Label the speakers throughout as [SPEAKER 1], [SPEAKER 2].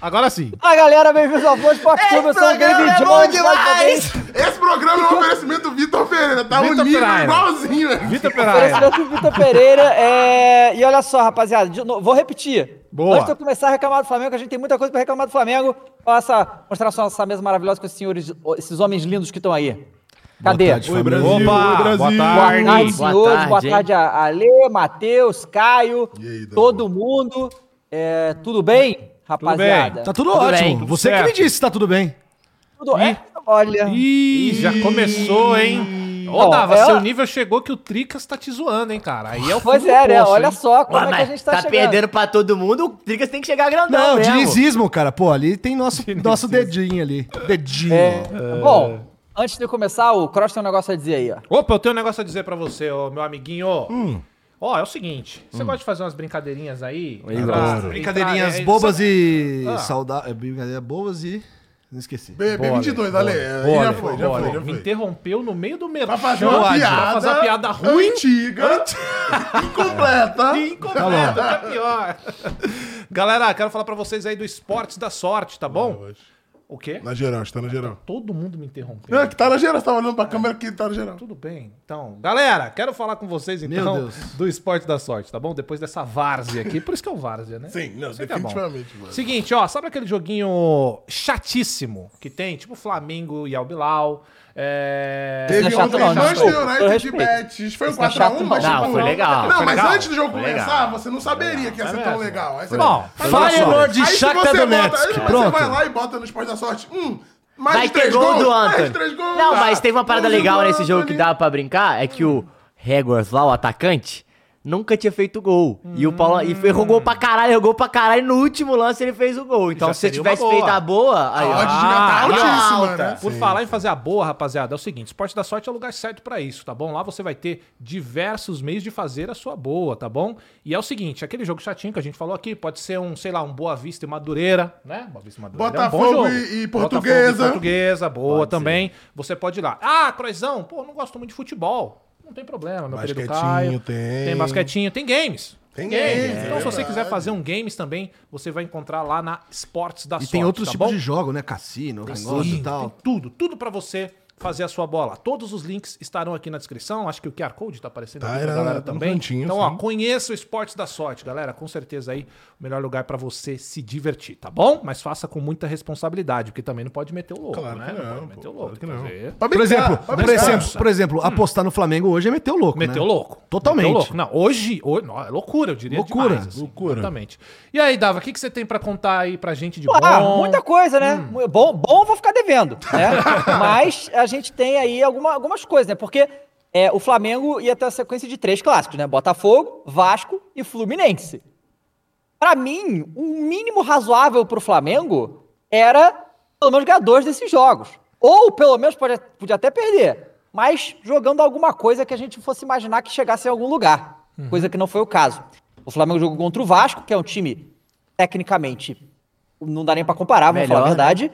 [SPEAKER 1] Agora sim.
[SPEAKER 2] A galera, bem-vindos ao Flow Esporte Clube, eu sou o Gabe
[SPEAKER 3] programa é bom
[SPEAKER 2] Jones, mais uma vez.
[SPEAKER 3] demais!
[SPEAKER 4] Esse programa é um oferecimento do Vitor Pereira. Tá
[SPEAKER 1] Vitor
[SPEAKER 4] um nível
[SPEAKER 1] Pereira.
[SPEAKER 4] igualzinho, velho.
[SPEAKER 1] Vitor Pereira.
[SPEAKER 2] Oferecimento do Vitor Pereira. é, E olha só, rapaziada, de novo, vou repetir.
[SPEAKER 1] Boa.
[SPEAKER 2] Antes de eu começar a reclamar do Flamengo, que a gente tem muita coisa pra reclamar do Flamengo, faça mostrar só essa mesa maravilhosa com esses senhores, esses homens lindos que estão aí. Cadê?
[SPEAKER 1] Boa tarde,
[SPEAKER 4] Oi,
[SPEAKER 1] família.
[SPEAKER 4] Brasil, oi,
[SPEAKER 1] Opa, boa
[SPEAKER 4] Brasil.
[SPEAKER 1] tarde.
[SPEAKER 2] Boa tarde,
[SPEAKER 3] Boa
[SPEAKER 2] senhores. Boa
[SPEAKER 3] tarde,
[SPEAKER 2] tarde,
[SPEAKER 3] hein?
[SPEAKER 2] a Ale, Matheus, Caio,
[SPEAKER 4] E aí, Dabu?
[SPEAKER 2] todo mundo. É, tudo bem, rapaziada?
[SPEAKER 1] Tá tudo,
[SPEAKER 3] Tudo
[SPEAKER 1] ótimo.
[SPEAKER 3] bem, tudo
[SPEAKER 1] Você que me
[SPEAKER 3] certo.
[SPEAKER 1] disse se tá tudo bem.
[SPEAKER 2] Tudo- é, olha.
[SPEAKER 1] Ih,
[SPEAKER 4] já
[SPEAKER 1] começou, hein?
[SPEAKER 2] Ó,
[SPEAKER 5] Ô, Dava,
[SPEAKER 2] é-
[SPEAKER 5] seu nível chegou que o Tricas tá te zoando, hein, cara. Aí é o
[SPEAKER 2] Pois
[SPEAKER 5] fundo do
[SPEAKER 2] é, né?
[SPEAKER 5] poço,
[SPEAKER 2] Olha
[SPEAKER 5] hein?
[SPEAKER 2] só como
[SPEAKER 3] Ué,
[SPEAKER 2] é que a gente
[SPEAKER 3] mas
[SPEAKER 2] tá,
[SPEAKER 3] tá
[SPEAKER 2] chegando.
[SPEAKER 3] perdendo pra todo mundo, o Tricas tem que chegar grandão
[SPEAKER 1] Não, é
[SPEAKER 3] mesmo.
[SPEAKER 1] dinizismo, cara. Pô, ali tem nosso, nosso dedinho ali. Dedinho.
[SPEAKER 2] É, Bom, antes de eu começar, o Cross tem um negócio a dizer aí, ó.
[SPEAKER 5] Opa, eu tenho um negócio a dizer pra você, ô, meu amiguinho. Ó, é o seguinte, você gosta de fazer umas brincadeirinhas aí?
[SPEAKER 1] Claro.
[SPEAKER 5] Entrar-
[SPEAKER 1] Brincadeirinhas
[SPEAKER 5] é, é,
[SPEAKER 1] bobas e
[SPEAKER 5] Ah.
[SPEAKER 1] saudáveis. Brincadeirinhas bobas e. Não esqueci.
[SPEAKER 4] B22, Ale. Aí
[SPEAKER 5] Olha,
[SPEAKER 4] Já foi, já
[SPEAKER 5] olha,
[SPEAKER 4] foi, já
[SPEAKER 5] me
[SPEAKER 4] foi.
[SPEAKER 5] interrompeu no meio do merchan.
[SPEAKER 4] Pra fazer uma piada.
[SPEAKER 5] Pra fazer uma piada ruim.
[SPEAKER 4] Antiga. incompleta.
[SPEAKER 5] Incompleto, que é pior. Galera, quero falar pra vocês aí do Esportes da Sorte, tá bom? O quê?
[SPEAKER 4] Na geral, está na geral.
[SPEAKER 5] Todo mundo me interrompeu.
[SPEAKER 4] Não, que tá na geral, você tá olhando pra câmera que tá na geral.
[SPEAKER 5] Tudo bem. Então, galera, quero falar com vocês então
[SPEAKER 1] Deus.
[SPEAKER 5] do esporte da sorte, tá bom? Depois dessa várzea aqui. Por isso que é o várzea, né?
[SPEAKER 4] Sim, não,
[SPEAKER 5] Sempre é bom.
[SPEAKER 4] definitivamente, mano.
[SPEAKER 5] Seguinte, ó, sabe aquele joguinho chatíssimo que tem? Tipo Flamengo e Albilau. É...
[SPEAKER 2] Não é
[SPEAKER 4] Teve
[SPEAKER 2] chato
[SPEAKER 4] ontem
[SPEAKER 2] não, não.
[SPEAKER 4] Manchester
[SPEAKER 2] Desculpa, eu
[SPEAKER 4] United e
[SPEAKER 2] respeito.
[SPEAKER 4] Betis. Foi um
[SPEAKER 2] Isso não é
[SPEAKER 4] 4x1,
[SPEAKER 2] chato,
[SPEAKER 4] mas
[SPEAKER 2] não.
[SPEAKER 4] tipo,
[SPEAKER 3] Não, foi legal,
[SPEAKER 4] Não,
[SPEAKER 3] foi
[SPEAKER 4] mas
[SPEAKER 3] legal,
[SPEAKER 4] antes do jogo
[SPEAKER 3] foi
[SPEAKER 4] começar,
[SPEAKER 3] legal.
[SPEAKER 4] você não saberia que ia ser tão legal. Aí você-
[SPEAKER 5] Bom,
[SPEAKER 4] Aí
[SPEAKER 1] Feyenoord e
[SPEAKER 4] se
[SPEAKER 1] Shakhtar
[SPEAKER 4] você bota,
[SPEAKER 1] Donetsk.
[SPEAKER 4] aí você
[SPEAKER 1] Pronto.
[SPEAKER 4] vai lá e bota no Esporte da Sorte. Hum, mais
[SPEAKER 3] Vai
[SPEAKER 4] de três
[SPEAKER 3] ter gol
[SPEAKER 4] gols,
[SPEAKER 3] do
[SPEAKER 4] mais
[SPEAKER 3] Antônio.
[SPEAKER 4] de três gols.
[SPEAKER 3] Não,
[SPEAKER 4] ah,
[SPEAKER 3] mas teve uma parada
[SPEAKER 4] gols do né?
[SPEAKER 3] legal nesse jogo que
[SPEAKER 4] Antony.
[SPEAKER 3] dava pra brincar, é que o Hegors lá, o atacante, nunca tinha feito gol. E o Paulo e foi- errou gol pra caralho, errou gol pra caralho, e no último lance ele fez o gol. Então
[SPEAKER 5] Já
[SPEAKER 3] se você
[SPEAKER 5] seria uma
[SPEAKER 3] tivesse
[SPEAKER 5] boa.
[SPEAKER 3] feito a boa, aí
[SPEAKER 4] A
[SPEAKER 3] ó.
[SPEAKER 4] odd devia estar
[SPEAKER 3] Ah,
[SPEAKER 4] tá altíssima,
[SPEAKER 3] alta.
[SPEAKER 4] né?
[SPEAKER 5] Por falar em fazer a boa, rapaziada, é o seguinte: Esporte da Sorte é o lugar certo pra isso, tá bom? Lá você vai ter diversos meios de fazer a sua boa, tá bom? E é o seguinte: aquele jogo chatinho que a gente falou aqui pode ser um, sei lá, um Boa Vista e Madureira, né? Boa Vista e Madureira.
[SPEAKER 4] Botafogo
[SPEAKER 5] é um bom jogo.
[SPEAKER 4] e- e
[SPEAKER 5] Botafogo
[SPEAKER 4] Portuguesa.
[SPEAKER 5] portuguesa, boa também. Você pode ir lá. Ah, Croizão, pô, não gosto muito de futebol. Não tem problema, meu querido
[SPEAKER 4] Basquetinho
[SPEAKER 5] Caio.
[SPEAKER 4] tem.
[SPEAKER 5] Tem basquetinho, tem games.
[SPEAKER 4] Tem games,
[SPEAKER 5] Então,
[SPEAKER 4] é
[SPEAKER 5] se você
[SPEAKER 4] verdade.
[SPEAKER 5] quiser fazer um games também, você vai encontrar lá na Esportes da
[SPEAKER 1] E
[SPEAKER 5] Sorte.
[SPEAKER 1] tem outros
[SPEAKER 5] tá
[SPEAKER 1] tipos
[SPEAKER 5] bom?
[SPEAKER 1] de jogo, né? Cassino, negócio
[SPEAKER 5] Sim,
[SPEAKER 1] e tal.
[SPEAKER 5] Assim, Tem tudo, tudo pra você fazer a sua bola. Todos os links estarão aqui na descrição. Acho que o QR Code tá aparecendo
[SPEAKER 4] Tá,
[SPEAKER 5] aqui pra
[SPEAKER 4] é,
[SPEAKER 5] galera
[SPEAKER 4] no
[SPEAKER 5] também.
[SPEAKER 4] cantinho,
[SPEAKER 5] então, ó,
[SPEAKER 4] sim.
[SPEAKER 5] conheça o Esportes da Sorte, galera. Com certeza aí o melhor lugar pra você se divertir, tá bom? Mas faça com muita responsabilidade, porque também não pode meter o louco,
[SPEAKER 4] Claro
[SPEAKER 5] né?
[SPEAKER 4] que não,
[SPEAKER 5] pode meter
[SPEAKER 4] pô,
[SPEAKER 5] o louco,
[SPEAKER 4] claro
[SPEAKER 5] tem
[SPEAKER 4] que
[SPEAKER 5] que
[SPEAKER 4] não.
[SPEAKER 5] fazer.
[SPEAKER 4] Pra
[SPEAKER 1] Por
[SPEAKER 4] brincar,
[SPEAKER 1] exemplo,
[SPEAKER 4] pra
[SPEAKER 1] por
[SPEAKER 4] brincar.
[SPEAKER 1] exemplo, por exemplo, apostar no Flamengo hoje é Hum. meter o louco,
[SPEAKER 5] Meteu
[SPEAKER 1] né?
[SPEAKER 5] louco.
[SPEAKER 1] Totalmente.
[SPEAKER 5] Meteu louco. Não, hoje, hoje não, é loucura, eu diria.
[SPEAKER 1] Loucura,
[SPEAKER 5] demais, assim,
[SPEAKER 4] loucura.
[SPEAKER 5] Exatamente. E aí, Dava, o que, que você tem pra contar aí pra gente de
[SPEAKER 2] Ah,
[SPEAKER 5] bom?
[SPEAKER 2] muita coisa, né? Bom, bom eu vou ficar devendo, né? Mas a gente tem aí alguma- algumas coisas, né? Porque é, o Flamengo ia ter a sequência de três clássicos, né? Botafogo, Vasco e Fluminense. Pra mim, o mínimo razoável pro Flamengo era pelo menos ganhar dois desses jogos. Ou pelo menos pode, podia até perder, mas jogando alguma coisa que a gente fosse imaginar que chegasse em algum lugar.
[SPEAKER 3] Uhum.
[SPEAKER 2] Coisa que não foi o caso. O Flamengo jogou contra o Vasco, que é um time tecnicamente não dá nem pra comparar, vamos
[SPEAKER 3] Melhor,
[SPEAKER 2] falar a
[SPEAKER 3] né?
[SPEAKER 2] verdade.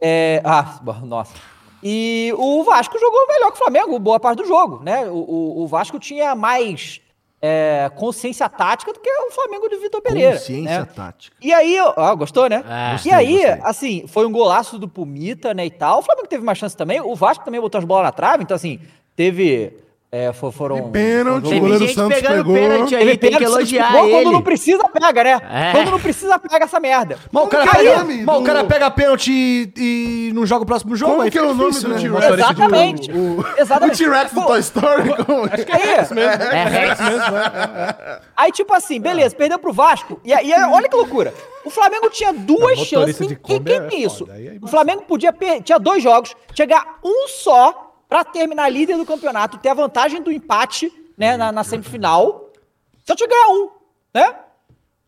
[SPEAKER 2] É, ah, bo- nossa. E o Vasco jogou melhor que o Flamengo, boa parte do jogo, né? O, o- o Vasco tinha mais é, consciência tática do que o Flamengo de Vitor Pereira.
[SPEAKER 1] Consciência
[SPEAKER 2] né?
[SPEAKER 1] tática.
[SPEAKER 2] E aí, ó, gostou, né?
[SPEAKER 3] Ah,
[SPEAKER 2] e aí, assim, foi um golaço do Pumita, né, e tal. O Flamengo teve uma chance também, o Vasco também botou as bolas na trave, então, assim, teve... é, fo- foram...
[SPEAKER 4] E pênalti,
[SPEAKER 2] foram-
[SPEAKER 4] o goleiro
[SPEAKER 3] Teve gente
[SPEAKER 4] Santos
[SPEAKER 3] pegando
[SPEAKER 4] pegou.
[SPEAKER 3] pênalti
[SPEAKER 2] Teve
[SPEAKER 3] aí, tem que
[SPEAKER 2] pênalti,
[SPEAKER 3] elogiar
[SPEAKER 2] futebol,
[SPEAKER 3] ele.
[SPEAKER 2] Quando não precisa, pega, né?
[SPEAKER 3] É.
[SPEAKER 2] Quando não precisa, pega essa merda.
[SPEAKER 1] Mas o cara,
[SPEAKER 4] que é
[SPEAKER 1] pega,
[SPEAKER 4] o nome
[SPEAKER 1] mas o
[SPEAKER 4] do-
[SPEAKER 1] cara pega pênalti e, e não joga o próximo jogo.
[SPEAKER 4] Como
[SPEAKER 1] aí
[SPEAKER 4] que é
[SPEAKER 1] fica
[SPEAKER 4] o nome
[SPEAKER 1] difícil,
[SPEAKER 4] do
[SPEAKER 1] né?
[SPEAKER 4] T-Rex?
[SPEAKER 1] Motorista de-
[SPEAKER 2] Exatamente.
[SPEAKER 4] O
[SPEAKER 2] Exatamente.
[SPEAKER 4] T-Rex do
[SPEAKER 2] Pô,
[SPEAKER 4] Toy Story. como é?
[SPEAKER 2] Aí,
[SPEAKER 3] É Rex.
[SPEAKER 2] aí, tipo assim, beleza, perdeu pro Vasco. E aí, olha que loucura. O Flamengo tinha duas chances.
[SPEAKER 5] de
[SPEAKER 2] E que,
[SPEAKER 5] Kombi é
[SPEAKER 2] que é isso?
[SPEAKER 5] foda, aí é
[SPEAKER 2] o Flamengo podia per- tinha dois jogos, chegar um só pra terminar líder do campeonato, ter a vantagem do empate, né, na, na semifinal. Só tinha que ganhar um, né?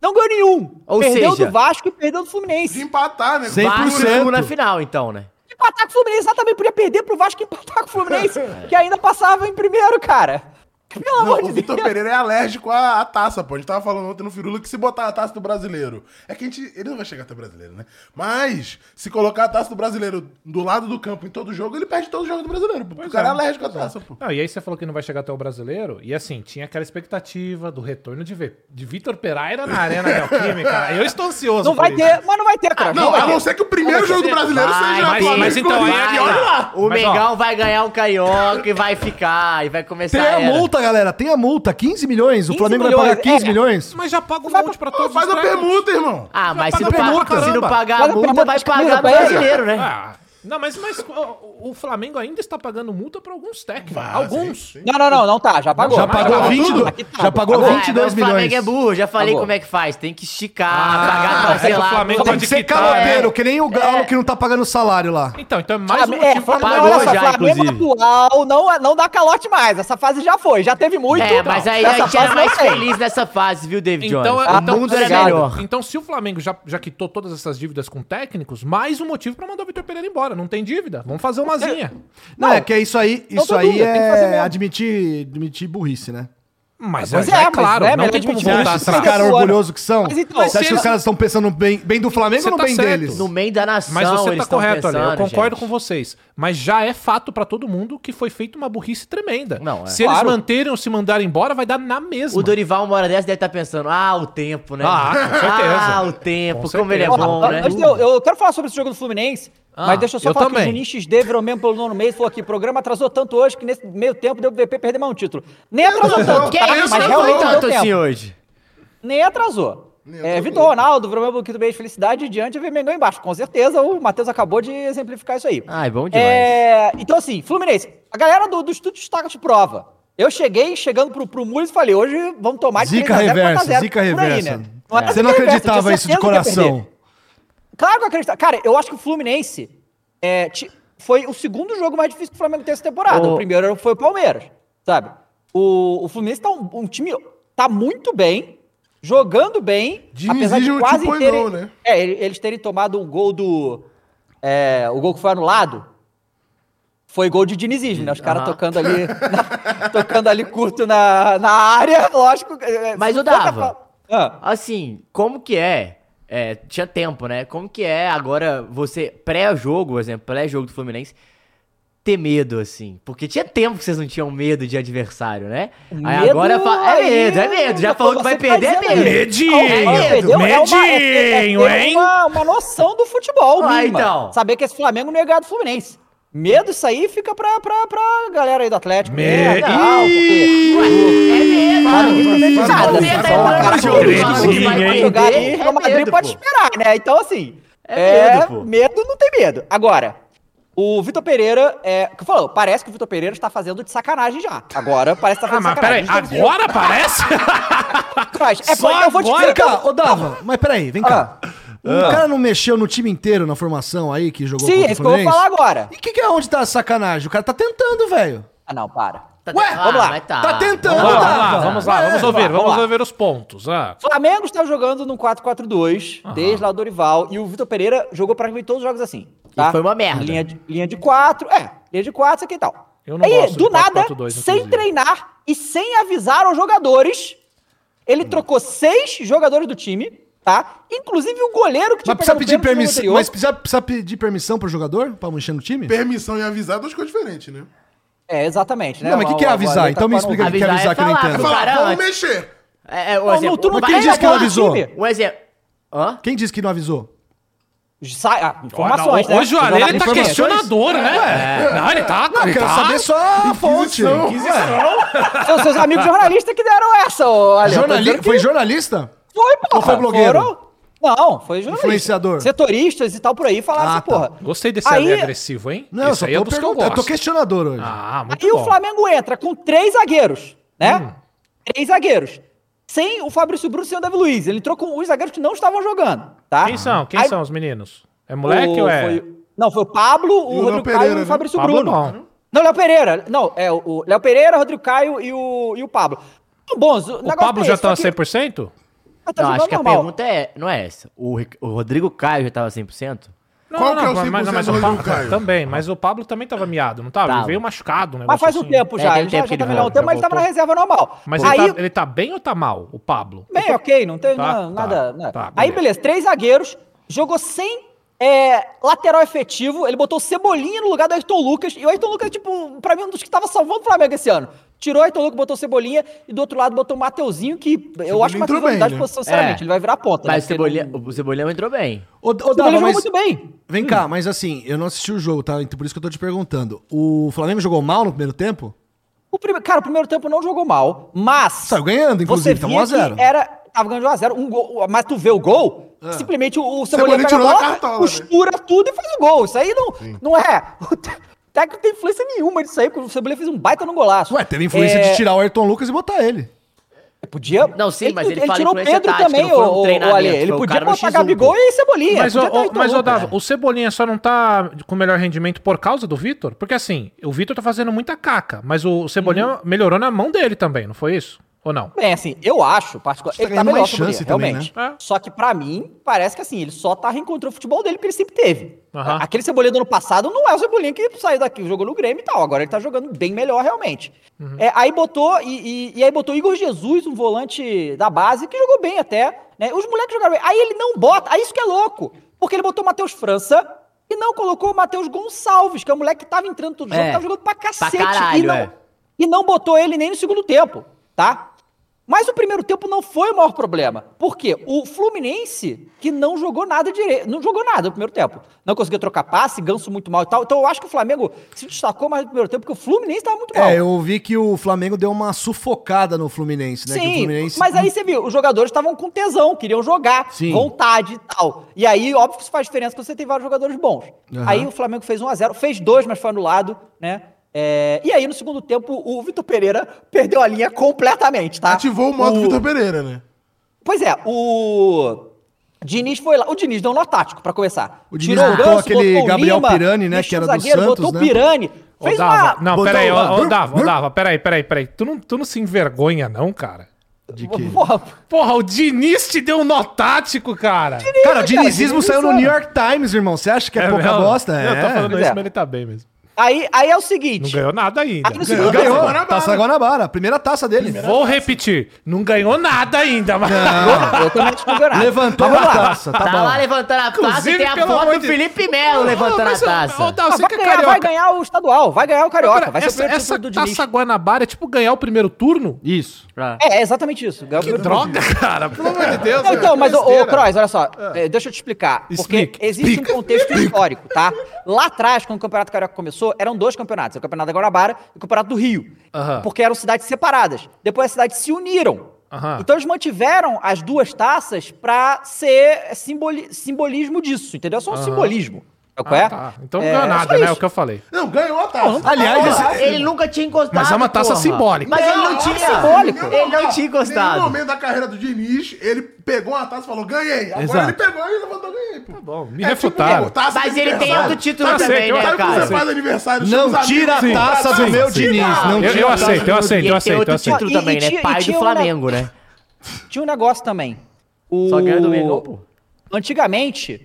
[SPEAKER 2] Não ganhou nenhum.
[SPEAKER 3] Ou
[SPEAKER 2] perdeu
[SPEAKER 3] seja-
[SPEAKER 2] do Vasco e perdeu do Fluminense.
[SPEAKER 4] De empatar, né?
[SPEAKER 1] 100%.
[SPEAKER 3] Vasco na final, então, né?
[SPEAKER 2] empatar com o Fluminense, ela também podia perder pro Vasco e empatar com o Fluminense, que ainda passava em primeiro, cara. Pelo
[SPEAKER 4] Não,
[SPEAKER 2] amor
[SPEAKER 4] o
[SPEAKER 2] de
[SPEAKER 4] Vitor
[SPEAKER 2] Deus.
[SPEAKER 4] Pereira é alérgico à, à taça, pô. A gente tava falando ontem no Firula que se botar a taça do brasileiro. É que a gente. Ele não vai chegar até brasileiro, né? Mas, se colocar a taça do brasileiro do lado do campo em todo jogo, ele perde todo jogo do brasileiro. Pô. O cara é alérgico à taça, pô.
[SPEAKER 5] Não, e aí você falou que não vai chegar até o brasileiro, e assim, tinha aquela expectativa do retorno de, ver- de Vitor Pereira na Arena Neoquímica. Eu estou ansioso.
[SPEAKER 2] Não
[SPEAKER 5] por
[SPEAKER 2] vai
[SPEAKER 5] isso. Ah,
[SPEAKER 2] ter, mas não vai ter, cara.
[SPEAKER 4] Não, a não ser que o primeiro jogo do brasileiro
[SPEAKER 3] Vai,
[SPEAKER 4] seja
[SPEAKER 3] mas- é
[SPEAKER 4] Flamengo
[SPEAKER 5] mas
[SPEAKER 4] e
[SPEAKER 5] então,
[SPEAKER 4] Corinthians.
[SPEAKER 5] aí-
[SPEAKER 4] E olha lá.
[SPEAKER 3] O
[SPEAKER 5] Mas, ó.
[SPEAKER 3] Mengão vai ganhar o Carioca e vai ficar, e vai começar
[SPEAKER 1] Tem
[SPEAKER 3] a
[SPEAKER 1] a
[SPEAKER 3] era.
[SPEAKER 1] multa, galera. Tem a multa. 15 milhões. O
[SPEAKER 2] 15
[SPEAKER 1] Flamengo
[SPEAKER 2] milhões,
[SPEAKER 1] vai pagar 15
[SPEAKER 2] é.
[SPEAKER 1] milhões.
[SPEAKER 5] Mas já paga um
[SPEAKER 2] Vai-
[SPEAKER 5] monte pra
[SPEAKER 4] Pô,
[SPEAKER 5] todos
[SPEAKER 4] faz
[SPEAKER 5] os
[SPEAKER 4] a
[SPEAKER 5] craques.
[SPEAKER 4] permuta, irmão.
[SPEAKER 3] Ah, mas se não,
[SPEAKER 1] paga multa,
[SPEAKER 3] pagar, se não
[SPEAKER 1] caramba.
[SPEAKER 3] pagar a
[SPEAKER 2] Paga
[SPEAKER 3] multa,
[SPEAKER 2] permuta
[SPEAKER 3] vai
[SPEAKER 2] de camisa,
[SPEAKER 3] pagar do
[SPEAKER 2] pega.
[SPEAKER 3] brasileiro, né?
[SPEAKER 5] Ah, não, mas, mas ó, o Flamengo ainda está pagando multa pra alguns técnicos.
[SPEAKER 4] Vai,
[SPEAKER 5] alguns.
[SPEAKER 4] sim, sim.
[SPEAKER 2] Não, não, não, não tá. Já pagou.
[SPEAKER 1] Já
[SPEAKER 2] Mas
[SPEAKER 1] pagou
[SPEAKER 4] pagou
[SPEAKER 1] 20 do-
[SPEAKER 2] Aqui tá,
[SPEAKER 1] Já pagou
[SPEAKER 2] pagou.
[SPEAKER 1] 22
[SPEAKER 3] mas o Flamengo é
[SPEAKER 1] milhões.
[SPEAKER 3] burro, já falei
[SPEAKER 2] Acabou.
[SPEAKER 3] como é que faz. Tem que esticar,
[SPEAKER 5] Tá Ah,
[SPEAKER 3] pagar,
[SPEAKER 5] é que o
[SPEAKER 3] parcelar.
[SPEAKER 5] Flamengo
[SPEAKER 1] Tem
[SPEAKER 5] pode
[SPEAKER 1] que ser
[SPEAKER 5] quitar,
[SPEAKER 1] caloteiro,
[SPEAKER 5] é.
[SPEAKER 1] que nem o Galo que não tá pagando salário lá.
[SPEAKER 5] Então, então é mais um
[SPEAKER 2] Flamengo, é,
[SPEAKER 5] motivo pra
[SPEAKER 2] Flamengo,
[SPEAKER 3] Pagou
[SPEAKER 2] olha só,
[SPEAKER 3] já,
[SPEAKER 2] Flamengo
[SPEAKER 3] inclusive.
[SPEAKER 2] atual não, não dá calote mais. Essa fase já foi, já teve muito.
[SPEAKER 3] É, mas aí
[SPEAKER 2] Essa
[SPEAKER 3] a gente era
[SPEAKER 2] fase não
[SPEAKER 3] mais
[SPEAKER 2] tem.
[SPEAKER 3] feliz nessa fase, viu, David
[SPEAKER 5] Então,
[SPEAKER 3] Jones?
[SPEAKER 5] então,
[SPEAKER 3] o mundo
[SPEAKER 5] tá
[SPEAKER 3] era
[SPEAKER 5] ligado?
[SPEAKER 3] melhor.
[SPEAKER 5] Então, se o Flamengo já, já quitou todas essas dívidas com técnicos, mais um motivo pra mandar o Vitor Pereira embora. Não tem dívida. Vamos fazer uma zinha.
[SPEAKER 1] Não, é que é isso aí, isso
[SPEAKER 2] tem
[SPEAKER 1] aí
[SPEAKER 2] dúvida, tem que fazer
[SPEAKER 1] é
[SPEAKER 2] mesmo.
[SPEAKER 1] admitir, admitir burrice, né? Tipo,
[SPEAKER 5] Mas
[SPEAKER 2] Pois
[SPEAKER 5] é, já
[SPEAKER 2] é,
[SPEAKER 5] é
[SPEAKER 2] mas
[SPEAKER 5] claro,
[SPEAKER 2] é
[SPEAKER 5] não
[SPEAKER 2] melhor
[SPEAKER 5] tem como
[SPEAKER 2] admitir. Você
[SPEAKER 5] voltar
[SPEAKER 2] acha
[SPEAKER 1] Esses
[SPEAKER 2] atrás.
[SPEAKER 5] atrás.
[SPEAKER 1] caras orgulhosos que são.
[SPEAKER 2] Mas então,
[SPEAKER 1] Você acha que
[SPEAKER 5] você-
[SPEAKER 1] os caras estão pensando bem, bem do Flamengo
[SPEAKER 5] Você
[SPEAKER 1] ou no
[SPEAKER 5] tá
[SPEAKER 1] bem
[SPEAKER 5] certo.
[SPEAKER 1] deles?
[SPEAKER 3] No meio da nação,
[SPEAKER 5] Mas você
[SPEAKER 3] eles
[SPEAKER 5] tá
[SPEAKER 3] estão
[SPEAKER 5] correto, Ale. Eu
[SPEAKER 3] pensando,
[SPEAKER 5] concordo
[SPEAKER 3] gente.
[SPEAKER 5] com vocês. Mas já é fato pra todo mundo que foi feita uma burrice tremenda.
[SPEAKER 3] Não, é.
[SPEAKER 5] Se
[SPEAKER 2] Claro.
[SPEAKER 5] eles manterem ou se mandarem embora, vai dar na mesma.
[SPEAKER 3] O Dorival, uma hora dessa, deve estar pensando, ah, o tempo, né?
[SPEAKER 5] Ah, com certeza.
[SPEAKER 3] Ah, o tempo,
[SPEAKER 5] Com
[SPEAKER 3] como ele é
[SPEAKER 5] certeza.
[SPEAKER 3] bom,
[SPEAKER 2] Ó,
[SPEAKER 3] né?
[SPEAKER 2] antes de eu, eu quero falar sobre esse jogo do Fluminense,
[SPEAKER 5] Ah,
[SPEAKER 2] mas deixa eu só
[SPEAKER 5] eu
[SPEAKER 2] falar
[SPEAKER 5] também.
[SPEAKER 2] que o Juninho XD virou mesmo pelo nono mês, falou aqui, o programa atrasou tanto hoje que nesse meio tempo deu o VP perder mais um título. Nem atrasou tanto,
[SPEAKER 3] Que
[SPEAKER 2] tá?
[SPEAKER 3] isso,
[SPEAKER 2] mas
[SPEAKER 3] não foi
[SPEAKER 2] realmente não
[SPEAKER 3] tanto
[SPEAKER 2] deu
[SPEAKER 3] assim
[SPEAKER 2] tempo.
[SPEAKER 3] hoje.
[SPEAKER 2] Nem atrasou.
[SPEAKER 4] Nem
[SPEAKER 2] É,
[SPEAKER 4] atrasou.
[SPEAKER 2] Vitor Ronaldo, virou meu do mês, felicidade, diante, vem Mengão embaixo. Com certeza, o Matheus acabou de exemplificar isso aí.
[SPEAKER 3] Ai, Ah, bom demais.
[SPEAKER 2] É, então, assim, Fluminense, a galera do, do estúdio destaca de prova. Eu cheguei chegando pro, pro Mules e falei, hoje vamos tomar de
[SPEAKER 1] Zica
[SPEAKER 2] 3 a 0, 4 a
[SPEAKER 1] reversa,
[SPEAKER 2] 0, por
[SPEAKER 1] zica
[SPEAKER 2] aí,
[SPEAKER 1] reversa.
[SPEAKER 2] né? Não era
[SPEAKER 1] Você
[SPEAKER 2] zica reversa,
[SPEAKER 1] não
[SPEAKER 2] eu tinha
[SPEAKER 1] acreditava isso de
[SPEAKER 2] certeza que ia perder.
[SPEAKER 1] coração.
[SPEAKER 2] Claro que eu acredito. Cara, eu acho que o Fluminense é, ti- foi o segundo jogo mais difícil que o Flamengo tem essa temporada.
[SPEAKER 3] Ô.
[SPEAKER 2] O primeiro foi o Palmeiras, sabe? O, o Fluminense tá um, um time. tá muito bem, jogando bem.
[SPEAKER 4] Diniz não tipo não,
[SPEAKER 2] terem.
[SPEAKER 4] né?
[SPEAKER 2] É, ele- eles terem tomado um gol do. é, o gol que foi anulado. Foi gol de dinizismo, né? Os caras
[SPEAKER 3] Aham.
[SPEAKER 2] tocando ali. na- tocando ali curto na, na área, lógico. é,
[SPEAKER 3] Mas
[SPEAKER 2] se
[SPEAKER 3] o
[SPEAKER 2] não for
[SPEAKER 3] Dava.
[SPEAKER 2] pra- Ah,
[SPEAKER 3] Assim, como que é? É, tinha tempo, né? Como que é agora você, pré-jogo, por exemplo, pré-jogo do Fluminense, ter medo, assim? Porque tinha tempo que vocês não tinham medo de adversário, né? aí
[SPEAKER 2] Medo
[SPEAKER 3] agora fa- é
[SPEAKER 2] aí-
[SPEAKER 3] medo, é medo. Já falou que vai
[SPEAKER 2] Você tá
[SPEAKER 3] perder, é
[SPEAKER 2] dizendo
[SPEAKER 3] medo.
[SPEAKER 2] aí.
[SPEAKER 5] Medinho,
[SPEAKER 2] É, perdeu, é uma- é- é- é
[SPEAKER 5] medinho,
[SPEAKER 2] ter
[SPEAKER 5] hein?
[SPEAKER 2] Uma, uma noção do futebol,
[SPEAKER 3] Ah,
[SPEAKER 2] mínima.
[SPEAKER 3] então.
[SPEAKER 2] Saber que esse Flamengo não ia ganhar do Fluminense. Medo, isso aí fica pra, pra, pra galera aí do Atlético. É,
[SPEAKER 5] Medo.
[SPEAKER 2] Não, porque...
[SPEAKER 3] Ué, é medo.
[SPEAKER 2] Cara, ninguém
[SPEAKER 3] Fluminense
[SPEAKER 2] prometeu
[SPEAKER 3] tá
[SPEAKER 2] nada,
[SPEAKER 3] dentro
[SPEAKER 2] assim,
[SPEAKER 3] aí
[SPEAKER 2] só
[SPEAKER 3] pra
[SPEAKER 2] o cara
[SPEAKER 3] jogo,
[SPEAKER 2] que
[SPEAKER 5] Fluminense
[SPEAKER 2] vai
[SPEAKER 5] Sim,
[SPEAKER 2] jogar
[SPEAKER 5] hein?
[SPEAKER 2] jogar aí,
[SPEAKER 3] É
[SPEAKER 2] Real Madrid
[SPEAKER 3] medo,
[SPEAKER 2] pode
[SPEAKER 3] pô.
[SPEAKER 2] esperar, né? Então, assim,
[SPEAKER 3] É
[SPEAKER 2] é,
[SPEAKER 3] medo, pô.
[SPEAKER 2] medo não tem medo. Agora, o Vitor Pereira, é, que falou, parece que o Vitor Pereira está fazendo de sacanagem já. Agora parece que está
[SPEAKER 5] Ah,
[SPEAKER 2] fazendo
[SPEAKER 5] mas
[SPEAKER 2] de
[SPEAKER 5] peraí,
[SPEAKER 2] sacanagem.
[SPEAKER 5] agora parece?
[SPEAKER 2] Atrás. É,
[SPEAKER 5] Só
[SPEAKER 2] pô, eu vou te
[SPEAKER 5] agora,
[SPEAKER 2] dizer,
[SPEAKER 1] Vem
[SPEAKER 2] que
[SPEAKER 1] cá,
[SPEAKER 2] eu-
[SPEAKER 1] ô Dava, mas peraí,
[SPEAKER 2] Ah.
[SPEAKER 1] vem cá. O cara não mexeu no time inteiro na formação aí que jogou
[SPEAKER 2] Sim,
[SPEAKER 1] contra
[SPEAKER 2] é
[SPEAKER 1] o
[SPEAKER 2] isso que eu vou
[SPEAKER 1] Fluminense?
[SPEAKER 2] falar agora.
[SPEAKER 1] E o que, que é onde tá a sacanagem? O cara tá tentando, velho.
[SPEAKER 2] Ah, não, para.
[SPEAKER 3] Tá-
[SPEAKER 1] Ué,
[SPEAKER 3] ah,
[SPEAKER 2] vamos lá.
[SPEAKER 3] mas
[SPEAKER 1] Tá tentando,
[SPEAKER 5] Vamos lá, vamos lá,
[SPEAKER 1] Dava.
[SPEAKER 5] vamos lá, vamos
[SPEAKER 2] Vamos
[SPEAKER 5] ouvir,
[SPEAKER 2] lá,
[SPEAKER 5] vamos
[SPEAKER 2] vamos lá.
[SPEAKER 5] ouvir os pontos. Ah.
[SPEAKER 2] Flamengo está jogando num 4-4-2, desde lá o Dorival, e o Vitor Pereira jogou praticamente todos os jogos assim. Tá?
[SPEAKER 3] E foi uma merda.
[SPEAKER 2] Linha de, linha de 4, é, linha de 4, isso aqui e tal.
[SPEAKER 5] Eu não
[SPEAKER 2] Aí,
[SPEAKER 5] gosto de
[SPEAKER 2] do nada,
[SPEAKER 5] 4-4-2,
[SPEAKER 2] sem
[SPEAKER 5] inclusive.
[SPEAKER 2] treinar e sem avisar aos jogadores, ele trocou seis jogadores do time, tá? Inclusive o goleiro que
[SPEAKER 1] Mas precisa
[SPEAKER 2] pegado pênalti no
[SPEAKER 1] pedir
[SPEAKER 2] jogo
[SPEAKER 1] permissão.
[SPEAKER 2] anterior.
[SPEAKER 1] Mas precisa, precisa pedir permissão pro jogador pra mexer no time?
[SPEAKER 4] Permissão e avisar duas coisas diferentes, né?
[SPEAKER 2] É, exatamente, né?
[SPEAKER 1] Não, mas o que que é
[SPEAKER 2] O- o-
[SPEAKER 1] avisar?
[SPEAKER 2] o- o-
[SPEAKER 1] Então me
[SPEAKER 2] o-
[SPEAKER 1] explica
[SPEAKER 2] Não,
[SPEAKER 1] Ele quer avisar que
[SPEAKER 3] é
[SPEAKER 1] não
[SPEAKER 3] falar
[SPEAKER 1] entende.
[SPEAKER 3] pro
[SPEAKER 4] Falar,
[SPEAKER 3] cara
[SPEAKER 4] vamos
[SPEAKER 3] antes.
[SPEAKER 4] mexer.
[SPEAKER 3] É, é, o
[SPEAKER 2] não,
[SPEAKER 3] exemplo.
[SPEAKER 2] tu não
[SPEAKER 1] Mas
[SPEAKER 2] vai
[SPEAKER 1] quem disse que não
[SPEAKER 2] regular o
[SPEAKER 1] avisou?
[SPEAKER 2] time.
[SPEAKER 3] O Um exemplo. Hã?
[SPEAKER 1] Quem disse que não avisou?
[SPEAKER 2] Sai, ah, informações,
[SPEAKER 5] Olha,
[SPEAKER 2] né?
[SPEAKER 5] Hoje o Ale ele tá
[SPEAKER 1] Informações? é.
[SPEAKER 5] questionador, né? Não, ele tá.
[SPEAKER 1] Não, Ah, eu
[SPEAKER 5] ele
[SPEAKER 1] quero
[SPEAKER 5] tá-
[SPEAKER 1] saber só a fonte.
[SPEAKER 2] São seus amigos jornalistas que deram essa, ô, Ale. Eu tô
[SPEAKER 1] Jornali-
[SPEAKER 2] dizendo que-
[SPEAKER 1] Foi jornalista?
[SPEAKER 2] Foi, porra.
[SPEAKER 1] Ou foi blogueiro?
[SPEAKER 2] Não, foi jornalista.
[SPEAKER 1] Influenciador.
[SPEAKER 2] Setoristas e tal por aí falaram
[SPEAKER 1] Ah,
[SPEAKER 2] essa
[SPEAKER 1] tá.
[SPEAKER 2] porra.
[SPEAKER 5] Gostei desse
[SPEAKER 2] Aí-
[SPEAKER 5] Ale agressivo, hein?
[SPEAKER 1] Não, eu
[SPEAKER 5] Esse
[SPEAKER 1] só
[SPEAKER 5] aí é
[SPEAKER 1] tô
[SPEAKER 5] dos que eu
[SPEAKER 1] perguntando. Eu tô
[SPEAKER 5] gosto.
[SPEAKER 1] questionador hoje.
[SPEAKER 5] Ah, muito
[SPEAKER 2] Aí
[SPEAKER 5] bom.
[SPEAKER 2] o Flamengo entra com três zagueiros, né? Três zagueiros. Sem o Fabrício Bruno e o Davi Luiz. Ele entrou com os zagueiros que não estavam jogando, tá?
[SPEAKER 5] Quem são? Quem
[SPEAKER 2] Aí-
[SPEAKER 5] são os meninos? É
[SPEAKER 2] O-
[SPEAKER 5] moleque ou é?
[SPEAKER 2] foi- Não, foi o Pablo,
[SPEAKER 4] E o
[SPEAKER 2] o,
[SPEAKER 4] Léo
[SPEAKER 2] Rodrigo
[SPEAKER 4] Pereira,
[SPEAKER 2] Caio e
[SPEAKER 4] né?
[SPEAKER 2] o Fabrício
[SPEAKER 5] Pablo
[SPEAKER 2] Bruno.
[SPEAKER 5] não.
[SPEAKER 2] Não, Léo Pereira. Não, é o- o Léo Pereira, o Rodrigo Caio e o, e o Pablo. Então, Bonzo,
[SPEAKER 5] O Pablo já tá 100%?
[SPEAKER 2] Tá
[SPEAKER 3] é Não, acho que a pergunta é. Não é essa. O, Ric- o Rodrigo Caio já tava 100%?
[SPEAKER 5] Não,
[SPEAKER 4] Qual
[SPEAKER 5] não,
[SPEAKER 4] que é o
[SPEAKER 5] mas-
[SPEAKER 4] 100%
[SPEAKER 5] mas, mas o
[SPEAKER 4] Rodrigo
[SPEAKER 5] Pa-
[SPEAKER 4] Caio?
[SPEAKER 5] Também, mas o Pablo também tava miado, não tava?
[SPEAKER 3] Tava.
[SPEAKER 5] Ele veio machucado, um
[SPEAKER 2] Mas
[SPEAKER 5] negócio
[SPEAKER 2] faz um
[SPEAKER 5] assim.
[SPEAKER 2] tempo
[SPEAKER 3] É,
[SPEAKER 2] já,
[SPEAKER 3] tem
[SPEAKER 2] ele já,
[SPEAKER 3] tempo
[SPEAKER 2] já
[SPEAKER 3] que
[SPEAKER 2] tá
[SPEAKER 3] ele
[SPEAKER 2] melhor um
[SPEAKER 3] volta,
[SPEAKER 2] tempo, mas ele tava na
[SPEAKER 5] voltou.
[SPEAKER 2] reserva normal.
[SPEAKER 5] Mas
[SPEAKER 2] aí,
[SPEAKER 5] ele, tá, ele tá bem ou tá mal, o Pablo?
[SPEAKER 2] Bem, ok, não tem
[SPEAKER 5] Tá,
[SPEAKER 2] na-
[SPEAKER 5] tá,
[SPEAKER 2] nada. nada.
[SPEAKER 5] tá,
[SPEAKER 2] aí,
[SPEAKER 5] beleza.
[SPEAKER 2] beleza, três zagueiros, jogou sem é, lateral efetivo, ele botou o Cebolinha no lugar do Ayrton Lucas, e o Ayrton Lucas, tipo, pra mim, um dos que tava salvando o Flamengo esse ano. Tirou o Ayrton Lucas, botou o Cebolinha, e do outro lado botou o Mateuzinho, que eu acho uma
[SPEAKER 4] entrou bem,
[SPEAKER 2] titularidade
[SPEAKER 4] né?
[SPEAKER 2] de posição, sinceramente,
[SPEAKER 3] É.
[SPEAKER 2] ele vai virar ponta. né?
[SPEAKER 3] Mas o
[SPEAKER 2] Porque
[SPEAKER 3] Cebolinha,
[SPEAKER 2] não-
[SPEAKER 3] o Cebolinha entrou bem.
[SPEAKER 1] Ô, ô,
[SPEAKER 2] O
[SPEAKER 1] Dava,
[SPEAKER 2] Cebolinha jogou
[SPEAKER 1] mas-
[SPEAKER 2] muito bem.
[SPEAKER 1] Vem cá, mas assim, eu não assisti o jogo, tá? Então por isso que eu tô te perguntando. O Flamengo jogou mal no primeiro tempo?
[SPEAKER 2] O prime... Cara, o primeiro tempo não jogou mal, mas.
[SPEAKER 1] Saiu ganhando, inclusive,
[SPEAKER 2] Você
[SPEAKER 1] tava
[SPEAKER 2] via
[SPEAKER 1] 1 a 0.
[SPEAKER 2] que Era... Tava ganhando de 1x0, um gol. Mas tu vê o gol, simplesmente o, o Cebolinha pega a
[SPEAKER 4] tirou da
[SPEAKER 2] bola,
[SPEAKER 4] cartola,
[SPEAKER 2] costura tudo e faz o gol. Isso aí não, não é. O te- o técnico não tem influência nenhuma disso aí, porque o Cebolinha fez um baita no golaço.
[SPEAKER 1] Ué, teve influência
[SPEAKER 2] É,
[SPEAKER 1] de tirar o Ayrton Lucas e botar ele.
[SPEAKER 2] Podia.
[SPEAKER 3] Não, sim, mas ele fala
[SPEAKER 2] tirou o
[SPEAKER 3] influência
[SPEAKER 2] Pedro
[SPEAKER 3] tática,
[SPEAKER 2] também,
[SPEAKER 3] não foi um
[SPEAKER 2] o,
[SPEAKER 3] treinamento,
[SPEAKER 2] Ali.
[SPEAKER 3] foi
[SPEAKER 2] Ele
[SPEAKER 3] o
[SPEAKER 2] podia
[SPEAKER 3] cara no
[SPEAKER 2] botar
[SPEAKER 3] X1, pô.
[SPEAKER 2] Gabigol e Cebolinha.
[SPEAKER 5] Mas, o,
[SPEAKER 2] podia tá
[SPEAKER 5] o,
[SPEAKER 2] Ayrton
[SPEAKER 5] mas, ô,
[SPEAKER 2] Lucas.
[SPEAKER 5] Dava, o Cebolinha só não tá com melhor rendimento por causa do Vitor? Porque assim, o Vitor tá fazendo muita caca, mas o Cebolinha
[SPEAKER 2] Uhum.
[SPEAKER 5] melhorou na mão dele também, não foi isso? Ou não?
[SPEAKER 2] Bem, assim, eu acho, particular,
[SPEAKER 1] Acho que tá
[SPEAKER 2] ele tá
[SPEAKER 1] ganhando
[SPEAKER 2] melhor
[SPEAKER 1] mais
[SPEAKER 2] que o Cebolinha,
[SPEAKER 1] chance também,
[SPEAKER 2] realmente.
[SPEAKER 5] né? É.
[SPEAKER 2] Só que pra mim, parece que assim, ele só tá reencontrando o futebol dele que ele sempre teve.
[SPEAKER 5] Aham.
[SPEAKER 2] Aquele Cebolinha do ano passado não é o Cebolinha que saiu daqui, jogou no Grêmio e tal. Agora ele tá jogando bem melhor, realmente. É, aí botou, e, e- e aí botou o Igor Jesus, um volante da base, que jogou bem até. né? Os moleques jogaram bem. Aí ele não bota, aí isso que é louco. Porque ele botou o Matheus França e não colocou o Matheus Gonçalves, que é o moleque que tava entrando todo jogo,
[SPEAKER 3] É.
[SPEAKER 2] tava jogando pra cacete. e
[SPEAKER 3] caralho,
[SPEAKER 2] não,
[SPEAKER 3] é.
[SPEAKER 2] e não botou ele nem no segundo tempo, tá? Mas o primeiro tempo não foi o maior problema. Por quê? O Fluminense, que não jogou nada direito. Não jogou nada no primeiro tempo. Não conseguiu trocar passe, ganso muito mal e tal. Então eu acho que o Flamengo se destacou mais no primeiro tempo, porque o Fluminense estava muito mal.
[SPEAKER 1] É, eu vi que o Flamengo deu uma sufocada no Fluminense, né? que o
[SPEAKER 2] Sim,
[SPEAKER 1] Fluminense...
[SPEAKER 2] mas aí você viu, os jogadores estavam com tesão, queriam jogar,
[SPEAKER 1] Sim.
[SPEAKER 2] vontade e tal. E aí, óbvio que isso faz diferença quando você tem vários jogadores bons.
[SPEAKER 1] Aham.
[SPEAKER 2] Aí o Flamengo fez 1x0, fez dois, mas foi anulado, né? É, e aí, no segundo tempo, o Vitor Pereira perdeu a linha completamente, tá?
[SPEAKER 4] Ativou o modo Vitor Pereira, né?
[SPEAKER 2] Pois é, o. Diniz foi lá. O Diniz deu um nó tático, pra começar.
[SPEAKER 1] O Diniz botou aquele
[SPEAKER 2] o
[SPEAKER 1] Gabriel
[SPEAKER 2] Lima,
[SPEAKER 1] Pirani, né,
[SPEAKER 2] deixou
[SPEAKER 1] que era
[SPEAKER 2] o
[SPEAKER 1] do Santos,
[SPEAKER 2] Botou
[SPEAKER 1] né?
[SPEAKER 2] o Pirani.
[SPEAKER 5] Ô,
[SPEAKER 2] Fez
[SPEAKER 5] Dava,
[SPEAKER 2] uma.
[SPEAKER 5] Não,
[SPEAKER 1] Botou
[SPEAKER 5] peraí, ô,
[SPEAKER 1] uma-
[SPEAKER 5] ô, Dava, ô, Dava, peraí, peraí, peraí. Tu não, tu não se envergonha, não, cara?
[SPEAKER 1] De quê?
[SPEAKER 2] Porra,
[SPEAKER 5] Porra, o Diniz te deu um nó tático, cara.
[SPEAKER 1] Cara, o dinizismo
[SPEAKER 2] Diniz
[SPEAKER 1] saiu no
[SPEAKER 2] é-
[SPEAKER 1] New York Times, irmão. Você acha que é, pouca
[SPEAKER 5] mesmo?
[SPEAKER 1] bosta?
[SPEAKER 5] Eu tô
[SPEAKER 1] É.
[SPEAKER 5] falando
[SPEAKER 2] Pois
[SPEAKER 5] isso,
[SPEAKER 2] é.
[SPEAKER 5] mas ele tá bem mesmo.
[SPEAKER 2] aí, aí é
[SPEAKER 5] Não
[SPEAKER 2] o seguinte.
[SPEAKER 5] ganhou nada ainda.
[SPEAKER 2] Aqui no
[SPEAKER 1] Ganhou,
[SPEAKER 2] segundo
[SPEAKER 1] ganhou.
[SPEAKER 2] tempo.
[SPEAKER 4] Guanabara.
[SPEAKER 1] Taça Guanabara. Primeira taça dele.
[SPEAKER 5] Vou repetir, não ganhou nada ainda, mas...
[SPEAKER 2] Eu também acho que não ganhou nada.
[SPEAKER 1] Levantou
[SPEAKER 2] Mas
[SPEAKER 1] a
[SPEAKER 2] vamos lá.
[SPEAKER 1] taça, tá,
[SPEAKER 3] Tá
[SPEAKER 1] bom.
[SPEAKER 3] lá levantando a taça
[SPEAKER 5] Inclusive,
[SPEAKER 3] e tem a
[SPEAKER 5] pelo
[SPEAKER 3] foto
[SPEAKER 5] amor
[SPEAKER 3] do
[SPEAKER 5] de-
[SPEAKER 3] Felipe Melo levantando a
[SPEAKER 5] Mas, ô, ô,
[SPEAKER 3] taça.
[SPEAKER 5] Dava, você
[SPEAKER 2] Ah, Vai
[SPEAKER 5] que é
[SPEAKER 2] ganhar, vai
[SPEAKER 5] carioca.
[SPEAKER 2] ganhar o estadual, vai ganhar o carioca.
[SPEAKER 5] Agora,
[SPEAKER 2] Vai ser o
[SPEAKER 5] essa,
[SPEAKER 2] primeiro
[SPEAKER 5] essa
[SPEAKER 2] título do Diniz.
[SPEAKER 5] taça Guanabara é tipo ganhar o primeiro turno?
[SPEAKER 1] Isso.
[SPEAKER 3] Pra-
[SPEAKER 2] É, é exatamente isso. Ganhou o primeiro título.
[SPEAKER 5] Droga, cara, pelo amor de Deus.
[SPEAKER 2] Não,
[SPEAKER 5] cara,
[SPEAKER 2] então, mas, ô, ô,
[SPEAKER 5] besteira. Ah.
[SPEAKER 2] Crois, olha só, eh, deixa eu te explicar. Porque
[SPEAKER 5] Explique.
[SPEAKER 2] existe um contexto histórico, tá? Lá atrás, quando o Campeonato Carioca começou, eram dois campeonatos, o Campeonato da Guarabara e o Campeonato do Rio.
[SPEAKER 5] Aham.
[SPEAKER 2] Porque eram cidades separadas. Depois as cidades se uniram.
[SPEAKER 5] Aham.
[SPEAKER 2] Então eles mantiveram as duas taças pra ser simboli- simbolismo disso, entendeu? Só um simbolismo. É o que é?
[SPEAKER 5] Ah, tá. Então não ganhou
[SPEAKER 2] É, só
[SPEAKER 5] nada, né?
[SPEAKER 2] isso.
[SPEAKER 5] o que eu falei.
[SPEAKER 4] Não, ganhou tá. a taça.
[SPEAKER 1] Aliás, esse-
[SPEAKER 3] Ele nunca tinha encostado.
[SPEAKER 5] Mas é uma taça
[SPEAKER 3] porra.
[SPEAKER 5] simbólica.
[SPEAKER 3] Mas ele não tinha.
[SPEAKER 2] é simbólico.
[SPEAKER 3] Ele não tinha
[SPEAKER 4] No
[SPEAKER 3] encostado.
[SPEAKER 4] momento da carreira do Diniz, ele pegou uma taça e falou, ganhei. Agora
[SPEAKER 1] Exato.
[SPEAKER 4] ele pegou e levantou, ganhei. Pô. Tá
[SPEAKER 5] bom, me refutaram.
[SPEAKER 3] Mas ele tem outro título
[SPEAKER 5] Tá certo,
[SPEAKER 3] também,
[SPEAKER 5] eu
[SPEAKER 3] né,
[SPEAKER 5] aceito,
[SPEAKER 4] Sabe quando
[SPEAKER 3] cara?
[SPEAKER 4] você faz aniversário?
[SPEAKER 1] Não
[SPEAKER 4] chama os
[SPEAKER 1] tira a
[SPEAKER 4] amigos,
[SPEAKER 1] taça
[SPEAKER 4] sim,
[SPEAKER 1] do meu
[SPEAKER 4] sim.
[SPEAKER 1] Diniz. Não
[SPEAKER 5] Eu,
[SPEAKER 1] tira
[SPEAKER 5] eu
[SPEAKER 1] a taça
[SPEAKER 5] aceito, eu aceito,
[SPEAKER 3] E
[SPEAKER 5] eu
[SPEAKER 3] ele tem
[SPEAKER 5] aceito, eu
[SPEAKER 3] outro
[SPEAKER 5] aceito.
[SPEAKER 3] título
[SPEAKER 2] E- e
[SPEAKER 3] também, né?
[SPEAKER 2] tinha-
[SPEAKER 3] Pai
[SPEAKER 2] e
[SPEAKER 3] do
[SPEAKER 2] tinha um-
[SPEAKER 3] Flamengo, né?
[SPEAKER 2] Tinha um negócio também. O...
[SPEAKER 3] Só ganhou do Mengão, pô.
[SPEAKER 2] Antigamente,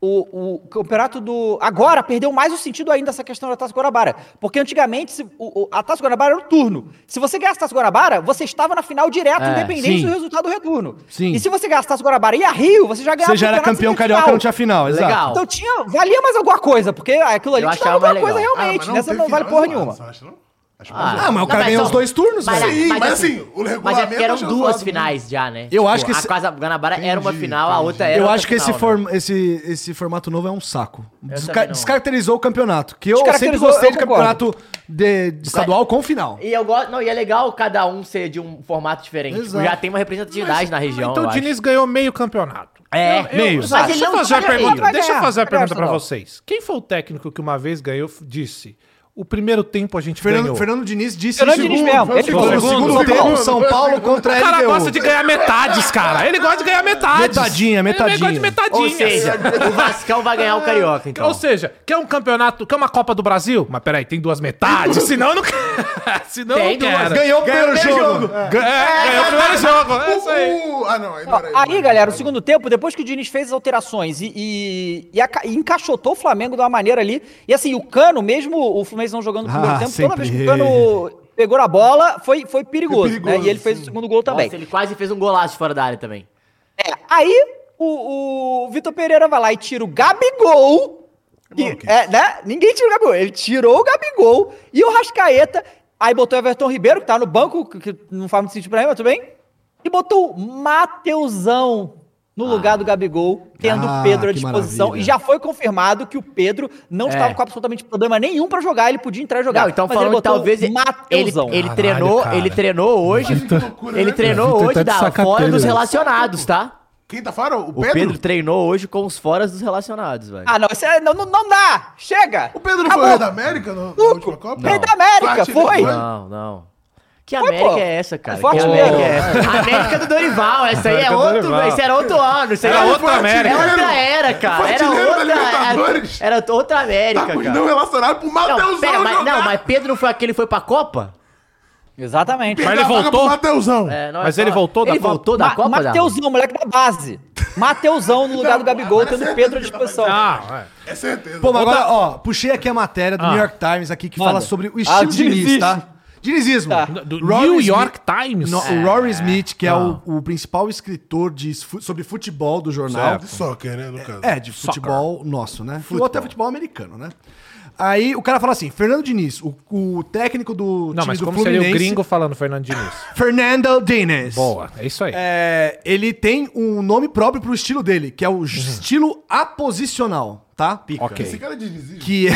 [SPEAKER 2] o, o campeonato do. Agora perdeu mais o sentido ainda essa questão da Taça Guanabara. Porque antigamente, se- o- o- a Taça Guanabara era o turno. Se você ganhasse a Taça Guanabara, você estava na final direto,
[SPEAKER 3] É,
[SPEAKER 2] independente
[SPEAKER 1] sim.
[SPEAKER 2] do resultado do retorno.
[SPEAKER 1] Sim.
[SPEAKER 2] E se você ganhasse a Taça Guanabara e a Rio, você já ganhava
[SPEAKER 1] Você
[SPEAKER 2] o
[SPEAKER 1] já era
[SPEAKER 2] campeonato
[SPEAKER 1] campeão
[SPEAKER 2] sem ter
[SPEAKER 1] carioca,
[SPEAKER 2] final.
[SPEAKER 1] não tinha final. Exato.
[SPEAKER 3] Legal.
[SPEAKER 2] Então tinha, valia mais alguma coisa, porque aquilo ali
[SPEAKER 3] Eu
[SPEAKER 2] te dava
[SPEAKER 3] achava
[SPEAKER 2] alguma
[SPEAKER 3] mais
[SPEAKER 2] coisa
[SPEAKER 3] legal.
[SPEAKER 4] Ah,
[SPEAKER 2] realmente.
[SPEAKER 4] mas não
[SPEAKER 2] Nessa
[SPEAKER 4] teve
[SPEAKER 2] não vale
[SPEAKER 4] final,
[SPEAKER 2] porra
[SPEAKER 4] zoado,
[SPEAKER 2] nenhuma.
[SPEAKER 4] você acha, não? Acho
[SPEAKER 1] Ah, mas o cara ganhou
[SPEAKER 3] só-
[SPEAKER 1] os dois turnos, velho.
[SPEAKER 4] Sim, mas assim, o
[SPEAKER 3] Mas é
[SPEAKER 4] regulamento
[SPEAKER 3] porque eram
[SPEAKER 4] tá
[SPEAKER 3] duas
[SPEAKER 4] chancelado,
[SPEAKER 3] finais já, né?
[SPEAKER 1] Eu acho que
[SPEAKER 3] A
[SPEAKER 1] esse-
[SPEAKER 3] Casa Guanabara era uma
[SPEAKER 4] Entendi,
[SPEAKER 3] final, a
[SPEAKER 4] entendi.
[SPEAKER 3] outra era
[SPEAKER 1] Eu
[SPEAKER 3] outra
[SPEAKER 1] acho que esse,
[SPEAKER 3] final, né?
[SPEAKER 1] form- esse, esse formato novo é um saco. Desca-
[SPEAKER 3] também não.
[SPEAKER 1] Descaracterizou o campeonato. Que eu sempre
[SPEAKER 2] Descaracterizou,
[SPEAKER 1] gostei
[SPEAKER 2] eu
[SPEAKER 1] de
[SPEAKER 2] concordo.
[SPEAKER 1] campeonato de, de estadual com final.
[SPEAKER 3] E eu gosto. Não, e é legal cada um ser de um formato diferente. Tipo,
[SPEAKER 1] Exato.
[SPEAKER 3] já tem uma representatividade na região.
[SPEAKER 5] Então
[SPEAKER 3] eu
[SPEAKER 5] o
[SPEAKER 3] acho.
[SPEAKER 5] Diniz ganhou meio campeonato.
[SPEAKER 3] É,
[SPEAKER 5] meio.
[SPEAKER 1] meio.
[SPEAKER 5] Deixa
[SPEAKER 3] Mas ele
[SPEAKER 5] eu
[SPEAKER 3] não
[SPEAKER 5] fazer a
[SPEAKER 3] tinha
[SPEAKER 5] pergunta.
[SPEAKER 3] ele.
[SPEAKER 5] Deixa eu fazer a
[SPEAKER 2] Vai ganhar,
[SPEAKER 5] pergunta pra
[SPEAKER 2] não.
[SPEAKER 5] vocês. Quem foi o técnico que uma vez ganhou, disse: O primeiro tempo a gente
[SPEAKER 1] Fernando,
[SPEAKER 5] ganhou.
[SPEAKER 1] Fernando Diniz disse
[SPEAKER 2] Fernando
[SPEAKER 1] isso.
[SPEAKER 2] Diniz
[SPEAKER 1] Segundo-
[SPEAKER 2] mesmo. Ele
[SPEAKER 1] Ele falou,
[SPEAKER 5] falou,
[SPEAKER 1] no segundo,
[SPEAKER 4] segundo
[SPEAKER 1] tempo,
[SPEAKER 4] gol.
[SPEAKER 1] São Paulo contra
[SPEAKER 5] O
[SPEAKER 1] a
[SPEAKER 5] cara
[SPEAKER 1] LDU.
[SPEAKER 5] gosta de ganhar metades, cara. Ele gosta de ganhar metades.
[SPEAKER 1] Metadinha,
[SPEAKER 5] Ele gosta de
[SPEAKER 1] metadinha.
[SPEAKER 5] metadinhas.
[SPEAKER 3] Ou seja, o Vascão vai
[SPEAKER 1] É,
[SPEAKER 3] ganhar o Carioca, então.
[SPEAKER 5] Ou seja, quer um campeonato, quer uma Copa do Brasil? Mas peraí, tem duas metades, senão eu não quero. senão eu
[SPEAKER 3] Tem
[SPEAKER 5] não quero.
[SPEAKER 3] duas.
[SPEAKER 1] Ganhou o primeiro
[SPEAKER 4] primeiro
[SPEAKER 1] jogo.
[SPEAKER 4] jogo.
[SPEAKER 5] É, ganhou o primeiro jogo, é isso aí.
[SPEAKER 4] Uh, uh, ah, não.
[SPEAKER 2] Ó,
[SPEAKER 4] Aí,
[SPEAKER 2] Aí, galera, o segundo tempo, depois que o Diniz fez as alterações e, e- e aca- e encaixotou o Flamengo de uma maneira ali. E assim, o Cano, mesmo o Fluminense não jogando no primeiro
[SPEAKER 1] Ah,
[SPEAKER 2] tempo, toda vez que
[SPEAKER 1] sempre
[SPEAKER 2] o Cano pegou na bola, foi, foi perigoso.
[SPEAKER 4] Foi perigoso,
[SPEAKER 2] né? E ele fez
[SPEAKER 4] sim.
[SPEAKER 2] o segundo gol
[SPEAKER 3] Nossa,
[SPEAKER 2] também.
[SPEAKER 3] ele quase fez um golaço fora da área também.
[SPEAKER 2] É, aí o, o Vitor Pereira vai lá e tira o Gabigol. E,
[SPEAKER 4] Maluquice.
[SPEAKER 2] é, né? Ninguém tira o Gabigol. Ele tirou o Gabigol e o Rascaeta. Aí botou o Everton Ribeiro, que tá no banco, que que não faz muito sentido pra ele, mas tudo bem. E botou o Mateusão no
[SPEAKER 3] Ah.
[SPEAKER 2] lugar do Gabigol, tendo
[SPEAKER 1] Ah,
[SPEAKER 2] o Pedro à
[SPEAKER 1] que
[SPEAKER 2] disposição.
[SPEAKER 1] maravilha.
[SPEAKER 2] E já foi confirmado que o Pedro não
[SPEAKER 3] É.
[SPEAKER 2] estava com absolutamente problema nenhum pra jogar. Ele podia entrar e jogar.
[SPEAKER 3] Não, então
[SPEAKER 2] Mas ele
[SPEAKER 3] falando que
[SPEAKER 2] botou o
[SPEAKER 3] talvez ele, ele,
[SPEAKER 2] Mateusão.
[SPEAKER 3] ele
[SPEAKER 5] Caralho,
[SPEAKER 3] treinou,
[SPEAKER 5] cara.
[SPEAKER 3] ele treinou hoje.
[SPEAKER 4] Olha que loucura,
[SPEAKER 3] ele
[SPEAKER 4] né,
[SPEAKER 3] treinou
[SPEAKER 5] cara?
[SPEAKER 3] hoje
[SPEAKER 5] Vitor tá de
[SPEAKER 3] da, fora
[SPEAKER 5] sacateiro.
[SPEAKER 3] dos relacionados, tá?
[SPEAKER 4] Quem tá fora? O
[SPEAKER 3] O
[SPEAKER 4] Pedro?
[SPEAKER 3] Pedro? treinou hoje com os foras dos relacionados, velho.
[SPEAKER 2] Ah, não, isso é- não, não, não dá! Chega!
[SPEAKER 4] O Pedro não
[SPEAKER 2] Acabou.
[SPEAKER 4] foi o Rei da América no, na última Copa?
[SPEAKER 2] Rei da América,
[SPEAKER 4] Parte-
[SPEAKER 2] foi.
[SPEAKER 3] Não, não. Que América
[SPEAKER 2] pô.
[SPEAKER 3] é essa, cara?
[SPEAKER 2] Forte
[SPEAKER 3] que América
[SPEAKER 2] mesmo.
[SPEAKER 3] é essa? América do Dorival, essa aí é
[SPEAKER 5] América do
[SPEAKER 3] outro,
[SPEAKER 5] Dorival.
[SPEAKER 3] esse era outro ano, isso aí
[SPEAKER 5] Era
[SPEAKER 3] era
[SPEAKER 5] outra América.
[SPEAKER 3] Era outra era, cara.
[SPEAKER 4] Foi
[SPEAKER 3] Era
[SPEAKER 4] artilheiro da
[SPEAKER 3] outra,
[SPEAKER 4] Libertadores.
[SPEAKER 3] era, era outra América,
[SPEAKER 4] Tá com os não
[SPEAKER 3] cara.
[SPEAKER 4] relacionado pro
[SPEAKER 3] Não,
[SPEAKER 4] Mateusão
[SPEAKER 3] pera, mas,
[SPEAKER 4] jogar.
[SPEAKER 3] não, mas Pedro não foi aquele que foi pra Copa?
[SPEAKER 2] Exatamente.
[SPEAKER 5] Mas
[SPEAKER 4] Dá
[SPEAKER 5] ele
[SPEAKER 4] vaga
[SPEAKER 5] voltou?
[SPEAKER 4] pro Mateusão.
[SPEAKER 3] É, não,
[SPEAKER 5] Mas
[SPEAKER 3] é
[SPEAKER 5] ele
[SPEAKER 3] só-
[SPEAKER 5] voltou da
[SPEAKER 3] ele
[SPEAKER 5] Copa?
[SPEAKER 3] voltou da
[SPEAKER 2] Ma-
[SPEAKER 3] Copa? Dá?
[SPEAKER 2] Mateusão, moleque da base. Mateusão no lugar do Gabigol,
[SPEAKER 4] agora
[SPEAKER 5] é
[SPEAKER 2] tendo
[SPEAKER 4] você
[SPEAKER 2] o Pedro à
[SPEAKER 4] tá
[SPEAKER 2] disposição.
[SPEAKER 5] Ah, é.
[SPEAKER 4] É certeza.
[SPEAKER 1] Pô, mas agora, ó, puxei aqui a matéria do
[SPEAKER 5] Ah.
[SPEAKER 1] New York Times aqui que
[SPEAKER 2] Manda.
[SPEAKER 1] fala sobre o
[SPEAKER 2] Ah,
[SPEAKER 1] estilo Diniz,
[SPEAKER 2] Dinizismo.
[SPEAKER 1] tá? Dinizismo.
[SPEAKER 2] Tá.
[SPEAKER 5] Do
[SPEAKER 1] Rory
[SPEAKER 5] New
[SPEAKER 1] Smith-
[SPEAKER 5] York Times.
[SPEAKER 1] No-
[SPEAKER 5] É.
[SPEAKER 1] O Rory Smith, que é
[SPEAKER 5] Ah.
[SPEAKER 1] o, o principal escritor de fu- sobre futebol do jornal,
[SPEAKER 5] Certo.
[SPEAKER 4] Só querendo, né, no caso.
[SPEAKER 1] É, de futebol nosso, né? Ou até futebol americano, né? Aí o cara fala assim: Fernando Diniz, o, o técnico do
[SPEAKER 5] Não,
[SPEAKER 1] time
[SPEAKER 5] mas
[SPEAKER 1] do
[SPEAKER 5] como
[SPEAKER 1] Fluminense.
[SPEAKER 5] seria o gringo falando Fernando Diniz?
[SPEAKER 1] Fernando Diniz.
[SPEAKER 5] Boa, é isso aí.
[SPEAKER 1] É, ele tem um nome próprio pro estilo dele, que é o estilo aposicional, tá?
[SPEAKER 4] Esse
[SPEAKER 5] Uhum. ok.
[SPEAKER 4] cara é desisível.
[SPEAKER 1] Que é,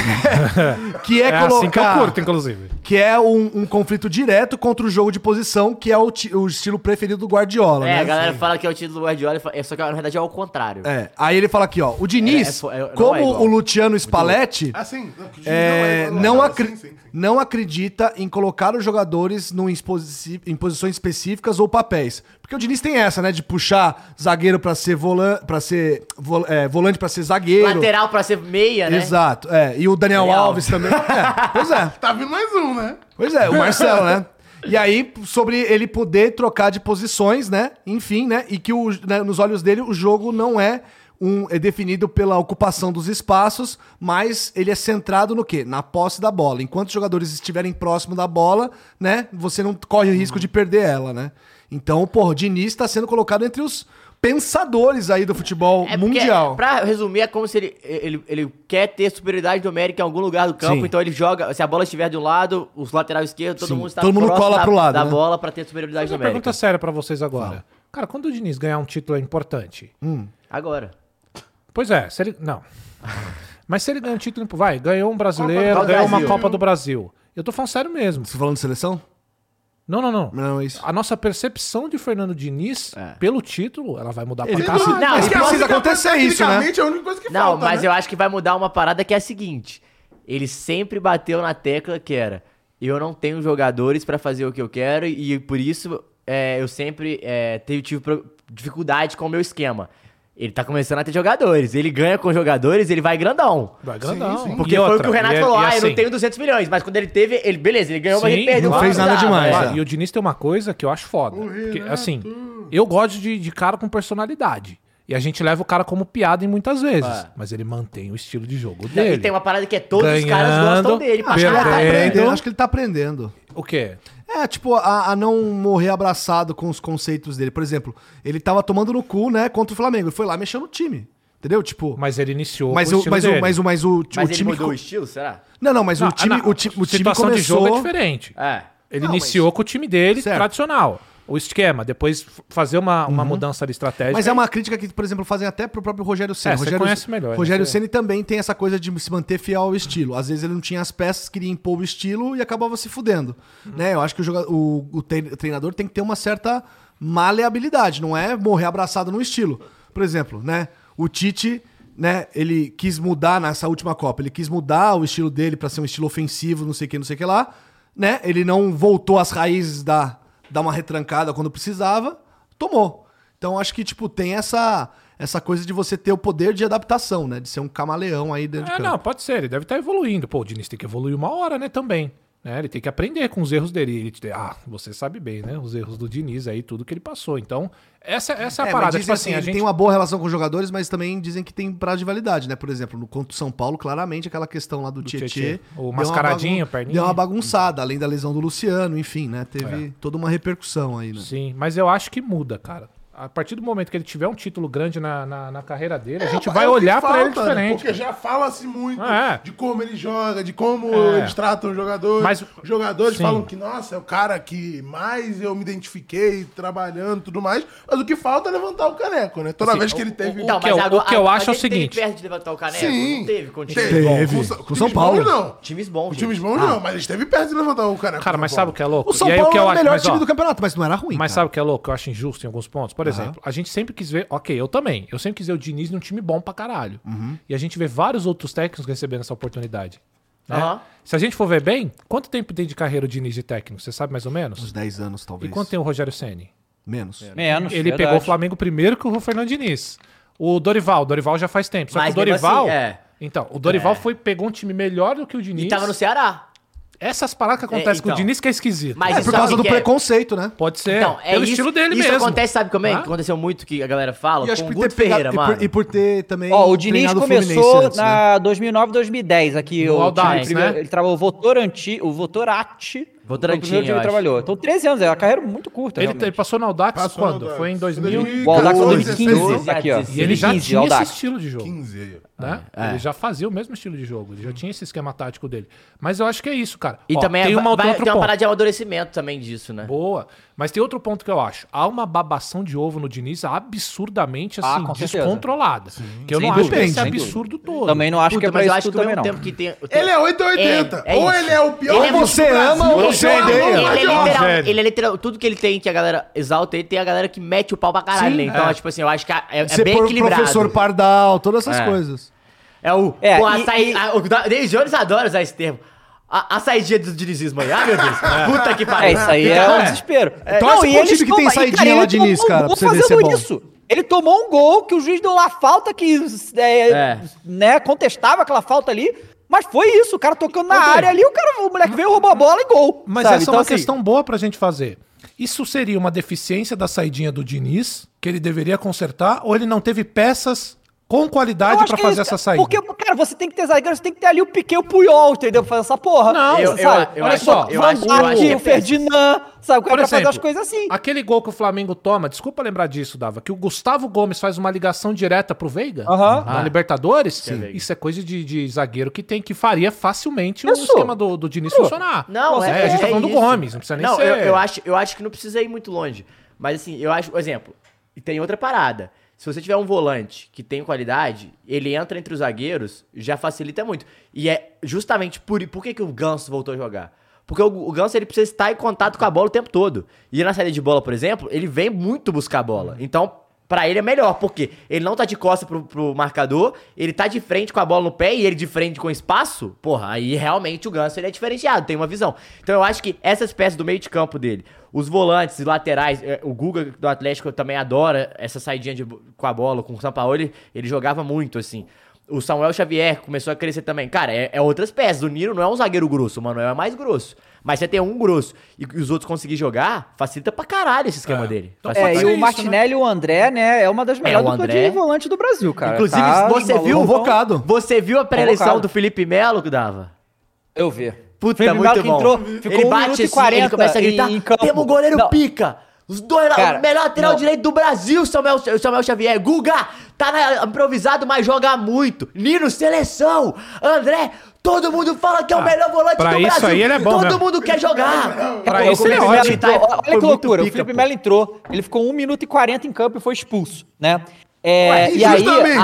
[SPEAKER 1] que é,
[SPEAKER 5] É
[SPEAKER 1] colocar.
[SPEAKER 5] assim que eu curto, inclusive.
[SPEAKER 1] que é um, um conflito direto contra o jogo de posição, que é o, ti- o estilo preferido do Guardiola,
[SPEAKER 3] É, a
[SPEAKER 1] né?
[SPEAKER 3] galera fala que é o título do Guardiola, é só que na verdade é ao contrário.
[SPEAKER 1] É, aí ele fala aqui, ó, o Diniz,
[SPEAKER 3] É, é, é, não é
[SPEAKER 1] como
[SPEAKER 3] igual.
[SPEAKER 1] o Luciano Spalletti,
[SPEAKER 4] Ah, sim. Não, que o
[SPEAKER 1] é,
[SPEAKER 4] Diniz não é-
[SPEAKER 1] não,
[SPEAKER 4] não,
[SPEAKER 1] acre-
[SPEAKER 4] sim, sim, sim.
[SPEAKER 1] não acredita em colocar os jogadores num exposi- em posições específicas ou papéis. Porque o Diniz tem essa, né, de puxar zagueiro pra ser, volan pra ser vol- é, volante pra ser zagueiro.
[SPEAKER 3] Lateral pra ser meia, né?
[SPEAKER 1] Exato, é. E o Daniel,
[SPEAKER 3] Daniel
[SPEAKER 1] Alves também. É, pois é.
[SPEAKER 4] Tá vindo mais um, né?
[SPEAKER 1] Pois é, o Marcelo, né? E aí, sobre ele poder trocar de posições, né? Enfim, né? E que o- né, nos olhos dele o jogo não é um é definido pela ocupação dos espaços, mas ele é centrado no quê? Na posse da bola. Enquanto os jogadores estiverem próximo da bola, né? Você não corre o risco de perder ela, né? Então, porra, o Diniz está sendo colocado entre os pensadores aí do futebol
[SPEAKER 3] É porque,
[SPEAKER 1] mundial.
[SPEAKER 3] Pra resumir, é como se ele, ele, ele quer ter superioridade numérica em algum lugar do campo,
[SPEAKER 1] Sim.
[SPEAKER 3] então ele joga. Se a bola estiver de um lado, os laterais esquerdos, todo
[SPEAKER 1] Sim,
[SPEAKER 3] mundo está
[SPEAKER 1] todo mundo
[SPEAKER 3] próximo
[SPEAKER 1] cola
[SPEAKER 3] da,
[SPEAKER 1] pro lado,
[SPEAKER 3] da
[SPEAKER 1] né?
[SPEAKER 3] bola pra ter superioridade
[SPEAKER 5] Uma
[SPEAKER 3] numérica.
[SPEAKER 5] pergunta séria pra vocês agora. Cara, quando o Diniz ganhar um título é importante?
[SPEAKER 1] assim.
[SPEAKER 3] Agora.
[SPEAKER 5] Pois é, se ele. Não. Mas se ele ganhar um título. Vai, ganhou um brasileiro,
[SPEAKER 3] Copa do
[SPEAKER 5] ganhou uma
[SPEAKER 3] Brasil.
[SPEAKER 5] Copa do Brasil. Eu tô falando sério mesmo.
[SPEAKER 1] Você tá falando de seleção?
[SPEAKER 5] Não, não, não.
[SPEAKER 1] Não, é isso.
[SPEAKER 5] A nossa percepção de Fernando Diniz pelo título, ela vai mudar pra
[SPEAKER 1] Ele
[SPEAKER 5] cá.
[SPEAKER 1] precisa,
[SPEAKER 3] Não,
[SPEAKER 1] mas
[SPEAKER 3] ele
[SPEAKER 1] precisa acontecer isso, né?
[SPEAKER 4] Tecnicamente, é a única é coisa que
[SPEAKER 3] Não,
[SPEAKER 4] falta,
[SPEAKER 3] mas
[SPEAKER 4] né?
[SPEAKER 3] eu acho que vai mudar uma parada que é a seguinte: ele sempre bateu na tecla que era eu não tenho jogadores pra fazer o que eu quero e por isso é, eu sempre é, teve- tive pro- dificuldade com o meu esquema. Ele tá começando a ter jogadores. Ele ganha com jogadores, ele vai grandão.
[SPEAKER 5] Vai grandão.
[SPEAKER 4] Sim, sim.
[SPEAKER 3] Porque
[SPEAKER 5] E
[SPEAKER 3] foi o
[SPEAKER 5] outra,
[SPEAKER 3] que o Renato
[SPEAKER 5] e é-
[SPEAKER 3] falou,
[SPEAKER 5] e
[SPEAKER 3] ah, eu
[SPEAKER 5] assim-
[SPEAKER 3] não tenho 200 milhões. Mas quando ele teve, ele, beleza, ele ganhou, mas ele
[SPEAKER 5] Sim,
[SPEAKER 3] perdeu.
[SPEAKER 1] não
[SPEAKER 3] quando
[SPEAKER 1] fez nada
[SPEAKER 3] precisava,
[SPEAKER 1] demais,
[SPEAKER 3] é.
[SPEAKER 1] é.
[SPEAKER 5] E o Diniz tem uma coisa que eu acho foda. Porque, assim, eu gosto de, de cara com personalidade. E a gente leva o cara como piada em muitas vezes. Mas ele mantém o estilo de jogo
[SPEAKER 3] Não,
[SPEAKER 5] dele.
[SPEAKER 3] E tem uma parada que é todos os
[SPEAKER 5] Ganhando,
[SPEAKER 3] caras gostam dele. pra
[SPEAKER 1] Acho que, ele tá
[SPEAKER 5] perdendo.
[SPEAKER 3] caralho.
[SPEAKER 1] aprendendo, acho que ele tá aprendendo.
[SPEAKER 5] O quê?
[SPEAKER 1] É, tipo, a, a não morrer abraçado com os conceitos dele. Por exemplo, ele tava tomando no cu, né, contra o Flamengo. Ele foi lá mexendo no time. Entendeu? Tipo. Mas,
[SPEAKER 5] Mas ele iniciou com o
[SPEAKER 1] o,
[SPEAKER 5] estilo
[SPEAKER 1] mas,
[SPEAKER 5] dele.
[SPEAKER 1] o, mas, o, mas o,
[SPEAKER 3] Mas
[SPEAKER 1] o
[SPEAKER 3] ele
[SPEAKER 1] time.
[SPEAKER 3] mudou
[SPEAKER 1] co-
[SPEAKER 3] o estilo, será?
[SPEAKER 1] Não, não, mas
[SPEAKER 5] Não, ah,
[SPEAKER 1] o time,
[SPEAKER 5] não,
[SPEAKER 1] o ti- o time
[SPEAKER 5] situação
[SPEAKER 1] começou.
[SPEAKER 5] de jogo é diferente.
[SPEAKER 3] É.
[SPEAKER 5] Ele iniciou com o time dele,
[SPEAKER 1] Certo. Uhum.
[SPEAKER 5] tradicional. O esquema, depois f- fazer uma, uma mudança de estratégia.
[SPEAKER 1] Mas é uma crítica que, por exemplo, fazem até pro próprio Rogério Ceni.
[SPEAKER 5] É, você
[SPEAKER 1] Rogério,
[SPEAKER 5] conhece melhor, né?
[SPEAKER 1] Rogério
[SPEAKER 5] Você-
[SPEAKER 1] Ceni também tem essa coisa de se manter fiel ao estilo. Às vezes ele não tinha as peças, queria impor o estilo e acabava se fudendo.
[SPEAKER 5] Uhum.
[SPEAKER 1] Né? Eu acho que o, joga- o- o tre- o treinador tem que ter uma certa maleabilidade, não é morrer abraçado no estilo. Por exemplo, né? O Tite né, ele quis mudar nessa última Copa, ele quis mudar o estilo dele pra ser um estilo ofensivo, não sei o que, não sei o que lá, né? Ele não voltou às raízes da dar uma retrancada quando precisava, tomou. Então acho que tipo tem essa essa coisa de você ter o poder de adaptação, né, de ser um camaleão aí dentro de
[SPEAKER 5] É,
[SPEAKER 1] campo.
[SPEAKER 5] não, pode ser, ele deve estar evoluindo. Pô, o Diniz tem que evoluir uma hora, né, também. Né? Ele tem que aprender com os erros dele. Ele te- Ah, você sabe bem, né? Os erros do Diniz aí, tudo que ele passou. Então, essa, essa é a
[SPEAKER 1] É, mas
[SPEAKER 5] parada.
[SPEAKER 1] dizem
[SPEAKER 5] Tipo assim, a
[SPEAKER 1] ele
[SPEAKER 5] gente.
[SPEAKER 1] tem uma boa relação com os jogadores, mas também dizem que tem prazo de validade, né? Por exemplo, no contra o São Paulo, claramente aquela questão lá do, Tietê.
[SPEAKER 5] Tietê. O
[SPEAKER 1] deu uma
[SPEAKER 5] mascaradinho,
[SPEAKER 1] bagun-
[SPEAKER 5] perninha. É.
[SPEAKER 1] Deu uma bagunçada, além da lesão do Luciano, enfim, né? Teve toda uma repercussão aí, né?
[SPEAKER 5] Sim, mas eu acho que muda, cara. A partir do momento que ele tiver um título grande na, na, na carreira dele, a gente
[SPEAKER 4] É,
[SPEAKER 5] vai
[SPEAKER 4] é o que
[SPEAKER 5] olhar pra ele
[SPEAKER 4] falta, né?
[SPEAKER 5] diferente.
[SPEAKER 4] Porque já fala-se muito
[SPEAKER 5] É.
[SPEAKER 4] de como ele joga, de como
[SPEAKER 5] É.
[SPEAKER 4] eles tratam os jogadores.
[SPEAKER 5] Mas-
[SPEAKER 4] os jogadores
[SPEAKER 5] sim.
[SPEAKER 4] falam que, nossa, é o cara que mais eu me identifiquei trabalhando e tudo mais. Mas o que falta é levantar o caneco, né? Toda vez que ele teve.
[SPEAKER 5] Assim, o que eu- o que eu acho é o seguinte.
[SPEAKER 3] Teve perto de levantar o caneco? Não teve com o time
[SPEAKER 4] teve.
[SPEAKER 3] bom.
[SPEAKER 1] Teve.
[SPEAKER 4] Com,
[SPEAKER 1] Com
[SPEAKER 4] times
[SPEAKER 1] São Paulo.
[SPEAKER 4] bons, não.
[SPEAKER 3] Times bons,
[SPEAKER 4] Com times
[SPEAKER 3] gente.
[SPEAKER 4] bons,
[SPEAKER 3] Ah.
[SPEAKER 4] não. Mas ele esteve perto de levantar o caneco.
[SPEAKER 5] Cara,
[SPEAKER 4] com
[SPEAKER 5] mas
[SPEAKER 4] São
[SPEAKER 5] sabe o
[SPEAKER 4] Paulo.
[SPEAKER 5] que é louco?
[SPEAKER 1] O São
[SPEAKER 5] E aí,
[SPEAKER 1] Paulo
[SPEAKER 5] o que
[SPEAKER 1] é
[SPEAKER 5] eu
[SPEAKER 1] o
[SPEAKER 5] acho-
[SPEAKER 1] melhor
[SPEAKER 5] mas, ó,
[SPEAKER 1] time do campeonato, mas não era ruim.
[SPEAKER 5] Mas
[SPEAKER 1] cara.
[SPEAKER 5] sabe o que é louco? Eu acho injusto em alguns pontos. Por exemplo, a gente sempre quis ver. Ok, eu também. Eu sempre quis ver o Diniz num time bom pra caralho.
[SPEAKER 3] Uhum.
[SPEAKER 5] E a gente vê vários outros técnicos recebendo essa oportunidade. né?
[SPEAKER 3] Aham.
[SPEAKER 5] Se a gente for ver bem, quanto tempo tem de carreira o Diniz de técnico? Você sabe mais ou menos?
[SPEAKER 1] Uns 10 anos,
[SPEAKER 5] E
[SPEAKER 1] talvez.
[SPEAKER 5] quanto É, tem o Rogério Ceni?
[SPEAKER 1] Menos. É,
[SPEAKER 3] Hum,
[SPEAKER 2] Menos.
[SPEAKER 5] Ele
[SPEAKER 2] verdade.
[SPEAKER 5] pegou o Flamengo primeiro que o Fernando Diniz. O Dorival, Dorival já faz tempo. Só
[SPEAKER 3] Mas
[SPEAKER 5] que o
[SPEAKER 3] mesmo
[SPEAKER 5] Dorival.
[SPEAKER 3] assim, é.
[SPEAKER 5] Então, o Dorival
[SPEAKER 3] É.
[SPEAKER 5] foi, pegou um time melhor do que o Diniz.
[SPEAKER 3] E tava no Ceará.
[SPEAKER 5] Essas paradas que acontecem com o
[SPEAKER 3] então.
[SPEAKER 5] Diniz que é esquisito.
[SPEAKER 3] Mas
[SPEAKER 1] É por
[SPEAKER 3] sabe
[SPEAKER 1] causa
[SPEAKER 3] o
[SPEAKER 1] do
[SPEAKER 3] que é?
[SPEAKER 1] preconceito, né?
[SPEAKER 5] Pode ser.
[SPEAKER 3] Então, é
[SPEAKER 5] pelo
[SPEAKER 3] isso,
[SPEAKER 5] estilo dele
[SPEAKER 3] isso
[SPEAKER 5] mesmo.
[SPEAKER 3] acontece, sabe como é?
[SPEAKER 5] Ah?
[SPEAKER 3] Que aconteceu muito que a galera fala?
[SPEAKER 1] E acho
[SPEAKER 3] com
[SPEAKER 1] que
[SPEAKER 3] o
[SPEAKER 1] por ter
[SPEAKER 3] Guto
[SPEAKER 1] pegado,
[SPEAKER 3] Ferreira,
[SPEAKER 1] e, por,
[SPEAKER 3] mano.
[SPEAKER 1] e por ter também.
[SPEAKER 2] Ó, o Diniz
[SPEAKER 1] treinado o
[SPEAKER 2] começou
[SPEAKER 1] Fluminense antes, né?
[SPEAKER 2] na 2009, 2010 aqui.
[SPEAKER 5] No
[SPEAKER 2] o time
[SPEAKER 5] Aldax,
[SPEAKER 2] primeiro-
[SPEAKER 5] né?
[SPEAKER 2] Ele trabalhou o Votoranti, o Votorati. foi o primeiro
[SPEAKER 3] Votorantim,
[SPEAKER 2] time que ele
[SPEAKER 3] eu acho.
[SPEAKER 2] trabalhou. Então, 13 anos, é uma carreira muito curta.
[SPEAKER 5] Ele,
[SPEAKER 2] realmente.
[SPEAKER 5] ele passou no Audax
[SPEAKER 4] Passou no
[SPEAKER 5] quando?
[SPEAKER 4] Audax.
[SPEAKER 5] Foi em
[SPEAKER 2] O
[SPEAKER 5] 2015.
[SPEAKER 2] Aldax
[SPEAKER 4] 2014,
[SPEAKER 2] 2015, aqui, ó.
[SPEAKER 5] E ele já
[SPEAKER 2] 2015,
[SPEAKER 5] tinha esse
[SPEAKER 2] Audax. é.
[SPEAKER 5] estilo de jogo.
[SPEAKER 4] 15 aí. ó.
[SPEAKER 5] Né? Ele já fazia o mesmo estilo de jogo. Ele
[SPEAKER 2] Hum.
[SPEAKER 5] já tinha esse esquema tático dele. Mas eu acho que é isso, cara.
[SPEAKER 3] E
[SPEAKER 5] Ó,
[SPEAKER 3] também
[SPEAKER 5] tem
[SPEAKER 3] é-
[SPEAKER 5] uma,
[SPEAKER 3] vai-
[SPEAKER 5] outra outro
[SPEAKER 3] tem uma
[SPEAKER 5] ponto.
[SPEAKER 3] parada de amadurecimento também disso, né?
[SPEAKER 5] Boa. Mas tem outro ponto que eu acho. Há uma babação de ovo no Diniz absurdamente
[SPEAKER 2] Ah,
[SPEAKER 5] assim,
[SPEAKER 2] com certeza.
[SPEAKER 5] descontrolada. Que eu
[SPEAKER 3] Sem
[SPEAKER 5] não acho
[SPEAKER 3] dúvida,
[SPEAKER 5] que esse
[SPEAKER 2] sem
[SPEAKER 5] absurdo todo.
[SPEAKER 2] Também não acho que é pra
[SPEAKER 3] mas eu
[SPEAKER 2] isso
[SPEAKER 3] acho
[SPEAKER 2] tudo
[SPEAKER 3] que ao
[SPEAKER 2] também,
[SPEAKER 3] mesmo
[SPEAKER 2] não.
[SPEAKER 3] tempo que tem...
[SPEAKER 4] Ele é 880.
[SPEAKER 3] É, é
[SPEAKER 4] ou
[SPEAKER 3] isso.
[SPEAKER 4] ele é o pior
[SPEAKER 3] Ele é
[SPEAKER 4] monstro
[SPEAKER 1] você
[SPEAKER 4] do Brasil,
[SPEAKER 1] ama ou você
[SPEAKER 4] é o
[SPEAKER 1] odeia.
[SPEAKER 4] pior
[SPEAKER 3] Ele é,
[SPEAKER 4] monstro do
[SPEAKER 3] literal,
[SPEAKER 5] Rogério.
[SPEAKER 3] ele é literal. Tudo que ele tem, que a galera exalta ele, tem a galera que mete o pau pra caralho.
[SPEAKER 1] Sim,
[SPEAKER 3] né? Então,
[SPEAKER 5] é.
[SPEAKER 3] é, tipo assim, eu acho que é, é
[SPEAKER 1] Ser
[SPEAKER 3] bem
[SPEAKER 1] por-
[SPEAKER 3] equilibrado.
[SPEAKER 1] professor Pardal, todas essas
[SPEAKER 3] É.
[SPEAKER 1] coisas.
[SPEAKER 3] É o.
[SPEAKER 2] É,
[SPEAKER 3] o
[SPEAKER 2] e-
[SPEAKER 3] açaí.
[SPEAKER 2] e-
[SPEAKER 3] a- o da- David Jones adora usar esse termo. A, açaidinha do dinizismo aí. Ah, meu Deus. Puta que pariu. Então,
[SPEAKER 2] É, isso aí é um desespero. É,
[SPEAKER 1] Torce pro
[SPEAKER 2] eles
[SPEAKER 1] time que tem
[SPEAKER 2] tomam- e, cara,
[SPEAKER 1] saidinha
[SPEAKER 2] ele
[SPEAKER 1] lá de
[SPEAKER 2] tomou
[SPEAKER 1] Nis,
[SPEAKER 2] um gol
[SPEAKER 1] cara, pra você ver se é bom.
[SPEAKER 2] Isso. Ele tomou um gol que o juiz deu lá falta que é,
[SPEAKER 3] É.
[SPEAKER 2] né, contestava aquela falta ali. Mas foi isso, o cara tocando na
[SPEAKER 5] Rodrigo.
[SPEAKER 2] área ali, o cara, o moleque veio, roubou a bola e gol.
[SPEAKER 5] Mas
[SPEAKER 2] sabe?
[SPEAKER 5] essa
[SPEAKER 2] Então,
[SPEAKER 5] é uma
[SPEAKER 2] assim,
[SPEAKER 5] questão boa pra gente fazer. Isso seria uma deficiência da saidinha do Diniz, que ele deveria consertar, ou ele não teve peças com
[SPEAKER 2] eu
[SPEAKER 5] qualidade
[SPEAKER 2] acho
[SPEAKER 5] pra
[SPEAKER 2] que
[SPEAKER 5] fazer
[SPEAKER 2] é isso,
[SPEAKER 5] essa saída?
[SPEAKER 2] Porque, cara, você tem que ter zagueiro, você tem que ter ali o Piquet, o Puyol, entendeu? Pra fazer essa porra.
[SPEAKER 5] Não,
[SPEAKER 3] eu- eu-
[SPEAKER 2] sabe?
[SPEAKER 3] eu
[SPEAKER 2] Olha
[SPEAKER 3] acho-
[SPEAKER 2] só,
[SPEAKER 3] eu
[SPEAKER 2] Van
[SPEAKER 3] acho- eu acho que
[SPEAKER 2] Dijk,
[SPEAKER 3] é
[SPEAKER 2] o Ferdinand, sabe?
[SPEAKER 5] Por
[SPEAKER 2] O cara pra fazer
[SPEAKER 5] exemplo,
[SPEAKER 2] as coisas assim.
[SPEAKER 5] Aquele gol que o Flamengo toma, desculpa lembrar disso, Dava, que o Gustavo Gomes faz uma ligação direta pro Veiga
[SPEAKER 2] Aham.
[SPEAKER 5] na Libertadores,
[SPEAKER 3] Ah, Veiga.
[SPEAKER 5] isso é coisa de, de zagueiro que tem, que faria facilmente o
[SPEAKER 2] Isso.
[SPEAKER 5] esquema do, do Diniz funcionar.
[SPEAKER 3] Não,
[SPEAKER 5] é,
[SPEAKER 3] é,
[SPEAKER 5] a gente tá
[SPEAKER 3] é
[SPEAKER 5] falando do
[SPEAKER 3] isso.
[SPEAKER 5] Gomes, não precisa nem
[SPEAKER 3] não,
[SPEAKER 5] ser.
[SPEAKER 3] Eu, eu acho, eu acho que não precisa ir muito longe. Mas assim, eu acho, por exemplo, e tem outra parada. Se você tiver um volante que tem qualidade, ele entra entre os zagueiros, já facilita muito. E é justamente por, por que, que o Ganso voltou a jogar. Porque o, o Ganso ele precisa estar em contato com a bola o tempo todo. E na saída de bola, por exemplo, ele vem muito buscar a bola. Então, Pra ele é melhor, porque ele não tá de costa pro, pro marcador, ele tá de frente com a bola no pé e ele de frente com espaço, porra, aí realmente o Ganso ele é diferenciado, tem uma visão. Então eu acho que essas peças do meio de campo dele, os volantes, os laterais, eh, o Guga do Atlético também adora essa saidinha de, bo- com a bola, com o Sampaoli, ele, ele jogava muito, assim. O Samuel Xavier começou a crescer também. Cara, é, é outras peças. O Niro não é um zagueiro grosso, o Manuel é mais grosso. Mas você tem um grosso e, e os outros conseguir jogar, facilita pra caralho esse esquema
[SPEAKER 5] É.
[SPEAKER 3] dele.
[SPEAKER 5] Então,
[SPEAKER 2] É,
[SPEAKER 5] Mas
[SPEAKER 2] e
[SPEAKER 5] é
[SPEAKER 2] o
[SPEAKER 5] isso,
[SPEAKER 2] Martinelli e o André, né? É uma das melhores
[SPEAKER 3] né? o
[SPEAKER 2] duplas
[SPEAKER 3] André.
[SPEAKER 2] de volante do Brasil, cara.
[SPEAKER 3] Inclusive,
[SPEAKER 2] Tá
[SPEAKER 3] você
[SPEAKER 2] maluco.
[SPEAKER 3] viu
[SPEAKER 1] Convocado.
[SPEAKER 3] Você viu a pré-eleição
[SPEAKER 2] Convocado.
[SPEAKER 3] do Felipe Melo que dava?
[SPEAKER 2] Eu vi.
[SPEAKER 3] Puta,
[SPEAKER 2] Felipe Melo
[SPEAKER 3] muito
[SPEAKER 2] que
[SPEAKER 3] bom.
[SPEAKER 2] entrou, ficou
[SPEAKER 3] ele
[SPEAKER 2] um
[SPEAKER 3] bate
[SPEAKER 2] minuto e
[SPEAKER 3] assim,
[SPEAKER 2] 40
[SPEAKER 3] ele começa a gritar,
[SPEAKER 2] em campo.
[SPEAKER 3] temos um goleiro
[SPEAKER 2] Não.
[SPEAKER 3] pica. Os dois,
[SPEAKER 2] Cara,
[SPEAKER 3] o melhor lateral
[SPEAKER 2] não.
[SPEAKER 3] direito do Brasil, Samuel, Samuel Xavier. Guga, tá na- improvisado, mas joga muito. Nino, seleção. André, todo mundo fala que é o melhor volante do
[SPEAKER 5] Ah, pra
[SPEAKER 3] Brasil.
[SPEAKER 5] isso aí ele é bom
[SPEAKER 3] Todo
[SPEAKER 5] mesmo.
[SPEAKER 3] mundo quer jogar.
[SPEAKER 5] Pra
[SPEAKER 2] Cara,
[SPEAKER 5] isso
[SPEAKER 2] o
[SPEAKER 5] ele é
[SPEAKER 2] Felipe
[SPEAKER 3] tá
[SPEAKER 5] ótimo.
[SPEAKER 2] Melo entrou,
[SPEAKER 3] Foi
[SPEAKER 2] olha que
[SPEAKER 3] muito
[SPEAKER 2] loucura.
[SPEAKER 3] pica,
[SPEAKER 2] o Felipe
[SPEAKER 3] pô.
[SPEAKER 2] Melo entrou, ele ficou 1 minuto e 40 em campo e foi expulso, né? É,
[SPEAKER 3] Ué,
[SPEAKER 2] e aí,
[SPEAKER 4] injustamente.
[SPEAKER 2] a-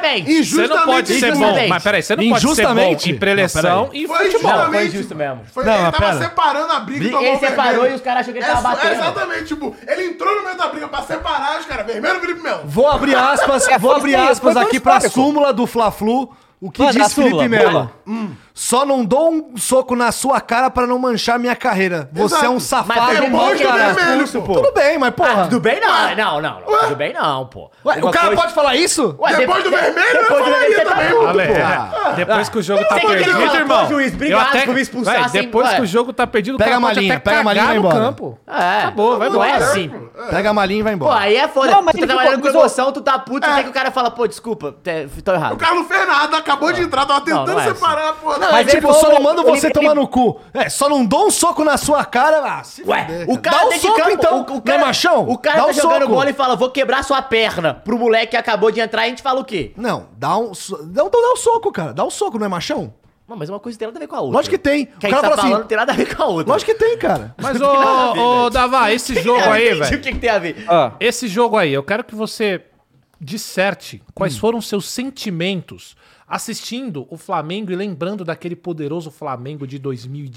[SPEAKER 5] Peraí,
[SPEAKER 3] Injustamente.
[SPEAKER 5] Você não pode ser bom.
[SPEAKER 3] Injustamente.
[SPEAKER 5] Mas peraí, você não pode ser bom
[SPEAKER 1] Injustamente.
[SPEAKER 5] em preleção
[SPEAKER 1] Não,
[SPEAKER 5] e
[SPEAKER 4] Foi
[SPEAKER 5] futebol.
[SPEAKER 4] injustamente.
[SPEAKER 3] foi injusto mesmo.
[SPEAKER 4] Foi,
[SPEAKER 1] Não,
[SPEAKER 4] ele
[SPEAKER 1] mas
[SPEAKER 4] tava
[SPEAKER 1] pera.
[SPEAKER 4] separando a briga e
[SPEAKER 3] Ele
[SPEAKER 4] tomou o
[SPEAKER 3] separou
[SPEAKER 4] vermelho.
[SPEAKER 3] e os caras achou que ele tava
[SPEAKER 4] só-
[SPEAKER 3] batendo.
[SPEAKER 4] Exatamente, tipo, ele entrou no meio da briga pra separar os caras. Vermelho, Felipe Melo.
[SPEAKER 1] Vou abrir aspas,
[SPEAKER 2] É,
[SPEAKER 1] vou
[SPEAKER 2] foi
[SPEAKER 1] abrir
[SPEAKER 2] isso aí,
[SPEAKER 1] aspas
[SPEAKER 2] foi
[SPEAKER 1] aqui
[SPEAKER 2] tão
[SPEAKER 1] pra
[SPEAKER 2] histórico.
[SPEAKER 1] súmula do Fla-Flu. O que
[SPEAKER 2] Manda a
[SPEAKER 1] diz
[SPEAKER 2] súmula,
[SPEAKER 1] Felipe Melo?
[SPEAKER 2] manda.
[SPEAKER 3] Hum.
[SPEAKER 1] Só não dou um soco na sua cara pra não manchar minha carreira. Você
[SPEAKER 4] Exato.
[SPEAKER 1] é um safado
[SPEAKER 3] Mas
[SPEAKER 1] e
[SPEAKER 3] é
[SPEAKER 1] mau
[SPEAKER 3] bom que ele
[SPEAKER 1] caráter.
[SPEAKER 3] é
[SPEAKER 4] vermelho,
[SPEAKER 1] Expulso,
[SPEAKER 4] pô.
[SPEAKER 1] Tudo bem, mas porra.
[SPEAKER 3] Ah, tudo bem não, não, não, não. Tudo bem não, pô.
[SPEAKER 1] Ué, o
[SPEAKER 3] Uma
[SPEAKER 1] cara
[SPEAKER 3] coisa-
[SPEAKER 1] pode falar isso?
[SPEAKER 3] Ué,
[SPEAKER 4] Depois do
[SPEAKER 3] de-
[SPEAKER 4] vermelho,
[SPEAKER 3] depois
[SPEAKER 4] eu
[SPEAKER 3] do
[SPEAKER 4] falaria
[SPEAKER 3] vermelho, você tá
[SPEAKER 4] também.
[SPEAKER 3] maluco,
[SPEAKER 5] Ale,
[SPEAKER 3] pô.
[SPEAKER 5] é, depois que o jogo
[SPEAKER 3] Você
[SPEAKER 5] tá
[SPEAKER 3] quer que ele
[SPEAKER 5] perdido,
[SPEAKER 3] fala, pô,
[SPEAKER 5] irmão.
[SPEAKER 3] juiz,
[SPEAKER 5] eu
[SPEAKER 3] obrigado por me expulsar
[SPEAKER 5] Vai,
[SPEAKER 3] sem-
[SPEAKER 5] depois
[SPEAKER 3] Ué.
[SPEAKER 5] que o jogo tá perdido, o
[SPEAKER 1] Pega
[SPEAKER 5] cara
[SPEAKER 1] a
[SPEAKER 5] pode
[SPEAKER 1] malinha,
[SPEAKER 5] até
[SPEAKER 1] pega a malinha e
[SPEAKER 5] cagar
[SPEAKER 1] vai
[SPEAKER 5] no
[SPEAKER 1] embora.
[SPEAKER 5] campo.
[SPEAKER 3] É.
[SPEAKER 5] Acabou, vai
[SPEAKER 3] Não é
[SPEAKER 5] embora.
[SPEAKER 1] né?
[SPEAKER 3] assim.
[SPEAKER 1] Pega a malinha e vai
[SPEAKER 3] Pô,
[SPEAKER 1] embora.
[SPEAKER 3] aí é foda.
[SPEAKER 2] Não, mas
[SPEAKER 3] tu tá
[SPEAKER 2] ele
[SPEAKER 3] trabalhando com
[SPEAKER 2] ficou-
[SPEAKER 3] emoção, tu tá puto, você quer que o cara fala, pô, desculpa, te- tô errado.
[SPEAKER 4] É. O Carlos Fernando acabou de entrar, tava
[SPEAKER 3] Não,
[SPEAKER 4] tentando
[SPEAKER 3] não é
[SPEAKER 4] separar, pô.
[SPEAKER 3] Não,
[SPEAKER 1] Mas
[SPEAKER 3] Mas
[SPEAKER 1] tipo,
[SPEAKER 3] ele
[SPEAKER 1] só não
[SPEAKER 3] falou-
[SPEAKER 1] mando
[SPEAKER 3] ele-
[SPEAKER 1] você
[SPEAKER 3] ele-
[SPEAKER 1] tomar no cu. É, só não dou um soco na sua cara. Ah, se
[SPEAKER 3] Ué,
[SPEAKER 1] fuder,
[SPEAKER 3] o cara
[SPEAKER 1] Dá um
[SPEAKER 3] dentro de
[SPEAKER 1] soco
[SPEAKER 3] campo,
[SPEAKER 1] então,
[SPEAKER 3] o, o
[SPEAKER 1] né,
[SPEAKER 3] cara,
[SPEAKER 1] machão?
[SPEAKER 3] O cara
[SPEAKER 1] Dá
[SPEAKER 3] tá
[SPEAKER 1] um
[SPEAKER 3] jogando
[SPEAKER 1] soco.
[SPEAKER 3] bola e fala, vou quebrar sua perna. Pro moleque que acabou de entrar, a gente fala o quê?
[SPEAKER 1] Não, dá um, so- dá, então dá um soco, cara. Dá um soco, não é machão?
[SPEAKER 3] Não, mas uma coisa tem nada a ver com a outra.
[SPEAKER 1] Lógico que tem. O
[SPEAKER 3] Que a gente
[SPEAKER 1] cara
[SPEAKER 3] tá
[SPEAKER 1] fala
[SPEAKER 3] falando
[SPEAKER 1] assim,
[SPEAKER 3] não tem nada a ver com a outra.
[SPEAKER 1] lógico que tem, cara.
[SPEAKER 5] Mas, ô, ô, Davá, esse jogo aí,
[SPEAKER 3] Entendi
[SPEAKER 5] velho.
[SPEAKER 3] O que, que tem a ver?
[SPEAKER 2] Ah,
[SPEAKER 5] Esse jogo aí, eu quero que você disserte quais
[SPEAKER 2] Hum.
[SPEAKER 5] foram seus sentimentos assistindo o Flamengo e lembrando daquele poderoso Flamengo de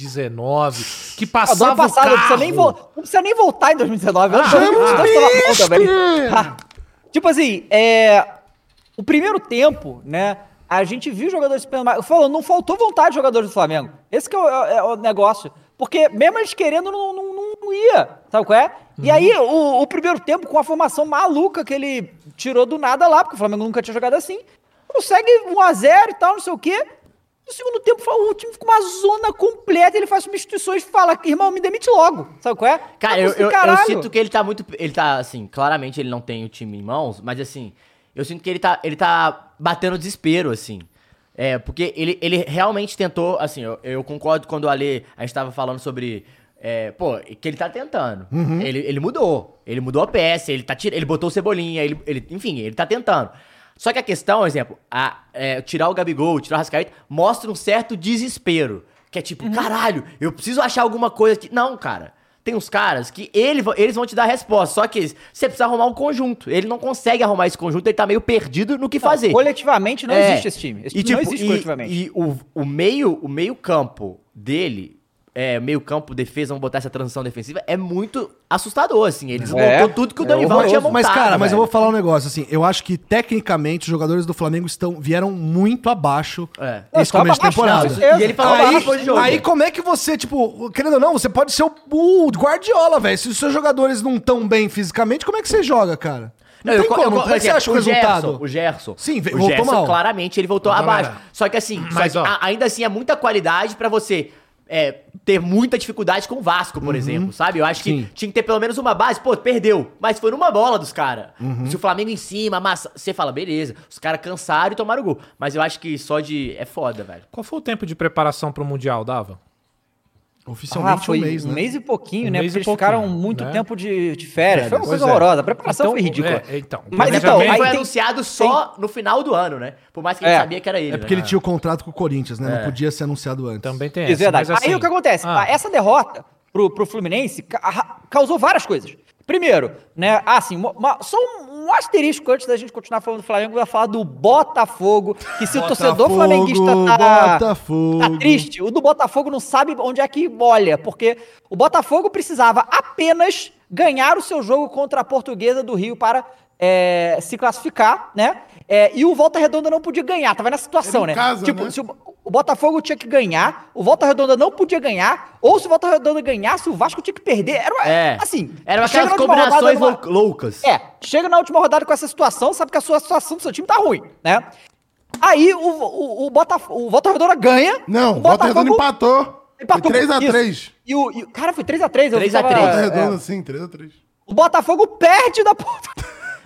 [SPEAKER 5] 2019 que
[SPEAKER 2] Ah, do
[SPEAKER 5] passava
[SPEAKER 2] ano passado,
[SPEAKER 5] o
[SPEAKER 2] não precisa, nem vo-
[SPEAKER 5] carro.
[SPEAKER 2] não precisa nem voltar em 2019. eu
[SPEAKER 5] Ah,
[SPEAKER 2] acho que
[SPEAKER 5] ah,
[SPEAKER 2] 2022 tava bom também. Ah, tipo assim, é, o primeiro tempo, né? A gente viu os jogadores do mais. Falando, não faltou vontade de jogadores do Flamengo. Esse que é o, é- é o negócio. Porque mesmo eles querendo, não, não- não- não ia. Sabe qual é? E
[SPEAKER 3] Uhum.
[SPEAKER 2] aí, o, o primeiro tempo, com a formação maluca que ele tirou do nada lá, porque o Flamengo nunca tinha jogado assim, consegue 1x0 e tal, não sei o quê. No segundo tempo, o time fica uma zona completa, ele faz substituições e fala, irmão, me demite logo. Sabe qual é?
[SPEAKER 3] Cara, eu, eu, eu
[SPEAKER 2] Caralho.
[SPEAKER 3] sinto que ele tá muito. Ele tá, assim, claramente ele não tem o time em mãos, mas assim, eu sinto que ele tá, ele tá batendo desespero, assim. É, porque ele, ele realmente tentou, assim, eu, eu concordo quando o Ale, a gente tava falando sobre. é, pô, que ele tá tentando. Ele, ele mudou. Ele mudou a peça, ele, tá, tira- ele botou o cebolinha, ele, ele- enfim, ele tá tentando. Só que a questão, por exemplo, a, é, tirar o Gabigol, tirar o Rascaeta, mostra um certo desespero. Que é tipo, caralho, eu preciso achar alguma coisa que. Não, cara. Tem uns caras que ele, va- eles vão te dar a resposta. Só que você precisa arrumar um conjunto. Ele não consegue arrumar esse conjunto, ele tá meio perdido no que fazer.
[SPEAKER 2] Então, Coletivamente não
[SPEAKER 3] É.
[SPEAKER 2] existe esse time. Esse
[SPEAKER 3] e,
[SPEAKER 2] time
[SPEAKER 3] tipo,
[SPEAKER 2] não existe
[SPEAKER 3] e,
[SPEAKER 2] coletivamente.
[SPEAKER 3] E o, o meio o meio campo dele, é, meio campo, defesa, vamos botar essa transição defensiva, é muito assustador, assim. Ele
[SPEAKER 2] É.
[SPEAKER 3] desmontou tudo que o Dorival tinha montado.
[SPEAKER 1] Mas, cara, mas
[SPEAKER 3] velho.
[SPEAKER 1] eu vou falar um negócio, assim. Eu acho que, tecnicamente, os jogadores do Flamengo estão, vieram muito abaixo
[SPEAKER 3] É.
[SPEAKER 2] Não,
[SPEAKER 1] nesse
[SPEAKER 2] só
[SPEAKER 1] começo de
[SPEAKER 2] abaixo,
[SPEAKER 1] temporada.
[SPEAKER 2] não, certeza.
[SPEAKER 3] E ele falou lá depois do
[SPEAKER 1] Aí,
[SPEAKER 3] jogo.
[SPEAKER 1] aí como é que você, tipo, querendo ou não, você pode ser o, o Guardiola, velho. Se os seus jogadores não estão bem fisicamente, como é que você joga, cara? Não,
[SPEAKER 3] eu
[SPEAKER 1] tem
[SPEAKER 3] co-
[SPEAKER 1] como.
[SPEAKER 3] eu co-
[SPEAKER 1] como é que você
[SPEAKER 3] por
[SPEAKER 1] acha o
[SPEAKER 3] exemplo,
[SPEAKER 1] resultado?
[SPEAKER 3] Gerson, o Gerson.
[SPEAKER 1] Sim,
[SPEAKER 3] o
[SPEAKER 1] ve- voltou
[SPEAKER 3] Gerson,
[SPEAKER 1] mal.
[SPEAKER 3] claramente, ele voltou abaixo.
[SPEAKER 5] mal.
[SPEAKER 3] Só que assim, só
[SPEAKER 5] Mas,
[SPEAKER 3] que
[SPEAKER 5] ó.
[SPEAKER 3] a- ainda assim é muita qualidade pra você é, ter muita dificuldade com o Vasco, por exemplo, sabe? Eu acho que
[SPEAKER 1] Uhum. Sim.
[SPEAKER 3] tinha que ter pelo menos uma base. Pô, perdeu, mas foi numa bola dos caras.
[SPEAKER 1] Uhum.
[SPEAKER 3] Se o Flamengo em cima, mas você fala, beleza, os caras cansaram e tomaram o gol. Mas eu acho que só de... é foda, velho.
[SPEAKER 5] Qual foi o tempo de preparação pro Mundial, Dava?
[SPEAKER 1] Oficialmente
[SPEAKER 2] Ah,
[SPEAKER 3] ah,
[SPEAKER 2] foi
[SPEAKER 1] um mês, né?
[SPEAKER 2] e pouquinho,
[SPEAKER 5] Um
[SPEAKER 2] né?
[SPEAKER 5] mês
[SPEAKER 2] Porque
[SPEAKER 5] e
[SPEAKER 2] eles ficaram
[SPEAKER 5] pouquinho,
[SPEAKER 2] muito
[SPEAKER 5] né?
[SPEAKER 2] tempo de, de férias. Foi uma
[SPEAKER 5] Pois
[SPEAKER 2] coisa
[SPEAKER 5] é.
[SPEAKER 2] horrora. A preparação
[SPEAKER 5] Então,
[SPEAKER 2] foi ridícula.
[SPEAKER 5] é, então,
[SPEAKER 2] Mas então,
[SPEAKER 5] planejamento-
[SPEAKER 3] Ele
[SPEAKER 2] aí
[SPEAKER 3] foi
[SPEAKER 2] tem-
[SPEAKER 3] anunciado só no final do ano, né? Por mais que a gente
[SPEAKER 2] É.
[SPEAKER 3] sabia que era ele. né?
[SPEAKER 1] É porque ele tinha o contrato com o Corinthians, né?
[SPEAKER 3] É.
[SPEAKER 1] Não podia ser anunciado antes.
[SPEAKER 5] Também tem
[SPEAKER 2] Isso, é verdade.
[SPEAKER 5] mas assim-
[SPEAKER 2] Aí o que acontece?
[SPEAKER 5] Ah,
[SPEAKER 2] Ah, Essa derrota pro, pro Fluminense ca- arra- causou várias coisas. Primeiro, né, assim, mo- ma- só um, um asterisco antes da gente continuar falando do Flamengo, eu ia falar do Botafogo, que se o torcedor
[SPEAKER 1] Botafogo,
[SPEAKER 2] flamenguista tá,
[SPEAKER 1] Botafogo.
[SPEAKER 2] tá triste, o do Botafogo não sabe onde é que olha, porque o Botafogo precisava apenas ganhar o seu jogo contra a Portuguesa do Rio para é, se classificar, né? É, e o Volta Redonda não podia ganhar, tava nessa situação,
[SPEAKER 4] Era
[SPEAKER 2] né?
[SPEAKER 4] em casa,
[SPEAKER 2] tipo,
[SPEAKER 4] né?
[SPEAKER 2] se o o Botafogo tinha que ganhar, o Volta Redonda não podia ganhar, ou se o Volta Redonda ganhasse, o Vasco tinha que perder. Era uma,
[SPEAKER 3] É.
[SPEAKER 2] assim.
[SPEAKER 3] Eram
[SPEAKER 2] chega
[SPEAKER 3] aquelas
[SPEAKER 2] na última rodada,
[SPEAKER 3] combinações
[SPEAKER 2] numa-
[SPEAKER 3] lou- loucas.
[SPEAKER 2] É, chega na última rodada com essa situação, sabe que a sua situação do seu time tá ruim, né? Aí o, o, o, Botaf- o Volta Redonda ganha.
[SPEAKER 3] é-
[SPEAKER 4] Não, o Bota
[SPEAKER 2] Botafogo
[SPEAKER 4] Redondo empatou.
[SPEAKER 2] empatou.
[SPEAKER 4] Foi 3x3.
[SPEAKER 2] Isso. E o, e o- cara foi 3x3.
[SPEAKER 3] 3x3.
[SPEAKER 4] Bota
[SPEAKER 3] É,
[SPEAKER 4] Redondo, assim, sim, 3x3.
[SPEAKER 2] O Botafogo perde da porta.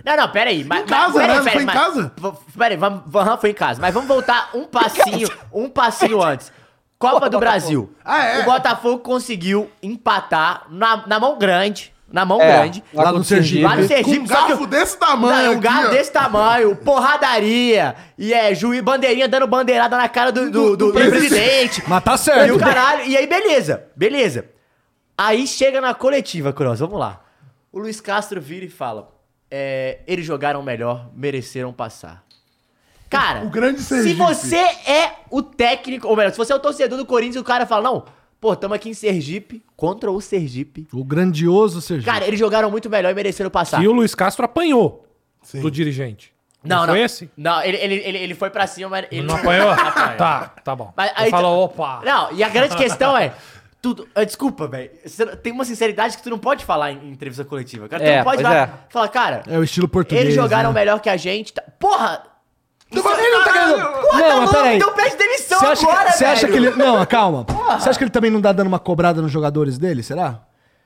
[SPEAKER 3] Não, não, peraí. Mas, mas-
[SPEAKER 4] casa,
[SPEAKER 3] peraí,
[SPEAKER 4] né?
[SPEAKER 3] peraí,
[SPEAKER 4] Foi em
[SPEAKER 3] mas-
[SPEAKER 4] casa?
[SPEAKER 3] v- Peraí, vamos, vamos- foi em casa. Mas vamos voltar um passinho, um passinho antes. Copa do Brasil.
[SPEAKER 4] Ah, é?
[SPEAKER 3] O Botafogo conseguiu empatar na, na mão grande. Na mão
[SPEAKER 2] É,
[SPEAKER 3] grande.
[SPEAKER 1] lá no Sergipe.
[SPEAKER 3] Lá no
[SPEAKER 4] Com
[SPEAKER 3] Sergipe.
[SPEAKER 4] um
[SPEAKER 3] É, tipo, só que
[SPEAKER 4] garfo
[SPEAKER 3] o-
[SPEAKER 4] desse
[SPEAKER 3] não,
[SPEAKER 4] tamanho
[SPEAKER 3] um garfo
[SPEAKER 4] ó.
[SPEAKER 3] desse tamanho, porradaria, e é, juiz, bandeirinha dando bandeirada na cara do, do, do- do presidente.
[SPEAKER 1] Mas tá
[SPEAKER 4] É,
[SPEAKER 3] E
[SPEAKER 1] certo.
[SPEAKER 3] o caralho, e aí beleza, beleza. Aí chega na coletiva, Cross, vamos lá. O Luiz Castro vira e fala: é, eles jogaram melhor, mereceram passar. Cara,
[SPEAKER 4] O grande
[SPEAKER 3] se
[SPEAKER 4] Sergipe.
[SPEAKER 3] você é o técnico, ou melhor, se você é o torcedor do Corinthians, o cara fala, não, pô, tamo aqui em Sergipe, contra o Sergipe.
[SPEAKER 1] O grandioso Sergipe.
[SPEAKER 3] Cara, eles jogaram muito melhor e mereceram passar.
[SPEAKER 5] E o Luiz Castro apanhou
[SPEAKER 4] Sim.
[SPEAKER 5] do dirigente.
[SPEAKER 3] Não, não.
[SPEAKER 5] Foi esse?
[SPEAKER 3] Não, ele, ele, ele, ele foi pra cima, mas ele
[SPEAKER 5] Não apanhou? tá, tá bom.
[SPEAKER 3] Mas
[SPEAKER 5] Ele
[SPEAKER 3] aí-
[SPEAKER 5] falou, opa.
[SPEAKER 3] Não, e a grande questão é. Tudo, eh, desculpa, velho. Você não- Tem uma sinceridade que tu não pode falar em, em entrevista coletiva. Cara, tu
[SPEAKER 2] É,
[SPEAKER 3] não pode
[SPEAKER 2] pois
[SPEAKER 3] falar,
[SPEAKER 2] é.
[SPEAKER 3] falar, cara,
[SPEAKER 1] É o estilo português.
[SPEAKER 3] eles jogaram
[SPEAKER 1] né?
[SPEAKER 3] melhor que a gente. tá- Porra!
[SPEAKER 4] Tu vai- ele não tá ganhando.
[SPEAKER 3] Porra,
[SPEAKER 1] Não,
[SPEAKER 3] não, tá
[SPEAKER 1] mas
[SPEAKER 3] louco,
[SPEAKER 1] peraí.
[SPEAKER 3] então pede demissão
[SPEAKER 1] Você acha,
[SPEAKER 3] agora,
[SPEAKER 1] que, você acha
[SPEAKER 3] velho.
[SPEAKER 1] que ele. Não, calma. Você acha que ele também não dá dando uma cobrada nos jogadores dele? Será?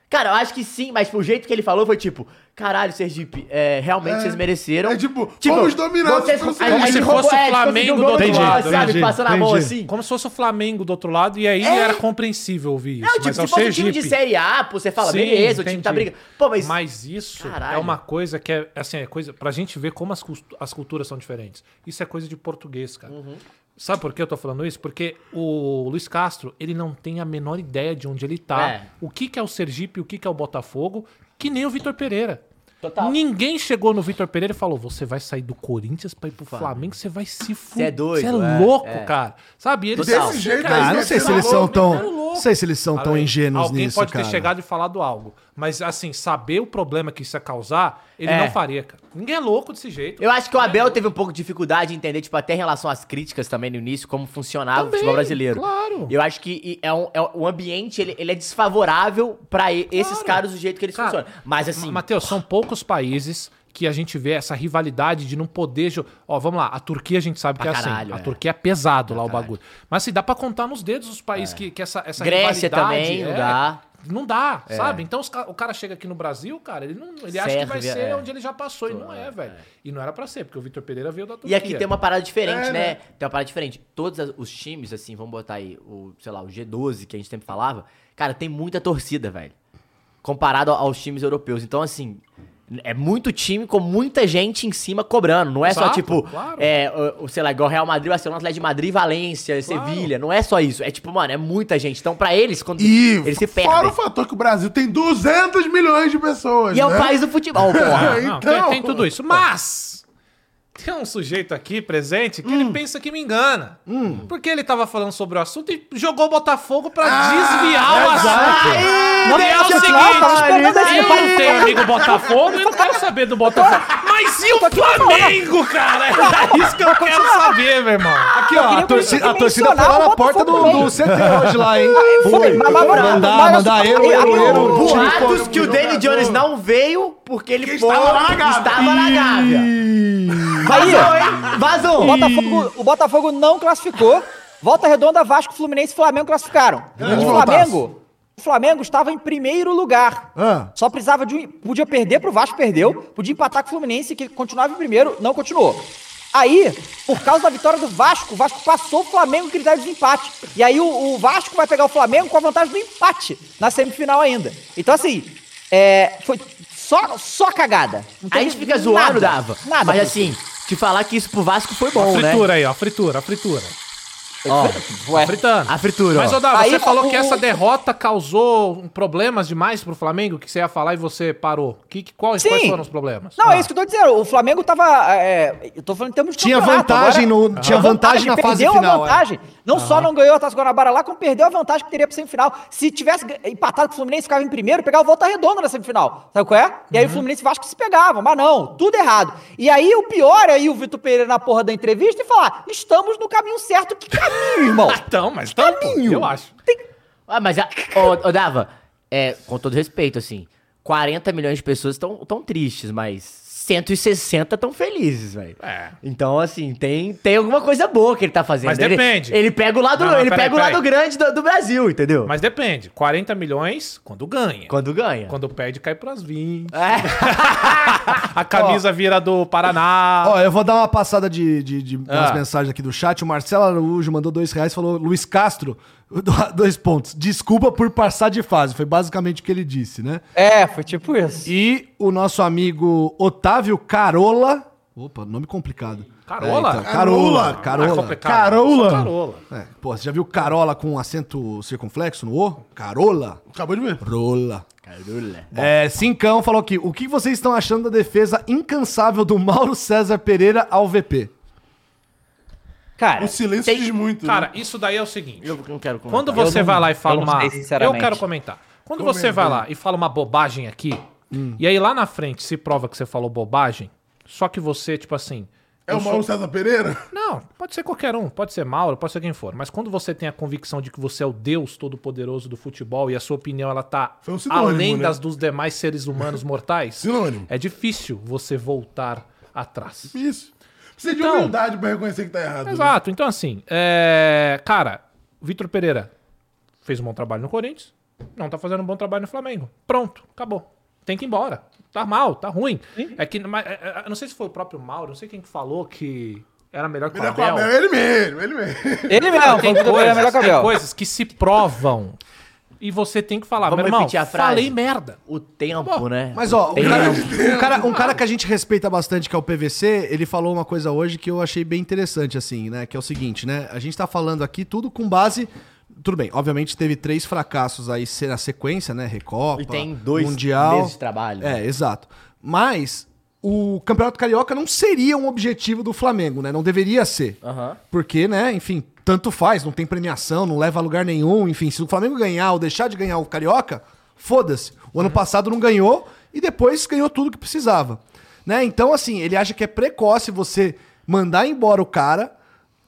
[SPEAKER 3] Cara, eu acho que sim, mas pro jeito que ele falou foi tipo, caralho, Sergipe, é, realmente vocês mereceram.
[SPEAKER 4] É tipo, fomos dominados
[SPEAKER 3] vocês-
[SPEAKER 4] pelo
[SPEAKER 3] a- a
[SPEAKER 4] Sergipe.
[SPEAKER 5] Como
[SPEAKER 3] gente
[SPEAKER 5] se
[SPEAKER 3] roubou-
[SPEAKER 5] fosse o
[SPEAKER 3] é, tipo,
[SPEAKER 5] Flamengo
[SPEAKER 3] conseguiu
[SPEAKER 5] do
[SPEAKER 3] gol
[SPEAKER 5] outro
[SPEAKER 3] gol,
[SPEAKER 5] lado,
[SPEAKER 3] sabe?
[SPEAKER 1] entendi,
[SPEAKER 3] Passando a mão
[SPEAKER 1] entendi.
[SPEAKER 3] assim.
[SPEAKER 5] Como se fosse o Flamengo do outro lado, e aí era compreensível ouvir isso.
[SPEAKER 3] É. Não, tipo,
[SPEAKER 5] mas é
[SPEAKER 3] se
[SPEAKER 5] o
[SPEAKER 3] fosse um time
[SPEAKER 5] Sergipe.
[SPEAKER 3] de Série A, pô, você fala,
[SPEAKER 5] Sim,
[SPEAKER 3] beleza, o time
[SPEAKER 5] entendi.
[SPEAKER 3] tá brigando. Pô, mas...
[SPEAKER 5] Mas isso
[SPEAKER 3] Caralho.
[SPEAKER 5] é uma coisa que é, assim, é coisa pra gente ver como as, cust- as culturas são diferentes. Isso é coisa de português, cara.
[SPEAKER 3] Uhum.
[SPEAKER 5] Sabe por que eu tô falando isso? Porque o Luiz Castro, ele não tem a menor ideia de onde ele tá,
[SPEAKER 3] É.
[SPEAKER 5] o que que é o Sergipe, o que que é o Botafogo, que nem o Vitor Pereira.
[SPEAKER 3] Total.
[SPEAKER 5] Ninguém chegou no Vitor Pereira e falou: você vai sair do Corinthians pra ir pro Flamengo, você vai se fuder.
[SPEAKER 3] é doido,
[SPEAKER 5] Você
[SPEAKER 3] é,
[SPEAKER 5] é louco,
[SPEAKER 3] é.
[SPEAKER 5] cara. Sabe? E Eles
[SPEAKER 3] Desse
[SPEAKER 5] Cara,
[SPEAKER 4] jeito,
[SPEAKER 5] eles
[SPEAKER 4] Cara,
[SPEAKER 1] Ah, não
[SPEAKER 5] meteram
[SPEAKER 1] sei se
[SPEAKER 5] a
[SPEAKER 1] eles
[SPEAKER 5] louca,
[SPEAKER 1] são
[SPEAKER 5] meteram
[SPEAKER 1] tão.
[SPEAKER 5] louco.
[SPEAKER 1] Não sei se eles são tão
[SPEAKER 5] Alguém-
[SPEAKER 1] ingênuos
[SPEAKER 5] Alguém
[SPEAKER 1] nisso,
[SPEAKER 5] pode
[SPEAKER 1] cara.
[SPEAKER 5] ter chegado e falado algo, mas assim, saber o problema que isso ia causar, ele
[SPEAKER 3] É.
[SPEAKER 5] não faria, cara. Ninguém é louco desse jeito.
[SPEAKER 3] Eu acho que o Abel teve um pouco de dificuldade em entender, tipo, até em relação às críticas também no início, como funcionava o
[SPEAKER 5] Também,
[SPEAKER 3] É, futebol brasileiro.
[SPEAKER 5] claro.
[SPEAKER 3] Eu acho que e- é um, é um- o ambiente, ele, ele é desfavorável pra e- esses
[SPEAKER 5] Claro.
[SPEAKER 3] caras do jeito que eles
[SPEAKER 5] Cara,
[SPEAKER 3] funcionam. Mas assim,
[SPEAKER 5] Matheus, são poucos países que a gente vê essa rivalidade de não poder. jo- Ó, vamos lá, a Turquia a gente sabe que
[SPEAKER 3] Pra
[SPEAKER 5] é assim.
[SPEAKER 3] caralho,
[SPEAKER 5] a
[SPEAKER 3] é.
[SPEAKER 5] Turquia é pesado lá o
[SPEAKER 3] caralho. É.
[SPEAKER 5] bagulho. Mas assim, dá pra contar nos dedos os países que, que essa, essa
[SPEAKER 3] Grécia
[SPEAKER 5] rivalidade.
[SPEAKER 3] também, não
[SPEAKER 5] é,
[SPEAKER 3] dá. É.
[SPEAKER 5] Não dá, sabe? Então os ca- o cara chega aqui no Brasil, cara, ele, não, ele acha que vai
[SPEAKER 3] Sérvia,
[SPEAKER 5] ser
[SPEAKER 3] é.
[SPEAKER 5] onde ele já passou. E não é, velho. E não era pra ser, porque o Vitor Pereira veio da Turquia.
[SPEAKER 3] e aqui tem uma parada diferente,
[SPEAKER 4] É,
[SPEAKER 3] né? Tem uma parada diferente. Todos as- os times, assim, vamos botar aí, o, sei lá, o G12, que a gente sempre falava, cara, tem muita torcida, velho. Comparado aos times europeus. Então, assim, é muito time com muita gente em cima cobrando. Não é só,
[SPEAKER 5] Exato,
[SPEAKER 3] tipo,
[SPEAKER 5] claro.
[SPEAKER 3] é, o- o, sei lá, igual Real Madrid, Barcelona, Atlético de Madrid, Valência,
[SPEAKER 5] Claro.
[SPEAKER 3] Sevilha. Não é só isso. É tipo, mano, é muita gente. Então, pra eles, quando
[SPEAKER 4] E
[SPEAKER 3] eles se
[SPEAKER 4] fora
[SPEAKER 3] perdem.
[SPEAKER 4] o fator que o Brasil tem 200 milhões de pessoas,
[SPEAKER 3] E é o
[SPEAKER 4] né?
[SPEAKER 3] país do futebol, porra.
[SPEAKER 5] Ah, Não,
[SPEAKER 4] Então-
[SPEAKER 5] tem, tem tudo isso. Mas tem um sujeito aqui presente que ele pensa que me engana. Porque ele tava falando sobre o assunto e jogou o Botafogo pra desviar o assunto.
[SPEAKER 2] Não,
[SPEAKER 5] E é o
[SPEAKER 2] não,
[SPEAKER 5] seguinte,
[SPEAKER 2] não, tava esperando esse
[SPEAKER 5] eu
[SPEAKER 2] reparo.
[SPEAKER 5] não tenho amigo Botafogo e não quero saber do Botafogo. Mas e o Flamengo, cara? É isso que eu quero saber, meu irmão.
[SPEAKER 1] Aqui, ó, a
[SPEAKER 2] queria
[SPEAKER 1] torcida, a
[SPEAKER 2] mencionar
[SPEAKER 1] torcida foi lá
[SPEAKER 2] o
[SPEAKER 1] na porta do,
[SPEAKER 2] Botafogo
[SPEAKER 1] do CT hoje lá, hein?
[SPEAKER 2] Foi, mas- mas- mas-
[SPEAKER 1] Mandar,
[SPEAKER 2] mas-
[SPEAKER 1] mandar
[SPEAKER 2] mas-
[SPEAKER 1] eu,
[SPEAKER 2] mas-
[SPEAKER 1] eu, eu.
[SPEAKER 2] mas-
[SPEAKER 3] Boatos que o Danny Jones não veio porque ele
[SPEAKER 4] Que
[SPEAKER 3] foi-
[SPEAKER 4] estava lá na Gávea.
[SPEAKER 3] Estava na Gávea. Vazou, hein? Vazou.
[SPEAKER 2] O Botafogo, o Botafogo não classificou. Volta Redonda, Vasco, Fluminense e Flamengo classificaram.
[SPEAKER 4] Grande
[SPEAKER 2] o Flamengo, o Flamengo estava em primeiro lugar.
[SPEAKER 1] Ah.
[SPEAKER 2] Só precisava de um. Podia perder pro Vasco, perdeu. Podia empatar com o Fluminense, que continuava em primeiro, não continuou. Aí, por causa da vitória do Vasco, o Vasco passou o Flamengo em critério de empate. E aí o, o Vasco vai pegar o Flamengo com a vantagem do empate na semifinal ainda. Então, assim, é, foi só, só cagada. Não
[SPEAKER 3] A
[SPEAKER 2] teve
[SPEAKER 3] gente fica
[SPEAKER 2] nada,
[SPEAKER 3] zoando, Dava.
[SPEAKER 2] Nada.
[SPEAKER 3] Mas assim, te falar que isso pro Vasco foi bom, né?
[SPEAKER 5] fritura aí, ó. Fritura, a fritura.
[SPEAKER 3] Ó,
[SPEAKER 2] Ué.
[SPEAKER 5] Fritando.
[SPEAKER 3] a fritura,
[SPEAKER 5] Mas,
[SPEAKER 3] ó.
[SPEAKER 5] Odava,
[SPEAKER 2] Aí,
[SPEAKER 5] você falou
[SPEAKER 2] o-
[SPEAKER 5] que essa derrota causou um problemas demais pro Flamengo, que você ia falar e você parou. Que, que- quais, quais
[SPEAKER 2] Sim.
[SPEAKER 5] foram os problemas?
[SPEAKER 2] Não,
[SPEAKER 5] Ah.
[SPEAKER 2] é isso que eu tô dizendo. O Flamengo tava. é, eu tô falando em termos de
[SPEAKER 1] Tinha
[SPEAKER 2] campeonato.
[SPEAKER 1] vantagem no- tinha vantagem na fase
[SPEAKER 2] perdeu
[SPEAKER 1] final, é.
[SPEAKER 2] A vantagem. Não só não ganhou a Taça Guanabara lá, como perdeu a vantagem que teria pra semifinal. Se tivesse gan- empatado com o Fluminense, ficava em primeiro, pegava o volta redonda na semifinal. Sabe qual é? E aí
[SPEAKER 1] Uhum.
[SPEAKER 2] o Fluminense e o Vasco se pegavam. Mas não, tudo errado. E aí o pior é ir o Vitor Pereira na porra da entrevista e falar: estamos no caminho certo. Que caminho, irmão?
[SPEAKER 5] Ah, então, mas então, pô, eu acho.
[SPEAKER 3] Ah, mas, a, ô, ô, Dava, é, com todo respeito, assim, 40 milhões de pessoas estão tão tristes, mas 160 estão felizes, velho.
[SPEAKER 5] É.
[SPEAKER 3] Então, assim, tem, tem alguma coisa boa que ele tá fazendo.
[SPEAKER 5] Mas
[SPEAKER 3] Ele-
[SPEAKER 5] depende.
[SPEAKER 3] Ele, pega o lado,
[SPEAKER 5] Não, não,
[SPEAKER 3] ele
[SPEAKER 5] peraí,
[SPEAKER 3] pega o
[SPEAKER 5] peraí.
[SPEAKER 3] lado grande do, do Brasil, entendeu?
[SPEAKER 5] Mas depende. 40 milhões quando ganha. Quando,
[SPEAKER 3] Quando ganha.
[SPEAKER 5] perde, cai pras 20.
[SPEAKER 3] É.
[SPEAKER 5] A camisa vira do Paraná.
[SPEAKER 1] Ó, eu vou dar uma passada de, de, de umas
[SPEAKER 5] Ah.
[SPEAKER 1] mensagens aqui do chat. O Marcelo Araújo mandou dois reais e falou: Luiz Castro, dois pontos. Desculpa por passar de fase. Foi basicamente o que ele disse, né?
[SPEAKER 2] É, foi tipo isso.
[SPEAKER 1] E o nosso amigo Otávio Carola. Opa, nome complicado. então,
[SPEAKER 5] Carola?
[SPEAKER 1] Carola.
[SPEAKER 5] Ah, é
[SPEAKER 1] Carola.
[SPEAKER 5] complicado. Só Carola.
[SPEAKER 1] É, pô, você já viu Carola com acento circunflexo no O? Carola?
[SPEAKER 4] Acabou de ver.
[SPEAKER 1] Rola.
[SPEAKER 3] Carula.
[SPEAKER 1] É, Cincão falou aqui: o que vocês estão achando da defesa incansável do Mauro César Pereira ao VP?
[SPEAKER 2] Cara,
[SPEAKER 4] O silêncio
[SPEAKER 3] tem-
[SPEAKER 4] diz muito. né?
[SPEAKER 5] Cara, isso daí é o seguinte.
[SPEAKER 3] Eu não quero comentar.
[SPEAKER 5] Quando você
[SPEAKER 2] então, Eu não-
[SPEAKER 5] vai lá e
[SPEAKER 2] eu
[SPEAKER 5] fala
[SPEAKER 2] não
[SPEAKER 5] uma.
[SPEAKER 2] sei,
[SPEAKER 5] eu
[SPEAKER 2] sinceramente.
[SPEAKER 5] quero comentar. Quando você vai lá e fala uma bobagem aqui,
[SPEAKER 2] Hum.
[SPEAKER 5] e aí lá na frente se prova que você falou bobagem, só que você, tipo assim.
[SPEAKER 4] é o Mauro César Pereira?
[SPEAKER 5] Não, pode ser qualquer um, pode ser Mauro, pode ser quem for. Mas quando você tem a convicção de que você é o Deus Todo-Poderoso do futebol e a sua opinião ela tá
[SPEAKER 4] Foi um sinônimo,
[SPEAKER 5] além
[SPEAKER 4] né?
[SPEAKER 5] das dos demais seres humanos mortais,
[SPEAKER 4] Sinônimo.
[SPEAKER 5] é difícil você voltar atrás.
[SPEAKER 4] Isso. Precisa de
[SPEAKER 5] Então-
[SPEAKER 4] humildade pra reconhecer que tá errado. né?
[SPEAKER 5] Exato. Então, assim, é... cara, Vitor Pereira fez um bom trabalho no Corinthians, não tá fazendo um bom trabalho no Flamengo. Pronto, acabou. Tem que ir embora. Tá mal, tá ruim. É que, mas, é, é, eu não sei se foi o próprio Mauro, não sei quem que falou que era melhor que
[SPEAKER 4] Ele é
[SPEAKER 5] melhor
[SPEAKER 4] com a Abel, ele mesmo, ele mesmo.
[SPEAKER 2] ele mesmo, falou que o Gabriel é melhor que o
[SPEAKER 5] tem
[SPEAKER 2] Abel.
[SPEAKER 5] coisas que se provam e você tem que falar,
[SPEAKER 3] Vamos
[SPEAKER 5] meu irmão,
[SPEAKER 3] repetir a frase?
[SPEAKER 5] falei merda.
[SPEAKER 3] O tempo, né?
[SPEAKER 1] Mas ó, um
[SPEAKER 3] Tem
[SPEAKER 1] cara,
[SPEAKER 3] tempo.
[SPEAKER 1] um, cara, um cara que a gente respeita bastante, que é o PVC, ele falou uma coisa hoje que eu achei bem interessante, assim, né? Que é o seguinte, né? A gente tá falando aqui tudo com base. Tudo bem, obviamente teve três fracassos aí se- na sequência, né? Recopa,
[SPEAKER 3] E tem dois
[SPEAKER 1] Mundial.
[SPEAKER 3] meses de trabalho. né?
[SPEAKER 1] É, exato. Mas o Campeonato Carioca não seria um objetivo do Flamengo, né? Não deveria ser.
[SPEAKER 3] Aham.
[SPEAKER 1] Porque, né, enfim, tanto faz, não tem premiação, não leva a lugar nenhum. Enfim, se o Flamengo ganhar ou deixar de ganhar o Carioca, foda-se. O
[SPEAKER 3] Uhum.
[SPEAKER 1] ano passado não ganhou e depois ganhou tudo que precisava. Né? Então, assim, ele acha que é precoce você mandar embora o cara,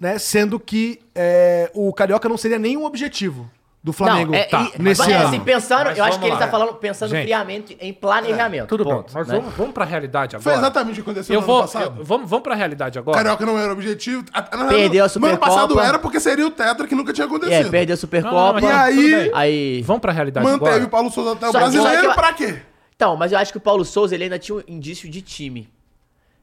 [SPEAKER 1] né? Sendo que é, o Carioca não seria nenhum objetivo do Flamengo
[SPEAKER 3] é-
[SPEAKER 1] tá,
[SPEAKER 3] e-
[SPEAKER 1] nesse
[SPEAKER 3] mas,
[SPEAKER 1] ano.
[SPEAKER 3] assim, pensando,
[SPEAKER 5] Mas
[SPEAKER 3] eu acho
[SPEAKER 5] vamos
[SPEAKER 3] que ele
[SPEAKER 5] lá.
[SPEAKER 3] tá falando, pensando
[SPEAKER 5] Gente.
[SPEAKER 3] friamente em planejamento.
[SPEAKER 5] É, Tudo bom,
[SPEAKER 3] ponto,
[SPEAKER 5] mas
[SPEAKER 3] né?
[SPEAKER 5] vamos, vamos pra realidade agora.
[SPEAKER 4] Foi exatamente o que aconteceu
[SPEAKER 5] eu
[SPEAKER 4] no
[SPEAKER 5] vou,
[SPEAKER 4] ano passado.
[SPEAKER 5] eu- vamos, vamos pra realidade agora.
[SPEAKER 4] Carioca não era objetivo. A- a-
[SPEAKER 3] Perdeu a
[SPEAKER 4] No ano passado
[SPEAKER 3] Supercopa.
[SPEAKER 4] era porque seria o Tetra que nunca tinha
[SPEAKER 3] E aí,
[SPEAKER 4] acontecido.
[SPEAKER 3] perdeu É, a Supercopa.
[SPEAKER 5] mas-
[SPEAKER 4] E aí-
[SPEAKER 5] tudo bem.
[SPEAKER 3] aí.
[SPEAKER 5] Vamos pra realidade
[SPEAKER 4] Manteve
[SPEAKER 5] agora.
[SPEAKER 4] o Paulo Souza até o
[SPEAKER 3] Só que-
[SPEAKER 4] brasileiro
[SPEAKER 3] só que-
[SPEAKER 4] pra quê?
[SPEAKER 3] Então, mas eu acho que o Paulo Souza ele ainda tinha um indício de time.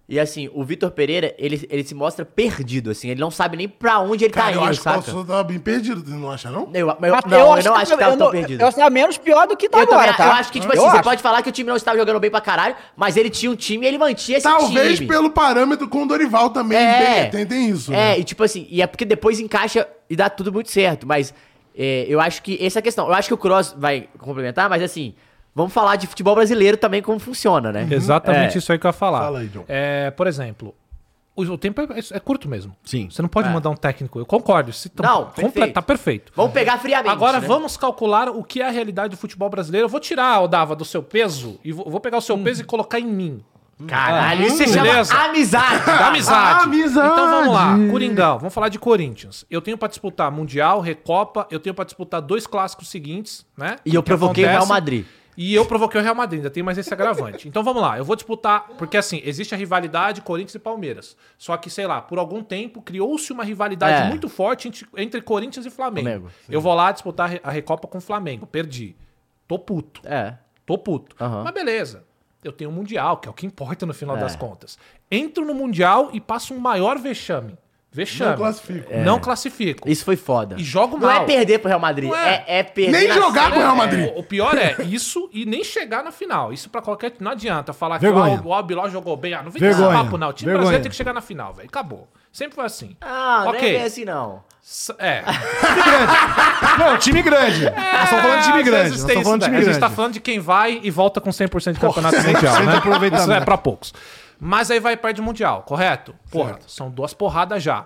[SPEAKER 3] E assim, o Vitor Pereira, ele, ele se mostra perdido, assim, ele não sabe nem pra onde ele
[SPEAKER 4] Cara,
[SPEAKER 3] tá
[SPEAKER 4] eu
[SPEAKER 3] indo,
[SPEAKER 4] acho que o Paulo
[SPEAKER 3] saca?
[SPEAKER 4] Souza tava bem perdido, tu não acha, não?
[SPEAKER 3] Eu, mas eu-
[SPEAKER 2] Mas
[SPEAKER 3] não, eu não acho que tava
[SPEAKER 2] eu
[SPEAKER 3] tão
[SPEAKER 2] não-
[SPEAKER 3] perdido.
[SPEAKER 2] Eu acho que tá menos pior do que tá
[SPEAKER 3] Eu
[SPEAKER 2] agora,
[SPEAKER 3] também-
[SPEAKER 2] tá?
[SPEAKER 3] eu acho que, tipo
[SPEAKER 2] Eu
[SPEAKER 3] assim, você
[SPEAKER 2] acho.
[SPEAKER 3] pode falar que o time não estava jogando bem pra caralho, mas ele tinha um time e ele mantinha esse
[SPEAKER 4] Talvez
[SPEAKER 3] time.
[SPEAKER 4] pelo parâmetro com o Dorival também.
[SPEAKER 3] É.
[SPEAKER 4] Tem, tem- tem isso.
[SPEAKER 3] É,
[SPEAKER 4] né?
[SPEAKER 3] e tipo assim, e é porque depois encaixa e dá tudo muito certo, mas é, eu acho que essa é a questão. Eu acho que o Cross vai complementar, mas assim, vamos falar de futebol brasileiro também, como funciona, né?
[SPEAKER 5] Uhum. Exatamente
[SPEAKER 3] É.
[SPEAKER 5] isso aí que eu ia falar.
[SPEAKER 4] Fala aí, John.
[SPEAKER 5] É, por exemplo, o, o tempo é, é curto mesmo.
[SPEAKER 1] Sim.
[SPEAKER 5] Você não pode mandar um técnico. Eu concordo. Se tá,
[SPEAKER 3] É. Não,
[SPEAKER 5] comple-
[SPEAKER 3] perfeito.
[SPEAKER 5] tá perfeito.
[SPEAKER 3] Vamos pegar friamente.
[SPEAKER 5] Agora
[SPEAKER 3] né?
[SPEAKER 5] vamos calcular o que é a realidade do futebol brasileiro. Eu vou tirar, Odava, do seu peso e vou, vou pegar o
[SPEAKER 3] Hum.
[SPEAKER 5] seu peso e colocar em mim.
[SPEAKER 3] Caralho, isso se
[SPEAKER 5] Ah, Beleza.
[SPEAKER 3] chama amizade.
[SPEAKER 5] Da
[SPEAKER 3] tá?
[SPEAKER 5] amizade.
[SPEAKER 4] amizade.
[SPEAKER 5] Então vamos lá, Coringão, vamos falar de Corinthians. Eu tenho pra disputar Mundial, Recopa, eu tenho pra disputar dois clássicos seguintes, né?
[SPEAKER 3] E eu
[SPEAKER 5] Que
[SPEAKER 3] provoquei o
[SPEAKER 5] acontece.
[SPEAKER 3] Real Madrid.
[SPEAKER 5] E eu provoquei o Real Madrid, ainda tem mais esse agravante. Então vamos lá, eu vou disputar, porque assim, existe a rivalidade Corinthians e Palmeiras. Só que, sei lá, por algum tempo criou-se uma rivalidade
[SPEAKER 3] É.
[SPEAKER 5] muito forte entre, entre Corinthians e Flamengo.
[SPEAKER 3] Flamengo, sim.
[SPEAKER 5] eu vou lá disputar a Re- a Recopa com o Flamengo, perdi. Tô puto.
[SPEAKER 3] É.
[SPEAKER 5] Tô puto.
[SPEAKER 3] Aham.
[SPEAKER 5] Mas beleza. Eu tenho o Mundial, que é o que importa no final
[SPEAKER 3] É.
[SPEAKER 5] das contas. Entro no Mundial e passo um maior vexame. Vexame.
[SPEAKER 4] Não classifico.
[SPEAKER 3] É.
[SPEAKER 5] Não classifico.
[SPEAKER 3] Isso foi foda.
[SPEAKER 5] E jogo
[SPEAKER 3] Não
[SPEAKER 5] mal.
[SPEAKER 3] é perder pro Real Madrid,
[SPEAKER 5] Não é.
[SPEAKER 3] é, é perder.
[SPEAKER 4] Nem
[SPEAKER 3] na
[SPEAKER 4] jogar
[SPEAKER 3] série.
[SPEAKER 4] com o Real Madrid.
[SPEAKER 5] O, o pior é isso e nem chegar na final. Isso pra qualquer. Não adianta falar
[SPEAKER 1] Vergonha.
[SPEAKER 5] que ó, o Albiló jogou bem. Ah, não vem com
[SPEAKER 1] Vergonha.
[SPEAKER 5] esse papo, não. O time
[SPEAKER 1] Vergonha.
[SPEAKER 5] brasileiro tem que chegar na final, velho. Acabou. Sempre foi assim.
[SPEAKER 3] Ah, não é
[SPEAKER 5] ok.
[SPEAKER 3] bem assim não.
[SPEAKER 5] S- É.
[SPEAKER 1] Não, é um time grande. Nós estamos falando de time
[SPEAKER 5] Às
[SPEAKER 1] grande.
[SPEAKER 5] vezes
[SPEAKER 1] Nós
[SPEAKER 5] tem
[SPEAKER 1] estamos falando de
[SPEAKER 5] isso, né?
[SPEAKER 1] time
[SPEAKER 5] A gente tá
[SPEAKER 1] grande.
[SPEAKER 5] falando de quem vai e volta com 100% de campeonato mundial,
[SPEAKER 1] 100% de
[SPEAKER 5] né? Isso
[SPEAKER 1] aproveitamento.
[SPEAKER 5] é pra poucos. Mas aí vai e perde o mundial, correto? Porra, são duas porradas já.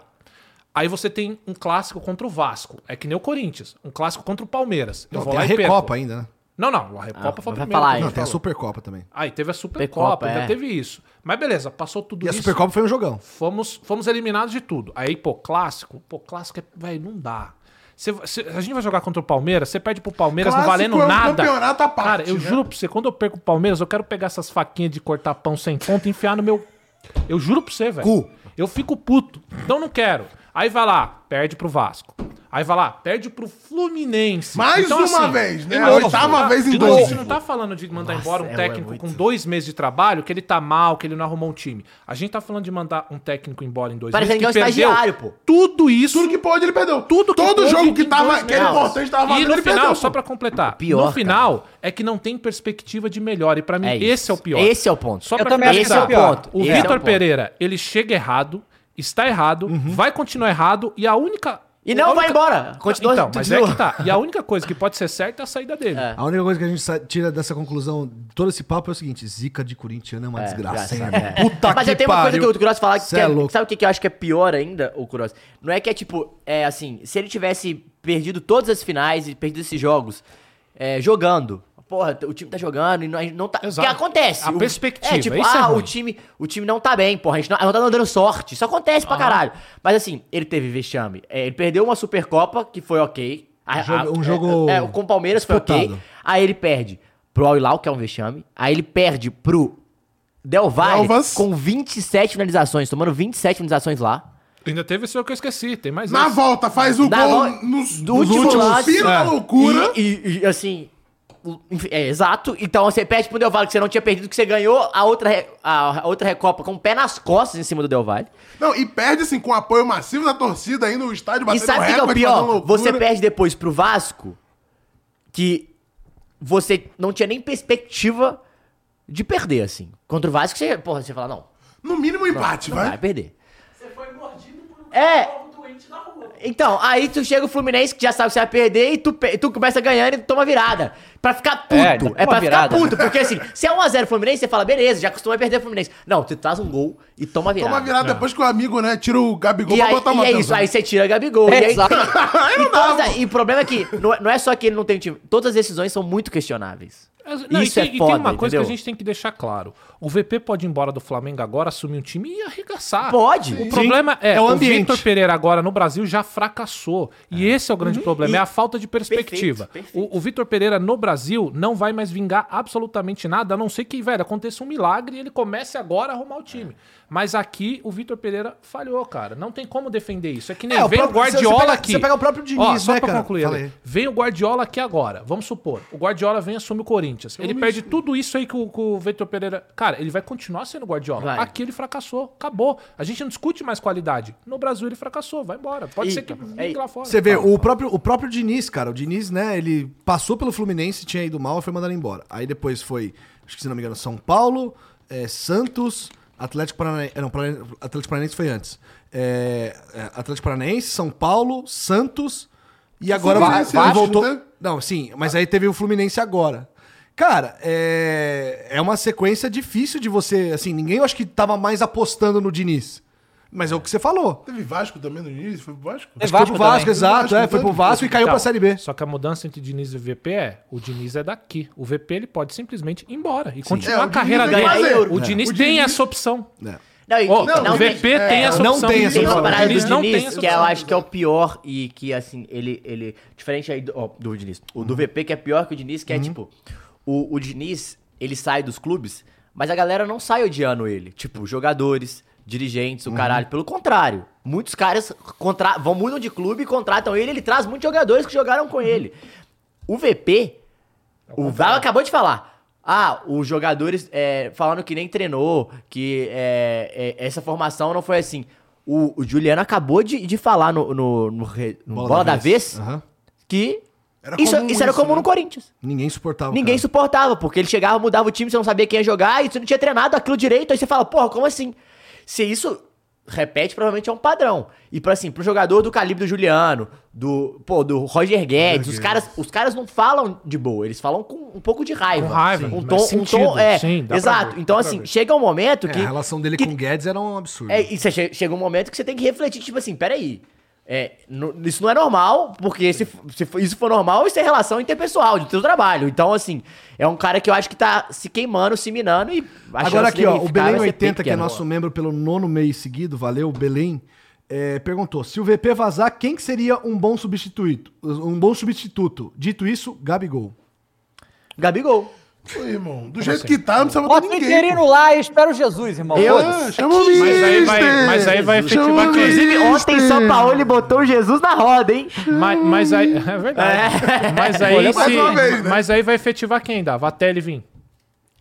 [SPEAKER 5] Aí você tem um clássico contra o Vasco. É que nem o Corinthians. Um clássico contra o Palmeiras. Eu
[SPEAKER 1] Não,
[SPEAKER 5] vou
[SPEAKER 1] tem
[SPEAKER 5] lá
[SPEAKER 1] a
[SPEAKER 5] e perco.
[SPEAKER 1] Recopa ainda, né?
[SPEAKER 5] Não, não. A Recopa foi o
[SPEAKER 3] Ah, vai
[SPEAKER 5] primeiro.
[SPEAKER 3] falar
[SPEAKER 5] que
[SPEAKER 3] aí.
[SPEAKER 5] eu
[SPEAKER 1] Não, tem a
[SPEAKER 5] falo.
[SPEAKER 1] Supercopa também.
[SPEAKER 5] Aí teve a Supercopa,
[SPEAKER 3] Supercopa,
[SPEAKER 5] ainda
[SPEAKER 3] é.
[SPEAKER 5] teve isso. Mas beleza, passou tudo
[SPEAKER 1] E a
[SPEAKER 5] isso.
[SPEAKER 1] Supercopa foi um jogão.
[SPEAKER 5] Fomos, fomos eliminados de tudo. Aí, pô, clássico, pô, clássico é, velho, não dá. Cê- cê- a gente vai jogar contra o Palmeiras, você perde pro Palmeiras não
[SPEAKER 4] Clássico
[SPEAKER 5] valendo
[SPEAKER 4] é um
[SPEAKER 5] nada.
[SPEAKER 4] campeonato à parte,
[SPEAKER 5] Cara, eu
[SPEAKER 4] né?
[SPEAKER 5] juro pra você, quando eu perco o Palmeiras, eu quero pegar essas faquinhas de cortar pão sem ponta e enfiar no meu. Eu juro pra você, velho.
[SPEAKER 1] Cu.
[SPEAKER 5] Eu fico puto. Então não quero. Aí vai lá, perde pro Vasco. Aí vai lá, perde pro Fluminense.
[SPEAKER 4] Mais
[SPEAKER 5] Então,
[SPEAKER 4] uma
[SPEAKER 5] assim,
[SPEAKER 4] vez, né?
[SPEAKER 5] de
[SPEAKER 4] A
[SPEAKER 5] novo,
[SPEAKER 4] oitava
[SPEAKER 5] tá?
[SPEAKER 4] vez em
[SPEAKER 5] De novo,
[SPEAKER 4] dois.
[SPEAKER 5] isso não tá falando de mandar embora um
[SPEAKER 3] é, é
[SPEAKER 5] técnico
[SPEAKER 3] muito.
[SPEAKER 5] com dois meses de trabalho, que ele tá mal, que ele não arrumou um time. A gente tá falando de mandar um técnico embora em dois
[SPEAKER 3] Parece
[SPEAKER 5] meses.
[SPEAKER 3] que é um estagiário, pô.
[SPEAKER 5] Tudo isso.
[SPEAKER 4] Tudo que pôde, ele perdeu.
[SPEAKER 5] Tudo que
[SPEAKER 4] Todo
[SPEAKER 5] pôde,
[SPEAKER 4] jogo que,
[SPEAKER 5] em
[SPEAKER 4] tava,
[SPEAKER 5] dois
[SPEAKER 4] que era
[SPEAKER 5] meses.
[SPEAKER 4] importante tava
[SPEAKER 5] E
[SPEAKER 4] valendo,
[SPEAKER 5] no
[SPEAKER 4] ele
[SPEAKER 5] final,
[SPEAKER 4] perdeu,
[SPEAKER 5] só
[SPEAKER 4] pô.
[SPEAKER 5] pra completar,
[SPEAKER 3] pior,
[SPEAKER 5] no final é que não tem perspectiva de melhora. E pra mim,
[SPEAKER 3] É
[SPEAKER 5] esse
[SPEAKER 3] isso.
[SPEAKER 5] é o pior.
[SPEAKER 3] Esse é o ponto.
[SPEAKER 5] Só
[SPEAKER 2] Eu
[SPEAKER 5] pra
[SPEAKER 2] também acho que
[SPEAKER 5] finalizar,
[SPEAKER 2] esse é o ponto.
[SPEAKER 5] O
[SPEAKER 3] Esse é o
[SPEAKER 5] Vitor
[SPEAKER 3] ponto.
[SPEAKER 4] Uhum.
[SPEAKER 5] Pereira, ele chega errado, está errado, vai continuar errado e a única
[SPEAKER 3] E não vai embora. Continua.
[SPEAKER 5] então, mas é
[SPEAKER 3] continua.
[SPEAKER 5] que tá. E a única coisa que pode ser certa é a saída dele.
[SPEAKER 3] É.
[SPEAKER 1] A única coisa que a gente sa- tira dessa conclusão, todo esse papo é o seguinte: zica de corintiano é uma
[SPEAKER 3] É, desgraça,
[SPEAKER 1] desgraça, hein,
[SPEAKER 3] é.
[SPEAKER 1] irmão? Puta
[SPEAKER 3] Mas
[SPEAKER 1] que
[SPEAKER 3] eu tenho uma coisa que
[SPEAKER 1] pariu.
[SPEAKER 3] o Cross falar que
[SPEAKER 1] Cê é
[SPEAKER 3] é-
[SPEAKER 1] louco.
[SPEAKER 3] sabe o que que eu acho que é pior ainda, o Cross? Não é que é tipo, é assim, se ele tivesse perdido todas as finais e perdido esses jogos é, jogando. Porra, o time tá jogando e não, a gente não tá. O
[SPEAKER 5] Exato.
[SPEAKER 3] que acontece?
[SPEAKER 5] A
[SPEAKER 3] O-
[SPEAKER 5] perspectiva,
[SPEAKER 3] É tipo,
[SPEAKER 5] isso é
[SPEAKER 3] ah,
[SPEAKER 5] ruim.
[SPEAKER 3] o, time, o time não tá bem, porra. A gente não, a gente não tá dando sorte. Isso acontece pra caralho. Mas assim, ele teve vexame. É, ele perdeu uma Supercopa, que foi ok. A- a-
[SPEAKER 1] Jogo- um jogo
[SPEAKER 3] é, é, com o Palmeiras foi ok.
[SPEAKER 1] disputado.
[SPEAKER 3] Aí ele perde pro Al-Hilal, que é um vexame. Aí ele perde pro Del Valle
[SPEAKER 4] Elvas.
[SPEAKER 3] com 27 finalizações, tomando 27 finalizações lá.
[SPEAKER 5] Ainda teve esse jogo que eu esqueci, tem mais
[SPEAKER 4] Na
[SPEAKER 5] esse.
[SPEAKER 4] volta, faz o
[SPEAKER 3] Na
[SPEAKER 4] gol
[SPEAKER 3] vol-
[SPEAKER 4] nos,
[SPEAKER 3] do
[SPEAKER 4] nos
[SPEAKER 3] último
[SPEAKER 4] últimos
[SPEAKER 3] lance,
[SPEAKER 4] pila da
[SPEAKER 5] é.
[SPEAKER 4] loucura.
[SPEAKER 3] E, e- e, assim. enfim, é, exato. Então você perde pro Del Valle que você não tinha perdido, que você ganhou a outra, re- a, a outra Recopa com o pé nas costas em cima do Del Valle.
[SPEAKER 4] Não, e perde assim, com apoio massivo da torcida ainda, o estádio
[SPEAKER 3] E
[SPEAKER 4] batendo
[SPEAKER 3] sabe o que que é o
[SPEAKER 4] recorde, fazendo
[SPEAKER 3] pior?
[SPEAKER 4] loucura.
[SPEAKER 3] Você perde depois pro Vasco, que você não tinha nem perspectiva de perder, assim. Contra o Vasco, você, porra, você fala, não,
[SPEAKER 4] No mínimo empate,
[SPEAKER 3] Não
[SPEAKER 4] Ah, vai.
[SPEAKER 3] vai perder. Você foi mordido por um doente na rua. Então, aí tu chega o Fluminense, que já sabe que você vai perder, e tu, pe- tu começa ganhando e tu toma virada. Pra ficar puto.
[SPEAKER 2] É,
[SPEAKER 3] É,
[SPEAKER 2] toma
[SPEAKER 3] pra
[SPEAKER 2] virada.
[SPEAKER 3] ficar puto. Porque assim, se é 1x0 Fluminense, você fala, beleza, já costuma perder o Fluminense. Não, tu traz um gol e toma virada. É.
[SPEAKER 4] Toma virada depois que o amigo, né, tira o Gabigol
[SPEAKER 3] E, aí,
[SPEAKER 4] botar
[SPEAKER 3] e é
[SPEAKER 4] Matheus,
[SPEAKER 3] isso,
[SPEAKER 4] né?
[SPEAKER 3] aí você tira a Gabigol. e, aí,
[SPEAKER 2] Exato.
[SPEAKER 4] Aí não
[SPEAKER 3] e,
[SPEAKER 4] dá,
[SPEAKER 3] todas-
[SPEAKER 4] mano.
[SPEAKER 3] e o problema é que não é, não é só que ele não tem time. Todas as decisões são muito questionáveis.
[SPEAKER 5] As- não, e
[SPEAKER 3] Isso é
[SPEAKER 5] tem, e
[SPEAKER 3] foda,
[SPEAKER 5] tem uma coisa
[SPEAKER 3] entendeu?
[SPEAKER 5] que a gente tem que deixar claro. O VP pode ir embora do Flamengo agora, assumir um time e arregaçar.
[SPEAKER 3] Pode.
[SPEAKER 5] O problema é,
[SPEAKER 1] é o
[SPEAKER 5] o,
[SPEAKER 1] ambiente.
[SPEAKER 5] Vitor Pereira agora no Brasil já fracassou. E esse é o
[SPEAKER 1] Uhum.
[SPEAKER 5] grande problema, é a falta de perspectiva.
[SPEAKER 3] Perfeito, perfeito.
[SPEAKER 5] O, o Vitor Pereira no Brasil não vai mais vingar absolutamente nada, a não ser que, velho, aconteça um milagre e ele comece agora a arrumar o time. Mas aqui o Vitor Pereira falhou, cara. Não tem como defender isso. É que nem
[SPEAKER 1] É, o
[SPEAKER 5] veio o
[SPEAKER 1] próprio- você-
[SPEAKER 5] Guardiola
[SPEAKER 1] você pega-
[SPEAKER 5] aqui.
[SPEAKER 1] você pega o próprio Diniz,
[SPEAKER 5] Ó, só
[SPEAKER 1] né,
[SPEAKER 5] pra
[SPEAKER 1] cara?
[SPEAKER 5] concluir,
[SPEAKER 1] Fala
[SPEAKER 5] Ale.
[SPEAKER 1] aí.
[SPEAKER 5] Vem o Guardiola aqui agora. Vamos supor, o Guardiola vem e assume o Corinthians. Ele perde tudo isso aí que o, que o Vitor Pereira. Cara, ele vai continuar sendo Guardiola.
[SPEAKER 3] Vai.
[SPEAKER 5] Aqui ele fracassou, acabou. A gente não discute mais qualidade. No Brasil ele fracassou, vai embora. Pode
[SPEAKER 3] Ih,
[SPEAKER 5] ser que
[SPEAKER 3] rapaz.
[SPEAKER 5] vingue lá fora.
[SPEAKER 1] Você vê, o próprio, o próprio Diniz, cara, o Diniz, né, ele passou pelo Fluminense, tinha ido mal e foi mandado embora. Aí depois foi, acho que se não me engano, São Paulo, eh, Santos, Atlético Paranaense. eh, Não, Parana- Atlético Paranaense foi antes. Eh, eh, Atlético Paranaense, São Paulo, Santos e agora
[SPEAKER 4] Fluminense,
[SPEAKER 1] ele
[SPEAKER 4] acho,
[SPEAKER 1] voltou.
[SPEAKER 4] né?
[SPEAKER 1] Não, sim, mas aí teve o Fluminense agora. Cara, é, é uma sequência difícil de você. Assim, ninguém eu acho que tava mais apostando no Diniz. Mas é o que você falou.
[SPEAKER 4] Teve Vasco também no início, foi pro Vasco?
[SPEAKER 2] É,
[SPEAKER 1] Acho que foi pro
[SPEAKER 2] Vasco
[SPEAKER 1] Vasco,
[SPEAKER 2] também.
[SPEAKER 1] exato.
[SPEAKER 4] Vasco,
[SPEAKER 1] é, foi pro
[SPEAKER 4] tanto.
[SPEAKER 1] Vasco e caiu pra Série B.
[SPEAKER 5] Então, Só que a mudança entre Diniz e VP é: o Diniz é daqui. O VP ele pode simplesmente ir embora e
[SPEAKER 4] É, o
[SPEAKER 5] continuar a
[SPEAKER 4] Diniz
[SPEAKER 5] carreira
[SPEAKER 4] tem
[SPEAKER 5] dele.
[SPEAKER 4] que fazer.
[SPEAKER 5] O Diniz
[SPEAKER 4] O
[SPEAKER 5] tem
[SPEAKER 4] Diniz-
[SPEAKER 5] essa opção.
[SPEAKER 1] É.
[SPEAKER 3] Não, e-
[SPEAKER 5] Ó,
[SPEAKER 4] Não,
[SPEAKER 5] o
[SPEAKER 3] tem-
[SPEAKER 5] VP tem
[SPEAKER 4] é,
[SPEAKER 5] essa
[SPEAKER 1] não
[SPEAKER 5] opção.
[SPEAKER 1] tem essa
[SPEAKER 3] Tem uma
[SPEAKER 1] opção.
[SPEAKER 3] parada do
[SPEAKER 5] Diniz não tem
[SPEAKER 3] Diniz,
[SPEAKER 5] essa
[SPEAKER 3] que eu
[SPEAKER 5] opção.
[SPEAKER 3] acho que é o pior e que, assim, ele... ele diferente aí do, ó, do Diniz. O do VP, que é pior que o Diniz,
[SPEAKER 1] Uhum.
[SPEAKER 3] que é, tipo... O, o Diniz, ele sai dos clubes, mas a galera não sai odiando ele. Tipo, jogadores, dirigentes, o
[SPEAKER 1] Uhum.
[SPEAKER 3] caralho. Pelo contrário. Muitos caras contra, vão, mudam de clube, contratam ele, ele traz muitos jogadores que jogaram
[SPEAKER 1] Uhum.
[SPEAKER 3] com ele. O VP, o Val acabou de falar. Ah, os jogadores é, falando que nem treinou, que é, é, essa formação não foi assim. O, o Juliano acabou de, de falar no, no, no re- no Bola, da, Vez,
[SPEAKER 1] Aham.
[SPEAKER 3] que
[SPEAKER 4] Era
[SPEAKER 3] isso,
[SPEAKER 4] comum
[SPEAKER 3] isso era
[SPEAKER 4] isso,
[SPEAKER 3] comum
[SPEAKER 4] né?
[SPEAKER 3] no Corinthians.
[SPEAKER 1] Ninguém suportava.
[SPEAKER 3] Ninguém
[SPEAKER 1] cara.
[SPEAKER 3] suportava, porque ele chegava, mudava o time, você não sabia quem ia jogar, e você não tinha treinado aquilo direito, aí você fala, porra, como assim? Se isso repete, provavelmente é um padrão. E para assim, pro jogador do calibre do Juliano, do, pô, do Roger Guedes, os caras, os caras não falam de boa, eles falam com um pouco de raiva.
[SPEAKER 5] Com raiva,
[SPEAKER 3] um
[SPEAKER 5] mas
[SPEAKER 3] tom, um
[SPEAKER 5] sentido,
[SPEAKER 3] tom, é,
[SPEAKER 5] sim, dá pra
[SPEAKER 3] exato.
[SPEAKER 5] ver,
[SPEAKER 3] então
[SPEAKER 5] dá pra
[SPEAKER 3] assim,
[SPEAKER 5] ver.
[SPEAKER 3] chega um momento
[SPEAKER 1] É,
[SPEAKER 3] que
[SPEAKER 1] a relação dele
[SPEAKER 3] que
[SPEAKER 1] com o Guedes era um absurdo.
[SPEAKER 3] é, e você che- chega um momento que você tem que refletir, tipo assim, peraí. É, no- isso não é normal, porque se, f- se f- isso for normal, isso é relação interpessoal, de teu trabalho. Então, assim, é um cara que eu acho que tá se queimando, se minando e a
[SPEAKER 1] Agora
[SPEAKER 3] chance
[SPEAKER 1] aqui,
[SPEAKER 3] dele
[SPEAKER 1] ó, o
[SPEAKER 3] ficar vai
[SPEAKER 1] Belém
[SPEAKER 3] ser
[SPEAKER 1] 80, que é
[SPEAKER 3] pequena.
[SPEAKER 1] nosso membro pelo nono mês seguido, valeu, Belém, é, perguntou, se o VP vazar, quem que seria um bom substituto? Um bom substituto. Dito isso, Gabigol.
[SPEAKER 3] Gabigol.
[SPEAKER 4] Pô, irmão, do jeito que tá, não precisa botar
[SPEAKER 2] Bota o
[SPEAKER 4] ninguém.
[SPEAKER 2] Interino lá e espera o Jesus, irmão.
[SPEAKER 3] Eu-
[SPEAKER 2] Foda-se.
[SPEAKER 4] Ah, chama o
[SPEAKER 5] Mas aí vai-
[SPEAKER 4] Mister.
[SPEAKER 5] mas aí vai
[SPEAKER 4] Chama
[SPEAKER 5] efetivar
[SPEAKER 4] o
[SPEAKER 5] quem?
[SPEAKER 3] Inclusive, ontem
[SPEAKER 4] Mister.
[SPEAKER 3] São Paulo ele botou o Jesus na roda, hein?
[SPEAKER 5] Mas, mas aí. É verdade. Mas aí.
[SPEAKER 4] Mais
[SPEAKER 5] se-
[SPEAKER 4] uma vez, né?
[SPEAKER 5] Mas aí vai efetivar quem dá? Vatelli vir.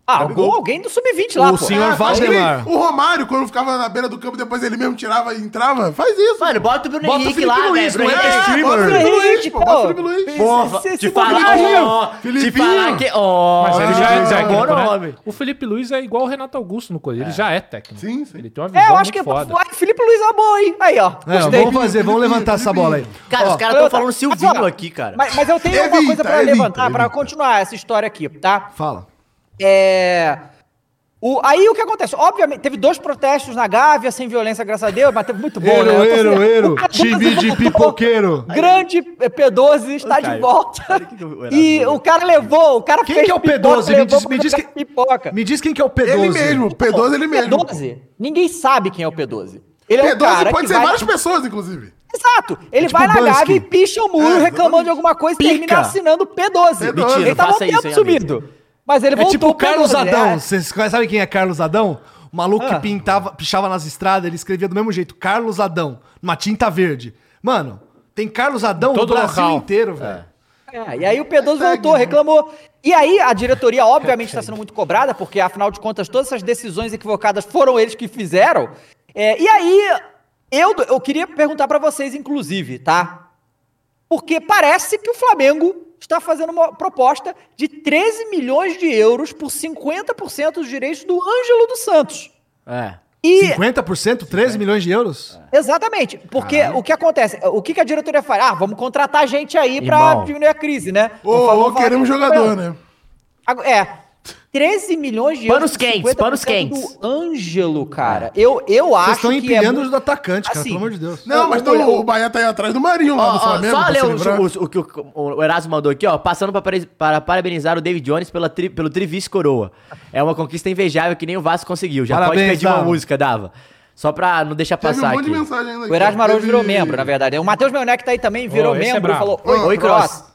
[SPEAKER 2] Ah, algum, alguém do sub-20 lá,
[SPEAKER 1] O
[SPEAKER 2] pô.
[SPEAKER 1] senhor
[SPEAKER 2] Ah,
[SPEAKER 1] Vaz-
[SPEAKER 4] Acho que
[SPEAKER 1] Valdemar.
[SPEAKER 4] nem o Romário, quando ficava na beira do campo, depois ele mesmo tirava e entrava. Faz isso.
[SPEAKER 3] Mano, bota o Bruno
[SPEAKER 4] Bota o
[SPEAKER 3] Henrique
[SPEAKER 4] Felipe
[SPEAKER 3] lá,
[SPEAKER 4] Luiz,
[SPEAKER 3] velho.
[SPEAKER 4] não
[SPEAKER 3] Bruno
[SPEAKER 4] é?
[SPEAKER 2] Ah,
[SPEAKER 3] Henrique.
[SPEAKER 4] Bota o Felipe Luiz, pô. Bota o Felipe Luiz.
[SPEAKER 3] Porra,
[SPEAKER 2] Você-
[SPEAKER 3] te
[SPEAKER 2] você
[SPEAKER 3] falar,
[SPEAKER 2] morreu.
[SPEAKER 3] ó, te
[SPEAKER 4] Felipinho.
[SPEAKER 3] falar que. Ó,
[SPEAKER 5] Mas
[SPEAKER 2] Ah,
[SPEAKER 5] ele já é técnico,
[SPEAKER 3] um bom
[SPEAKER 5] né?
[SPEAKER 3] nome.
[SPEAKER 5] O Felipe Luiz é igual o Renato Augusto no Coisa. Ele já é técnico.
[SPEAKER 4] Sim, sim.
[SPEAKER 5] Ele tem uma visão
[SPEAKER 2] É, eu
[SPEAKER 5] muito
[SPEAKER 2] acho que
[SPEAKER 5] foda.
[SPEAKER 2] Ah, Felipe Luiz é uma boa, hein? Aí, ó.
[SPEAKER 1] É,
[SPEAKER 2] gostei.
[SPEAKER 1] vamos fazer, vamos levantar essa bola aí.
[SPEAKER 3] Cara, os caras
[SPEAKER 2] Olha,
[SPEAKER 3] estão falando
[SPEAKER 2] mas,
[SPEAKER 3] Silvinho
[SPEAKER 2] ó,
[SPEAKER 3] aqui, cara.
[SPEAKER 2] Mas, mas eu tenho uma
[SPEAKER 4] Evita,
[SPEAKER 2] coisa pra
[SPEAKER 4] evita,
[SPEAKER 2] levantar, pra
[SPEAKER 4] evita.
[SPEAKER 2] continuar essa história aqui, tá?
[SPEAKER 1] Fala.
[SPEAKER 2] É. O, aí o que acontece? Obviamente, teve dois protestos na Gávea, sem violência, graças a Deus, mas teve muito bom, né?
[SPEAKER 1] Eiro,
[SPEAKER 2] Eu tô-
[SPEAKER 1] eiro, eiro.
[SPEAKER 2] O tá Lucas
[SPEAKER 1] Time de
[SPEAKER 2] voltou.
[SPEAKER 1] pipoqueiro.
[SPEAKER 2] Grande eh, P12 está
[SPEAKER 3] Caio,
[SPEAKER 2] de volta.
[SPEAKER 3] olha que que o Erasmo
[SPEAKER 2] e
[SPEAKER 3] levou.
[SPEAKER 2] o cara levou, o cara
[SPEAKER 1] Quem
[SPEAKER 2] fez
[SPEAKER 1] que é o
[SPEAKER 2] pipoca,
[SPEAKER 1] P12? Me
[SPEAKER 2] levou
[SPEAKER 1] diz-
[SPEAKER 2] pra
[SPEAKER 1] me diz
[SPEAKER 2] jogar
[SPEAKER 1] que-
[SPEAKER 2] pipoca.
[SPEAKER 1] Me diz quem que é o P12.
[SPEAKER 4] Ele mesmo, P12 ele mesmo.
[SPEAKER 2] P12, ninguém sabe quem é o P12. Ele é o
[SPEAKER 4] P12
[SPEAKER 2] cara
[SPEAKER 4] pode
[SPEAKER 2] que
[SPEAKER 4] ser
[SPEAKER 2] vai-
[SPEAKER 4] várias pessoas, inclusive.
[SPEAKER 2] Exato. Ele
[SPEAKER 1] tipo
[SPEAKER 2] vai na
[SPEAKER 1] Bansky.
[SPEAKER 2] Gávea e picha o muro
[SPEAKER 4] É,
[SPEAKER 2] reclamando de alguma coisa e
[SPEAKER 3] Pica.
[SPEAKER 2] termina assinando P12.
[SPEAKER 4] Mentira,
[SPEAKER 2] ele
[SPEAKER 3] não
[SPEAKER 2] tava um
[SPEAKER 3] faça isso,
[SPEAKER 2] tempo
[SPEAKER 3] hein,
[SPEAKER 2] sumido. Mas ele
[SPEAKER 1] É
[SPEAKER 2] voltou
[SPEAKER 1] tipo o Carlos
[SPEAKER 2] P12,
[SPEAKER 1] Adão.
[SPEAKER 2] é.
[SPEAKER 1] Vocês sabem quem é Carlos Adão? O maluco que
[SPEAKER 2] Ah.
[SPEAKER 1] pintava, pichava nas estradas, ele escrevia do mesmo jeito, Carlos Adão, numa tinta verde. Mano, tem Carlos Adão no
[SPEAKER 5] todo
[SPEAKER 1] Brasil
[SPEAKER 5] local.
[SPEAKER 1] inteiro, velho.
[SPEAKER 2] É, e aí o P12
[SPEAKER 4] né?
[SPEAKER 2] voltou, reclamou. E aí a diretoria, obviamente, está sendo muito cobrada, porque afinal de contas todas essas decisões equivocadas foram eles que fizeram. É, e aí eu, eu queria perguntar para vocês, inclusive, tá? Porque parece que o Flamengo está fazendo uma proposta de 13 milhões de euros por 50% dos direitos do Ângelo dos Santos.
[SPEAKER 3] É.
[SPEAKER 2] E
[SPEAKER 1] 50%, 13 milhões de euros?
[SPEAKER 2] Exatamente, porque o que acontece, o que, que a diretoria faz? Ah, vamos contratar gente aí pra
[SPEAKER 3] Irmão.
[SPEAKER 2] diminuir a crise, né?
[SPEAKER 4] Ô,
[SPEAKER 2] Vamos-
[SPEAKER 4] ô,
[SPEAKER 2] vamos falar
[SPEAKER 4] queremos
[SPEAKER 2] que-
[SPEAKER 4] jogador, né?
[SPEAKER 2] Agora- É, 13 milhões de
[SPEAKER 3] Panos
[SPEAKER 2] euros,
[SPEAKER 3] quentes,
[SPEAKER 2] 50%
[SPEAKER 3] panos quentes.
[SPEAKER 2] Do Ângelo, cara, eu, eu acho
[SPEAKER 1] Vocês estão
[SPEAKER 2] que é
[SPEAKER 1] empilhando
[SPEAKER 2] muito-
[SPEAKER 1] os do atacante, cara,
[SPEAKER 2] Assim,
[SPEAKER 1] pelo amor de Deus.
[SPEAKER 4] Não, mas
[SPEAKER 2] o-
[SPEAKER 4] então
[SPEAKER 2] o-
[SPEAKER 4] o Bahia tá aí atrás do Marinho lá
[SPEAKER 3] Ó,
[SPEAKER 4] do
[SPEAKER 3] ó,
[SPEAKER 4] Flamengo.
[SPEAKER 3] só
[SPEAKER 4] pra
[SPEAKER 3] ler
[SPEAKER 4] se
[SPEAKER 3] o,
[SPEAKER 4] livrar.
[SPEAKER 3] o- o que o, o Erasmo mandou aqui, ó. Passando pra pare- para parabenizar o David Jones pela tri- pelo Trivice Coroa. É uma conquista invejável que nem o Vasco conseguiu. Já pode
[SPEAKER 1] Parabéns,
[SPEAKER 3] pedir
[SPEAKER 1] Dava.
[SPEAKER 3] uma música, Dava. Só pra não deixar
[SPEAKER 4] Teve um
[SPEAKER 3] passar
[SPEAKER 4] monte de
[SPEAKER 3] aqui.
[SPEAKER 4] mensagem ainda
[SPEAKER 2] O Erasmo
[SPEAKER 4] aqui.
[SPEAKER 2] Araújo virou
[SPEAKER 4] Teve-
[SPEAKER 2] membro, né? na verdade. O Matheus Meionec tá aí também, virou
[SPEAKER 5] Ô, esse é
[SPEAKER 2] membro,
[SPEAKER 5] brabo.
[SPEAKER 2] falou, oi,
[SPEAKER 3] Oi,
[SPEAKER 2] Cross.
[SPEAKER 3] Cross.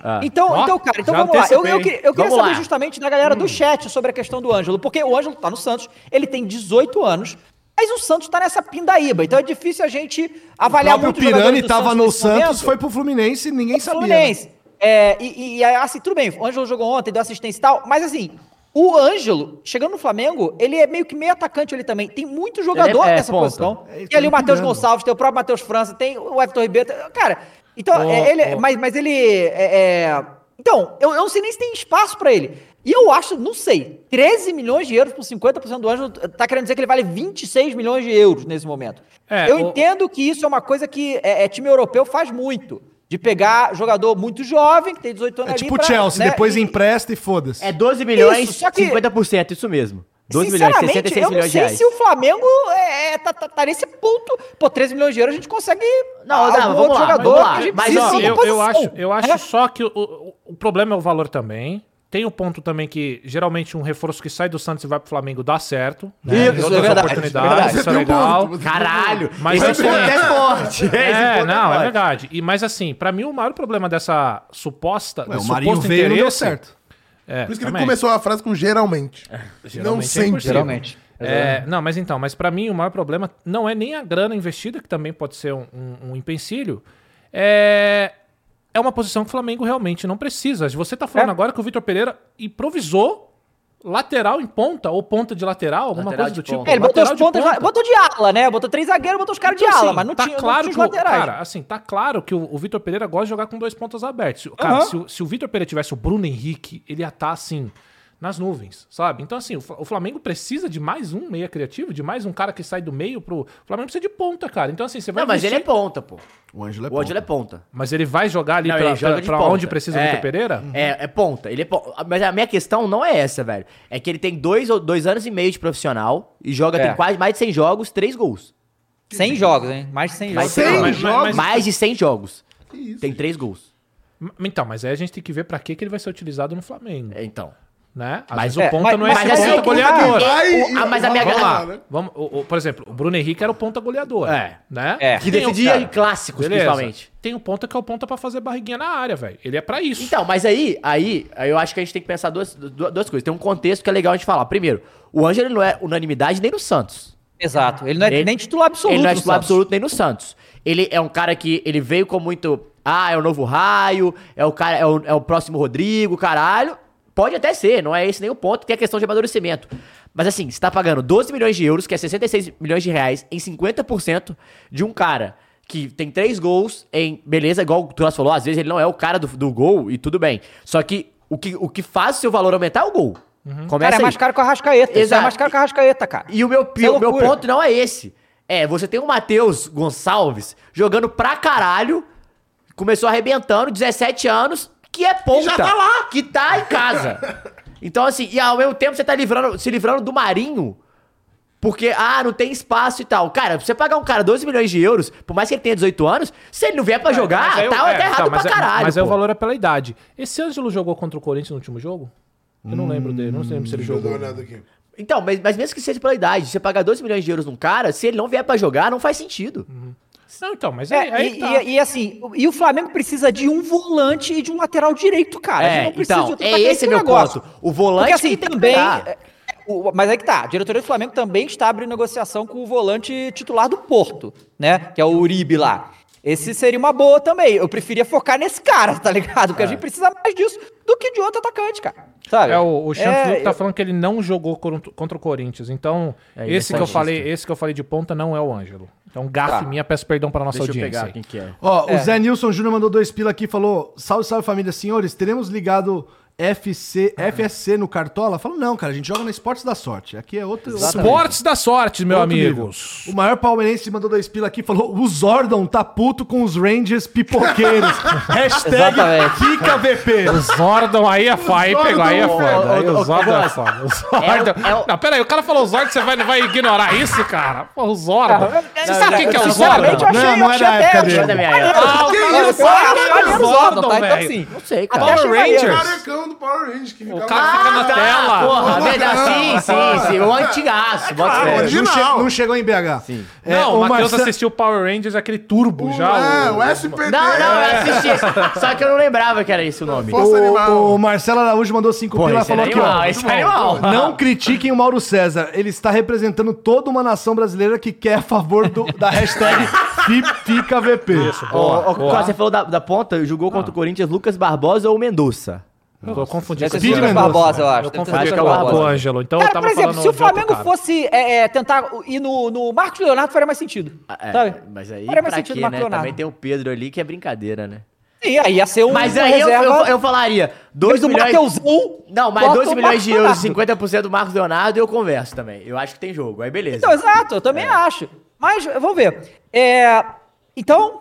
[SPEAKER 3] Ah.
[SPEAKER 2] Então,
[SPEAKER 5] Ó,
[SPEAKER 2] então, cara, então
[SPEAKER 5] já
[SPEAKER 2] vamos lá. Eu, eu
[SPEAKER 5] antecipei.
[SPEAKER 2] queria, eu queria
[SPEAKER 3] Vamos
[SPEAKER 2] saber
[SPEAKER 3] lá.
[SPEAKER 2] justamente da galera do chat sobre a questão do Ângelo, porque o Ângelo tá no Santos, ele tem 18 anos, mas o Santos tá nessa pindaíba, então é difícil a gente
[SPEAKER 1] O
[SPEAKER 2] avaliar
[SPEAKER 1] próprio
[SPEAKER 2] muito jogadores
[SPEAKER 1] Pirani
[SPEAKER 2] do
[SPEAKER 1] tava no
[SPEAKER 2] nesse
[SPEAKER 1] Santos,
[SPEAKER 2] momento. é
[SPEAKER 1] foi pro Fluminense, ninguém sabia. né?
[SPEAKER 2] Fluminense. É, e, e- e aí, assim, tudo bem, o Ângelo jogou ontem, deu assistência e tal, mas assim, o Ângelo, chegando no Flamengo, ele é meio que meio atacante ali também. Tem muito jogador
[SPEAKER 3] Ele é- é
[SPEAKER 2] nessa
[SPEAKER 3] ponta.
[SPEAKER 2] posição.
[SPEAKER 1] É, ele
[SPEAKER 2] tem ali o
[SPEAKER 1] tá
[SPEAKER 2] Matheus
[SPEAKER 1] empilhando.
[SPEAKER 2] Gonçalves, tem o próprio Matheus França, tem o Everton Ribeiro. tem- Cara, então,
[SPEAKER 5] Ó,
[SPEAKER 2] é, ele,
[SPEAKER 5] ó.
[SPEAKER 2] Mas, mas ele. é, é, então, eu, eu não sei nem se tem espaço pra ele. E eu acho, não sei, 13 milhões de euros por 50% do Ângelo, tá querendo dizer que ele vale 26 milhões de euros nesse momento.
[SPEAKER 5] É,
[SPEAKER 2] eu
[SPEAKER 5] o-
[SPEAKER 2] entendo entendo que isso é uma coisa que é, é, time europeu faz muito. De pegar jogador muito jovem, que tem 18 anos
[SPEAKER 1] É
[SPEAKER 2] ali
[SPEAKER 1] tipo o
[SPEAKER 2] pra,
[SPEAKER 1] Chelsea,
[SPEAKER 2] né,
[SPEAKER 1] depois
[SPEAKER 2] e-
[SPEAKER 1] empresta e foda-se.
[SPEAKER 3] É 12 milhões,
[SPEAKER 2] Isso, só que-
[SPEAKER 3] 50%, isso mesmo. 12 milhões,
[SPEAKER 2] Sinceramente,
[SPEAKER 3] 66
[SPEAKER 2] eu não
[SPEAKER 3] milhões de
[SPEAKER 2] sei
[SPEAKER 3] reais.
[SPEAKER 2] se o Flamengo é, é, tá, tá- tá nesse ponto. Pô, 13 milhões de euros a gente consegue
[SPEAKER 3] Não,
[SPEAKER 2] algum
[SPEAKER 3] não, vamos lá, vamos lá. Mas,
[SPEAKER 5] Mas,
[SPEAKER 3] Sim,
[SPEAKER 5] ó,
[SPEAKER 3] sim,
[SPEAKER 5] eu, eu acho, eu acho
[SPEAKER 2] É.
[SPEAKER 5] só que o, o- o problema é o valor também. Tem o ponto também que geralmente um reforço que sai do Santos e vai pro Flamengo dá certo. Né?
[SPEAKER 2] Isso, é verdade, é verdade.
[SPEAKER 5] oportunidades, isso
[SPEAKER 4] Você
[SPEAKER 5] é
[SPEAKER 4] tem um
[SPEAKER 5] legal.
[SPEAKER 4] ponto.
[SPEAKER 3] Caralho,
[SPEAKER 5] Mas
[SPEAKER 3] esse
[SPEAKER 5] assim-
[SPEAKER 3] ponto é forte. esse
[SPEAKER 5] É,
[SPEAKER 3] ponto
[SPEAKER 5] não, é
[SPEAKER 3] forte.
[SPEAKER 5] verdade. E, mas assim, pra mim o maior problema dessa suposta,
[SPEAKER 1] Ué, o
[SPEAKER 5] desse
[SPEAKER 1] Marinho
[SPEAKER 5] suposto
[SPEAKER 1] veio e não deu
[SPEAKER 5] interesse-
[SPEAKER 1] certo.
[SPEAKER 5] É,
[SPEAKER 4] Por isso que ele
[SPEAKER 5] também.
[SPEAKER 4] começou a frase com geralmente. não
[SPEAKER 5] Geralmente é
[SPEAKER 4] sempre.
[SPEAKER 5] impossível. É, não, mas então, mas pra mim o maior problema não é nem a grana investida, que também pode ser um, um, um empecilho, é, é uma posição que o Flamengo realmente não precisa. Você tá falando
[SPEAKER 2] É.
[SPEAKER 5] agora que o Vitor Pereira improvisou lateral em ponta, ou ponta de lateral, alguma
[SPEAKER 3] Lateral
[SPEAKER 5] coisa do
[SPEAKER 3] de
[SPEAKER 5] tipo.
[SPEAKER 3] ponta.
[SPEAKER 2] É, ele botou
[SPEAKER 5] Lateral
[SPEAKER 2] os
[SPEAKER 5] de
[SPEAKER 2] pontas,
[SPEAKER 5] ponta.
[SPEAKER 2] botou de ala, né? Botou três zagueiros, botou os caras
[SPEAKER 5] Então,
[SPEAKER 2] de ala,
[SPEAKER 5] assim,
[SPEAKER 2] mas não
[SPEAKER 5] tá
[SPEAKER 2] tinha,
[SPEAKER 5] claro
[SPEAKER 2] não tinha os
[SPEAKER 5] que o-
[SPEAKER 2] laterais.
[SPEAKER 5] Cara, assim, tá claro que o, o Vitor Pereira gosta de jogar com dois pontas abertos. Se- Cara,
[SPEAKER 2] Aham.
[SPEAKER 5] se, o- se o Vitor Pereira tivesse o Bruno Henrique, ele ia estar assim. Nas nuvens, sabe? Então, assim, o Fla- o Flamengo precisa de mais um meia criativo, de mais um cara que sai do meio pro. O Flamengo precisa de ponta, cara. Então, assim, você vai.
[SPEAKER 3] Não, mas ele é
[SPEAKER 5] investir-
[SPEAKER 3] ponta, pô.
[SPEAKER 1] O Ângelo é
[SPEAKER 3] O Ângelo é
[SPEAKER 1] ponta.
[SPEAKER 3] ponta.
[SPEAKER 5] Mas ele vai jogar ali
[SPEAKER 3] Não,
[SPEAKER 5] pra,
[SPEAKER 3] ele joga
[SPEAKER 5] pra-
[SPEAKER 3] de
[SPEAKER 5] pra
[SPEAKER 3] ponta.
[SPEAKER 5] onde precisa o
[SPEAKER 3] É.
[SPEAKER 5] Vitor Pereira?
[SPEAKER 3] É, é ponta. Ele é pon- Mas a minha questão não é essa, velho. É que ele tem dois, ou- dois anos e meio de profissional e joga,
[SPEAKER 2] É.
[SPEAKER 3] tem quase mais de 100 jogos, três gols.
[SPEAKER 2] 100 jogos, hein? Mais de 100
[SPEAKER 3] Mais
[SPEAKER 2] jogos.
[SPEAKER 3] de
[SPEAKER 4] Cem
[SPEAKER 3] 100 jogos.
[SPEAKER 4] jogos?
[SPEAKER 3] mais de 100 jogos.
[SPEAKER 4] Que isso,
[SPEAKER 3] Tem três gols.
[SPEAKER 5] M- Então, mas aí a gente tem que ver pra que, que ele vai ser utilizado no Flamengo,
[SPEAKER 3] É, Então.
[SPEAKER 5] né? Às
[SPEAKER 3] Mas-
[SPEAKER 5] vezes
[SPEAKER 2] é,
[SPEAKER 5] o ponta
[SPEAKER 2] mas-
[SPEAKER 5] não é
[SPEAKER 2] mas
[SPEAKER 5] esse
[SPEAKER 2] assim,
[SPEAKER 5] ponta
[SPEAKER 2] que-
[SPEAKER 5] goleador.
[SPEAKER 4] Vai
[SPEAKER 3] O- ah, mas a
[SPEAKER 4] e-
[SPEAKER 3] minha
[SPEAKER 5] Vamos
[SPEAKER 3] galera-
[SPEAKER 5] lá. né? Vamos, o- o- por exemplo, o Bruno Henrique era o ponta goleador.
[SPEAKER 3] É.
[SPEAKER 5] Né?
[SPEAKER 2] É.
[SPEAKER 3] Que
[SPEAKER 5] Tem o
[SPEAKER 3] decidia
[SPEAKER 5] cara-
[SPEAKER 3] em clássicos,
[SPEAKER 5] Beleza.
[SPEAKER 3] principalmente.
[SPEAKER 5] Tem o ponta que é o ponta pra fazer barriguinha na área, velho. Ele é pra isso.
[SPEAKER 3] Então, mas aí, aí, aí eu acho que a gente tem que pensar duas, du- duas coisas. Tem um contexto que é legal a gente falar. Primeiro, o Ângelo ele não é unanimidade nem no Santos.
[SPEAKER 2] Exato. Ele não é
[SPEAKER 3] Ele-
[SPEAKER 2] nem titular absoluto.
[SPEAKER 3] Ele não é
[SPEAKER 2] do
[SPEAKER 3] titular
[SPEAKER 2] Santos.
[SPEAKER 3] absoluto nem no Santos. Ele é um cara que ele veio com muito. Ah, é o novo raio, é o cara, é o, é o próximo Rodrigo, caralho. Pode até ser, não é esse nem o ponto, tem a questão de amadurecimento. Mas assim, você tá pagando 12 milhões de euros, que é 66 milhões de reais, em 50% de um cara que tem três gols em. Beleza, igual o Turas falou, às vezes ele não é o cara do, do gol e tudo bem. Só que o que, o que faz o seu valor aumentar é o gol. Começa
[SPEAKER 2] Cara, é
[SPEAKER 3] aí.
[SPEAKER 2] mais caro que o Arrascaeta. Isso é
[SPEAKER 3] Exato.
[SPEAKER 2] mais caro que o Arrascaeta, cara.
[SPEAKER 3] E o meu,
[SPEAKER 2] Isso é
[SPEAKER 3] o meu
[SPEAKER 2] loucura.
[SPEAKER 3] ponto não é esse. É, você tem o Matheus Gonçalves jogando pra caralho, começou arrebentando, 17 anos, que é ponta.
[SPEAKER 4] já tá lá.
[SPEAKER 3] Que tá em casa. Então, assim, e ao mesmo tempo você tá livrando, se livrando do Marinho, porque, ah, não tem espaço e tal. Cara, você pagar um cara 12 milhões de euros, por mais que ele tenha 18 anos, se ele não vier pra jogar,
[SPEAKER 5] Mas aí eu-
[SPEAKER 3] tá,
[SPEAKER 5] é,
[SPEAKER 3] tá errado
[SPEAKER 5] tá,
[SPEAKER 3] pra
[SPEAKER 5] mas é-
[SPEAKER 3] caralho.
[SPEAKER 5] Mas aí o
[SPEAKER 3] pô.
[SPEAKER 5] valor é pela idade. Esse Ângelo jogou contra o Corinthians no último jogo? Eu não lembro dele, Hum, não lembro se ele
[SPEAKER 4] Deixa eu dar uma
[SPEAKER 5] jogou.
[SPEAKER 4] olhada aqui.
[SPEAKER 3] Então, mas, mas mesmo que seja pela idade, você pagar 12 milhões de euros num cara, se ele não vier pra jogar, não faz sentido.
[SPEAKER 5] Não, então, mas aí,
[SPEAKER 2] É,
[SPEAKER 5] aí
[SPEAKER 2] e,
[SPEAKER 5] tá.
[SPEAKER 2] e- e assim, o- e o Flamengo precisa de um volante e de um lateral direito, cara. A gente
[SPEAKER 3] É,
[SPEAKER 2] não precisa de
[SPEAKER 3] então,
[SPEAKER 2] outro
[SPEAKER 3] é
[SPEAKER 2] ataque,
[SPEAKER 3] esse
[SPEAKER 2] é
[SPEAKER 3] meu
[SPEAKER 2] negócio.
[SPEAKER 3] ponto. O volante
[SPEAKER 2] Porque assim,
[SPEAKER 3] que tem
[SPEAKER 2] também.
[SPEAKER 3] que pegar.
[SPEAKER 2] é, o- mas é que tá, a diretoria do Flamengo também está abrindo negociação com o volante titular do Porto, né? Que é o Uribe lá. Esse seria uma boa também. Eu preferia focar nesse cara, tá ligado?
[SPEAKER 3] É.
[SPEAKER 2] Porque a gente precisa mais disso do que de outro atacante, cara. Sabe?
[SPEAKER 5] É, o, o Chanflu
[SPEAKER 2] É,
[SPEAKER 5] tá falando que ele não jogou contra, contra o Corinthians. Então,
[SPEAKER 3] É, ele é
[SPEAKER 5] esse, que eu
[SPEAKER 3] santista.
[SPEAKER 5] falei, esse que eu falei de ponta não é o Ângelo. Então, gafe
[SPEAKER 2] Tá.
[SPEAKER 5] minha, peço perdão pra nossa
[SPEAKER 3] Deixa eu
[SPEAKER 5] audiência.
[SPEAKER 3] pegar
[SPEAKER 5] aí.
[SPEAKER 3] quem que é.
[SPEAKER 1] Ó,
[SPEAKER 2] É.
[SPEAKER 1] o Zé Nilson Júnior mandou dois pila aqui e falou: Salve, salve família, senhores, teremos ligado FC,
[SPEAKER 5] Ah.
[SPEAKER 1] FSC no Cartola? Falou, não, cara, a gente joga no Esportes da Sorte. Aqui é outro. outro
[SPEAKER 5] Esportes da sorte, meu
[SPEAKER 1] outro nível.
[SPEAKER 5] amigo.
[SPEAKER 1] O maior palmeirense mandou dois pila aqui e falou: o Zordon tá puto com os Rangers pipoqueiros. Hashtag
[SPEAKER 2] Exatamente.
[SPEAKER 1] fica VP.
[SPEAKER 5] O Zordon aí é foda, aí pegou, aí é foda. Aí
[SPEAKER 3] ô,
[SPEAKER 5] o
[SPEAKER 3] ô,
[SPEAKER 5] Zordon é
[SPEAKER 3] Boas.
[SPEAKER 5] foda. O Zordon.
[SPEAKER 3] É o- é o-
[SPEAKER 5] Não, pera aí, o cara falou Zordon, você vai, vai ignorar isso, cara? Pô, o Zordon. Você sabe
[SPEAKER 2] não,
[SPEAKER 5] quem que é o
[SPEAKER 2] sinceramente, eu
[SPEAKER 5] Zordon?
[SPEAKER 2] achei,
[SPEAKER 1] Não,
[SPEAKER 2] eu
[SPEAKER 1] não
[SPEAKER 2] achei
[SPEAKER 1] era a
[SPEAKER 2] até,
[SPEAKER 1] época
[SPEAKER 2] eu achei
[SPEAKER 1] dele.
[SPEAKER 2] até
[SPEAKER 3] Também é.
[SPEAKER 2] maneiro.
[SPEAKER 4] Que
[SPEAKER 2] Eu
[SPEAKER 4] isso?
[SPEAKER 2] achei maneiro o Zordon,
[SPEAKER 5] Zordon,
[SPEAKER 2] tá? Então,
[SPEAKER 5] velho.
[SPEAKER 2] assim,
[SPEAKER 3] Não sei,
[SPEAKER 2] até
[SPEAKER 3] cara.
[SPEAKER 2] achei
[SPEAKER 5] Power
[SPEAKER 2] maneiro.
[SPEAKER 5] Rangers.
[SPEAKER 4] Carecão do Power Rangers que
[SPEAKER 5] O
[SPEAKER 4] ficava...
[SPEAKER 5] cara fica na tela.
[SPEAKER 3] Porra, verdade, sim,
[SPEAKER 4] Ah, não,
[SPEAKER 3] sim, sim. O antigaço, bota
[SPEAKER 4] claro,
[SPEAKER 3] fé.
[SPEAKER 4] Ah, original.
[SPEAKER 1] É, Não, che- não chegou em BH. É,
[SPEAKER 5] não, o é, Matheus
[SPEAKER 1] Marce-
[SPEAKER 5] assistiu Power Rangers, aquele turbo já.
[SPEAKER 4] Ah,
[SPEAKER 5] o-
[SPEAKER 4] o SPD.
[SPEAKER 3] Não, não, é. eu assisti esse. Só que eu não lembrava que era esse o nome.
[SPEAKER 4] Força Animal.
[SPEAKER 1] O, o Marcelo Araújo mandou cinco
[SPEAKER 3] Pô,
[SPEAKER 1] pila e
[SPEAKER 3] esse era
[SPEAKER 1] falou aqui,
[SPEAKER 3] animal,
[SPEAKER 1] ó.
[SPEAKER 3] esse era animal.
[SPEAKER 1] Não critiquem o Mauro César. Ele está representando toda uma nação brasileira que quer a favor do- da hashtag Fi- Fica VP.
[SPEAKER 3] Ô, ô, Costa, você falou da, da ponta, jogou contra o Corinthians Lucas Barbosa ou Mendonça?
[SPEAKER 5] Eu tô confundindo com
[SPEAKER 2] Deve ser
[SPEAKER 5] esse
[SPEAKER 1] Speed
[SPEAKER 2] Lucas
[SPEAKER 5] Zordon.
[SPEAKER 1] Mendonça.
[SPEAKER 2] Barbosa, eu acho.
[SPEAKER 5] Eu
[SPEAKER 2] Deve ser
[SPEAKER 5] confundi
[SPEAKER 2] Lucas
[SPEAKER 5] com o
[SPEAKER 2] Barbosa.
[SPEAKER 5] Ângelo, então eu
[SPEAKER 2] Cara,
[SPEAKER 5] tava
[SPEAKER 2] por exemplo,
[SPEAKER 5] falando
[SPEAKER 2] se o
[SPEAKER 5] de outro
[SPEAKER 2] Flamengo
[SPEAKER 5] cara.
[SPEAKER 2] fosse é, é, tentar ir no, no Marcos Leonardo, faria mais sentido.
[SPEAKER 3] É,
[SPEAKER 2] sabe?
[SPEAKER 3] mas aí,
[SPEAKER 2] faria mais
[SPEAKER 3] pra
[SPEAKER 2] sentido
[SPEAKER 3] quê,
[SPEAKER 2] Marcos
[SPEAKER 3] né?
[SPEAKER 2] Leonardo.
[SPEAKER 3] Também tem o Pedro ali, que é brincadeira, né?
[SPEAKER 2] Sim, aí ia ser um
[SPEAKER 3] Mas
[SPEAKER 2] uma
[SPEAKER 3] aí eu,
[SPEAKER 2] reserva
[SPEAKER 3] eu, eu falaria, 2
[SPEAKER 2] do
[SPEAKER 3] milhões...
[SPEAKER 2] Mateusão.
[SPEAKER 3] Não, mas
[SPEAKER 2] bota
[SPEAKER 3] 12
[SPEAKER 2] o
[SPEAKER 3] milhões de euros,
[SPEAKER 2] Marcos
[SPEAKER 3] 50% do Marcos Leonardo, eu converso também. Eu acho que tem jogo, aí beleza.
[SPEAKER 2] Então, exato, eu
[SPEAKER 3] É.
[SPEAKER 2] também acho. Mas vamos ver. É, então,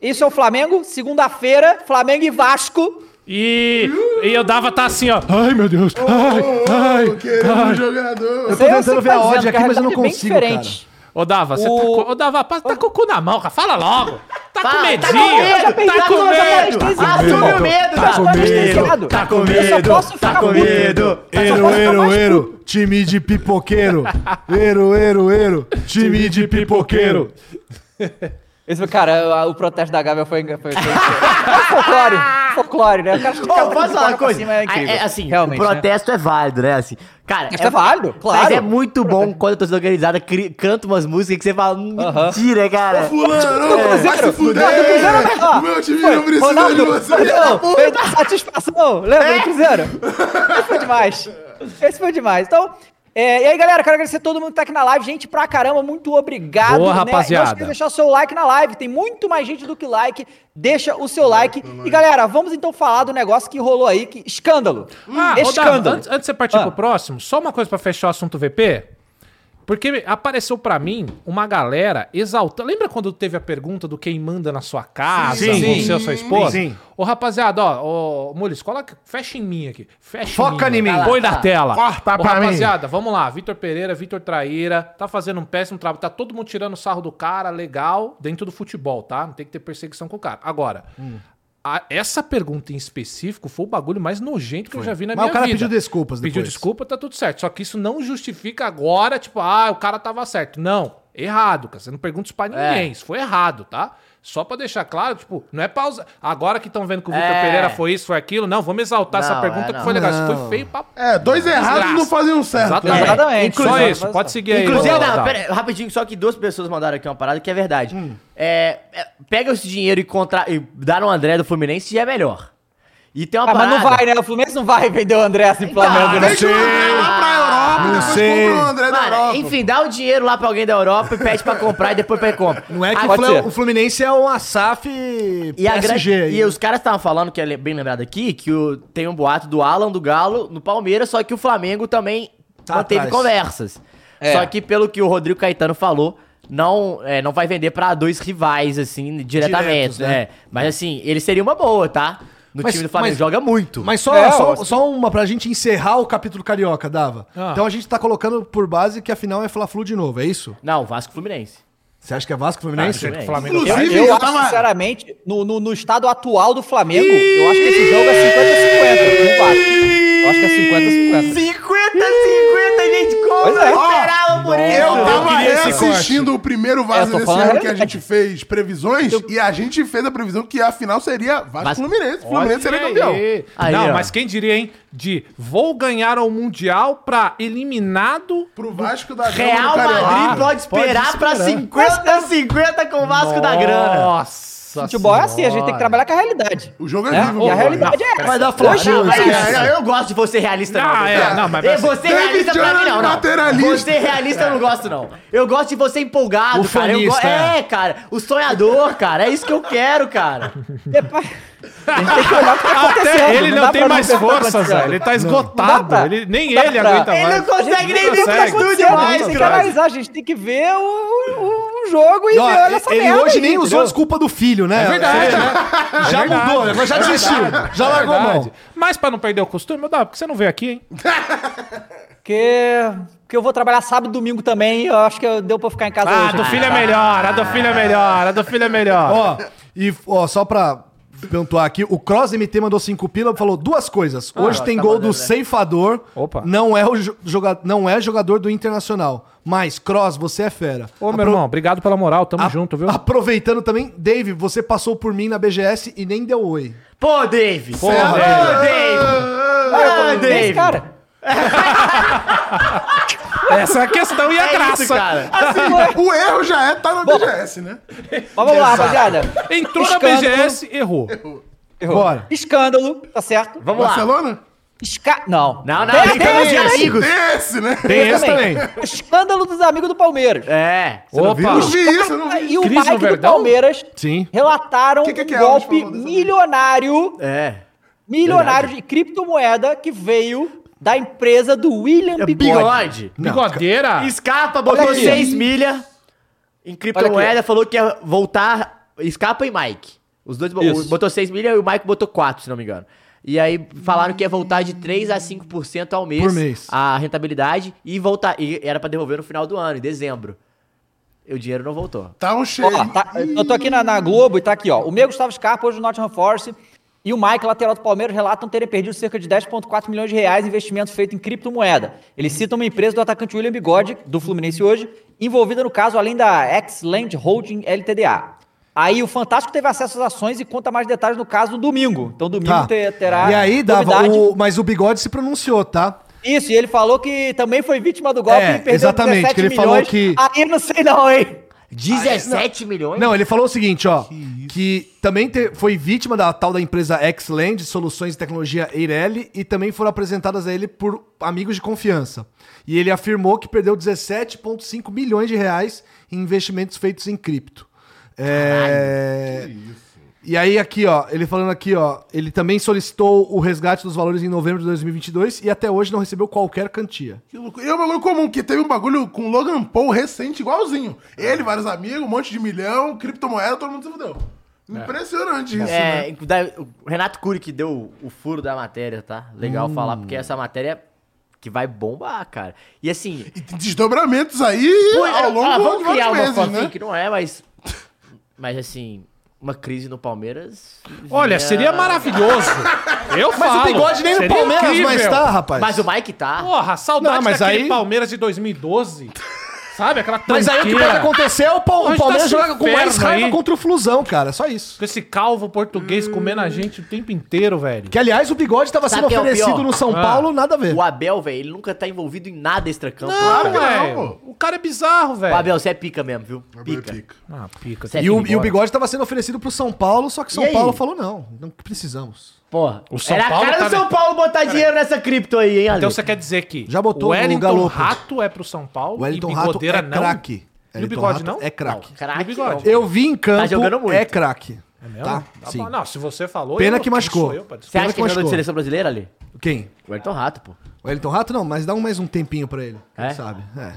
[SPEAKER 2] isso é o Flamengo. Segunda-feira, Flamengo e Vasco.
[SPEAKER 5] E, e eu dava, tá assim, ó.
[SPEAKER 1] Ai, meu Deus.
[SPEAKER 4] Ai, um jogador.
[SPEAKER 1] tô
[SPEAKER 2] Eu sei, eu
[SPEAKER 1] tentando
[SPEAKER 2] sei
[SPEAKER 1] ver a
[SPEAKER 2] que tá dizendo,
[SPEAKER 1] odd aqui,
[SPEAKER 2] que a
[SPEAKER 1] mas eu
[SPEAKER 2] realidade é
[SPEAKER 1] não
[SPEAKER 2] bem
[SPEAKER 1] consigo,
[SPEAKER 2] diferente.
[SPEAKER 5] Ô, Dava, você
[SPEAKER 2] O-
[SPEAKER 5] tá, com- ô, Dava, pa- tá com o cu na mão, cara. Fala logo. Tá
[SPEAKER 3] Fala,
[SPEAKER 5] com medinho.
[SPEAKER 3] tá com medo,
[SPEAKER 5] Tá
[SPEAKER 3] já
[SPEAKER 5] com medo.
[SPEAKER 2] pensei,
[SPEAKER 5] Tá
[SPEAKER 2] eu já pensei, tá com
[SPEAKER 3] Ah, Assume o medo,
[SPEAKER 2] Tá com medo,
[SPEAKER 3] Medo,
[SPEAKER 2] tá com medo, tá com medo.
[SPEAKER 3] Tá,
[SPEAKER 1] Ero, ero, ero, time de pipoqueiro. Ero, ero, ero, time de pipoqueiro.
[SPEAKER 2] Esse, cara, o, o protesto da Gávea foi... foi, foi, folclore, folclore, né? O cara
[SPEAKER 3] Ô,
[SPEAKER 2] estica a bunda
[SPEAKER 3] posso
[SPEAKER 2] e
[SPEAKER 3] falar
[SPEAKER 2] coloca
[SPEAKER 3] uma
[SPEAKER 2] pra
[SPEAKER 3] coisa?
[SPEAKER 2] cima, é incrível.
[SPEAKER 3] É, é assim,
[SPEAKER 2] Realmente,
[SPEAKER 3] o
[SPEAKER 2] né?
[SPEAKER 3] protesto é válido, né? Assim, cara,
[SPEAKER 2] Isso é válido, claro.
[SPEAKER 3] Mas é muito bom quando a torcida organizada cri- canta umas músicas que você fala, "Hum, mentira, cara.
[SPEAKER 4] Fulano, vai se fuder.
[SPEAKER 2] Não, do Cruzeiro não. Ó,
[SPEAKER 4] O meu time
[SPEAKER 2] foi.
[SPEAKER 4] não precisa
[SPEAKER 2] Ronaldo,
[SPEAKER 4] de você.
[SPEAKER 2] Não, veio dar satisfação. Lembra do Cruzeiro? Esse foi demais. Esse foi demais. Então, é, e aí, galera, quero agradecer a todo mundo que tá aqui na live. Gente, pra caramba, muito obrigado.
[SPEAKER 5] Boa,
[SPEAKER 2] né?
[SPEAKER 5] rapaziada.
[SPEAKER 2] Não esqueça de deixar o seu like na live. Tem muito mais gente do que like. Deixa o seu like. E, galera, vamos então falar do negócio que rolou aí. Que... Escândalo.
[SPEAKER 1] Hum,
[SPEAKER 5] Ah, ô, Dava,
[SPEAKER 2] Escândalo.
[SPEAKER 5] antes, antes de você partir
[SPEAKER 2] Ah.
[SPEAKER 5] pro próximo, só uma coisa pra fechar o assunto VP. Porque apareceu pra mim uma galera exaltando. Lembra quando teve a pergunta do quem manda na sua casa,
[SPEAKER 1] Sim,
[SPEAKER 5] você
[SPEAKER 1] sim.
[SPEAKER 5] ou sua esposa?
[SPEAKER 1] Sim, sim.
[SPEAKER 5] Ô, rapaziada, ó, ó Mules, coloca, fecha em mim aqui. Fecha
[SPEAKER 1] Foca
[SPEAKER 5] em
[SPEAKER 1] em
[SPEAKER 5] mim.
[SPEAKER 1] mim.
[SPEAKER 5] Põe
[SPEAKER 3] Tá
[SPEAKER 5] na
[SPEAKER 3] lá.
[SPEAKER 5] tela.
[SPEAKER 1] Corta
[SPEAKER 5] Ô,
[SPEAKER 1] pra mim.
[SPEAKER 5] rapaziada, vamos lá. Vitor Pereira, Vitor Traíra, tá fazendo um péssimo trabalho. Tá todo mundo tirando sarro do cara, legal, dentro do futebol, tá? Não tem que ter perseguição com o cara. Agora,
[SPEAKER 1] Hum.
[SPEAKER 5] a- essa pergunta em específico foi o bagulho mais nojento que eu já vi na
[SPEAKER 1] Mas
[SPEAKER 5] minha vida.
[SPEAKER 1] o cara pediu desculpas
[SPEAKER 5] Pediu
[SPEAKER 1] depois.
[SPEAKER 5] desculpa, tá tudo certo. Só que isso não justifica agora, tipo, ah, o cara tava certo. Não, errado, cara. Você não pergunta isso pra ninguém. Isso foi errado, tá? Só pra deixar claro, tipo, não é pausa. Agora que estão vendo que o Vitor
[SPEAKER 3] É.
[SPEAKER 5] Pereira foi isso, foi aquilo, não, vamos exaltar essa
[SPEAKER 3] Não,
[SPEAKER 5] pergunta
[SPEAKER 3] é,
[SPEAKER 5] que
[SPEAKER 3] não.
[SPEAKER 5] foi legal. Isso
[SPEAKER 1] Não.
[SPEAKER 5] foi feio pra.
[SPEAKER 4] É, dois errados
[SPEAKER 5] Desgraça.
[SPEAKER 4] não fazem um certo.
[SPEAKER 5] Exatamente.
[SPEAKER 4] né?
[SPEAKER 2] Exatamente.
[SPEAKER 5] Só
[SPEAKER 2] Exatamente.
[SPEAKER 5] isso, pode seguir aí.
[SPEAKER 3] Inclusive,
[SPEAKER 5] Dava,
[SPEAKER 2] tá.
[SPEAKER 3] não,
[SPEAKER 5] Dava.
[SPEAKER 3] pera, rapidinho, só que duas pessoas mandaram aqui uma parada que é verdade.
[SPEAKER 2] Hum.
[SPEAKER 3] É, é, pega esse dinheiro e, contra... e dá no André do Fluminense já é melhor. E tem uma
[SPEAKER 2] Ah, mas
[SPEAKER 3] parada...
[SPEAKER 2] não vai, né? O Fluminense não vai vender o André assim
[SPEAKER 5] Então,
[SPEAKER 2] pro Flamengo, né?
[SPEAKER 4] Deixa o André lá pra Europa,
[SPEAKER 1] Não
[SPEAKER 4] depois
[SPEAKER 1] sei.
[SPEAKER 4] compra o
[SPEAKER 2] É
[SPEAKER 4] André da
[SPEAKER 3] Cara,
[SPEAKER 4] Europa.
[SPEAKER 3] enfim, dá o dinheiro lá pra alguém da Europa e pede pra comprar e depois pra compra.
[SPEAKER 1] Não é que
[SPEAKER 3] Ah,
[SPEAKER 1] o,
[SPEAKER 2] pode
[SPEAKER 1] Flam-
[SPEAKER 2] ser.
[SPEAKER 1] o Fluminense é um SAF
[SPEAKER 3] E, a grande-
[SPEAKER 1] PSG. aí.
[SPEAKER 3] e os caras estavam falando, que é bem lembrado aqui, que o- tem um boato do Alan do Galo no Palmeiras, só que o Flamengo também
[SPEAKER 1] Tá
[SPEAKER 3] manteve
[SPEAKER 1] atrás.
[SPEAKER 3] conversas.
[SPEAKER 2] É.
[SPEAKER 3] Só que pelo que o Rodrigo Caetano falou, não, é, não vai vender pra dois rivais, assim, diretamente.
[SPEAKER 1] Diretos, né?
[SPEAKER 3] né? Mas assim, ele seria uma boa, tá? No
[SPEAKER 1] Mas-
[SPEAKER 3] time do Flamengo,
[SPEAKER 1] mas-
[SPEAKER 3] joga muito.
[SPEAKER 1] Mas só,
[SPEAKER 2] É,
[SPEAKER 1] só,
[SPEAKER 2] ó,
[SPEAKER 1] só uma pra gente encerrar o capítulo carioca, Dava.
[SPEAKER 5] Ah.
[SPEAKER 1] Então a gente tá colocando por base que a final é Fla-Flu de novo, é isso?
[SPEAKER 3] Não, Vasco e Fluminense.
[SPEAKER 1] Você acha que é
[SPEAKER 5] Ah,
[SPEAKER 1] Vasco e
[SPEAKER 5] do
[SPEAKER 1] Fluminense?
[SPEAKER 5] jeito que o
[SPEAKER 3] Fluminense.
[SPEAKER 5] Flamengo tá.
[SPEAKER 4] Inclusive,
[SPEAKER 2] Eu,
[SPEAKER 4] eu
[SPEAKER 2] acho,
[SPEAKER 4] tava-
[SPEAKER 2] sinceramente, no, no, no estado atual do Flamengo, eu acho que esse jogo é 50-50 pro Vasco. Eu acho que é 50-50.
[SPEAKER 3] 50, 50, gente, como
[SPEAKER 2] Pois é.
[SPEAKER 3] eu esperava por isso?
[SPEAKER 4] Eu tava
[SPEAKER 5] queria esse
[SPEAKER 4] assistindo o primeiro
[SPEAKER 2] É,
[SPEAKER 4] Vasco
[SPEAKER 2] tô
[SPEAKER 4] desse
[SPEAKER 2] falando
[SPEAKER 4] ano que a
[SPEAKER 2] realidade.
[SPEAKER 4] gente fez previsões e a gente fez a previsão que a final seria Vasco e
[SPEAKER 3] Vasco.
[SPEAKER 4] Fluminense. Fluminense seria campeão.
[SPEAKER 5] Aí.
[SPEAKER 3] Aí,
[SPEAKER 5] não,
[SPEAKER 3] ó.
[SPEAKER 5] mas quem diria, hein? De vou ganhar o Mundial pra eliminado.
[SPEAKER 4] Pro Vasco da Gama
[SPEAKER 3] Real
[SPEAKER 4] do Carioca.
[SPEAKER 1] ah,
[SPEAKER 3] Madrid pode
[SPEAKER 5] pode
[SPEAKER 3] esperar pra
[SPEAKER 5] esperar.
[SPEAKER 3] 50, 50 com o Vasco da Grana.
[SPEAKER 5] Nossa.
[SPEAKER 2] Futebol é assim, a gente tem que trabalhar com a realidade.
[SPEAKER 4] O jogo é,
[SPEAKER 2] né?
[SPEAKER 4] vivo,
[SPEAKER 2] E a
[SPEAKER 4] mano.
[SPEAKER 2] realidade é essa.
[SPEAKER 1] Vai dar Fla-Flu.
[SPEAKER 2] Hoje-
[SPEAKER 3] tá Não, mas
[SPEAKER 4] é isso.
[SPEAKER 3] eu, eu gosto de você realista,
[SPEAKER 5] Não,
[SPEAKER 3] não.
[SPEAKER 5] é,
[SPEAKER 3] Gabriel.
[SPEAKER 5] não, mas
[SPEAKER 3] E
[SPEAKER 5] você-
[SPEAKER 3] você
[SPEAKER 4] David
[SPEAKER 3] realista pra mim,
[SPEAKER 4] Jones
[SPEAKER 3] não, não.
[SPEAKER 4] lateralista.
[SPEAKER 3] Você realista eu não gosto, não. Eu gosto de você empolgado,
[SPEAKER 1] O
[SPEAKER 3] cara. Eu go-
[SPEAKER 1] fanista, é.
[SPEAKER 3] É, cara. O sonhador, cara. É isso que eu quero, cara.
[SPEAKER 2] Depois- A gente tem que olhar o que tá acontecendo.
[SPEAKER 5] Até ele não,
[SPEAKER 2] dá
[SPEAKER 5] tem
[SPEAKER 2] pra
[SPEAKER 5] mais
[SPEAKER 2] ver o que tá
[SPEAKER 5] forças,
[SPEAKER 2] acontecendo.
[SPEAKER 5] velho. Ele tá
[SPEAKER 2] Não
[SPEAKER 5] esgotado.
[SPEAKER 2] dá pra-
[SPEAKER 5] ele, nem
[SPEAKER 2] não dá
[SPEAKER 5] ele
[SPEAKER 2] pra-
[SPEAKER 5] aguenta
[SPEAKER 3] Ele não
[SPEAKER 5] mais.
[SPEAKER 3] consegue nem vir pro
[SPEAKER 5] consegue.
[SPEAKER 3] estúdio
[SPEAKER 5] Não
[SPEAKER 2] tá A
[SPEAKER 3] mais,
[SPEAKER 2] gente tem que
[SPEAKER 3] cara.
[SPEAKER 2] analisar, a gente tem que ver o, o- o jogo e
[SPEAKER 1] E, ó,
[SPEAKER 2] ver olha essa
[SPEAKER 1] ele
[SPEAKER 2] merda
[SPEAKER 1] hoje
[SPEAKER 2] aí,
[SPEAKER 1] nem usou
[SPEAKER 2] entendeu?
[SPEAKER 1] desculpa do filho, né? É
[SPEAKER 5] verdade,
[SPEAKER 1] Já mudou, agora já desistiu. já largou a
[SPEAKER 5] É Verdade.
[SPEAKER 1] mão.
[SPEAKER 5] Mas pra não perder o costume, meu dá, porque você não veio aqui, hein?
[SPEAKER 2] Porque, porque eu vou trabalhar sábado e domingo também. Eu acho que eu- deu pra eu ficar em casa
[SPEAKER 1] Tá,
[SPEAKER 5] Ah,
[SPEAKER 2] hoje.
[SPEAKER 5] do filho é melhor, a do filho é melhor, a do filho é melhor.
[SPEAKER 1] Ó, e ó, só pra pontuar aqui, o Cross MT mandou cinco pila e falou duas coisas. Hoje tem
[SPEAKER 3] tá
[SPEAKER 1] gol do
[SPEAKER 3] mandando, né?
[SPEAKER 1] ceifador.
[SPEAKER 5] Opa.
[SPEAKER 1] Não é, o jo- joga não é jogador do Internacional. Mas, Cross, você é fera.
[SPEAKER 5] Ô, meu irmão, obrigado pela moral, tamo junto, viu?
[SPEAKER 1] Aproveitando também, Dave, você passou por mim na BGS e nem deu oi.
[SPEAKER 3] Pô, Ah, Dave. Pô,
[SPEAKER 5] Porra, velho.
[SPEAKER 3] Dave. Ah,
[SPEAKER 2] Ah,
[SPEAKER 3] Dave.
[SPEAKER 2] esse cara.
[SPEAKER 5] Essa é a questão e a
[SPEAKER 3] É
[SPEAKER 5] graça.
[SPEAKER 3] isso, cara.
[SPEAKER 2] Ah,
[SPEAKER 4] Assim, o erro já é tá na BGS, né?
[SPEAKER 2] Mas vamos lá, rapaziada.
[SPEAKER 5] Entrou na
[SPEAKER 2] Escândalo.
[SPEAKER 5] BGS, errou.
[SPEAKER 2] Errou.
[SPEAKER 1] Bora.
[SPEAKER 2] Escândalo, tá certo?
[SPEAKER 3] Vamos lá.
[SPEAKER 4] Barcelona?
[SPEAKER 2] Esca... Não.
[SPEAKER 3] Não, não,
[SPEAKER 2] Tem- tem
[SPEAKER 3] tem também de
[SPEAKER 2] esse também.
[SPEAKER 3] amigos.
[SPEAKER 4] Desse, né?
[SPEAKER 1] Tem esse também.
[SPEAKER 2] O escândalo dos amigos do Palmeiras.
[SPEAKER 3] É.
[SPEAKER 5] Opa.
[SPEAKER 4] Eu vi isso, eu não vi.
[SPEAKER 2] E o
[SPEAKER 5] Cris no
[SPEAKER 2] Mike do
[SPEAKER 5] Verdão?
[SPEAKER 2] Palmeiras
[SPEAKER 1] Sim.
[SPEAKER 2] relataram
[SPEAKER 4] Que que é que
[SPEAKER 2] um
[SPEAKER 4] é? Deixa eu
[SPEAKER 2] golpe
[SPEAKER 4] falar dessa
[SPEAKER 2] milionário,
[SPEAKER 3] É.
[SPEAKER 2] milionário de criptomoeda que veio da empresa do William
[SPEAKER 3] É
[SPEAKER 2] Bigode.
[SPEAKER 3] Bigode.
[SPEAKER 1] Não.
[SPEAKER 5] Bigodeira.
[SPEAKER 3] Escapa, botou
[SPEAKER 2] aqui.
[SPEAKER 3] 6 milha em
[SPEAKER 2] Olha
[SPEAKER 3] criptomoeda, falou que ia voltar. Escapa e Mike. Os dois bo-
[SPEAKER 2] Isso.
[SPEAKER 3] o- botou 6 milha e o Mike botou 4, se não me engano. E aí falaram que ia voltar de 3 a 5% ao mês,
[SPEAKER 1] Por mês.
[SPEAKER 3] a rentabilidade e voltar. E era pra devolver no final do ano, em dezembro. E o dinheiro não voltou.
[SPEAKER 4] Tá um cheio.
[SPEAKER 2] Ó, tá- eu tô aqui na, na Globo e tá aqui, ó. O meu Gustavo Scarpa, hoje do Nottingham Force, e o Mike, lateral do Palmeiras, relatam terem perdido cerca de 10,4 milhões de reais em investimento feito em criptomoeda. Eles citam uma empresa do atacante William Bigode, do Fluminense hoje, envolvida no caso, além da X-Land Holding LTDA. Aí o Fantástico teve acesso às ações e conta mais detalhes no caso no domingo. Então domingo
[SPEAKER 1] Tá.
[SPEAKER 2] te- terá.
[SPEAKER 1] E aí, Dava,
[SPEAKER 2] novidade.
[SPEAKER 1] o- mas o bigode se pronunciou, tá?
[SPEAKER 2] Isso, e ele falou que também foi vítima do golpe
[SPEAKER 1] É,
[SPEAKER 2] e perdeu
[SPEAKER 1] exatamente, que ele falou
[SPEAKER 2] milhões.
[SPEAKER 1] que-
[SPEAKER 2] Aí não sei não, hein?
[SPEAKER 3] 17 milhões?
[SPEAKER 1] Não, ele falou o seguinte, ó. Que, também te- foi vítima da tal da empresa Xland, Soluções de Tecnologia Eireli, e também foram apresentadas a ele por amigos de confiança. E ele afirmou que perdeu 17,5 milhões de reais em investimentos feitos em cripto. É... E aí aqui, ó, ele falando aqui, ó, ele também solicitou o resgate dos valores em novembro de 2022 e até hoje não recebeu qualquer quantia.
[SPEAKER 4] Que louco. E o bagulho comum, que teve um bagulho com o Logan Paul recente, igualzinho.
[SPEAKER 3] É.
[SPEAKER 4] Ele, vários amigos, um monte de milhão, criptomoeda, todo mundo se fudeu. Impressionante isso, né?
[SPEAKER 3] É, da- o Renato Cury que deu o furo da matéria, tá? Legal falar, porque essa matéria que vai bombar, cara. E assim,
[SPEAKER 4] E tem desdobramentos aí
[SPEAKER 3] Pô,
[SPEAKER 4] ao longo
[SPEAKER 3] ah, vamos
[SPEAKER 4] de vários
[SPEAKER 3] criar uma
[SPEAKER 4] meses,
[SPEAKER 3] fanfic,
[SPEAKER 4] né?
[SPEAKER 3] que não é, mas. Mas assim, uma crise no Palmeiras.
[SPEAKER 5] Olha,
[SPEAKER 3] vinha-
[SPEAKER 5] seria maravilhoso. Eu
[SPEAKER 1] É. Mas
[SPEAKER 5] falo.
[SPEAKER 1] o bigode nem no
[SPEAKER 5] seria
[SPEAKER 1] Palmeiras
[SPEAKER 5] incrível.
[SPEAKER 1] mais tá, rapaz.
[SPEAKER 3] Mas o Mike tá.
[SPEAKER 5] Porra, saudade
[SPEAKER 1] Não, mas
[SPEAKER 5] daquele
[SPEAKER 1] aí-
[SPEAKER 5] Palmeiras de 2012. Sabe? Aquela
[SPEAKER 1] Mas aí o que pode
[SPEAKER 5] tranqueira.
[SPEAKER 1] acontecer é o, Pal-
[SPEAKER 5] A gente
[SPEAKER 1] o Palmeiras
[SPEAKER 5] tá se
[SPEAKER 1] joga com mais
[SPEAKER 5] ferra
[SPEAKER 1] raiva
[SPEAKER 5] aí.
[SPEAKER 1] contra o Flusão, cara. Só isso.
[SPEAKER 5] Com esse calvo português comendo a gente o tempo inteiro, velho.
[SPEAKER 1] Hum. Que, aliás, o bigode estava
[SPEAKER 3] Sabe
[SPEAKER 1] sendo
[SPEAKER 3] quem é o
[SPEAKER 1] oferecido
[SPEAKER 3] pior?
[SPEAKER 1] no São
[SPEAKER 5] Ah.
[SPEAKER 1] Paulo, nada a ver.
[SPEAKER 3] O Abel, velho, ele nunca tá envolvido em nada extracampo. né?
[SPEAKER 5] Não,
[SPEAKER 4] que
[SPEAKER 5] velho.
[SPEAKER 4] não,
[SPEAKER 5] o cara é bizarro, velho.
[SPEAKER 3] O Abel, você é pica mesmo, viu?
[SPEAKER 4] Pica.
[SPEAKER 3] Pica.
[SPEAKER 4] Pica.
[SPEAKER 5] Ah, pica.
[SPEAKER 3] Cê- é
[SPEAKER 1] E o,
[SPEAKER 3] Embora.
[SPEAKER 1] e o bigode estava sendo oferecido pro São Paulo, só que São
[SPEAKER 3] E aí?
[SPEAKER 1] Paulo falou: não, não precisamos.
[SPEAKER 3] Porra.
[SPEAKER 5] O São
[SPEAKER 3] era
[SPEAKER 5] Paulo
[SPEAKER 3] a cara
[SPEAKER 5] tá
[SPEAKER 3] do São
[SPEAKER 5] na-
[SPEAKER 3] Paulo botar dinheiro nessa cripto aí, hein, Ale?
[SPEAKER 5] Então você quer dizer que
[SPEAKER 1] Já botou
[SPEAKER 5] o
[SPEAKER 1] no
[SPEAKER 5] Wellington
[SPEAKER 1] galopo.
[SPEAKER 5] Rato é pro São Paulo
[SPEAKER 1] O Wellington
[SPEAKER 5] e
[SPEAKER 1] Rato
[SPEAKER 5] Bigodeira
[SPEAKER 1] é
[SPEAKER 5] não?
[SPEAKER 1] craque.
[SPEAKER 5] E o
[SPEAKER 1] Wellington
[SPEAKER 5] bigode
[SPEAKER 1] Rato
[SPEAKER 5] não?
[SPEAKER 1] É
[SPEAKER 3] Não,
[SPEAKER 1] craque.
[SPEAKER 3] craque
[SPEAKER 5] E o um bigode?
[SPEAKER 3] não. Tá
[SPEAKER 1] Eu vi em campo,
[SPEAKER 3] jogando muito.
[SPEAKER 1] é craque.
[SPEAKER 5] É mesmo?
[SPEAKER 1] Tá?
[SPEAKER 5] Dá
[SPEAKER 1] Sim.
[SPEAKER 5] pra- Não, se você falou...
[SPEAKER 1] Pena
[SPEAKER 5] eu-
[SPEAKER 1] que
[SPEAKER 5] quem
[SPEAKER 1] machucou.
[SPEAKER 5] sou eu pra
[SPEAKER 3] Você
[SPEAKER 5] discutir?
[SPEAKER 3] acha que é jogador
[SPEAKER 1] machucou.
[SPEAKER 3] de seleção brasileira, Ale?
[SPEAKER 1] Quem?
[SPEAKER 3] O Elton Rato, pô.
[SPEAKER 1] O Wellington Rato? Não, mas dá um- mais um tempinho pra ele. quem
[SPEAKER 3] É?
[SPEAKER 1] Sabe? É.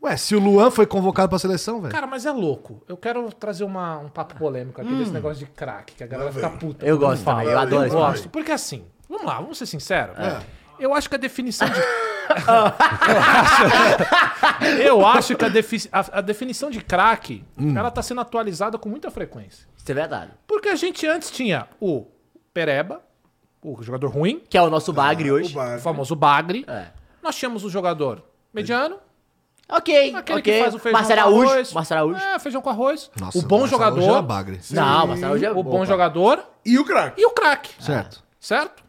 [SPEAKER 1] Ué, se o Luan foi convocado pra seleção, velho.
[SPEAKER 5] Cara, mas é louco. Eu quero trazer uma- um papo polêmico aqui desse negócio de crack, que a galera fica puta.
[SPEAKER 3] Hum. Eu
[SPEAKER 5] quando
[SPEAKER 3] gosto
[SPEAKER 5] fala.
[SPEAKER 3] também, eu adoro esse
[SPEAKER 5] Eu
[SPEAKER 3] papo.
[SPEAKER 5] gosto, porque assim, vamos lá, vamos ser sinceros.
[SPEAKER 1] É.
[SPEAKER 5] né? Eu acho que a definição de... eu acho que a, defi- a- a definição de craque,
[SPEAKER 1] Hum.
[SPEAKER 5] ela tá sendo atualizada com muita frequência.
[SPEAKER 3] Isso é verdade.
[SPEAKER 5] Porque a gente antes tinha o Pereba, o jogador ruim,
[SPEAKER 3] Que é o nosso bagre hoje.
[SPEAKER 4] O bar.
[SPEAKER 5] o famoso Bagre.
[SPEAKER 3] É.
[SPEAKER 5] Nós tínhamos o jogador mediano,
[SPEAKER 3] Ok,
[SPEAKER 5] aquele que
[SPEAKER 3] É. ok.
[SPEAKER 5] faz o feijão
[SPEAKER 3] Marcelo
[SPEAKER 5] com
[SPEAKER 3] Araújo.
[SPEAKER 5] arroz.
[SPEAKER 3] Marcelo Araújo.
[SPEAKER 5] É, feijão com arroz.
[SPEAKER 1] Nossa,
[SPEAKER 5] o bom
[SPEAKER 1] Marcelo Araújo era
[SPEAKER 5] jogador.
[SPEAKER 1] bagre.
[SPEAKER 3] Não, Marcelo Araújo é
[SPEAKER 5] o bom
[SPEAKER 3] pô.
[SPEAKER 5] jogador
[SPEAKER 4] E o craque.
[SPEAKER 5] e o craque,
[SPEAKER 1] Certo.
[SPEAKER 5] certo?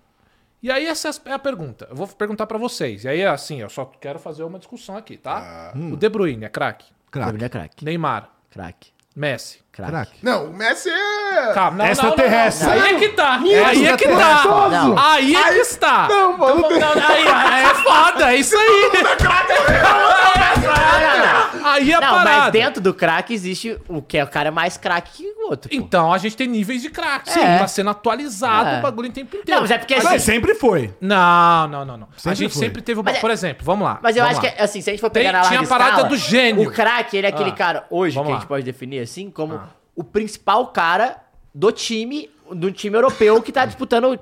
[SPEAKER 5] E aí essa é a pergunta. Eu vou perguntar pra vocês. E aí assim, eu só quero fazer uma discussão aqui, tá? O De Bruyne é craque,
[SPEAKER 1] Craque.
[SPEAKER 3] Ele é craque.
[SPEAKER 5] Neymar,
[SPEAKER 3] Craque.
[SPEAKER 5] Messi.
[SPEAKER 3] Craque.
[SPEAKER 1] Craque.
[SPEAKER 4] Não, o Messi é...
[SPEAKER 5] Calma, não,
[SPEAKER 1] Extraterrestre.
[SPEAKER 5] não, não, não. Aí é que tá. Aí é que tá.
[SPEAKER 3] Não.
[SPEAKER 5] Aí é que está.
[SPEAKER 4] Não, mano, não tem-
[SPEAKER 5] Não, Aí aí é foda, é isso aí. Aí é
[SPEAKER 3] Não, mas
[SPEAKER 5] parada.
[SPEAKER 3] dentro do craque existe o que é o cara mais craque que o outro. pô.
[SPEAKER 5] Então a gente tem níveis de craque.
[SPEAKER 3] É.
[SPEAKER 5] Tá sendo atualizado
[SPEAKER 3] É.
[SPEAKER 5] o bagulho o tempo inteiro.
[SPEAKER 3] Não, mas é porque assim,
[SPEAKER 1] Mas sempre foi.
[SPEAKER 5] Não, não, não, não. a
[SPEAKER 1] Sempre
[SPEAKER 5] gente
[SPEAKER 1] foi.
[SPEAKER 5] sempre teve. o
[SPEAKER 3] Mas é-
[SPEAKER 5] Por exemplo, vamos lá.
[SPEAKER 3] Mas eu
[SPEAKER 5] vamos
[SPEAKER 3] acho
[SPEAKER 5] lá.
[SPEAKER 3] que, assim, se a gente for pegar
[SPEAKER 5] Tem-
[SPEAKER 3] na larga
[SPEAKER 5] tinha a parada
[SPEAKER 3] escala,
[SPEAKER 5] do gênio.
[SPEAKER 3] O craque, ele é aquele
[SPEAKER 5] Ah,
[SPEAKER 3] cara, hoje,
[SPEAKER 5] vamos
[SPEAKER 3] que
[SPEAKER 5] lá. Ah.
[SPEAKER 3] a gente pode definir assim, como o principal cara do time, do time europeu que tá disputando o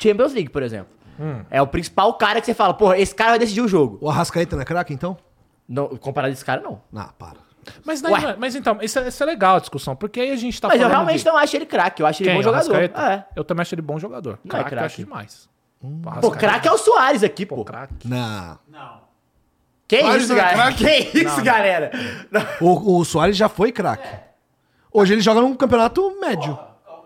[SPEAKER 3] Champions League, por exemplo.
[SPEAKER 5] Hum.
[SPEAKER 3] É o principal cara que você fala, porra, esse cara vai decidir o jogo.
[SPEAKER 1] O Arrascaeta não é craque, então?
[SPEAKER 3] Não, comparado a esse cara, não.
[SPEAKER 1] Não, para.
[SPEAKER 5] Mas, daí-
[SPEAKER 3] Ué.
[SPEAKER 5] mas então, isso é, isso é legal a discussão, porque aí a gente tá
[SPEAKER 3] Mas eu
[SPEAKER 5] falando
[SPEAKER 3] realmente
[SPEAKER 5] de...
[SPEAKER 3] não acho ele craque, eu acho ele
[SPEAKER 5] Quem?
[SPEAKER 3] bom jogador.
[SPEAKER 5] Arrascaeta?
[SPEAKER 3] É.
[SPEAKER 5] Eu também acho ele bom jogador.
[SPEAKER 3] Não é
[SPEAKER 5] Craque, eu
[SPEAKER 3] craque.
[SPEAKER 5] acho demais.
[SPEAKER 3] Pô, craque é o Soares aqui, pô.
[SPEAKER 5] craque.
[SPEAKER 1] Não.
[SPEAKER 3] Que
[SPEAKER 4] Soares
[SPEAKER 3] isso,
[SPEAKER 4] não é
[SPEAKER 3] galera?
[SPEAKER 4] craque?
[SPEAKER 3] Que isso, galera?
[SPEAKER 1] O, o Soares já foi craque. Hoje ele joga num campeonato médio.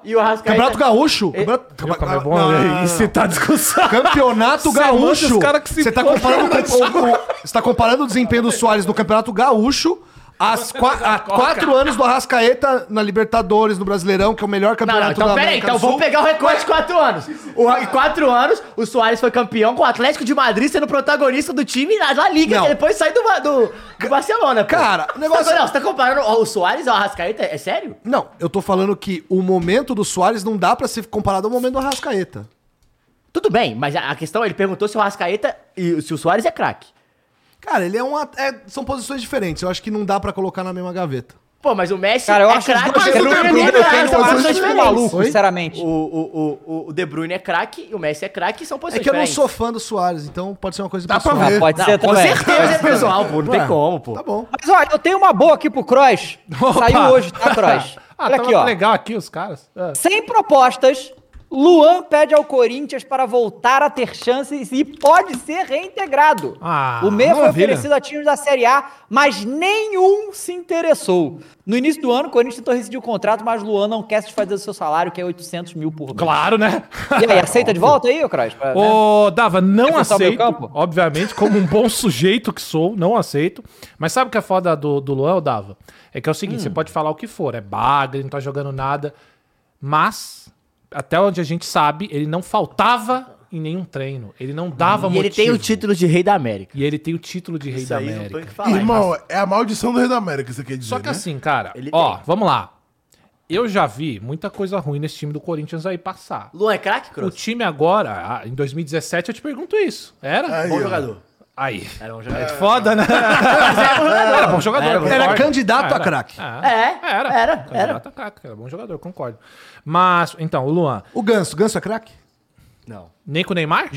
[SPEAKER 3] E o Arrascaeta...
[SPEAKER 1] Campeonato Gaúcho. Campeonato,
[SPEAKER 5] Como é bom
[SPEAKER 1] Não, não, não, não.
[SPEAKER 5] incitar discussão.
[SPEAKER 1] Campeonato
[SPEAKER 5] Você lança
[SPEAKER 1] Gaúcho.
[SPEAKER 5] os cara que se
[SPEAKER 1] Você tá
[SPEAKER 5] encontra
[SPEAKER 1] comparando com- com- com- você tá comparando o desempenho do Soares no Campeonato Gaúcho às qua- a quatro anos do Arrascaeta na Libertadores, no Brasileirão, que é o melhor
[SPEAKER 3] Não,
[SPEAKER 1] campeonato
[SPEAKER 3] não, então
[SPEAKER 1] da
[SPEAKER 3] peraí,
[SPEAKER 1] América
[SPEAKER 3] então
[SPEAKER 1] do Sul.
[SPEAKER 3] vamos pegar o recorde de quatro anos. O, em quatro anos, o Soares foi campeão com o Atlético de Madrid sendo protagonista do time na La Liga,
[SPEAKER 1] Não.
[SPEAKER 3] que depois sai do, Ba- do, do Barcelona, pô.
[SPEAKER 1] Cara, o negócio-
[SPEAKER 3] Você tá, não, você tá comparando o o Soares ao Arrascaeta? É sério?
[SPEAKER 1] Não, eu tô falando que o momento do Soares não dá pra ser comparado ao momento do Arrascaeta.
[SPEAKER 3] Tudo bem, mas a a questão, ele perguntou se o Arrascaeta e se o Soares é craque.
[SPEAKER 1] Cara, ele é um. at- é- são posições diferentes. Eu acho que não dá pra colocar na mesma gaveta.
[SPEAKER 3] Pô, mas o Messi
[SPEAKER 2] Cara, eu
[SPEAKER 3] é
[SPEAKER 2] acho os
[SPEAKER 3] craque,
[SPEAKER 2] dois
[SPEAKER 3] mas o De
[SPEAKER 4] jogadores
[SPEAKER 3] Bruyne é
[SPEAKER 4] diferentes,
[SPEAKER 3] craque, são
[SPEAKER 4] eu acho
[SPEAKER 3] posições
[SPEAKER 4] isso
[SPEAKER 3] diferentes.
[SPEAKER 2] um maluco,
[SPEAKER 1] Oi?
[SPEAKER 2] sinceramente.
[SPEAKER 3] O, o, o, o De Bruyne é craque e o Messi é craque e são
[SPEAKER 1] É
[SPEAKER 3] posições
[SPEAKER 1] que eu não
[SPEAKER 3] diferentes.
[SPEAKER 1] sou fã do Soares, então pode ser uma coisa
[SPEAKER 4] Dá pra
[SPEAKER 1] pessoal.
[SPEAKER 4] ver.
[SPEAKER 2] Ah, pode
[SPEAKER 3] Não,
[SPEAKER 2] ser
[SPEAKER 3] com
[SPEAKER 2] também.
[SPEAKER 3] certeza é pessoal, pô. Não
[SPEAKER 1] Ué,
[SPEAKER 3] tem como, pô.
[SPEAKER 1] Tá bom.
[SPEAKER 2] Mas olha, eu tenho uma boa aqui pro Cross. Saiu hoje, tá, Cross?
[SPEAKER 5] ah,
[SPEAKER 2] Olha
[SPEAKER 5] tá
[SPEAKER 2] aqui, ó.
[SPEAKER 5] legal aqui os caras. Ah.
[SPEAKER 2] Sem propostas, Luan pede ao Corinthians para voltar a ter chances e pode ser reintegrado.
[SPEAKER 5] Ah,
[SPEAKER 2] o meio foi
[SPEAKER 5] maravilha.
[SPEAKER 2] oferecido a times da Série A, mas nenhum se interessou. No início do ano, o Corinthians tentou rescindir o contrato, mas Luan não quer se desfazer do seu salário, que é 800 mil por mês.
[SPEAKER 5] Claro, né?
[SPEAKER 2] E aí, aceita de volta aí, ô Cross?
[SPEAKER 3] Tá
[SPEAKER 2] Pra- né?
[SPEAKER 5] Ô, Dava, não
[SPEAKER 2] Quer soltar o meu
[SPEAKER 5] aceito,
[SPEAKER 2] campo?
[SPEAKER 5] obviamente, como um bom sujeito que sou, não aceito. Mas sabe o que é foda do, do Luan, ô, Dava? É que é o
[SPEAKER 3] Hum.
[SPEAKER 5] seguinte, você pode falar o que for, é bagre, não tá jogando nada, mas, até onde a gente sabe, ele não faltava em nenhum treino, ele não dava
[SPEAKER 3] E ele tem o
[SPEAKER 5] motivo.
[SPEAKER 3] título de Rei da América.
[SPEAKER 5] E ele tem o título de Rei
[SPEAKER 3] Isso
[SPEAKER 5] da
[SPEAKER 3] aí não
[SPEAKER 5] América.
[SPEAKER 3] tem o que falar.
[SPEAKER 4] Irmão, é a maldição do Rei da América, você quer dizer,
[SPEAKER 5] Só que
[SPEAKER 4] né?
[SPEAKER 5] assim, cara,
[SPEAKER 3] Ele
[SPEAKER 5] ó,
[SPEAKER 3] tem.
[SPEAKER 5] vamos lá. Eu já vi muita coisa ruim nesse time do Corinthians aí passar.
[SPEAKER 3] Luan é craque,
[SPEAKER 5] O
[SPEAKER 3] Cross?
[SPEAKER 5] time agora, ah, em 2017, eu te pergunto isso. Era?
[SPEAKER 4] Aí,
[SPEAKER 3] Bom
[SPEAKER 4] ó.
[SPEAKER 3] jogador.
[SPEAKER 5] Aí.
[SPEAKER 3] Era um jogador.
[SPEAKER 5] Foda, né? era É, bom jogador.
[SPEAKER 3] Era bom
[SPEAKER 5] concordo.
[SPEAKER 1] Era candidato
[SPEAKER 5] Era.
[SPEAKER 1] a craque.
[SPEAKER 3] É,
[SPEAKER 5] Era.
[SPEAKER 3] era,
[SPEAKER 5] Candidato a craque, era bom jogador, concordo. Mas, então, o Luan,
[SPEAKER 1] O Ganso. Ganso é craque?
[SPEAKER 3] Não.
[SPEAKER 5] nem com o Neymar?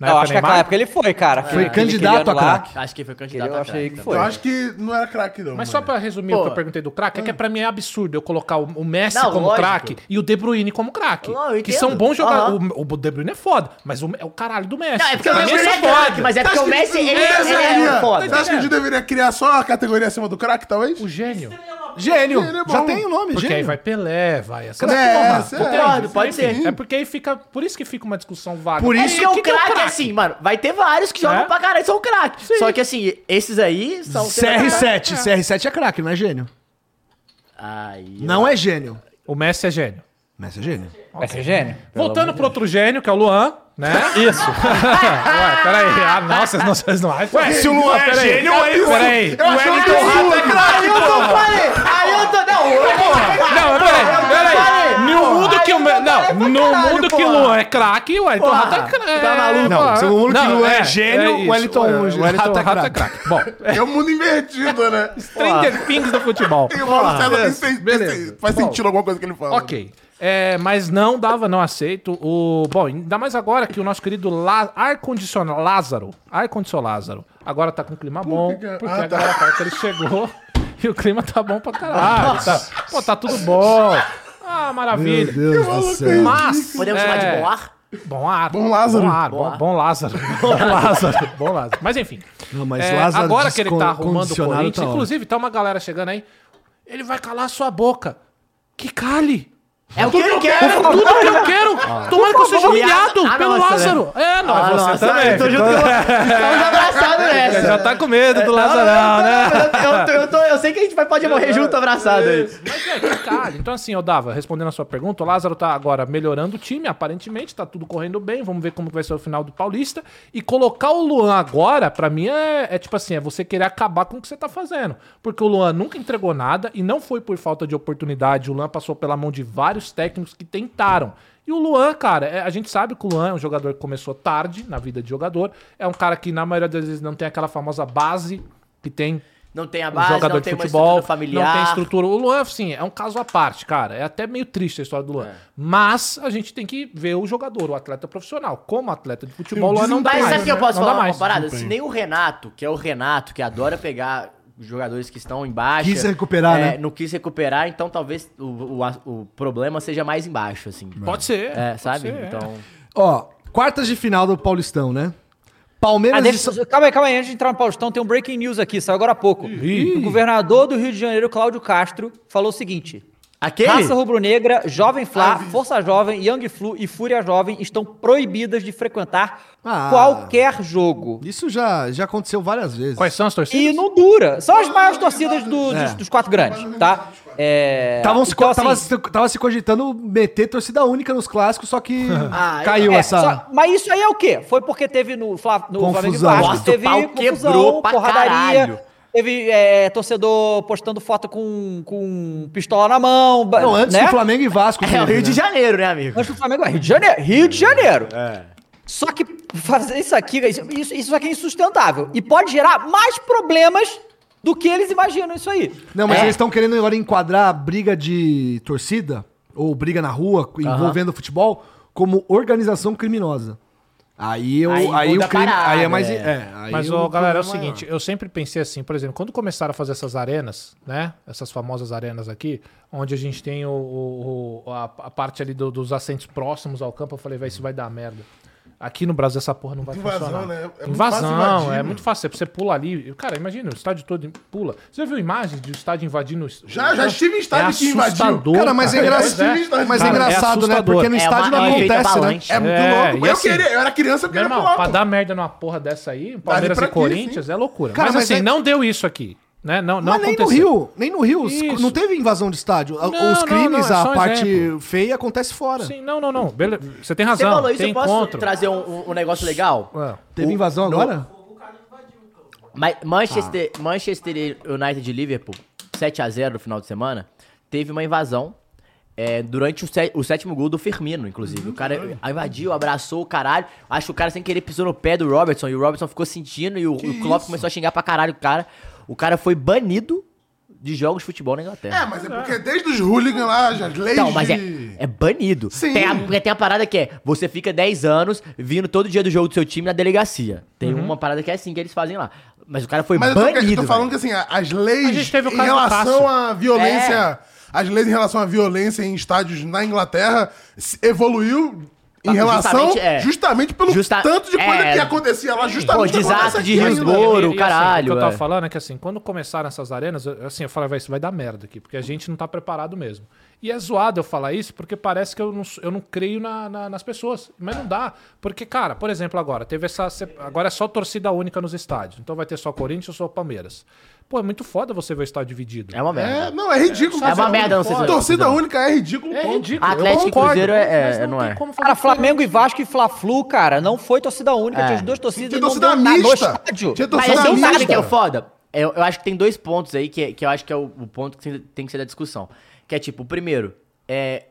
[SPEAKER 5] Na
[SPEAKER 2] Não,
[SPEAKER 5] é época
[SPEAKER 2] acho que naquela
[SPEAKER 5] Neymar?
[SPEAKER 2] época ele foi, cara.
[SPEAKER 1] Foi
[SPEAKER 2] Aquele-
[SPEAKER 1] candidato
[SPEAKER 2] aquele ano
[SPEAKER 1] a
[SPEAKER 2] lá,
[SPEAKER 1] craque.
[SPEAKER 3] Acho que foi
[SPEAKER 2] aquele
[SPEAKER 3] candidato
[SPEAKER 2] Eu
[SPEAKER 3] a
[SPEAKER 2] achei
[SPEAKER 3] craque
[SPEAKER 2] que
[SPEAKER 3] também.
[SPEAKER 2] foi.
[SPEAKER 4] Eu acho que não era craque, não.
[SPEAKER 5] Mas só
[SPEAKER 4] mano.
[SPEAKER 5] pra resumir o
[SPEAKER 3] Pô. Hum.
[SPEAKER 5] que eu perguntei do craque, é que pra mim é absurdo eu colocar o- o Messi
[SPEAKER 3] Não,
[SPEAKER 5] como
[SPEAKER 3] lógico.
[SPEAKER 5] craque e o De Bruyne como craque.
[SPEAKER 3] Não, eu
[SPEAKER 5] Que
[SPEAKER 3] entendo.
[SPEAKER 5] são bons jogadores.
[SPEAKER 3] Aham.
[SPEAKER 5] O, o De Bruyne é foda, mas o- é o caralho do Messi.
[SPEAKER 3] Não, é porque o
[SPEAKER 5] Pra mim,
[SPEAKER 3] Messi
[SPEAKER 5] esse
[SPEAKER 3] é craque, mas é
[SPEAKER 4] Você
[SPEAKER 3] porque
[SPEAKER 4] acha
[SPEAKER 3] o
[SPEAKER 4] que
[SPEAKER 3] Messi ele,
[SPEAKER 4] deveria-
[SPEAKER 3] ele é
[SPEAKER 4] Você
[SPEAKER 3] foda.
[SPEAKER 4] acha que a gente deveria criar só a categoria acima do craque, talvez?
[SPEAKER 5] é O gênio.
[SPEAKER 1] Gênio.
[SPEAKER 4] Ele é bom.
[SPEAKER 1] Já tem o nome,
[SPEAKER 5] Porque aí
[SPEAKER 1] gênio.
[SPEAKER 5] vai Pelé, vai essa
[SPEAKER 4] É,
[SPEAKER 5] porra.
[SPEAKER 4] cê-
[SPEAKER 3] Concordo, pode ser.
[SPEAKER 5] É porque aí fica. Por isso que fica uma discussão vaga.
[SPEAKER 1] Por
[SPEAKER 5] É
[SPEAKER 1] isso
[SPEAKER 3] é porque o
[SPEAKER 5] que deu
[SPEAKER 3] craque, assim, mano, vai ter vários que jogam
[SPEAKER 5] É?
[SPEAKER 3] pra caralho, são craque. Só que assim, esses aí são.
[SPEAKER 1] é CR7. CR7 é craque, não é gênio.
[SPEAKER 3] Aí.
[SPEAKER 1] Não é gênio.
[SPEAKER 5] O Messi é gênio.
[SPEAKER 1] Mas é gênio.
[SPEAKER 2] Vai ser gênio.
[SPEAKER 5] Voltando pro outro gênio, que é o Luan, né? Isso. Ué, peraí. Ah, nossa, não, vocês não acham. Ué,
[SPEAKER 1] se o Luan é gênio,
[SPEAKER 5] peraí. Peraí.
[SPEAKER 4] Eu acho que
[SPEAKER 3] Aí eu tô, falei! Aí eu tô. Não, eu
[SPEAKER 5] Não,
[SPEAKER 1] é
[SPEAKER 5] peraí, peraí. No mundo que o. Me- Não, no
[SPEAKER 3] caralho,
[SPEAKER 5] mundo que o
[SPEAKER 3] porra.
[SPEAKER 5] Luan é craque, o Elton
[SPEAKER 3] Porra,
[SPEAKER 5] Rato é craque.
[SPEAKER 3] tá maluco?
[SPEAKER 1] Não, se o mundo que o Luan é gênio, o
[SPEAKER 5] isso.
[SPEAKER 1] Elton-
[SPEAKER 5] É,
[SPEAKER 1] o
[SPEAKER 5] o
[SPEAKER 1] Rato
[SPEAKER 5] Elton
[SPEAKER 1] é
[SPEAKER 5] Rato é craque. Bom,
[SPEAKER 4] É o mundo invertido, né?
[SPEAKER 5] Stranger Things do futebol.
[SPEAKER 4] E o Paulo César tem, um tem- tem-
[SPEAKER 5] beleza.
[SPEAKER 4] faz sentido alguma coisa que ele fala.
[SPEAKER 5] Ok. É, mas não dava, não aceito. O, bom, ainda mais agora que o nosso querido La- ar-condicionado Lázaro, ar-condicionado Lázaro, agora tá com um clima bom,
[SPEAKER 4] que que-
[SPEAKER 5] porque
[SPEAKER 4] Ah, tá.
[SPEAKER 5] agora tá. que ele chegou e o clima tá bom pra caralho. Tá, pô, tá tudo bom. Ah, maravilha.
[SPEAKER 1] Deus do céu.
[SPEAKER 5] Mas.
[SPEAKER 3] Podemos chamar de
[SPEAKER 5] é,
[SPEAKER 3] bom ar?
[SPEAKER 5] Bom ar.
[SPEAKER 4] Bom Lázaro.
[SPEAKER 5] Bom, ar, bom, bom Lázaro. Bom Lázaro. Bom Lázaro. Mas enfim.
[SPEAKER 1] Não, mas
[SPEAKER 5] É,
[SPEAKER 1] Lázaro
[SPEAKER 5] agora que ele tá arrumando o
[SPEAKER 1] descondicionado
[SPEAKER 5] Corinthians,
[SPEAKER 1] tá ótimo.
[SPEAKER 5] inclusive tá uma galera chegando aí. Ele vai calar sua boca. Que cale!
[SPEAKER 3] É o que ele quer.
[SPEAKER 5] Tudo que eu quero! Tomara que eu seja
[SPEAKER 3] Ah. favor.
[SPEAKER 5] humilhado
[SPEAKER 3] E a- a
[SPEAKER 5] pelo
[SPEAKER 3] nossa,
[SPEAKER 5] Lázaro! É, não, é
[SPEAKER 3] Ah,
[SPEAKER 5] você
[SPEAKER 3] nossa,
[SPEAKER 5] também.
[SPEAKER 3] Eu tô junto. Estamos abraçados nessa.
[SPEAKER 5] Já tá com medo do
[SPEAKER 3] Não, não,
[SPEAKER 5] Lázarão, né?
[SPEAKER 3] não, Eu, tô- eu, tô- eu sei que a gente vai, pode morrer junto abraçado aí.
[SPEAKER 5] Mas é, que cara. Então, assim, eu dava, respondendo a sua pergunta, o Lázaro tá agora melhorando o time, aparentemente, tá tudo correndo bem. Vamos ver como que vai ser o final do Paulista. E colocar o Luan agora, pra mim, é, é tipo assim, é você querer acabar com o que você tá fazendo. Porque o Luan nunca entregou nada e não foi por falta de oportunidade. O Luan passou pela mão de vários técnicos que tentaram. E o Luan, cara, é- a gente sabe que o Luan é um jogador que começou tarde na vida de jogador. É um cara que, na maioria das vezes, não tem aquela famosa base que tem
[SPEAKER 3] Não tem a
[SPEAKER 5] um
[SPEAKER 3] base,
[SPEAKER 5] jogador
[SPEAKER 3] não
[SPEAKER 5] de
[SPEAKER 3] tem uma
[SPEAKER 5] futebol,
[SPEAKER 3] estrutura familiar.
[SPEAKER 5] não tem estrutura. O Luan, assim, é um caso à parte, cara. É até meio triste a história do Luan.
[SPEAKER 3] É.
[SPEAKER 5] Mas a gente tem que ver o jogador, o atleta profissional. Como atleta de futebol, o Luan não dá
[SPEAKER 3] Mas
[SPEAKER 5] mais.
[SPEAKER 3] sabe o que eu
[SPEAKER 5] né?
[SPEAKER 3] posso
[SPEAKER 5] não dá
[SPEAKER 3] falar uma
[SPEAKER 5] mais.
[SPEAKER 3] parada? Se nem o Renato, que é o Renato, que adora pegar os jogadores que estão embaixo.
[SPEAKER 1] Quis recuperar, né?
[SPEAKER 3] Não quis recuperar, então talvez o, o, a- o problema seja mais embaixo, assim.
[SPEAKER 5] Pode ser.
[SPEAKER 3] É,
[SPEAKER 5] pode
[SPEAKER 3] sabe?
[SPEAKER 5] ser, é.
[SPEAKER 3] então.
[SPEAKER 1] Ó, quartas de final do Paulistão, né?
[SPEAKER 2] Ah,
[SPEAKER 1] Palmeiras e
[SPEAKER 2] deixa- calma aí, calma aí. Antes de entrar no Paulistão, tem um breaking news aqui, saiu agora há pouco. O governador do Rio de Janeiro, Cláudio Castro, falou o seguinte:
[SPEAKER 3] Aquele?
[SPEAKER 2] Raça Rubro-Negra, Jovem Fla, Força Jovem, Young Flu e Fúria Jovem estão proibidas de frequentar
[SPEAKER 1] Ah.
[SPEAKER 2] qualquer jogo.
[SPEAKER 1] Isso já, já aconteceu várias vezes.
[SPEAKER 5] Quais são as
[SPEAKER 2] E
[SPEAKER 5] torcidas?
[SPEAKER 2] não dura. São as maiores torcidas do- dos, dos quatro grandes, tá? É,
[SPEAKER 1] Estavam É. se,
[SPEAKER 2] então,
[SPEAKER 1] tava,
[SPEAKER 2] assim,
[SPEAKER 1] se- tava se cogitando meter torcida única nos clássicos, só que
[SPEAKER 3] Ah,
[SPEAKER 1] caiu
[SPEAKER 2] é,
[SPEAKER 1] essa.
[SPEAKER 2] só- mas isso aí é o quê? Foi porque teve no, Fla, no
[SPEAKER 1] Confusão.
[SPEAKER 2] Flamengo e Vasco,
[SPEAKER 3] Nossa, o
[SPEAKER 2] teve
[SPEAKER 3] pau quebrou pra caralho.
[SPEAKER 2] teve é, torcedor postando foto com, com pistola na mão. ba-
[SPEAKER 1] Não, antes
[SPEAKER 2] né?
[SPEAKER 1] do Flamengo e Vasco.
[SPEAKER 3] É o
[SPEAKER 1] teve,
[SPEAKER 3] Rio de
[SPEAKER 1] né?
[SPEAKER 3] Janeiro, né, amigo?
[SPEAKER 2] Antes do Flamengo, é Rio de Janeiro. Rio de Janeiro.
[SPEAKER 3] É.
[SPEAKER 2] Só que fazer isso aqui, isso, isso- isso aqui é insustentável. E pode gerar mais problemas do que eles imaginam isso aí.
[SPEAKER 1] Não, mas
[SPEAKER 3] É.
[SPEAKER 1] eles estão querendo agora enquadrar a briga de torcida, ou briga na rua, envolvendo o futebol, como organização criminosa. Aí, eu,
[SPEAKER 3] Aí
[SPEAKER 1] aí,
[SPEAKER 3] muda
[SPEAKER 1] o crime.
[SPEAKER 3] a parada,
[SPEAKER 1] aí é mais.
[SPEAKER 3] é.
[SPEAKER 1] É. aí
[SPEAKER 5] Mas, ô,
[SPEAKER 1] o
[SPEAKER 5] galera, é o
[SPEAKER 1] problema
[SPEAKER 5] seguinte, eu sempre pensei assim, por exemplo, quando começaram a fazer essas arenas, né? Essas famosas arenas aqui, onde a gente tem o, o- o- a, a parte ali do- dos assentos próximos ao campo, eu falei, vai, isso vai dar merda. Aqui no Brasil essa porra não vai
[SPEAKER 4] Invasão,
[SPEAKER 5] funcionar.
[SPEAKER 4] né? É muito
[SPEAKER 5] invasão,
[SPEAKER 4] fácil invadir,
[SPEAKER 5] é
[SPEAKER 4] mano.
[SPEAKER 5] muito fácil. Você pula ali. Cara, imagina, o estádio todo pula. Você já viu imagens de estádio invadindo. o- é
[SPEAKER 4] Já- já estive em estádio que invadiu.
[SPEAKER 5] assustador,
[SPEAKER 1] Cara, mas é,
[SPEAKER 5] cara.
[SPEAKER 1] engra-
[SPEAKER 4] Pois é.
[SPEAKER 1] mas é
[SPEAKER 5] Cara, é
[SPEAKER 1] engraçado, né?
[SPEAKER 5] assustador.
[SPEAKER 1] Porque no
[SPEAKER 5] É
[SPEAKER 1] estádio não
[SPEAKER 3] uma- é um efeito
[SPEAKER 1] acontece, né?
[SPEAKER 3] avalanche.
[SPEAKER 4] É muito
[SPEAKER 5] É,
[SPEAKER 4] louco.
[SPEAKER 5] e
[SPEAKER 4] Eu
[SPEAKER 5] assim-
[SPEAKER 4] queria, eu era criança porque
[SPEAKER 5] Meu
[SPEAKER 4] era
[SPEAKER 5] irmão,
[SPEAKER 4] piloto.
[SPEAKER 5] pra dar merda numa porra dessa aí, Palmeiras e
[SPEAKER 4] pra aqui,
[SPEAKER 5] Corinthians, é loucura.
[SPEAKER 1] Cara,
[SPEAKER 5] mas,
[SPEAKER 1] mas
[SPEAKER 5] assim,
[SPEAKER 1] é-
[SPEAKER 5] não deu isso aqui. Né? Não, não
[SPEAKER 1] mas nem
[SPEAKER 5] aconteceu.
[SPEAKER 1] no Rio, nem no Rio, os-
[SPEAKER 5] Isso.
[SPEAKER 1] não teve invasão de estádio. A-
[SPEAKER 5] Não,
[SPEAKER 1] Os
[SPEAKER 5] não,
[SPEAKER 1] crimes,
[SPEAKER 5] não, é só
[SPEAKER 1] a
[SPEAKER 5] um
[SPEAKER 1] parte
[SPEAKER 5] exemplo.
[SPEAKER 1] feia acontece fora.
[SPEAKER 5] Sim, não, não, não. Bele- Você tem
[SPEAKER 3] Você
[SPEAKER 5] razão.
[SPEAKER 3] falou isso,
[SPEAKER 5] tem
[SPEAKER 3] eu posso
[SPEAKER 5] encontro.
[SPEAKER 3] trazer um, um- um negócio legal?
[SPEAKER 5] Ah.
[SPEAKER 1] Teve invasão agora?
[SPEAKER 3] Ma- Manchester,
[SPEAKER 4] Ah.
[SPEAKER 3] Manchester United e Liverpool, 7x0 no final de semana, teve uma invasão é, durante o, sé- o sétimo gol do Firmino, inclusive.
[SPEAKER 4] Uhum.
[SPEAKER 3] o cara invadiu, abraçou o caralho. Acho que o cara sem querer pisou no pé do Robertson e o Robertson ficou sentindo e o, o Klopp começou a xingar pra caralho o cara. O cara foi banido de jogos de futebol na Inglaterra.
[SPEAKER 4] É, mas é porque desde os hooligans lá, as leis
[SPEAKER 3] Não, mas é,
[SPEAKER 4] de...
[SPEAKER 3] é banido.
[SPEAKER 4] Sim.
[SPEAKER 3] Tem a, porque tem a parada que é, você fica 10 anos vindo todo dia do jogo do seu time na delegacia. Tem uma parada que é assim que eles fazem lá. Mas o cara foi
[SPEAKER 4] Uhum. Mas eu tô,
[SPEAKER 3] banido.
[SPEAKER 4] eu tô falando
[SPEAKER 3] velho.
[SPEAKER 4] que assim, a- as
[SPEAKER 5] A
[SPEAKER 4] leis
[SPEAKER 5] gente teve o
[SPEAKER 4] em
[SPEAKER 5] caso
[SPEAKER 4] relação
[SPEAKER 5] Cássio.
[SPEAKER 4] à violência. As leis em relação à violência em estádios na Inglaterra se- evoluiu em
[SPEAKER 3] Ah,
[SPEAKER 4] relação
[SPEAKER 3] justamente,
[SPEAKER 4] justamente,
[SPEAKER 3] é.
[SPEAKER 4] pelo
[SPEAKER 3] Justa-
[SPEAKER 4] tanto de coisa
[SPEAKER 3] é.
[SPEAKER 4] que acontecia lá, justamente.
[SPEAKER 3] Pô, desastre
[SPEAKER 4] acontece
[SPEAKER 3] de
[SPEAKER 4] aqui ainda.
[SPEAKER 3] Lisboa. Ouro, caralho,
[SPEAKER 5] assim, o que eu tava
[SPEAKER 3] é.
[SPEAKER 5] falando é que assim, quando começaram essas arenas, eu- assim, eu falava, "Vai, isso vai dar merda aqui, porque a gente não tá preparado mesmo. E é zoado eu falar isso, porque parece que eu não, sou- eu não creio na- na- nas pessoas. Mas não dá. Porque, cara, por exemplo, agora, teve essa. sep- Agora é só torcida única nos estádios. Então vai ter só Corinthians ou só Palmeiras. Pô, é muito foda você ver o estádio dividido.
[SPEAKER 3] É uma merda.
[SPEAKER 4] É, não, é ridículo.
[SPEAKER 3] É uma
[SPEAKER 4] torcida
[SPEAKER 3] merda, não sei se-
[SPEAKER 4] única. Torcida única é ridículo. ponto.
[SPEAKER 5] eu
[SPEAKER 3] Atlético e
[SPEAKER 5] concordo,
[SPEAKER 3] Cruzeiro é- é-
[SPEAKER 5] mas
[SPEAKER 3] não
[SPEAKER 5] tem
[SPEAKER 3] é.
[SPEAKER 5] como fazer
[SPEAKER 2] Cara,
[SPEAKER 5] diferente.
[SPEAKER 2] Flamengo e Vasco e Fla-Flu, cara, não foi torcida única,
[SPEAKER 3] É.
[SPEAKER 2] tinha as duas torcidas
[SPEAKER 4] Tinha
[SPEAKER 2] e não
[SPEAKER 4] torcida
[SPEAKER 2] deu nada no
[SPEAKER 4] mista.
[SPEAKER 2] estádio.
[SPEAKER 4] Tinha
[SPEAKER 3] Mas
[SPEAKER 4] torcida
[SPEAKER 3] assim,
[SPEAKER 4] mista.
[SPEAKER 3] sabe o que é o foda? Eu, eu acho que tem dois pontos aí que, que eu acho que é o, o ponto que tem que ser da discussão. Que é tipo, o primeiro, é,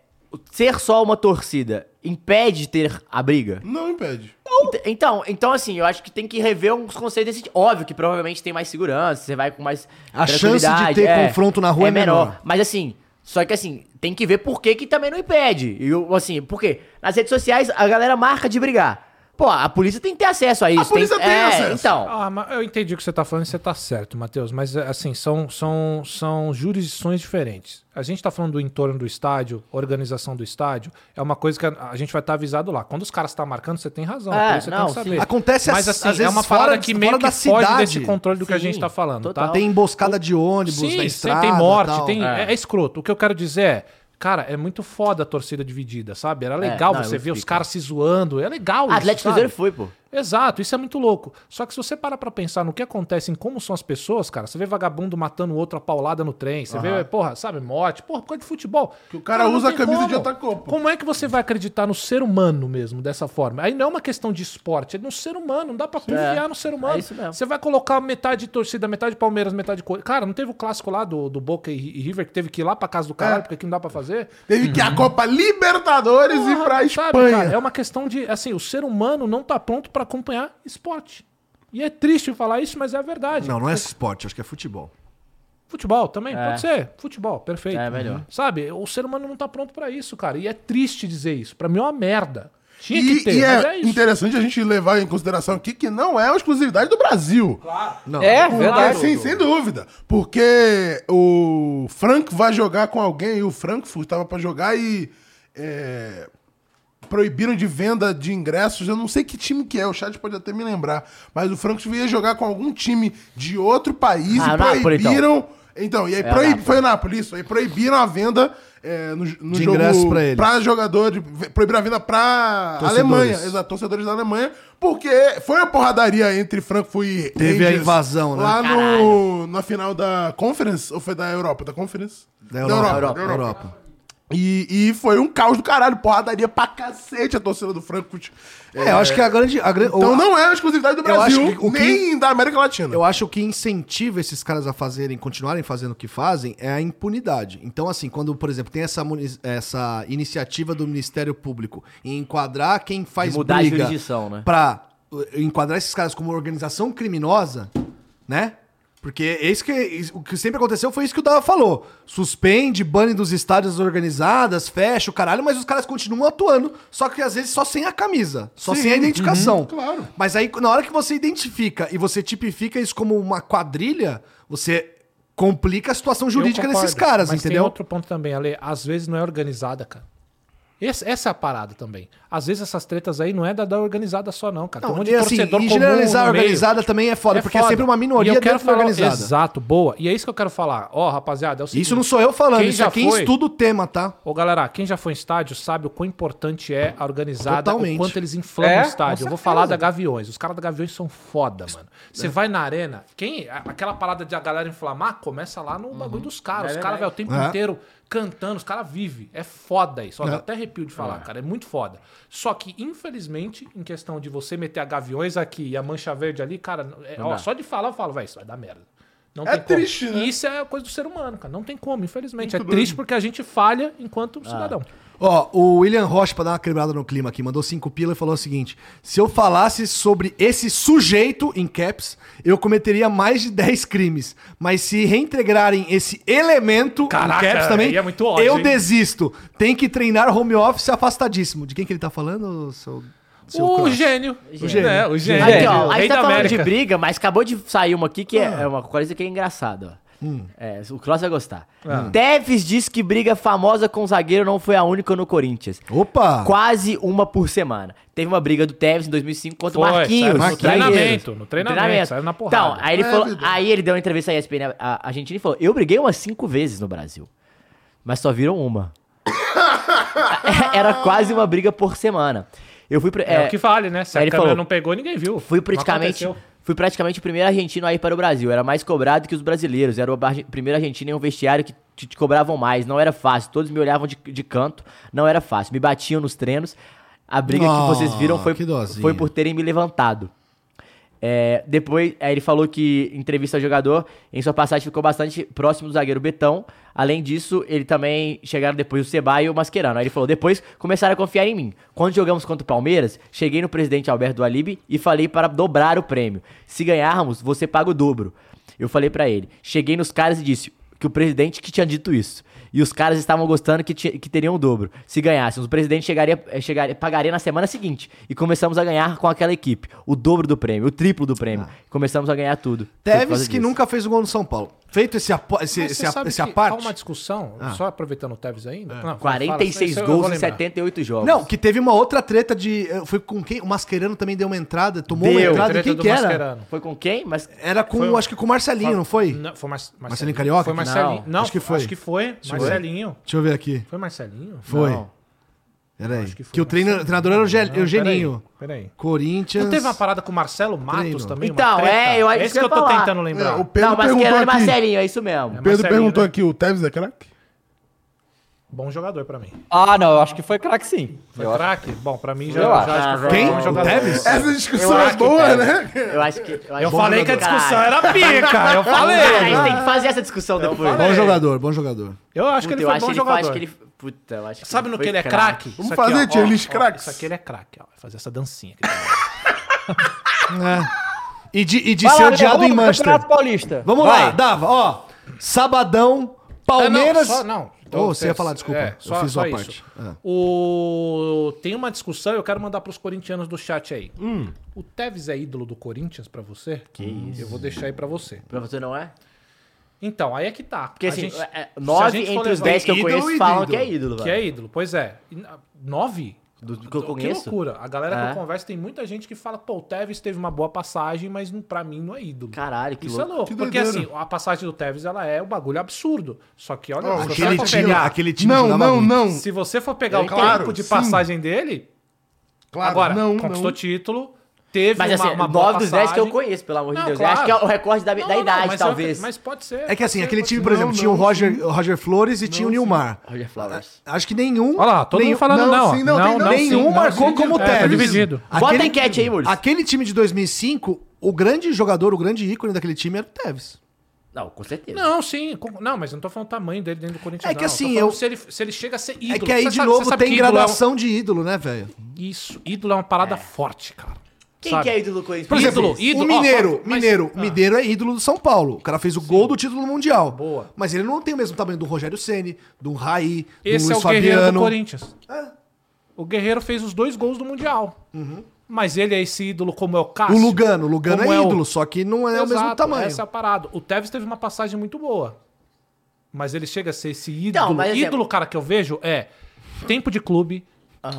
[SPEAKER 3] ser só uma torcida impede de ter a briga?
[SPEAKER 4] Não impede.
[SPEAKER 3] Ent- Então, então, assim, eu acho que tem que rever uns conceitos desse tipo. Óbvio que provavelmente tem mais segurança, você vai com mais.
[SPEAKER 1] A chance de
[SPEAKER 3] tranquilidade,
[SPEAKER 1] ter confronto na rua é menor.
[SPEAKER 3] Mas assim, só que assim, tem que ver por que, que também não impede. E eu, assim, por quê? Nas redes sociais a galera marca de brigar. Pô, a polícia tem que ter acesso a isso.
[SPEAKER 4] polícia tem
[SPEAKER 3] é,
[SPEAKER 4] acesso.
[SPEAKER 3] Então.
[SPEAKER 5] Ah, mas eu entendi o que você tá falando e você tá certo, Matheus. Mas é, assim, são, são, são jurisdições diferentes. A gente tá falando do entorno do estádio, organização do estádio, é uma coisa que a, a gente vai estar avisado lá. Quando os caras estão marcando, você tem razão.
[SPEAKER 3] É,
[SPEAKER 5] por isso você tem
[SPEAKER 3] não,
[SPEAKER 5] que saber.
[SPEAKER 3] sim.
[SPEAKER 1] Acontece
[SPEAKER 5] mas,
[SPEAKER 1] às-
[SPEAKER 5] assim,
[SPEAKER 1] às vezes
[SPEAKER 5] é uma parada
[SPEAKER 1] fora-
[SPEAKER 5] que
[SPEAKER 1] fora
[SPEAKER 5] meio que
[SPEAKER 1] da
[SPEAKER 5] foge
[SPEAKER 1] cidade.
[SPEAKER 5] desse controle do que a
[SPEAKER 3] Sim,
[SPEAKER 5] gente tá falando,
[SPEAKER 3] total.
[SPEAKER 5] tá?
[SPEAKER 1] Tem emboscada de ônibus na
[SPEAKER 5] sim,
[SPEAKER 1] estrada.
[SPEAKER 5] tem morte,
[SPEAKER 1] tal.
[SPEAKER 5] tem,
[SPEAKER 3] É.
[SPEAKER 5] é. é escroto. O que eu quero dizer é, cara, é muito foda a torcida dividida, sabe? Era legal
[SPEAKER 3] É, não,
[SPEAKER 5] você
[SPEAKER 3] eu
[SPEAKER 5] ver os
[SPEAKER 3] fico.
[SPEAKER 5] caras se zoando, é legal
[SPEAKER 3] Atlético
[SPEAKER 5] sabe?
[SPEAKER 3] Cruzeiro foi, pô.
[SPEAKER 5] Exato, isso é muito louco. Só que se você parar pra pensar no que acontece, em como são as pessoas, cara, você vê vagabundo matando o outro a paulada no trem, você vê, porha, sabe, morte, porra, coisa de futebol.
[SPEAKER 4] Que o cara
[SPEAKER 5] não
[SPEAKER 4] usa a
[SPEAKER 5] tem
[SPEAKER 4] camisa de outra cor, pô.
[SPEAKER 5] Como é que você vai acreditar no ser humano mesmo dessa forma? Aí não é uma questão de esporte, é no ser humano, não dá pra confiar no ser humano.
[SPEAKER 3] é isso mesmo.
[SPEAKER 5] Você vai colocar metade de torcida, metade Palmeiras, metade Corinthians. Cara, não teve o clássico lá do, do Boca e e River que teve que ir lá pra casa do caralho,
[SPEAKER 4] É.
[SPEAKER 5] porque aqui não dá pra fazer?
[SPEAKER 4] Teve que ir a Copa Libertadores e ir pra
[SPEAKER 5] Uhum. Sabe, cara, é
[SPEAKER 4] Espanha.
[SPEAKER 5] uma questão de, assim, o ser humano não tá pronto pra acompanhar esporte. E é triste falar isso, mas é a verdade.
[SPEAKER 1] Não, não é esporte, acho que é futebol.
[SPEAKER 5] Futebol também,
[SPEAKER 3] É.
[SPEAKER 5] pode ser. Futebol, perfeito. Uhum.
[SPEAKER 3] É, melhor.
[SPEAKER 5] Sabe, o ser humano não tá pronto pra isso, cara. E é triste dizer isso. Pra mim é uma merda. Tinha
[SPEAKER 4] E,
[SPEAKER 5] que ter,
[SPEAKER 4] e
[SPEAKER 5] mas
[SPEAKER 4] é,
[SPEAKER 5] é isso.
[SPEAKER 4] interessante a gente levar em consideração aqui que não é uma exclusividade do Brasil.
[SPEAKER 1] Não.
[SPEAKER 2] É,
[SPEAKER 4] Porque,
[SPEAKER 2] verdade.
[SPEAKER 4] Sim, sem dúvida. Porque o Franco vai jogar com alguém e o Frankfurt tava pra jogar e. é, proibiram de venda de ingressos. Eu não sei que time que é, o chat pode até me lembrar. Mas o Frankfurt ia jogar com algum time de outro país
[SPEAKER 3] Ah,
[SPEAKER 4] e
[SPEAKER 3] o Napoli,
[SPEAKER 4] proibiram. então. e aí
[SPEAKER 3] o
[SPEAKER 4] proib-
[SPEAKER 3] Napoli.
[SPEAKER 4] foi o Napoli, isso. Aí proibiram a venda é, no, no
[SPEAKER 1] De
[SPEAKER 4] jogo
[SPEAKER 1] ingresso pra eles.
[SPEAKER 4] jogador, de- proibiram a venda pra
[SPEAKER 1] Torcedores.
[SPEAKER 4] Alemanha, exato, torcedores da Alemanha, porque foi uma porradaria entre Frankfurt e
[SPEAKER 1] Teve a
[SPEAKER 4] Rangers
[SPEAKER 1] invasão, né?
[SPEAKER 4] Lá no, na final da Conference, ou foi da Europa? Da Conference?
[SPEAKER 1] Da Europa,
[SPEAKER 4] da
[SPEAKER 1] Europa,
[SPEAKER 4] da
[SPEAKER 1] Europa.
[SPEAKER 4] E, e foi um caos do caralho, porradaria pra cacete a torcida do Frankfurt.
[SPEAKER 1] É, eu acho que a grande. A, gran-
[SPEAKER 4] Então
[SPEAKER 1] o-
[SPEAKER 4] não é uma exclusividade do
[SPEAKER 1] Eu
[SPEAKER 4] Brasil,
[SPEAKER 1] acho que o que-
[SPEAKER 4] nem da América Latina.
[SPEAKER 1] Eu acho que o que incentiva esses caras a fazerem, continuarem fazendo o que fazem, é a impunidade. Então, assim, quando, por exemplo, tem essa, muni- essa iniciativa do Ministério Público em enquadrar quem faz
[SPEAKER 3] De mudar a
[SPEAKER 1] briga
[SPEAKER 3] jurisdição, né?
[SPEAKER 1] pra uh, enquadrar esses caras como organização criminosa, né? Porque esse que, isso- o que sempre aconteceu foi isso que o Dava falou. Suspende, bane dos estádios organizadas, fecha o caralho, mas os caras continuam atuando. Só que às vezes só sem a camisa, só sem a
[SPEAKER 5] Uhum.
[SPEAKER 1] identificação.
[SPEAKER 4] claro.
[SPEAKER 1] Mas aí, na hora que você identifica e você tipifica isso como uma quadrilha, você complica a situação jurídica
[SPEAKER 5] Eu concordo,
[SPEAKER 1] desses caras,
[SPEAKER 5] mas
[SPEAKER 1] entendeu?
[SPEAKER 5] Tem outro ponto também, Ale. Às vezes não é organizada, cara. Esse- essa é a parada também. Às vezes essas tretas aí não é da, da organizada só, não, cara.
[SPEAKER 1] Não,
[SPEAKER 5] Tem um monte
[SPEAKER 1] e
[SPEAKER 5] de
[SPEAKER 1] assim,
[SPEAKER 5] torcedor
[SPEAKER 1] e
[SPEAKER 5] comum
[SPEAKER 1] generalizar a
[SPEAKER 5] no meio.
[SPEAKER 1] organizada também é foda, porque é sempre uma minoria
[SPEAKER 5] E eu quero
[SPEAKER 1] dentro da
[SPEAKER 5] falar-
[SPEAKER 1] organizada.
[SPEAKER 5] Exato, boa. E é isso que eu quero falar. Ó, rapaziada, é o seguinte,
[SPEAKER 1] Isso não sou eu falando,
[SPEAKER 5] Quem
[SPEAKER 1] isso
[SPEAKER 5] já
[SPEAKER 1] é quem
[SPEAKER 5] foi?
[SPEAKER 1] estuda o tema, tá?
[SPEAKER 5] Ô, galera, quem já foi em estádio sabe o quão importante é a organizada,
[SPEAKER 1] Totalmente.
[SPEAKER 5] o quanto eles inflamam
[SPEAKER 2] É,
[SPEAKER 5] o
[SPEAKER 2] com
[SPEAKER 5] estádio. Eu
[SPEAKER 2] certeza.
[SPEAKER 5] vou falar da Gaviões. Os caras da Gaviões são foda, mano. Você vai na arena, quem a- aquela parada de a galera inflamar começa lá no bagulho dos caras. os caras, velho, o tempo
[SPEAKER 1] É.
[SPEAKER 5] inteiro cantando, os caras vivem. É foda isso. Ó, dá até arrepio de falar, cara. É muito foda. Só que, infelizmente, em questão de você meter a Gaviões aqui e a Mancha Verde ali, cara, é- ó, só de falar eu falo, velho, isso vai dar merda. Não
[SPEAKER 4] É
[SPEAKER 5] tem como.
[SPEAKER 4] triste, né?
[SPEAKER 3] Ah,
[SPEAKER 5] E isso é coisa do ser humano, cara. Não tem como, infelizmente. é triste porque a gente falha enquanto cidadão.
[SPEAKER 1] Ó, o William Rocha, pra dar uma quebrada no clima aqui, mandou cinco pila e falou o seguinte: se eu falasse sobre esse sujeito em caps, eu cometeria mais de 10 crimes. Mas se reintegrarem esse elemento
[SPEAKER 5] Caraca,
[SPEAKER 1] em caps também,
[SPEAKER 5] aí é muito ódio,
[SPEAKER 1] eu
[SPEAKER 5] hein?
[SPEAKER 1] desisto. Tem que treinar home office afastadíssimo. De quem que ele tá falando, seu.
[SPEAKER 3] é
[SPEAKER 1] seu
[SPEAKER 5] O
[SPEAKER 1] Cross?
[SPEAKER 5] gênio.
[SPEAKER 3] Gênio.
[SPEAKER 5] É, o gênio.
[SPEAKER 3] Aqui,
[SPEAKER 5] O
[SPEAKER 3] ó, aí
[SPEAKER 5] rei
[SPEAKER 3] tá
[SPEAKER 5] da
[SPEAKER 3] falando de
[SPEAKER 5] América.
[SPEAKER 3] briga, mas acabou de sair uma aqui que é,
[SPEAKER 4] Ah.
[SPEAKER 3] é uma coisa que é engraçada, ó.
[SPEAKER 4] Hum.
[SPEAKER 3] É, o Cross vai gostar.
[SPEAKER 4] Ah.
[SPEAKER 3] Tevez diz que briga famosa com zagueiro não foi a única no Corinthians.
[SPEAKER 1] Opa!
[SPEAKER 3] Quase uma por semana. Teve uma briga do Tevez em 2005 contra o
[SPEAKER 5] Foi,
[SPEAKER 3] Marquinhos.
[SPEAKER 5] saiu no
[SPEAKER 3] zagueiro.
[SPEAKER 5] treinamento, no treinamento, saiu na porrada.
[SPEAKER 3] Então, aí ele,
[SPEAKER 4] É,
[SPEAKER 3] falou-
[SPEAKER 4] vida.
[SPEAKER 3] aí ele deu uma entrevista à ESPN né? a- a Argentina e falou: Eu briguei umas cinco vezes no Brasil, mas só viram uma. Era quase uma briga por semana. Eu fui. pra-
[SPEAKER 5] É, o que vale, né? Se a
[SPEAKER 3] Aí ele
[SPEAKER 5] câmera
[SPEAKER 3] falou,
[SPEAKER 5] não pegou, ninguém viu.
[SPEAKER 3] Fui
[SPEAKER 5] Não
[SPEAKER 3] praticamente,
[SPEAKER 5] aconteceu.
[SPEAKER 3] fui praticamente o primeiro argentino a ir para o Brasil. Era mais cobrado que os brasileiros. Era o barge- primeiro argentino em um vestiário que te, te cobravam mais. Não era fácil. Todos me olhavam de, de canto. Não era fácil. Me batiam nos treinos. A briga
[SPEAKER 1] Ah,
[SPEAKER 3] que vocês viram foi,
[SPEAKER 1] que dozinha.
[SPEAKER 3] foi por terem me levantado. É, depois, aí ele falou que, em entrevista ao jogador, em sua passagem ficou bastante próximo do zagueiro Betão. Além disso, ele também chegaram depois o Seba e o Mascherano. Aí ele falou: depois começaram a confiar em mim. Quando jogamos contra o Palmeiras, cheguei no presidente Alberto Alibi e falei para dobrar o prêmio. Se ganharmos, você paga o dobro. Eu falei pra ele. Cheguei nos caras e disse que o presidente que tinha dito isso. E os caras estavam gostando que, ti- que teriam o dobro. Se ganhassem, o presidente chegaria, eh, chegaria, pagaria na semana seguinte. E começamos a ganhar com aquela equipe. O dobro do prêmio, o triplo do prêmio. Começamos a ganhar tudo. Foi por
[SPEAKER 1] Teves
[SPEAKER 3] causa
[SPEAKER 1] que
[SPEAKER 3] disso.
[SPEAKER 1] nunca fez um gol no São Paulo. Feito esse, apo- esse,
[SPEAKER 5] Mas
[SPEAKER 1] esse,
[SPEAKER 5] você
[SPEAKER 1] a- Ah. É.
[SPEAKER 5] sabe
[SPEAKER 1] esse
[SPEAKER 5] que
[SPEAKER 1] aparte.
[SPEAKER 5] Há uma discussão, só aproveitando o Tevez ainda. Não, fala, fala,
[SPEAKER 3] 46
[SPEAKER 5] isso eu vou
[SPEAKER 3] gols em
[SPEAKER 5] lembrar.
[SPEAKER 3] 78 jogos.
[SPEAKER 1] Não, que teve uma outra treta de. eh, Foi com quem? O Mascherano também deu uma entrada, tomou uma
[SPEAKER 3] Deu.
[SPEAKER 1] entrada.
[SPEAKER 5] Treta
[SPEAKER 1] Quem
[SPEAKER 5] do
[SPEAKER 1] que era?
[SPEAKER 5] Mascherano.
[SPEAKER 3] Foi com quem? Mas.
[SPEAKER 1] Era com,
[SPEAKER 5] Foi o-
[SPEAKER 1] acho que com o Marcelinho, não foi?
[SPEAKER 5] Não, foi Mar Marcelinho.
[SPEAKER 1] Carioca?
[SPEAKER 5] Foi Marcelinho.
[SPEAKER 3] Não,
[SPEAKER 5] Não,
[SPEAKER 1] acho que foi.
[SPEAKER 5] Acho que foi. Marcelinho.
[SPEAKER 1] Deixa eu ver aqui.
[SPEAKER 5] Foi Marcelinho?
[SPEAKER 1] Foi.
[SPEAKER 3] Não.
[SPEAKER 1] Peraí. Que,
[SPEAKER 5] que foi
[SPEAKER 1] o treino- o treinador era o, Ge-
[SPEAKER 5] Não,
[SPEAKER 1] o Geninho.
[SPEAKER 5] Peraí. peraí.
[SPEAKER 1] Corinthians.
[SPEAKER 5] Não teve uma parada com o Marcelo Matos
[SPEAKER 1] Treino.
[SPEAKER 5] também? uma
[SPEAKER 3] Então,
[SPEAKER 5] treta?
[SPEAKER 3] é, eu acho
[SPEAKER 5] Esse
[SPEAKER 3] que
[SPEAKER 5] que eu
[SPEAKER 3] eu ia
[SPEAKER 5] tô
[SPEAKER 3] falar.
[SPEAKER 5] tentando
[SPEAKER 4] É,
[SPEAKER 5] lembrar.
[SPEAKER 4] o Pedro
[SPEAKER 3] não,
[SPEAKER 4] perguntou
[SPEAKER 3] Mascherano e
[SPEAKER 4] aqui.
[SPEAKER 3] Marcelinho, é isso mesmo.
[SPEAKER 5] É,
[SPEAKER 4] Pedro
[SPEAKER 5] Marcelinho,
[SPEAKER 4] perguntou
[SPEAKER 5] né?
[SPEAKER 4] aqui, o Tevez é craque?
[SPEAKER 5] Bom jogador pra mim.
[SPEAKER 2] Ah, não, eu acho que foi craque sim.
[SPEAKER 5] Foi craque? Bom, pra mim já,
[SPEAKER 2] Eu
[SPEAKER 5] já
[SPEAKER 2] acho.
[SPEAKER 5] acho que foi
[SPEAKER 1] Quem?
[SPEAKER 5] um bom
[SPEAKER 1] O
[SPEAKER 5] jogador.
[SPEAKER 1] Tevez?
[SPEAKER 4] Essa discussão é
[SPEAKER 3] acho que
[SPEAKER 4] boa,
[SPEAKER 3] tá.
[SPEAKER 4] né?
[SPEAKER 3] Eu acho que. Eu, acho
[SPEAKER 5] Eu falei que a discussão
[SPEAKER 3] Caralho.
[SPEAKER 5] era pica. Eu
[SPEAKER 3] Cara, a
[SPEAKER 5] falei. né?
[SPEAKER 3] gente tem que fazer essa discussão depois.
[SPEAKER 1] Bom jogador, bom jogador.
[SPEAKER 5] Eu acho que
[SPEAKER 3] Puta,
[SPEAKER 5] ele
[SPEAKER 3] eu
[SPEAKER 5] foi
[SPEAKER 3] acho
[SPEAKER 5] bom
[SPEAKER 3] que ele foi- acho
[SPEAKER 5] jogador.
[SPEAKER 3] que ele. Puta, eu acho que
[SPEAKER 5] Sabe no
[SPEAKER 3] foi
[SPEAKER 5] que ele é craque?
[SPEAKER 4] Vamos
[SPEAKER 5] Isso
[SPEAKER 4] fazer
[SPEAKER 5] ó,
[SPEAKER 4] tier
[SPEAKER 5] ó,
[SPEAKER 4] list
[SPEAKER 5] ó,
[SPEAKER 4] craques.
[SPEAKER 5] Isso aqui ele é craque, ó. Vai fazer essa dancinha. aqui.
[SPEAKER 1] E de, e de
[SPEAKER 2] Vai
[SPEAKER 1] ser
[SPEAKER 2] lá,
[SPEAKER 1] odiado
[SPEAKER 2] derruba
[SPEAKER 1] em
[SPEAKER 2] o
[SPEAKER 1] Manchester.
[SPEAKER 2] Campeonato Paulista.
[SPEAKER 1] Vamos
[SPEAKER 2] Vai.
[SPEAKER 1] lá, dava, ó. Sabadão,
[SPEAKER 5] Ah, não,
[SPEAKER 1] Palmeiras.
[SPEAKER 5] só- Não, Então, é,
[SPEAKER 1] Ô, você ia falar, desculpa. Eu fiz uma parte.
[SPEAKER 5] isso.
[SPEAKER 1] Ah.
[SPEAKER 5] O... Tem uma discussão, eu quero mandar pros corintianos do chat aí. O Tevez é ídolo do Corinthians pra você? Que isso. Eu vou deixar aí pra você.
[SPEAKER 3] Pra você não é?
[SPEAKER 5] Então, aí é que tá.
[SPEAKER 3] Porque
[SPEAKER 5] A
[SPEAKER 3] assim,
[SPEAKER 5] gente-
[SPEAKER 3] é- é,
[SPEAKER 5] se a
[SPEAKER 3] nove
[SPEAKER 5] gente for
[SPEAKER 3] entre os
[SPEAKER 5] levar-
[SPEAKER 3] dez que eu
[SPEAKER 1] ídolo
[SPEAKER 3] conheço
[SPEAKER 1] e
[SPEAKER 3] falam
[SPEAKER 1] ídolo.
[SPEAKER 3] que é ídolo,
[SPEAKER 5] Que é
[SPEAKER 3] velho.
[SPEAKER 5] ídolo, pois é. E na- Nove?
[SPEAKER 3] Do- do que eu
[SPEAKER 5] Que
[SPEAKER 3] conheço.
[SPEAKER 5] loucura. A galera que
[SPEAKER 3] É.
[SPEAKER 5] eu converso, tem muita gente que fala, pô, o Tevez teve uma boa passagem, mas não- pra mim não é ídolo.
[SPEAKER 3] Caralho, que
[SPEAKER 5] Isso
[SPEAKER 3] louco.
[SPEAKER 5] é louco,
[SPEAKER 4] Que
[SPEAKER 5] porque
[SPEAKER 4] doideira.
[SPEAKER 5] assim, a passagem do Tevez, ela é um bagulho absurdo. Só que olha,
[SPEAKER 4] Ó,
[SPEAKER 5] se, você
[SPEAKER 1] Aquele
[SPEAKER 5] for
[SPEAKER 1] time,
[SPEAKER 5] pegar,
[SPEAKER 1] aquele time
[SPEAKER 4] Não,
[SPEAKER 1] jogava
[SPEAKER 4] não,
[SPEAKER 1] muito.
[SPEAKER 4] não.
[SPEAKER 5] se você for pegar o
[SPEAKER 4] Claro,
[SPEAKER 5] tempo de
[SPEAKER 4] sim.
[SPEAKER 5] passagem dele,
[SPEAKER 4] Claro,
[SPEAKER 5] agora,
[SPEAKER 4] não,
[SPEAKER 5] conquistou
[SPEAKER 4] não.
[SPEAKER 5] título, teve
[SPEAKER 3] Mas
[SPEAKER 5] uma,
[SPEAKER 3] assim,
[SPEAKER 5] é uma boa
[SPEAKER 3] nove dos dez que eu
[SPEAKER 5] passagem.
[SPEAKER 3] conheço, pelo amor de
[SPEAKER 5] Não,
[SPEAKER 3] Deus. Eu
[SPEAKER 5] claro.
[SPEAKER 3] Acho que é o recorde da,
[SPEAKER 5] Não,
[SPEAKER 3] da
[SPEAKER 5] não, não,
[SPEAKER 3] idade,
[SPEAKER 5] mas eu-
[SPEAKER 3] talvez.
[SPEAKER 5] mas pode ser.
[SPEAKER 1] É que assim,
[SPEAKER 5] pode
[SPEAKER 1] aquele
[SPEAKER 5] ser,
[SPEAKER 1] time,
[SPEAKER 5] pode
[SPEAKER 1] por exemplo,
[SPEAKER 4] Não,
[SPEAKER 1] tinha o
[SPEAKER 4] não,
[SPEAKER 1] Roger, o Roger Flores e tinha o Nilmar.
[SPEAKER 3] Roger Flowers.
[SPEAKER 1] Acho que nenhum.
[SPEAKER 5] ser. Olha lá, todo
[SPEAKER 1] nenhum-
[SPEAKER 5] mundo falando
[SPEAKER 4] não,
[SPEAKER 5] não. ó.
[SPEAKER 4] sim, não, tem não,
[SPEAKER 1] nenhum
[SPEAKER 5] sim,
[SPEAKER 1] marcou
[SPEAKER 5] sim.
[SPEAKER 1] como
[SPEAKER 5] É,
[SPEAKER 1] Tevez.
[SPEAKER 5] Tá dividido.
[SPEAKER 3] Bota a enquete aí, Muris.
[SPEAKER 1] Aquele time de 2005, o grande jogador, o grande ícone daquele time era o Tevez.
[SPEAKER 3] Não, com certeza.
[SPEAKER 5] Não, sim. com- Não, mas eu não tô falando o tamanho dele dentro do Corinthians.
[SPEAKER 1] É que
[SPEAKER 5] não.
[SPEAKER 1] assim,
[SPEAKER 5] tô falando
[SPEAKER 1] eu-
[SPEAKER 5] Se ele, se ele chega a ser ídolo.
[SPEAKER 1] É que aí,
[SPEAKER 5] Você
[SPEAKER 1] de
[SPEAKER 5] sabe- você
[SPEAKER 1] novo,
[SPEAKER 5] sabe
[SPEAKER 1] tem
[SPEAKER 5] que ídolo é um-
[SPEAKER 1] gradação de ídolo, né, velho?
[SPEAKER 5] Isso, ídolo é uma parada forte, cara.
[SPEAKER 3] Quem
[SPEAKER 5] Sabe?
[SPEAKER 3] que é ídolo do Corinthians?
[SPEAKER 5] Por exemplo,
[SPEAKER 3] Ídolo.
[SPEAKER 5] ídolo-
[SPEAKER 1] o
[SPEAKER 5] ó,
[SPEAKER 1] Mineiro,
[SPEAKER 5] só- mas-
[SPEAKER 1] Mineiro,
[SPEAKER 5] ah.
[SPEAKER 1] Mineiro é ídolo do São Paulo. O cara fez o gol do título mundial.
[SPEAKER 5] Boa.
[SPEAKER 1] Mas ele não tem o mesmo tamanho do Rogério Ceni, do Raí, do
[SPEAKER 5] Esse é o
[SPEAKER 1] Luiz
[SPEAKER 5] guerreiro do
[SPEAKER 1] Fabiano.
[SPEAKER 5] Corinthians. O guerreiro fez os dois gols do Mundial. Mas ele é esse ídolo como é o Cássio.
[SPEAKER 1] Uhum. O Lugano, o Lugano
[SPEAKER 5] como
[SPEAKER 1] é
[SPEAKER 5] o-
[SPEAKER 1] ídolo, só que não é o mesmo
[SPEAKER 5] Exato,
[SPEAKER 1] tamanho.
[SPEAKER 5] Essa é a parada. O Tevez teve uma passagem muito boa. Mas ele chega a ser esse ídolo.
[SPEAKER 3] Não, mas, assim,
[SPEAKER 5] ídolo, cara, que eu vejo é tempo de clube,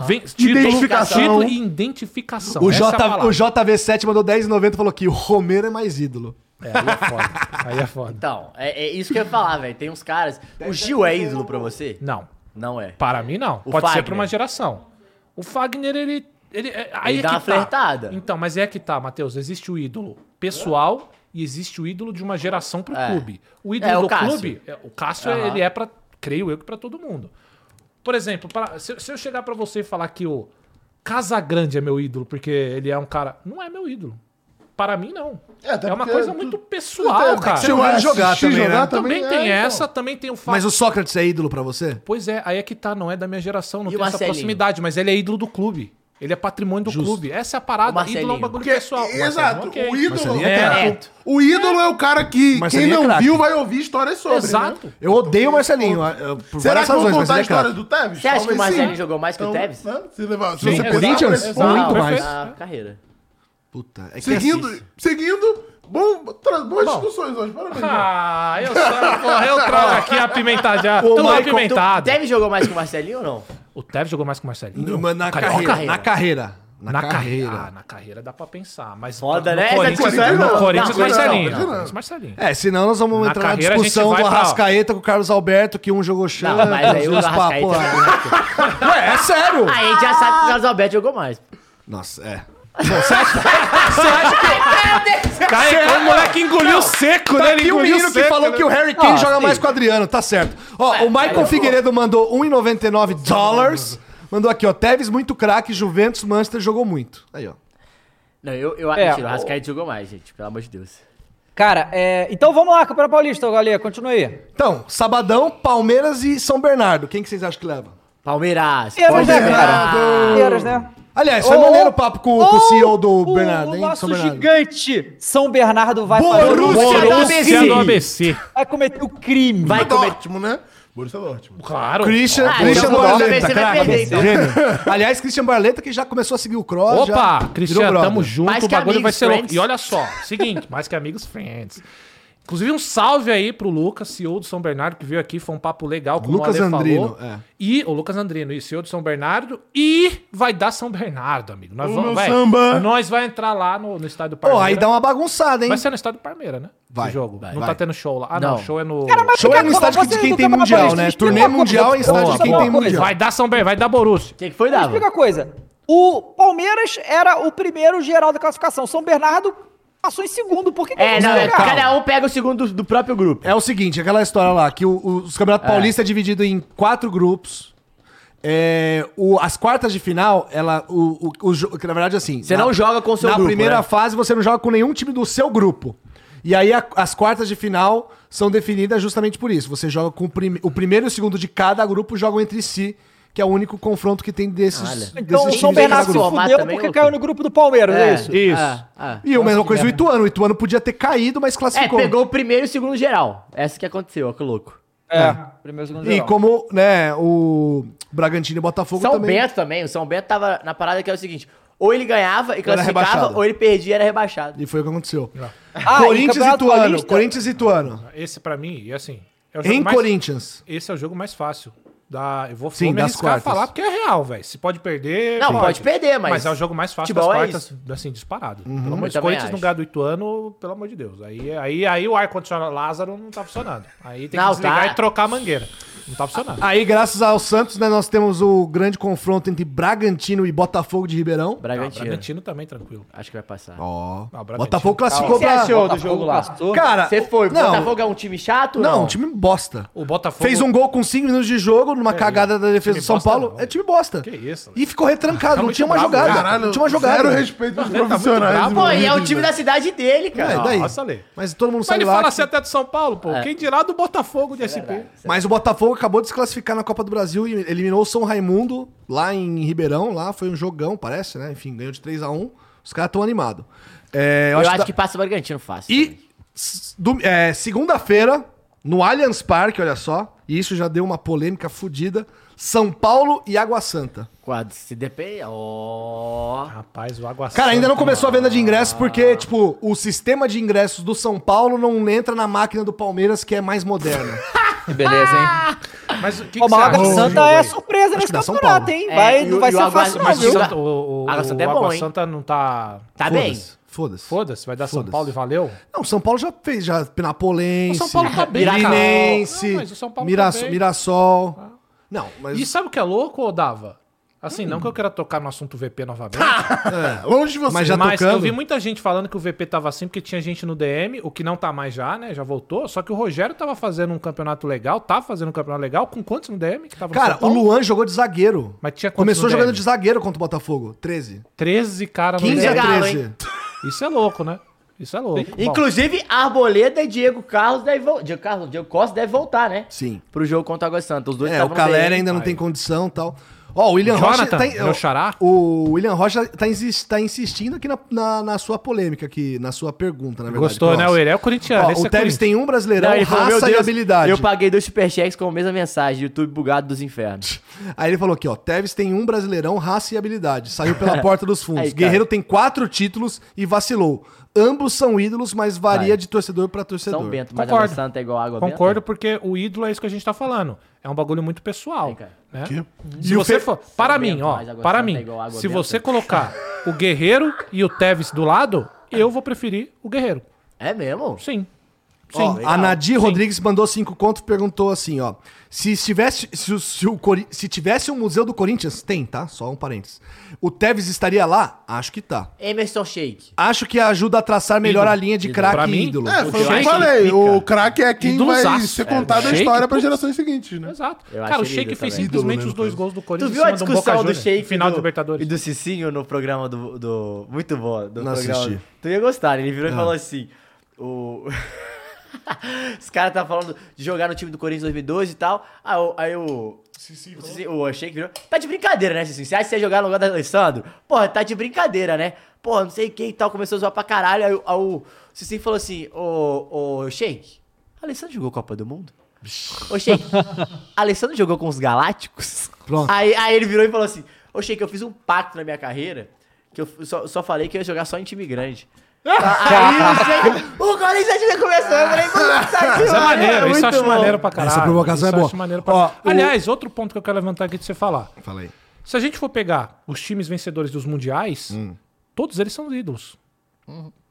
[SPEAKER 5] vem-
[SPEAKER 4] Identificação.
[SPEAKER 5] título e identificação.
[SPEAKER 1] O,
[SPEAKER 5] Essa é a
[SPEAKER 1] J,
[SPEAKER 5] palavra.
[SPEAKER 1] o JV7 mandou 10,90 e falou que o Romero é mais ídolo.
[SPEAKER 5] É, aí é foda. Aí é foda.
[SPEAKER 3] Então, é, é isso que eu ia falar, velho. Tem uns caras. O Gil é ídolo pra você?
[SPEAKER 5] Não,
[SPEAKER 3] Não é.
[SPEAKER 5] para mim não.
[SPEAKER 3] O
[SPEAKER 5] Pode ser
[SPEAKER 3] Fagner.
[SPEAKER 5] pra uma geração. O Fagner, ele. ele é- aí
[SPEAKER 3] Ele
[SPEAKER 5] é
[SPEAKER 3] dá
[SPEAKER 5] que tá.
[SPEAKER 3] uma flertada.
[SPEAKER 5] Então, mas é que tá, Matheus. Existe o ídolo pessoal e existe o ídolo de uma geração pro
[SPEAKER 3] É.
[SPEAKER 5] clube. O ídolo
[SPEAKER 3] É, o
[SPEAKER 5] do
[SPEAKER 3] Cássio.
[SPEAKER 5] clube, é, o Cássio,
[SPEAKER 3] Aham.
[SPEAKER 5] ele é pra. creio eu que pra todo mundo. Por exemplo, pra- se, se eu chegar pra você e falar que o Casagrande é meu ídolo, porque ele é um cara. Não é meu ídolo. Para mim, não.
[SPEAKER 4] É, até
[SPEAKER 5] É, uma
[SPEAKER 4] porque
[SPEAKER 5] coisa
[SPEAKER 4] tu- é
[SPEAKER 5] muito
[SPEAKER 4] tu-
[SPEAKER 5] pessoal,
[SPEAKER 4] tu-
[SPEAKER 5] cara.
[SPEAKER 1] Você não vai
[SPEAKER 4] assistir
[SPEAKER 1] jogar também, né?
[SPEAKER 5] Também
[SPEAKER 4] é,
[SPEAKER 5] tem
[SPEAKER 4] então.
[SPEAKER 5] essa, também tem o fato.
[SPEAKER 1] Mas o Sócrates é ídolo pra você?
[SPEAKER 5] Pois é, aí é que tá, não é da minha geração, não
[SPEAKER 3] E o
[SPEAKER 5] tem essa
[SPEAKER 3] Marcelinho?
[SPEAKER 5] proximidade, mas ele é ídolo do clube. Ele é patrimônio do clube. Essa é a
[SPEAKER 3] O
[SPEAKER 5] parada.
[SPEAKER 3] Marcelinho.
[SPEAKER 5] Ídolo é um bagulho
[SPEAKER 4] Porque-
[SPEAKER 5] pessoal. Marcelinho,
[SPEAKER 4] exato, o
[SPEAKER 5] ok.
[SPEAKER 4] ídolo
[SPEAKER 5] é
[SPEAKER 4] cara,
[SPEAKER 3] craque.
[SPEAKER 4] O ídolo é o cara que
[SPEAKER 1] Marcelinho
[SPEAKER 4] quem
[SPEAKER 1] é
[SPEAKER 4] não
[SPEAKER 1] craque.
[SPEAKER 4] viu vai ouvir histórias sobre. né?
[SPEAKER 5] Exato.
[SPEAKER 1] Eu odeio o Marcelinho, ah, eu- por
[SPEAKER 4] Será
[SPEAKER 1] várias
[SPEAKER 4] que vão
[SPEAKER 1] razões, mas
[SPEAKER 4] contar a
[SPEAKER 1] ele é
[SPEAKER 4] história
[SPEAKER 1] craque.
[SPEAKER 4] do Tevez?
[SPEAKER 3] Você acha que o
[SPEAKER 4] Talvez sim.
[SPEAKER 3] Marcelinho jogou mais que o
[SPEAKER 4] Então,
[SPEAKER 3] Tevez?
[SPEAKER 4] né? Se levar- se
[SPEAKER 5] Sim,
[SPEAKER 4] você
[SPEAKER 5] é
[SPEAKER 4] pensar por
[SPEAKER 1] Corinthians?
[SPEAKER 4] esse
[SPEAKER 1] Muito
[SPEAKER 5] Exato,
[SPEAKER 1] mais.
[SPEAKER 5] perfeito.
[SPEAKER 3] Na carreira.
[SPEAKER 1] Puta, é que
[SPEAKER 4] Seguindo, seguindo, bom, tra- boas
[SPEAKER 5] Bom.
[SPEAKER 4] discussões hoje. Parabéns. né? mano.
[SPEAKER 5] Ah, eu só porra, eu trago aqui a pimentadinha. Tudo
[SPEAKER 1] Michael,
[SPEAKER 5] apimentado.
[SPEAKER 3] Deve jogou mais que o Marcelinho ou não?
[SPEAKER 5] O Tevez jogou mais que o Marcelinho?
[SPEAKER 1] Mas na
[SPEAKER 5] Cara,
[SPEAKER 1] carreira,
[SPEAKER 3] carreira.
[SPEAKER 1] Na carreira. Na,
[SPEAKER 5] Na
[SPEAKER 1] carreira.
[SPEAKER 5] carreira. Ah, na carreira dá pra pensar. Mas
[SPEAKER 3] Foda,
[SPEAKER 5] no
[SPEAKER 3] né?
[SPEAKER 5] Corinthians,
[SPEAKER 4] Essa discussão é
[SPEAKER 5] no
[SPEAKER 4] louca.
[SPEAKER 5] Corinthians
[SPEAKER 4] Não,
[SPEAKER 5] Marcelinho.
[SPEAKER 4] não,
[SPEAKER 5] não,
[SPEAKER 4] não.
[SPEAKER 5] Corinthians, Marcelinho.
[SPEAKER 1] É, senão nós vamos
[SPEAKER 5] Na
[SPEAKER 1] entrar na
[SPEAKER 5] carreira a gente
[SPEAKER 1] discussão
[SPEAKER 5] vai
[SPEAKER 1] do
[SPEAKER 5] pra-
[SPEAKER 1] Arrascaeta com o Carlos Alberto, que um jogou chão.
[SPEAKER 3] Não, mas aí o Arrascaeta-
[SPEAKER 1] Ué, é sério!
[SPEAKER 3] Aí Ah, a gente já sabe que o Carlos Alberto jogou mais.
[SPEAKER 1] Nossa, é. Bom, você acha, você acha que
[SPEAKER 5] Cara, é como o moleque engoliu seco,
[SPEAKER 1] Tá
[SPEAKER 5] né?
[SPEAKER 1] aqui o menino que falou que o Harry Kane
[SPEAKER 2] Ah,
[SPEAKER 1] joga
[SPEAKER 2] sim.
[SPEAKER 1] mais que o Adriano, tá certo. Ó, o Michael Figueiredo mandou 1,99 dólares. Mandou aqui, ó. Tevez muito craque, Juventus, Manchester jogou muito. Aí, ó.
[SPEAKER 3] Não, eu, eu
[SPEAKER 2] É,
[SPEAKER 3] mentira, o
[SPEAKER 2] o-
[SPEAKER 3] Arrascaeta jogou mais, gente. Pelo amor de Deus.
[SPEAKER 2] Cara, é, então vamos lá, Campeonato Paulista, Galê, continua aí.
[SPEAKER 1] Então, sabadão, Palmeiras e São Bernardo. Quem que vocês acham que leva?
[SPEAKER 2] Palmeiras,
[SPEAKER 3] Palmeiras.
[SPEAKER 2] né,
[SPEAKER 3] Palmeiras.
[SPEAKER 2] cara? Palmeiras, né?
[SPEAKER 1] Aliás, foi
[SPEAKER 2] Ô,
[SPEAKER 1] maneiro
[SPEAKER 2] ô,
[SPEAKER 1] o papo com, com o
[SPEAKER 2] ô,
[SPEAKER 1] CEO do
[SPEAKER 2] o-
[SPEAKER 1] Bernardo,
[SPEAKER 2] O
[SPEAKER 1] hein?
[SPEAKER 2] nosso
[SPEAKER 1] São Bernardo.
[SPEAKER 2] gigante São Bernardo vai
[SPEAKER 1] Borussia
[SPEAKER 2] fazer-
[SPEAKER 1] do
[SPEAKER 5] Borussia do ABC.
[SPEAKER 2] vai cometer o crime.
[SPEAKER 3] Vai comer.
[SPEAKER 4] Dortmund, né? Borussia Dortmund.
[SPEAKER 5] Claro.
[SPEAKER 1] Christian,
[SPEAKER 3] Ah,
[SPEAKER 1] Christian
[SPEAKER 3] então o
[SPEAKER 1] Barleta,
[SPEAKER 3] ABC vai
[SPEAKER 1] craque.
[SPEAKER 3] perder, então.
[SPEAKER 1] Gênio. Aliás, Christian Barleta que já começou a seguir o cross. já
[SPEAKER 5] Opa,
[SPEAKER 1] virou
[SPEAKER 5] Cristiano,
[SPEAKER 1] brother.
[SPEAKER 5] tamo junto,
[SPEAKER 3] Mais
[SPEAKER 5] o
[SPEAKER 3] que
[SPEAKER 5] bagulho vai
[SPEAKER 3] amigos,
[SPEAKER 5] ser louco.
[SPEAKER 3] friends.
[SPEAKER 5] E olha só, seguinte, mais que amigos, friends. Inclusive, um salve aí pro Lucas, CEO do São Bernardo, que veio aqui, foi um papo legal, como
[SPEAKER 1] Lucas
[SPEAKER 5] o Ale
[SPEAKER 1] Andrino,
[SPEAKER 5] falou.
[SPEAKER 1] é.
[SPEAKER 5] E o Lucas Andrino, e CEO do São Bernardo, e vai dar São Bernardo, amigo. Nós
[SPEAKER 4] O
[SPEAKER 5] vamos,
[SPEAKER 4] meu
[SPEAKER 5] vai,
[SPEAKER 4] samba.
[SPEAKER 5] Nós vai entrar lá no, no estádio do
[SPEAKER 1] Pô,
[SPEAKER 5] Parmeira.
[SPEAKER 1] aí dá uma bagunçada, hein?
[SPEAKER 5] Vai ser no estádio do Parmeira, né?
[SPEAKER 1] Vai,
[SPEAKER 5] Esse jogo.
[SPEAKER 1] vai,
[SPEAKER 5] não
[SPEAKER 1] vai.
[SPEAKER 5] tá tendo show lá. Ah, não,
[SPEAKER 3] Não.
[SPEAKER 5] show é no...
[SPEAKER 2] Cara, mas
[SPEAKER 1] Show é
[SPEAKER 2] fica-
[SPEAKER 1] no estádio
[SPEAKER 2] você
[SPEAKER 1] de
[SPEAKER 2] do
[SPEAKER 1] quem tem
[SPEAKER 2] Campeonato
[SPEAKER 1] mundial,
[SPEAKER 2] Paulista,
[SPEAKER 1] né?
[SPEAKER 2] explica
[SPEAKER 1] Turnê
[SPEAKER 2] uma coisa,
[SPEAKER 1] mundial em estádio de
[SPEAKER 2] explica
[SPEAKER 1] quem
[SPEAKER 2] uma
[SPEAKER 1] tem
[SPEAKER 2] coisa.
[SPEAKER 1] mundial.
[SPEAKER 5] Vai dar São Bernardo, vai dar Borussia.
[SPEAKER 3] Quem que foi,
[SPEAKER 2] Me
[SPEAKER 3] Dava?
[SPEAKER 2] explica uma coisa. O Palmeiras era o primeiro geral da classificação. São Bernardo passou em segundo. Por que que
[SPEAKER 3] É,
[SPEAKER 2] não
[SPEAKER 3] não, é,
[SPEAKER 2] conseguiu ganhar?
[SPEAKER 3] cada um pega o segundo do, do próprio grupo.
[SPEAKER 1] É o seguinte, aquela história lá, que o, o- os Campeonato Paulista é dividido em quatro grupos. É, o- as quartas de final, ela. O, o- o jo- que na verdade, assim.
[SPEAKER 3] Você não joga com o seu
[SPEAKER 1] na
[SPEAKER 3] grupo,
[SPEAKER 1] primeira
[SPEAKER 3] né?
[SPEAKER 1] fase, você não joga com nenhum time do seu grupo. E aí a- as quartas de final são definidas justamente por isso. Você joga com o, prime- o primeiro e o segundo de cada grupo jogam entre si, que é o único confronto que tem desses.
[SPEAKER 2] Então o
[SPEAKER 1] desses
[SPEAKER 2] São
[SPEAKER 1] times de cada
[SPEAKER 2] Bernardo se
[SPEAKER 1] grupo.
[SPEAKER 3] Formato
[SPEAKER 2] fudeu
[SPEAKER 3] também é
[SPEAKER 2] porque
[SPEAKER 3] loucura.
[SPEAKER 2] caiu no grupo do Palmeiras, é, isso?
[SPEAKER 5] Isso.
[SPEAKER 3] Ah, ah.
[SPEAKER 1] E a mesma coisa o Ituano. O Ituano podia ter caído, mas
[SPEAKER 3] É,
[SPEAKER 1] classificou.
[SPEAKER 3] pegou o primeiro e o segundo geral. Essa que aconteceu, ó, que louco.
[SPEAKER 2] É. Primeiro, segundo
[SPEAKER 1] E
[SPEAKER 2] geral.
[SPEAKER 1] como, né, o Bragantino e Botafogo
[SPEAKER 3] São
[SPEAKER 1] também.
[SPEAKER 3] Bento também. O São Bento tava na parada que era o seguinte: ou ele ganhava e classificava,
[SPEAKER 1] rebaixado.
[SPEAKER 3] ou ele perdia e era rebaixado.
[SPEAKER 1] E foi o que aconteceu.
[SPEAKER 2] Ah, e
[SPEAKER 1] Corinthians e
[SPEAKER 2] Campeonato
[SPEAKER 1] Ituano.
[SPEAKER 2] Paulista?
[SPEAKER 1] Corinthians e Ituano.
[SPEAKER 5] Esse pra mim, e assim... É o jogo
[SPEAKER 1] Em
[SPEAKER 5] mais-
[SPEAKER 1] Corinthians.
[SPEAKER 5] Esse é o jogo mais fácil. Da, eu vou,
[SPEAKER 1] Sim,
[SPEAKER 5] vou me
[SPEAKER 1] das
[SPEAKER 5] arriscar a
[SPEAKER 1] quartas.
[SPEAKER 5] falar porque é real, velho. Se pode perder.
[SPEAKER 3] Não, pode perder, mas-
[SPEAKER 5] Mas é o jogo mais fácil das
[SPEAKER 3] Futebol é
[SPEAKER 5] quartas, assim, disparado. Pelo amor de
[SPEAKER 3] Eu
[SPEAKER 5] Deus.
[SPEAKER 3] também
[SPEAKER 5] Corinthians no
[SPEAKER 3] acho.
[SPEAKER 5] gado do Ituano, pelo amor de Deus. Aí, aí, aí o ar-condicionado Lázaro não tá funcionando. Aí tem que
[SPEAKER 3] Não,
[SPEAKER 5] desligar
[SPEAKER 3] tá.
[SPEAKER 5] e trocar a mangueira. Não tá funcionando.
[SPEAKER 1] Aí, graças ao Santos, né, nós temos o grande confronto entre Bragantino e Botafogo de Ribeirão.
[SPEAKER 3] Bragantino.
[SPEAKER 5] Bragantino também, tranquilo.
[SPEAKER 3] Acho que vai passar.
[SPEAKER 1] Ó.
[SPEAKER 5] Ah, Bragantino.
[SPEAKER 1] Botafogo classificou
[SPEAKER 2] O que você
[SPEAKER 1] pra...
[SPEAKER 2] achou do jogo lá?
[SPEAKER 1] Cara,
[SPEAKER 3] Você foi. O
[SPEAKER 1] não,
[SPEAKER 3] Botafogo é um time chato? ou
[SPEAKER 1] Não, time bosta.
[SPEAKER 5] O Botafogo.
[SPEAKER 1] Fez um gol com 5 minutos de jogo numa cagada da defesa
[SPEAKER 5] É, Time
[SPEAKER 1] do São
[SPEAKER 5] bosta
[SPEAKER 1] Paulo.
[SPEAKER 5] não.
[SPEAKER 1] É time bosta.
[SPEAKER 5] Que isso, Tá
[SPEAKER 1] E ficou retrancado, não
[SPEAKER 5] muito
[SPEAKER 1] tinha uma
[SPEAKER 5] bravo, né?
[SPEAKER 1] jogada.
[SPEAKER 4] Caralho,
[SPEAKER 1] não tinha uma
[SPEAKER 4] zero
[SPEAKER 3] né?
[SPEAKER 1] jogada.
[SPEAKER 4] respeito
[SPEAKER 3] tá
[SPEAKER 4] dos profissionais.
[SPEAKER 5] bravo.
[SPEAKER 3] Pô, e é o
[SPEAKER 4] envolvidos,
[SPEAKER 3] time
[SPEAKER 4] né?
[SPEAKER 3] da cidade dele,
[SPEAKER 1] É,
[SPEAKER 3] cara.
[SPEAKER 1] daí?
[SPEAKER 5] Nossa, Lê.
[SPEAKER 1] Mas todo mundo
[SPEAKER 5] Mas
[SPEAKER 1] sabe
[SPEAKER 5] ele
[SPEAKER 1] lá.
[SPEAKER 5] fala
[SPEAKER 1] que-
[SPEAKER 5] assim até do São Paulo, pô. Quem dirá do Botafogo de SP?
[SPEAKER 1] Mas o Botafogo acabou de se classificar na Copa do Brasil e eliminou o São Raimundo lá em Ribeirão. Lá foi um jogão, parece, né? Enfim, ganhou de 3 a 1 Os caras estão animados. É, eu,
[SPEAKER 3] Eu
[SPEAKER 1] acho,
[SPEAKER 3] acho
[SPEAKER 1] da-
[SPEAKER 3] que passa o Bragantino fácil.
[SPEAKER 1] E s- do- é, segunda-feira, no Allianz Parque, olha só, e isso já deu uma polêmica fodida, São Paulo e Água Santa.
[SPEAKER 3] Quadro, se depende. Ó.
[SPEAKER 5] Rapaz, o Água
[SPEAKER 1] Cara, ainda não
[SPEAKER 5] Santa,
[SPEAKER 1] começou a venda de ingressos porque, tipo, o sistema de ingressos do São Paulo não entra na máquina do Palmeiras, que é mais moderna.
[SPEAKER 2] Que beleza, hein?
[SPEAKER 5] Mas o que,
[SPEAKER 2] Ó,
[SPEAKER 5] que você
[SPEAKER 2] Mas o
[SPEAKER 5] acha
[SPEAKER 2] Água
[SPEAKER 5] desse
[SPEAKER 2] Santa
[SPEAKER 5] jogo
[SPEAKER 2] é
[SPEAKER 5] aí?
[SPEAKER 2] surpresa nesse
[SPEAKER 1] que dá São
[SPEAKER 2] campeonato,
[SPEAKER 1] Paulo.
[SPEAKER 2] hein?
[SPEAKER 3] É,
[SPEAKER 2] Vai,
[SPEAKER 3] e
[SPEAKER 2] não
[SPEAKER 3] o-
[SPEAKER 2] vai
[SPEAKER 3] e o
[SPEAKER 2] ser
[SPEAKER 3] Água-
[SPEAKER 2] fácil, não,
[SPEAKER 3] mas
[SPEAKER 2] viu?
[SPEAKER 3] o-
[SPEAKER 5] Santa- o, o,
[SPEAKER 3] Água Santa é
[SPEAKER 5] o
[SPEAKER 3] bom,
[SPEAKER 5] Água
[SPEAKER 3] hein?
[SPEAKER 5] Santa não tá.
[SPEAKER 3] Tá bem.
[SPEAKER 1] Foda-se, Foda-se.
[SPEAKER 5] Foda-se, vai dar São
[SPEAKER 1] Foda-se.
[SPEAKER 5] Paulo e valeu?
[SPEAKER 1] Não, o São Paulo já fez, já Pinapolense,
[SPEAKER 5] O São Paulo tá bem, cara.
[SPEAKER 1] Pirinense,
[SPEAKER 5] Não, mas o São Paulo
[SPEAKER 1] Mira-
[SPEAKER 5] tá bem. Ah.
[SPEAKER 1] Mirassol. Não, mas Hum.
[SPEAKER 5] E sabe o que é louco, ô Dava? Assim, não que eu queira tocar no assunto VP novamente,
[SPEAKER 4] É, Longe de você.
[SPEAKER 1] Ah, Mas já
[SPEAKER 5] mas
[SPEAKER 1] tocando?
[SPEAKER 5] eu vi muita gente falando que o VP tava assim porque tinha gente no DM, o que não tá mais já, né? Já voltou. Só que o Rogério tava fazendo um campeonato legal, tá fazendo um campeonato legal. Com quantos no DM que tava no
[SPEAKER 1] cara,
[SPEAKER 5] São
[SPEAKER 1] o
[SPEAKER 5] Paulo?
[SPEAKER 1] Luan jogou de zagueiro.
[SPEAKER 5] Mas tinha quantos Tá
[SPEAKER 1] Começou
[SPEAKER 5] no
[SPEAKER 1] jogando
[SPEAKER 5] DM?
[SPEAKER 1] de zagueiro contra o Botafogo, 13.
[SPEAKER 5] 13 caras no
[SPEAKER 1] 15
[SPEAKER 5] DM.
[SPEAKER 3] Legal,
[SPEAKER 1] a 13.
[SPEAKER 3] hein?
[SPEAKER 5] Isso é louco, né? Isso é louco. Bom,
[SPEAKER 3] Inclusive, Arboleda e Diego Carlos deve voltar. Diego Carlos, Diego Costa deve voltar, né?
[SPEAKER 1] Sim.
[SPEAKER 3] Pro jogo contra o Água Santa. Os dois
[SPEAKER 1] É, o
[SPEAKER 3] estavam
[SPEAKER 1] Calera
[SPEAKER 3] bem.
[SPEAKER 1] ainda não tem condição e tal. Ó, o William Rocha.
[SPEAKER 5] tá Jonathan, é
[SPEAKER 1] Tá,
[SPEAKER 5] meu xará.
[SPEAKER 1] O William Rocha tá, insis- tá insistindo aqui na, na, na sua polêmica, aqui, na sua pergunta, na verdade.
[SPEAKER 5] Gostou, né,
[SPEAKER 1] Cross.
[SPEAKER 5] William? É o corintiano.
[SPEAKER 1] Ó,
[SPEAKER 5] esse
[SPEAKER 1] o
[SPEAKER 5] é
[SPEAKER 1] Tevez
[SPEAKER 5] corintiano.
[SPEAKER 1] tem um brasileirão,
[SPEAKER 3] Não, ele falou,
[SPEAKER 1] raça
[SPEAKER 3] meu
[SPEAKER 1] e
[SPEAKER 3] Deus,
[SPEAKER 1] habilidade.
[SPEAKER 3] Eu paguei dois superchecks com a mesma mensagem. YouTube bugado dos infernos.
[SPEAKER 1] Aí ele falou aqui, ó. Tevez tem um brasileirão, raça e habilidade. Saiu pela porta dos fundos.
[SPEAKER 3] Aí, cara.
[SPEAKER 1] Guerreiro tem quatro títulos e vacilou. Ambos são ídolos, mas varia
[SPEAKER 3] Vai.
[SPEAKER 1] de torcedor pra torcedor.
[SPEAKER 3] São Bento, mas
[SPEAKER 5] Concordo.
[SPEAKER 3] a Água Santa é igual a água
[SPEAKER 5] Concordo, porque o ídolo é isso que a gente tá falando. É um bagulho muito pessoal.
[SPEAKER 3] Aí, cara.
[SPEAKER 5] né?
[SPEAKER 4] Que?
[SPEAKER 5] Se
[SPEAKER 1] E o
[SPEAKER 5] você
[SPEAKER 1] Fe-
[SPEAKER 5] for. Para
[SPEAKER 3] Bento,
[SPEAKER 5] mim, ó.
[SPEAKER 3] mas água
[SPEAKER 5] Para
[SPEAKER 3] santa
[SPEAKER 5] mim.
[SPEAKER 3] é igual água
[SPEAKER 5] Se
[SPEAKER 3] benta.
[SPEAKER 5] você colocar o Guerreiro e o Tevez do lado, eu vou preferir o Guerreiro.
[SPEAKER 3] Benta? É mesmo?
[SPEAKER 5] Sim. Sim.
[SPEAKER 1] Ó, a Nadir Rodrigues mandou cinco contos e perguntou assim, ó. Se tivesse, se, o- se o Cori- se tivesse um museu do Corinthians, tem, tá? Só um parênteses. O Tevez estaria lá? Acho que tá.
[SPEAKER 3] Emerson Shake.
[SPEAKER 1] Acho que ajuda a traçar melhor
[SPEAKER 5] Ídolo.
[SPEAKER 1] a linha de
[SPEAKER 3] Ídolo.
[SPEAKER 1] craque
[SPEAKER 5] Pra
[SPEAKER 1] e
[SPEAKER 5] mim,
[SPEAKER 1] ídolo.
[SPEAKER 4] É, foi o que eu
[SPEAKER 5] Shake
[SPEAKER 4] falei.
[SPEAKER 5] pica.
[SPEAKER 4] O craque é quem
[SPEAKER 5] E do
[SPEAKER 4] vai
[SPEAKER 5] zaço.
[SPEAKER 4] ser
[SPEAKER 5] É,
[SPEAKER 4] contada a
[SPEAKER 5] Shake,
[SPEAKER 4] história
[SPEAKER 5] pô.
[SPEAKER 4] para gerações seguintes, né?
[SPEAKER 5] Exato.
[SPEAKER 3] Eu
[SPEAKER 5] Cara,
[SPEAKER 3] acho
[SPEAKER 5] o Sheik
[SPEAKER 3] ele
[SPEAKER 5] fez
[SPEAKER 3] também.
[SPEAKER 5] simplesmente
[SPEAKER 4] Ídolo, né,
[SPEAKER 5] os dois
[SPEAKER 4] no
[SPEAKER 5] gols do
[SPEAKER 3] Tu
[SPEAKER 5] Corinthians
[SPEAKER 3] viu a
[SPEAKER 5] em cima de um Boca
[SPEAKER 3] discussão do
[SPEAKER 5] Juniors,
[SPEAKER 3] Shake
[SPEAKER 5] final
[SPEAKER 3] do,
[SPEAKER 5] do Libertadores?
[SPEAKER 3] e do Cicinho no programa do... do- muito bom. Do
[SPEAKER 1] Não
[SPEAKER 3] programa.
[SPEAKER 1] assisti.
[SPEAKER 3] Tu ia gostar, né? ele virou
[SPEAKER 1] Ah.
[SPEAKER 3] e falou assim... O... Os caras tá falando de jogar no time do Corinthians em 2012 e tal. Aí, o- aí o... o Cicinho- O Shake virou... Tá de brincadeira, né, Cicinho? Você acha que você ia jogar no lugar do Alessandro? Porra, tá de brincadeira, né? Porra, não sei quem e tal. Começou a zoar pra caralho. Aí, o- aí o Cicinho falou assim... Ô, ô, Shake... Alessandro jogou Copa do Mundo? Ô, Sheik, Alessandro jogou com os Galácticos?
[SPEAKER 1] Pronto.
[SPEAKER 3] Aí, aí ele virou e falou assim: Ô, Sheik, eu fiz um pacto na minha carreira que eu f- só, só falei que eu ia jogar só em time grande. aí o Sheik, o Corinthians já começou. Eu falei: Puta
[SPEAKER 5] Isso
[SPEAKER 3] que
[SPEAKER 5] é
[SPEAKER 3] pariu,
[SPEAKER 5] maneiro, isso
[SPEAKER 3] Ah, muito
[SPEAKER 5] eu acho
[SPEAKER 3] bom."
[SPEAKER 5] maneiro pra caralho.
[SPEAKER 1] Essa provocação
[SPEAKER 5] Isso
[SPEAKER 1] é
[SPEAKER 5] eu
[SPEAKER 1] boa.
[SPEAKER 5] acho maneiro pra-
[SPEAKER 1] Ó, o-
[SPEAKER 5] Aliás, outro ponto que eu quero levantar aqui de você falar.
[SPEAKER 1] Fala aí.
[SPEAKER 5] Se a gente for pegar os times vencedores dos mundiais,
[SPEAKER 1] Hum.
[SPEAKER 5] todos eles são ídolos.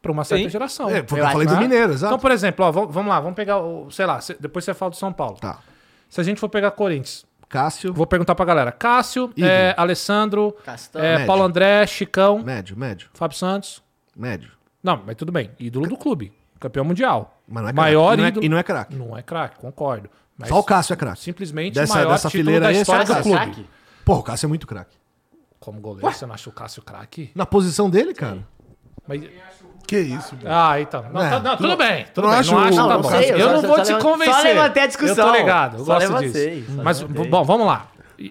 [SPEAKER 5] Pra uma certa
[SPEAKER 2] Sim.
[SPEAKER 5] geração.
[SPEAKER 1] É, foi o que eu
[SPEAKER 3] Eu
[SPEAKER 1] falei
[SPEAKER 5] né?
[SPEAKER 1] do Mineiro, exato.
[SPEAKER 5] Então, por exemplo, ó, vam- vamos lá, vamos pegar, o, sei lá, cê- depois você fala do São Paulo.
[SPEAKER 1] Tá.
[SPEAKER 5] Se a gente for pegar Corinthians,
[SPEAKER 1] Cássio,
[SPEAKER 5] vou perguntar pra galera. Cássio,
[SPEAKER 1] Ídolo.
[SPEAKER 5] é, Alessandro,
[SPEAKER 3] Castanho.
[SPEAKER 5] é,
[SPEAKER 1] Médio.
[SPEAKER 5] Paulo André, Chicão,
[SPEAKER 1] médio, médio,
[SPEAKER 5] Fábio Santos.
[SPEAKER 1] médio.
[SPEAKER 5] Não, mas tudo bem. Ídolo do clube. Campeão mundial.
[SPEAKER 1] Mas não é craque.
[SPEAKER 5] maior
[SPEAKER 1] E não é-
[SPEAKER 5] ídolo.
[SPEAKER 1] e não é craque.
[SPEAKER 5] Não é craque, concordo. Mas
[SPEAKER 1] Só o Cássio é craque.
[SPEAKER 5] simplesmente
[SPEAKER 1] Dessa-
[SPEAKER 5] o maior
[SPEAKER 1] dessa
[SPEAKER 5] título
[SPEAKER 1] fileira
[SPEAKER 5] da
[SPEAKER 1] aí é só
[SPEAKER 5] história
[SPEAKER 1] o
[SPEAKER 5] do
[SPEAKER 3] Cássio.
[SPEAKER 5] clube.
[SPEAKER 3] Craque?
[SPEAKER 1] Porra, o Cássio é muito craque.
[SPEAKER 5] Como goleiro, você não acha o Cássio craque?
[SPEAKER 1] Na posição dele, cara.
[SPEAKER 5] Mas...
[SPEAKER 4] Que isso, pô.
[SPEAKER 5] Ah, então. Não,
[SPEAKER 1] É,
[SPEAKER 5] tá- não,
[SPEAKER 1] tu
[SPEAKER 5] tudo
[SPEAKER 1] não-
[SPEAKER 5] bem. Tudo
[SPEAKER 4] não
[SPEAKER 5] bem.
[SPEAKER 4] acha
[SPEAKER 5] não
[SPEAKER 4] o-
[SPEAKER 5] acho, tá
[SPEAKER 4] não,
[SPEAKER 5] bom.
[SPEAKER 4] não sei,
[SPEAKER 5] eu,
[SPEAKER 3] eu
[SPEAKER 5] não
[SPEAKER 3] só-
[SPEAKER 5] vou
[SPEAKER 3] só
[SPEAKER 5] te
[SPEAKER 3] levan-
[SPEAKER 5] convencer.
[SPEAKER 3] só levantei a discussão.
[SPEAKER 5] Eu tô ligado. Eu
[SPEAKER 3] Só
[SPEAKER 5] gosto
[SPEAKER 3] levantei,
[SPEAKER 5] disso.
[SPEAKER 3] só
[SPEAKER 5] Mas,
[SPEAKER 3] levantei.
[SPEAKER 5] bom, vamos lá.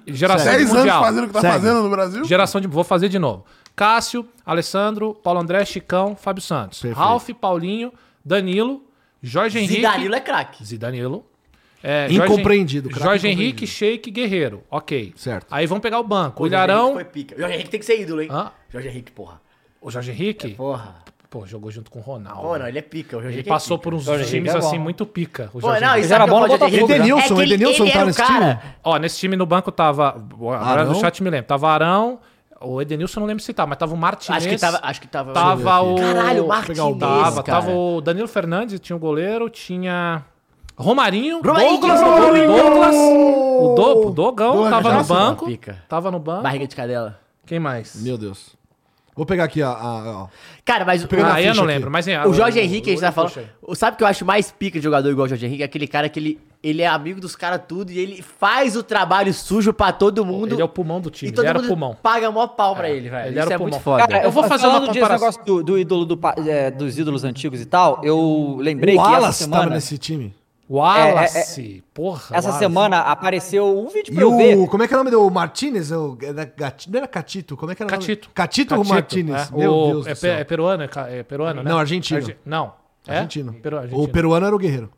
[SPEAKER 5] Geração de
[SPEAKER 4] Dez anos
[SPEAKER 5] mundial.
[SPEAKER 4] fazendo o que tá
[SPEAKER 1] Segue.
[SPEAKER 4] fazendo no Brasil?
[SPEAKER 5] Geração de. Vou fazer de novo. Cássio, Alessandro, Paulo André, Chicão, Fábio Santos.
[SPEAKER 1] Perfeito.
[SPEAKER 5] Ralf, Paulinho, Danilo, Jorge Henrique.
[SPEAKER 3] Zidanilo é craque.
[SPEAKER 5] Zidanilo. É,
[SPEAKER 1] Incompreendido,
[SPEAKER 5] Jorge,
[SPEAKER 1] craque
[SPEAKER 5] Jorge
[SPEAKER 1] incompreendido.
[SPEAKER 5] Henrique, Sheik, Guerreiro. Ok.
[SPEAKER 1] Certo.
[SPEAKER 5] Aí vamos pegar o banco. O
[SPEAKER 3] Jorge Henrique
[SPEAKER 5] Ilharão.
[SPEAKER 3] Foi pica. Jorge Henrique tem que ser ídolo, hein?
[SPEAKER 5] Hã?
[SPEAKER 3] Jorge Henrique, porra.
[SPEAKER 5] O Jorge Henrique.
[SPEAKER 3] Porra.
[SPEAKER 5] Pô, jogou junto com o Ronaldo.
[SPEAKER 3] É, Pô, não, ele é pica. O Jorge
[SPEAKER 5] Ele
[SPEAKER 3] Henrique
[SPEAKER 5] passou
[SPEAKER 3] é pica.
[SPEAKER 5] por uns
[SPEAKER 2] Jorge Henrique
[SPEAKER 5] times
[SPEAKER 2] é bom.
[SPEAKER 5] assim muito pica. O
[SPEAKER 3] Pô,
[SPEAKER 5] Jorge
[SPEAKER 3] não,
[SPEAKER 5] Henrique.
[SPEAKER 3] isso é
[SPEAKER 2] Era
[SPEAKER 3] sabe o que
[SPEAKER 2] bom no
[SPEAKER 3] eu falo de Jorge
[SPEAKER 1] Botafogo,
[SPEAKER 3] Henrique?
[SPEAKER 1] né? Edenilson,
[SPEAKER 3] É que ele-
[SPEAKER 1] Edenilson
[SPEAKER 3] ele
[SPEAKER 1] tá
[SPEAKER 3] era
[SPEAKER 1] nesse
[SPEAKER 3] o cara.
[SPEAKER 5] Ó, nesse time no banco tava. Agora
[SPEAKER 1] Arão.
[SPEAKER 5] do chat me lembro. Tava Arão. O Edenilson eu não lembro se tava, mas tava o Martinez.
[SPEAKER 3] Acho que tava. Acho que tava.
[SPEAKER 5] Tava o.
[SPEAKER 3] Caralho, o
[SPEAKER 5] Martinez.
[SPEAKER 3] Martinez,
[SPEAKER 5] Tava,
[SPEAKER 3] cara.
[SPEAKER 5] tava o Danilo Fernandes, tinha o goleiro, tinha. Romarinho,
[SPEAKER 3] Romarinho,
[SPEAKER 5] Douglas,
[SPEAKER 3] Romarinho!
[SPEAKER 5] Douglas, o, Do, o Dogão
[SPEAKER 4] Douglas,
[SPEAKER 5] tava Tá no
[SPEAKER 4] nossa,
[SPEAKER 5] banco,
[SPEAKER 3] pica.
[SPEAKER 5] tava no banco,
[SPEAKER 3] Barriga de cadela.
[SPEAKER 5] quem mais?
[SPEAKER 1] Meu Deus. Vou pegar aqui a. a- a-
[SPEAKER 3] Cara, mas. o-
[SPEAKER 5] Ah, aí eu
[SPEAKER 1] ficha
[SPEAKER 5] não
[SPEAKER 1] aqui.
[SPEAKER 5] lembro, mas é,
[SPEAKER 3] O Jorge Henrique, a gente tá falando.
[SPEAKER 5] puxa aí.
[SPEAKER 3] o- Sabe o que eu acho mais pica de jogador igual o Jorge Henrique? É Aquele cara que ele, ele é amigo dos caras tudo e ele faz o trabalho sujo pra todo mundo.
[SPEAKER 5] Ele é o pulmão do time,
[SPEAKER 3] e todo
[SPEAKER 5] ele era o
[SPEAKER 3] mundo
[SPEAKER 5] pulmão.
[SPEAKER 3] paga mó pau pra ele, velho.
[SPEAKER 5] ele
[SPEAKER 3] Ele
[SPEAKER 5] era
[SPEAKER 3] Isso é
[SPEAKER 5] o
[SPEAKER 3] muito
[SPEAKER 5] pulmão.
[SPEAKER 3] foda.
[SPEAKER 5] Cara, eu vou fazer
[SPEAKER 2] tá falando
[SPEAKER 5] uma
[SPEAKER 2] disso,
[SPEAKER 5] comparação.
[SPEAKER 2] negócio do, do ídolo do pa- é, dos ídolos antigos e tal, eu lembrei
[SPEAKER 1] o
[SPEAKER 2] que é essa
[SPEAKER 1] Alas
[SPEAKER 2] semana,
[SPEAKER 1] tava nesse time.
[SPEAKER 3] é,
[SPEAKER 5] Wallace, porra.
[SPEAKER 2] essa
[SPEAKER 5] Wallace.
[SPEAKER 2] semana apareceu um vídeo pra
[SPEAKER 1] E
[SPEAKER 2] eu ver.
[SPEAKER 1] o. Como é que é o nome do Martinez? O, era Gati- não era Catito? Como é que era
[SPEAKER 5] Catito.
[SPEAKER 1] o nome? Catito. Catito Martinez.
[SPEAKER 5] é.
[SPEAKER 1] Meu
[SPEAKER 5] O-
[SPEAKER 1] Deus
[SPEAKER 5] é,
[SPEAKER 1] do
[SPEAKER 5] pe- é
[SPEAKER 1] céu.
[SPEAKER 5] peruano, é, ca- é peruano, né?
[SPEAKER 1] Não, argentino.
[SPEAKER 5] Arge- Não. É?
[SPEAKER 1] Argentino.
[SPEAKER 5] Peru-
[SPEAKER 1] O peruano era o guerreiro.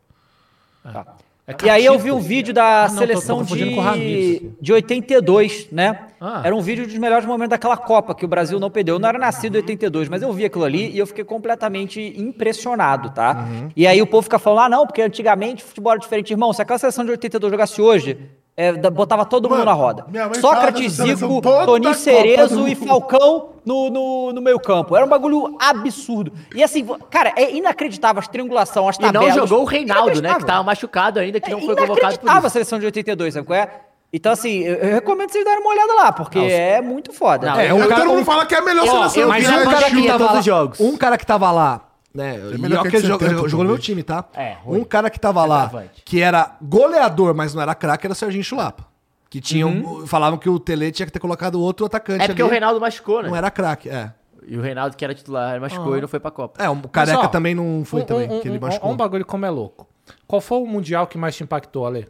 [SPEAKER 5] É
[SPEAKER 2] E aí eu
[SPEAKER 5] Catito.
[SPEAKER 2] vi um vídeo da
[SPEAKER 5] Ah, não, tô- tô
[SPEAKER 2] seleção
[SPEAKER 5] confundindo
[SPEAKER 2] de,
[SPEAKER 5] com o Ramires assim.
[SPEAKER 2] de 82, né?
[SPEAKER 5] Ah.
[SPEAKER 2] Era um vídeo dos melhores momentos daquela Copa que o Brasil não perdeu. Eu não era nascido em 82, mas eu vi aquilo ali e eu fiquei completamente impressionado, tá?
[SPEAKER 5] Uhum.
[SPEAKER 2] E aí o povo fica falando, ah não, porque antigamente o futebol era diferente. Irmão, se aquela seleção de 82 jogasse hoje... é, da- botava todo mundo
[SPEAKER 4] Mano,
[SPEAKER 2] na roda.
[SPEAKER 4] minha mãe
[SPEAKER 2] Sócrates,
[SPEAKER 4] fala dessa seleção
[SPEAKER 2] Zico,
[SPEAKER 4] toda a
[SPEAKER 2] Toninho
[SPEAKER 4] Copa
[SPEAKER 2] Cerezo
[SPEAKER 4] do
[SPEAKER 2] e
[SPEAKER 4] Mundo.
[SPEAKER 2] Falcão no, no, no meio campo. Era um bagulho absurdo. E assim, vo- cara, é inacreditável as triangulações, as
[SPEAKER 3] E
[SPEAKER 2] tabelas.
[SPEAKER 3] não jogou o Reinaldo, né? Que
[SPEAKER 2] Inacreditável.
[SPEAKER 3] tava machucado ainda, que
[SPEAKER 2] É
[SPEAKER 3] não foi convocado por
[SPEAKER 2] inacreditável a
[SPEAKER 3] isso.
[SPEAKER 2] seleção de 82, sabe qual é? Então, assim, eu, eu recomendo vocês darem uma olhada lá, porque é muito foda.
[SPEAKER 3] Não,
[SPEAKER 2] É,
[SPEAKER 1] É, um
[SPEAKER 4] Aí
[SPEAKER 1] cara-
[SPEAKER 4] todo mundo
[SPEAKER 1] um-
[SPEAKER 4] fala que é a melhor
[SPEAKER 3] Ó,
[SPEAKER 4] seleção.
[SPEAKER 3] eu
[SPEAKER 4] que
[SPEAKER 1] Mas
[SPEAKER 3] vi
[SPEAKER 4] já
[SPEAKER 1] um
[SPEAKER 3] na
[SPEAKER 4] existiu.
[SPEAKER 1] cara, que
[SPEAKER 3] Caixinha
[SPEAKER 1] tava
[SPEAKER 3] todos
[SPEAKER 1] lá,
[SPEAKER 3] os jogos.
[SPEAKER 1] um cara que tava lá, né? E
[SPEAKER 4] melhor
[SPEAKER 1] ó
[SPEAKER 4] que
[SPEAKER 1] que ele
[SPEAKER 4] 70
[SPEAKER 1] jogou, jogou no meu
[SPEAKER 4] talvez.
[SPEAKER 1] time, tá?
[SPEAKER 3] É, ruim.
[SPEAKER 1] um cara que tava lá,
[SPEAKER 3] Centroavante.
[SPEAKER 1] que era goleador, mas não era craque, era o Serginho Chulapa. Que tinham. Falavam que o Tele tinha que ter colocado outro atacante
[SPEAKER 3] É porque o
[SPEAKER 1] ali.
[SPEAKER 3] Reinaldo machucou, né?
[SPEAKER 1] Não era craque, é.
[SPEAKER 3] E o Reinaldo, que era titular, machucou e não foi pra Copa.
[SPEAKER 1] É, o Careca
[SPEAKER 5] Pessoal,
[SPEAKER 1] também não foi
[SPEAKER 5] um,
[SPEAKER 1] também,
[SPEAKER 5] um,
[SPEAKER 1] que ele
[SPEAKER 5] um,
[SPEAKER 1] machucou.
[SPEAKER 5] um bagulho como é louco. Qual foi o Mundial que mais te impactou, Ale?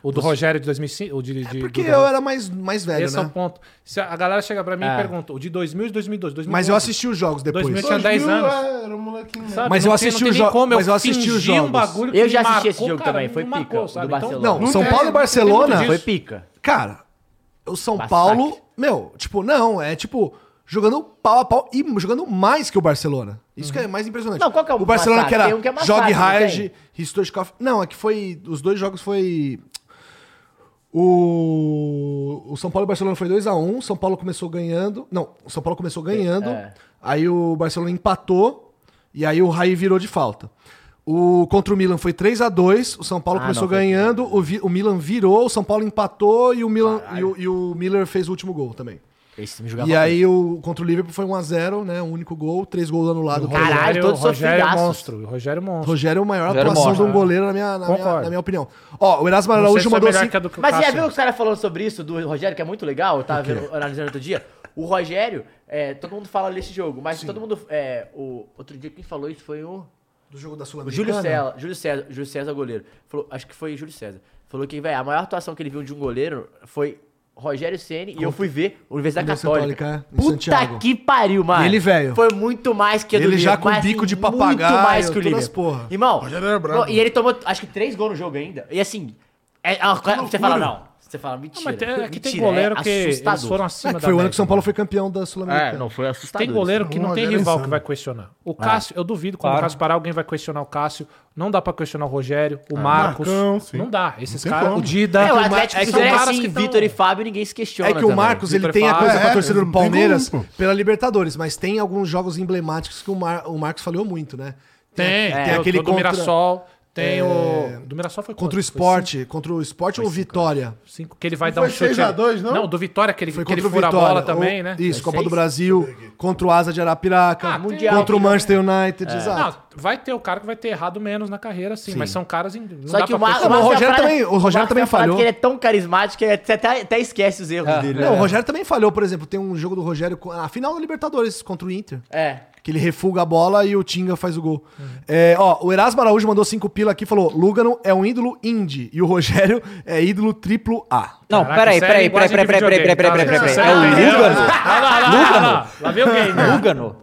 [SPEAKER 5] O do Rogério de 2005? O de, de,
[SPEAKER 1] É Porque
[SPEAKER 5] do-
[SPEAKER 1] eu era mais, mais velho,
[SPEAKER 5] Esse é o
[SPEAKER 1] né?
[SPEAKER 5] ponto. Se a a galera chega pra mim
[SPEAKER 3] É.
[SPEAKER 5] e pergunta, o de 2000 e 2002, 2001.
[SPEAKER 1] Mas eu assisti os jogos depois.
[SPEAKER 5] 2000 tinha 10
[SPEAKER 4] 2000,
[SPEAKER 5] anos.
[SPEAKER 4] é, Era um molequinho.
[SPEAKER 5] Sabe,
[SPEAKER 1] Mas
[SPEAKER 5] não
[SPEAKER 1] eu
[SPEAKER 5] tem- não
[SPEAKER 1] assisti
[SPEAKER 5] tem
[SPEAKER 1] os
[SPEAKER 5] nem
[SPEAKER 1] jo-
[SPEAKER 5] como
[SPEAKER 1] mas eu assisti os
[SPEAKER 5] fingi
[SPEAKER 1] jogos.
[SPEAKER 5] um bagulho que
[SPEAKER 3] Eu
[SPEAKER 5] me
[SPEAKER 3] já assisti esse
[SPEAKER 5] marcou,
[SPEAKER 3] jogo
[SPEAKER 5] cara,
[SPEAKER 3] também,
[SPEAKER 5] me
[SPEAKER 3] foi pica, o do
[SPEAKER 5] sabe? Então,
[SPEAKER 3] Barcelona.
[SPEAKER 1] Não,
[SPEAKER 5] Não,
[SPEAKER 1] São
[SPEAKER 4] tem-
[SPEAKER 1] Paulo e
[SPEAKER 4] não tem
[SPEAKER 1] Barcelona.
[SPEAKER 5] muito
[SPEAKER 3] Foi
[SPEAKER 5] disso.
[SPEAKER 3] pica.
[SPEAKER 1] Cara, o São
[SPEAKER 3] Passac.
[SPEAKER 1] Paulo, meu, tipo, não, é tipo, jogando pau a pau e jogando mais que o Barcelona. Isso que é mais impressionante.
[SPEAKER 3] Não, qual que é o
[SPEAKER 1] O Barcelona
[SPEAKER 3] Passac?
[SPEAKER 1] que
[SPEAKER 3] Tem
[SPEAKER 1] era
[SPEAKER 3] um que é Passac,
[SPEAKER 1] Jogue
[SPEAKER 3] não
[SPEAKER 1] Hard,
[SPEAKER 3] tem?
[SPEAKER 1] Historchkov. Não, é que foi. Os dois jogos foi. O, o São Paulo e Barcelona foi 2x1. Um, São Paulo começou ganhando. Não, o São Paulo começou ganhando.
[SPEAKER 3] É.
[SPEAKER 1] Aí o Barcelona empatou. E aí o Raí virou de falta. O contra o Milan foi 3 a 2 O São Paulo
[SPEAKER 3] Ah,
[SPEAKER 1] começou
[SPEAKER 3] não, foi
[SPEAKER 1] ganhando. O, Vi- o Milan virou. O São Paulo empatou. E o, Milan, e o, e o Miller fez o último gol também.
[SPEAKER 3] Esse me jogava
[SPEAKER 1] e aí o contra o Liverpool foi 1 a 0 né? Um único gol. Três gols anulados.
[SPEAKER 5] O
[SPEAKER 1] pelo-
[SPEAKER 3] Caralho, todos
[SPEAKER 5] Rogério
[SPEAKER 3] sofridaços.
[SPEAKER 5] monstro. o Rogério monstro.
[SPEAKER 1] Rogério é a maior
[SPEAKER 2] Rogério
[SPEAKER 1] atuação
[SPEAKER 2] mostra,
[SPEAKER 1] de um goleiro na minha, na minha,
[SPEAKER 5] Concordo.
[SPEAKER 1] na minha opinião. Ó, o Erasmo
[SPEAKER 5] Não sei
[SPEAKER 1] Araújo
[SPEAKER 5] se é
[SPEAKER 1] mandou
[SPEAKER 5] melhor
[SPEAKER 1] cinco-
[SPEAKER 5] que a do que o
[SPEAKER 3] Mas você já
[SPEAKER 5] Cássio.
[SPEAKER 3] viu os caras falando sobre isso, do Rogério, que é muito legal, eu tava vendo, analisando outro dia. O Rogério, é, todo mundo fala desse jogo, mas todo mundo. é, o, outro dia quem falou isso foi o.
[SPEAKER 1] do jogo da
[SPEAKER 3] O Júlio
[SPEAKER 1] Sul-Americana.
[SPEAKER 3] César, Júlio César, Júlio César goleiro. Falou- acho que foi Júlio César. Falou que, velho, a maior atuação que ele viu de um goleiro foi Rogério Ceni e eu fui ver Universidade
[SPEAKER 1] Universidade
[SPEAKER 3] Católica.
[SPEAKER 1] Católica, em
[SPEAKER 3] Puta
[SPEAKER 1] Santiago.
[SPEAKER 3] que pariu, mano.
[SPEAKER 1] E ele, velho?
[SPEAKER 3] Foi muito mais que a do
[SPEAKER 1] Ele já
[SPEAKER 3] Liverpool,
[SPEAKER 1] com
[SPEAKER 3] mas,
[SPEAKER 1] bico de
[SPEAKER 3] Muito mais
[SPEAKER 1] papagaio,
[SPEAKER 3] que o
[SPEAKER 1] todas
[SPEAKER 3] Liverpool.
[SPEAKER 1] porra.
[SPEAKER 3] Irmão,
[SPEAKER 4] Rogério era brabo.
[SPEAKER 3] e ele tomou, acho que três gols no jogo ainda. E assim, é- é uma coisa- você fala, não. Você fala, mentira.
[SPEAKER 5] Não, mas tem, é que tem
[SPEAKER 3] mentira,
[SPEAKER 5] goleiro
[SPEAKER 3] é
[SPEAKER 5] que eles
[SPEAKER 3] assustador.
[SPEAKER 5] foram
[SPEAKER 1] É,
[SPEAKER 5] acima da
[SPEAKER 1] que foi o ano
[SPEAKER 5] média, né?
[SPEAKER 1] que o São Paulo foi campeão da Sul-Americana.
[SPEAKER 3] É, não, foi assustador.
[SPEAKER 5] Tem goleiro que não
[SPEAKER 4] Uma
[SPEAKER 5] tem
[SPEAKER 4] geração.
[SPEAKER 5] rival que vai questionar. O Cássio, eu duvido, quando
[SPEAKER 2] Claro.
[SPEAKER 5] o Cássio parar, alguém vai questionar o Cássio. Não dá pra questionar o Rogério, o Marcos.
[SPEAKER 4] Marcão, sim.
[SPEAKER 5] não dá. Esses
[SPEAKER 4] tem
[SPEAKER 5] caras.
[SPEAKER 4] como.
[SPEAKER 5] O Dida.
[SPEAKER 3] É, o
[SPEAKER 5] Mar-
[SPEAKER 3] Atlético
[SPEAKER 5] é que são
[SPEAKER 3] Mineiro é
[SPEAKER 5] caras
[SPEAKER 3] assim,
[SPEAKER 5] que tão-
[SPEAKER 3] Vitor e Fábio, ninguém se questiona
[SPEAKER 1] É que o
[SPEAKER 3] também.
[SPEAKER 1] Marcos, ele
[SPEAKER 5] Vitor
[SPEAKER 1] tem a
[SPEAKER 5] Fábio.
[SPEAKER 1] coisa com a
[SPEAKER 4] É,
[SPEAKER 1] torcida do
[SPEAKER 4] não tem
[SPEAKER 1] Palmeiras
[SPEAKER 4] como, pô.
[SPEAKER 1] pela Libertadores, mas tem alguns jogos emblemáticos que o, Mar- o Marcos falhou muito, né?
[SPEAKER 5] Tem,
[SPEAKER 1] tem
[SPEAKER 5] tem
[SPEAKER 1] aquele
[SPEAKER 5] aquele do
[SPEAKER 1] contra-
[SPEAKER 5] Mirassol. Tem o. Do Mirassol foi
[SPEAKER 1] Contra
[SPEAKER 5] quanto?
[SPEAKER 1] o
[SPEAKER 5] Foi
[SPEAKER 1] esporte, contra o esporte ou Vitória?
[SPEAKER 5] cinco- cinco, que ele vai dar
[SPEAKER 4] foi
[SPEAKER 5] um chute.
[SPEAKER 4] 6 a 2, não?
[SPEAKER 5] Não, do Vitória, que ele,
[SPEAKER 1] Foi
[SPEAKER 5] que ele
[SPEAKER 1] contra o
[SPEAKER 5] fura
[SPEAKER 1] Vitória.
[SPEAKER 5] a bola
[SPEAKER 1] ou-
[SPEAKER 5] também, né?
[SPEAKER 1] Isso,
[SPEAKER 5] É
[SPEAKER 1] Copa do
[SPEAKER 5] seis?
[SPEAKER 1] Brasil, contra o Asa de Arapiraca,
[SPEAKER 5] Ah, É. tem-
[SPEAKER 1] contra o Manchester United, exato.
[SPEAKER 5] Não, vai ter o cara que vai ter errado menos na carreira, sim, mas são caras. em- Não
[SPEAKER 3] Só
[SPEAKER 5] dá
[SPEAKER 3] que o
[SPEAKER 5] pra
[SPEAKER 3] Marcos.
[SPEAKER 5] questionar.
[SPEAKER 1] Não, mas
[SPEAKER 3] Marcos
[SPEAKER 1] o
[SPEAKER 3] é
[SPEAKER 1] Rogério
[SPEAKER 3] uma parada-
[SPEAKER 1] também- o Rogério
[SPEAKER 3] Marcos é uma
[SPEAKER 1] também
[SPEAKER 3] parada
[SPEAKER 1] falhou. Ah.
[SPEAKER 3] que ele é tão carismático que ele até, até esquece os erros dele.
[SPEAKER 5] é.
[SPEAKER 1] Não, o
[SPEAKER 3] né?
[SPEAKER 1] Rogério também falhou, por exemplo, tem um jogo do Rogério co- na final da Libertadores contra o Inter.
[SPEAKER 3] É.
[SPEAKER 1] Que ele refuga a bola e o Tinga faz o gol. É, ó, o Erasmo Araújo mandou cinco pila aqui e falou: Lugano é um ídolo indie e o Rogério é ídolo triplo A.
[SPEAKER 2] Não,
[SPEAKER 5] Caraca,
[SPEAKER 2] peraí,
[SPEAKER 5] isso é
[SPEAKER 2] peraí,
[SPEAKER 5] linguagem
[SPEAKER 2] peraí, peraí,
[SPEAKER 5] de videogame,
[SPEAKER 2] peraí, peraí, peraí, peraí,
[SPEAKER 5] cara.
[SPEAKER 2] peraí, peraí.
[SPEAKER 5] Isso
[SPEAKER 2] É o
[SPEAKER 5] linguagem.
[SPEAKER 2] Lugano?
[SPEAKER 5] Lá, lá, lá, lá, lá, lá vem o game.
[SPEAKER 2] Lugano?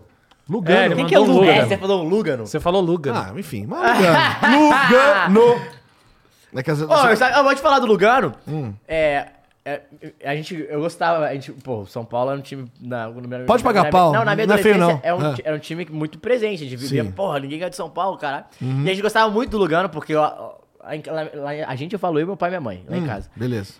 [SPEAKER 5] Lugano,
[SPEAKER 2] Quem
[SPEAKER 5] mandou
[SPEAKER 2] que é
[SPEAKER 5] um
[SPEAKER 2] Lugano?
[SPEAKER 3] É, você falou um Lugano.
[SPEAKER 5] Você falou Lugano.
[SPEAKER 1] Ah, enfim, mas Lugano. Lugano. É que as-
[SPEAKER 3] Ó, eu, sa- eu vou te falar do Lugano.
[SPEAKER 1] Hum.
[SPEAKER 3] É, é, A gente. Eu gostava. A gente, pô, o Sau Paulo era um time. Na, na minha-
[SPEAKER 1] Pode
[SPEAKER 3] na-
[SPEAKER 1] pagar
[SPEAKER 3] na-
[SPEAKER 1] pau,
[SPEAKER 3] Não, na minha
[SPEAKER 1] não é feio,
[SPEAKER 3] adolescência
[SPEAKER 1] não.
[SPEAKER 3] é um
[SPEAKER 1] É.
[SPEAKER 3] ti- era um time muito presente. A gente vivia,
[SPEAKER 1] Sim. Uhum.
[SPEAKER 3] porra, ninguém ganha de São Paulo, caralho. E a gente gostava muito do Lugano, porque ó, ó, lá em- lá- lá- a gente, eu falo, eu, meu pai e minha mãe, lá
[SPEAKER 1] Hum.
[SPEAKER 3] em casa.
[SPEAKER 1] Beleza.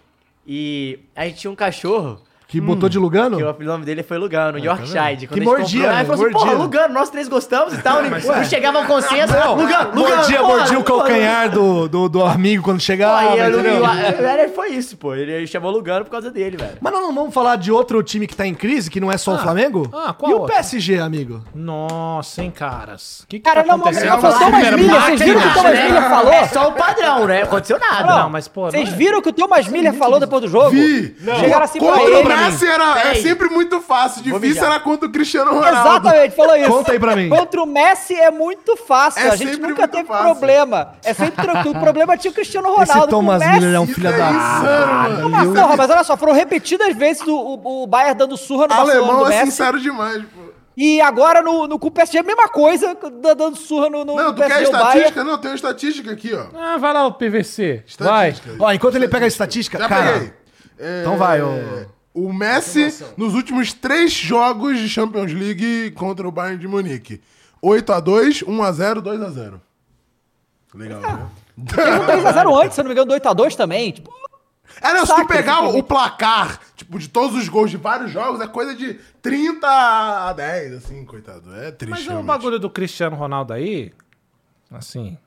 [SPEAKER 3] E a gente tinha um cachorro.
[SPEAKER 1] Que
[SPEAKER 5] Hum.
[SPEAKER 1] botou de
[SPEAKER 3] Que o
[SPEAKER 1] Lugano?
[SPEAKER 3] apelido dele foi Lugano, Yorkshire. Quando
[SPEAKER 1] Ah, tá Que
[SPEAKER 3] a gente
[SPEAKER 1] mordia,
[SPEAKER 3] comprou, aí
[SPEAKER 1] né?
[SPEAKER 3] falou assim, porra,
[SPEAKER 1] Mordia. Ah, é.
[SPEAKER 3] Lugano, nós três gostamos e tal. Não chegava ao consenso. Lugano, Lugano,
[SPEAKER 1] mordia,
[SPEAKER 3] porra,
[SPEAKER 1] mordia o
[SPEAKER 3] Lugano.
[SPEAKER 1] calcanhar do, do, do amigo quando
[SPEAKER 3] Pô,
[SPEAKER 1] chegava.
[SPEAKER 3] aí é eu
[SPEAKER 1] entendeu?
[SPEAKER 3] não- eu- era- foi isso, pô. Ele chamou Lugano por causa dele, velho.
[SPEAKER 1] Mas nós não vamos falar de outro time que tá em crise, que não é só o Flamengo?
[SPEAKER 5] ah, qual
[SPEAKER 1] e o
[SPEAKER 5] outro?
[SPEAKER 1] PSG, amigo?
[SPEAKER 5] Nossa, hein, caras. O que, que
[SPEAKER 2] Cara,
[SPEAKER 5] tá
[SPEAKER 2] não, mas
[SPEAKER 5] acontecendo?
[SPEAKER 2] faltou umas milhas. Vocês viram que o Thomas
[SPEAKER 3] né?
[SPEAKER 2] Miller falou?
[SPEAKER 3] É só o padrão, né? Aconteceu nada.
[SPEAKER 5] Não, mas pô, não
[SPEAKER 2] Vocês
[SPEAKER 5] é-
[SPEAKER 2] viram que o Thomas Miller falou depois do jogo?
[SPEAKER 4] Vi.
[SPEAKER 2] Chegaram assim pra
[SPEAKER 4] Contra o
[SPEAKER 2] ele.
[SPEAKER 4] Messi era, é
[SPEAKER 3] Peraí.
[SPEAKER 4] sempre muito fácil.
[SPEAKER 3] Vou
[SPEAKER 4] Difícil
[SPEAKER 3] mijar.
[SPEAKER 4] era contra o Cristiano Ronaldo.
[SPEAKER 2] Exatamente, falou isso.
[SPEAKER 1] Conta aí pra mim.
[SPEAKER 2] Contra o Messi é muito fácil.
[SPEAKER 4] É
[SPEAKER 2] a gente
[SPEAKER 4] sempre
[SPEAKER 2] nunca
[SPEAKER 4] muito
[SPEAKER 2] teve
[SPEAKER 4] fácil.
[SPEAKER 2] problema. É sempre tranquilo. O problema tinha o Cristiano Ronaldo.
[SPEAKER 1] Esse
[SPEAKER 2] com
[SPEAKER 1] Thomas
[SPEAKER 2] o Messi.
[SPEAKER 1] Miller é um filho
[SPEAKER 4] é
[SPEAKER 1] da.
[SPEAKER 4] insano,
[SPEAKER 2] Uma
[SPEAKER 4] mano.
[SPEAKER 2] porra, mas olha só, foram repetidas vezes o, o, o Bayern dando surra no Barcelona
[SPEAKER 4] alemão
[SPEAKER 2] do
[SPEAKER 4] é
[SPEAKER 2] Messi.
[SPEAKER 4] sincero demais, pô.
[SPEAKER 2] E agora no, no com o PSG é a mesma coisa, da- dando surra no, no
[SPEAKER 4] Não, tu quer
[SPEAKER 2] PSG o Bayern.
[SPEAKER 4] estatística? Não, tem uma estatística aqui, ó.
[SPEAKER 5] Ah, vai lá o PVC. Vai.
[SPEAKER 4] Estatística.
[SPEAKER 1] Ó, enquanto ele pega a estatística,
[SPEAKER 4] Já
[SPEAKER 1] cara.
[SPEAKER 4] peguei. É,
[SPEAKER 1] Então vai, ô.
[SPEAKER 4] O Messi, nos últimos três jogos de Champions League contra o Bayern de Munique. 8x2, 1x0, 2x0. Legal,
[SPEAKER 2] É.
[SPEAKER 4] né?
[SPEAKER 2] Teve um 3x0 antes, se eu não me engano, do 8x2 também. Tipo,
[SPEAKER 4] É, não, se
[SPEAKER 2] Saca,
[SPEAKER 4] tu pegar
[SPEAKER 2] ficou
[SPEAKER 4] o,
[SPEAKER 2] bem.
[SPEAKER 4] o placar, tipo, de todos os gols de vários jogos, é coisa de 30 a 10, assim, coitado. É triste,
[SPEAKER 5] Mas o
[SPEAKER 4] realmente.
[SPEAKER 5] bagulho do Cristiano Ronaldo aí, assim,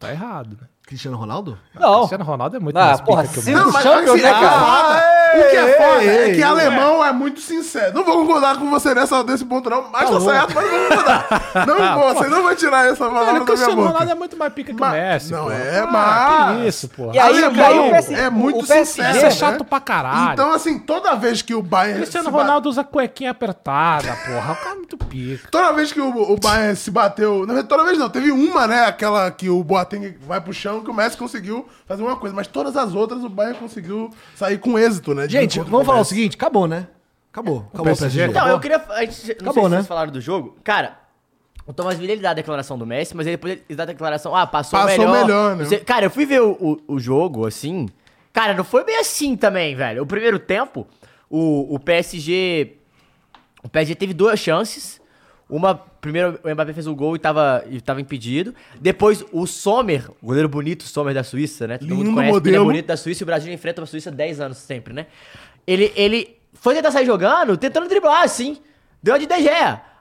[SPEAKER 5] tá errado, né?
[SPEAKER 1] Cristiano Ronaldo?
[SPEAKER 2] não.
[SPEAKER 5] Cristiano Ronaldo é muito
[SPEAKER 2] Ah,
[SPEAKER 5] mais pica
[SPEAKER 2] porra,
[SPEAKER 5] que o
[SPEAKER 2] se-
[SPEAKER 5] Messi.
[SPEAKER 4] Não, mas
[SPEAKER 2] Champions,
[SPEAKER 4] assim,
[SPEAKER 2] né,
[SPEAKER 4] é
[SPEAKER 2] cara?
[SPEAKER 4] foda.
[SPEAKER 5] Ah,
[SPEAKER 4] O que é foda é
[SPEAKER 1] ei,
[SPEAKER 4] que alemão é muito sincero. Não vou concordar com você nessa, nesse ponto, não. Mas tá certo, mas não vou concordar. Não importa, você não vai tirar essa palavra
[SPEAKER 5] Cara, o
[SPEAKER 4] da minha
[SPEAKER 5] Ah, Cristiano
[SPEAKER 4] boca.
[SPEAKER 5] Ronaldo é muito mais pica que o
[SPEAKER 4] Mas-
[SPEAKER 5] Messi.
[SPEAKER 4] não,
[SPEAKER 5] pô.
[SPEAKER 4] é,
[SPEAKER 5] Ah,
[SPEAKER 4] mas-
[SPEAKER 5] que isso, pô.
[SPEAKER 2] E aí
[SPEAKER 4] Alemão
[SPEAKER 2] caiu o PS-
[SPEAKER 4] é muito
[SPEAKER 2] o PSG,
[SPEAKER 4] sincero.
[SPEAKER 5] Isso é
[SPEAKER 4] né?
[SPEAKER 5] chato pra caralho.
[SPEAKER 4] Então, assim, toda vez que o Bayern.
[SPEAKER 5] Cristiano
[SPEAKER 4] se ba-
[SPEAKER 5] Ronaldo usa cuequinha apertada, porra. O cara é muito pica.
[SPEAKER 4] Toda vez que o, o Bayern se bateu. Na verdade, toda vez não. Teve uma, né? Aquela que o Boateng vai pro chão, que o Messi conseguiu fazer uma coisa. Mas todas as outras o Bayern conseguiu sair com êxito, né? de
[SPEAKER 1] Gente,
[SPEAKER 4] encontro
[SPEAKER 1] vamos
[SPEAKER 4] com
[SPEAKER 1] falar o
[SPEAKER 4] Messi.
[SPEAKER 1] seguinte, acabou, né? Acabou. Acabou o
[SPEAKER 5] PSG
[SPEAKER 1] PSG.
[SPEAKER 3] Então, eu queria. A gente, não
[SPEAKER 1] Acabou,
[SPEAKER 3] sei se
[SPEAKER 1] né?
[SPEAKER 3] vocês falaram do jogo. Cara, o Thomas Miller ele dá a declaração do Messi, mas ele depois ele dá a declaração. Ah, passou,
[SPEAKER 4] Passou
[SPEAKER 3] melhor.
[SPEAKER 4] melhor, né?
[SPEAKER 3] Não sei- Cara, eu fui ver o, o, o jogo assim. Cara, não foi bem assim também, velho. O primeiro tempo, o, o PSG. O PSG teve duas chances. Uma, primeiro o Mbappé fez o gol e tava, e tava impedido. Depois o Sommer, o goleiro bonito, Sommer da Suíça, né? Todo
[SPEAKER 4] Lindo
[SPEAKER 3] mundo conhece, porque ele é
[SPEAKER 4] modelo.
[SPEAKER 3] bonito da Suíça e o Brasil enfrenta a Suíça há 10 anos sempre, né? Ele, ele foi tentar sair jogando, tentando driblar, assim. Deu a de DG.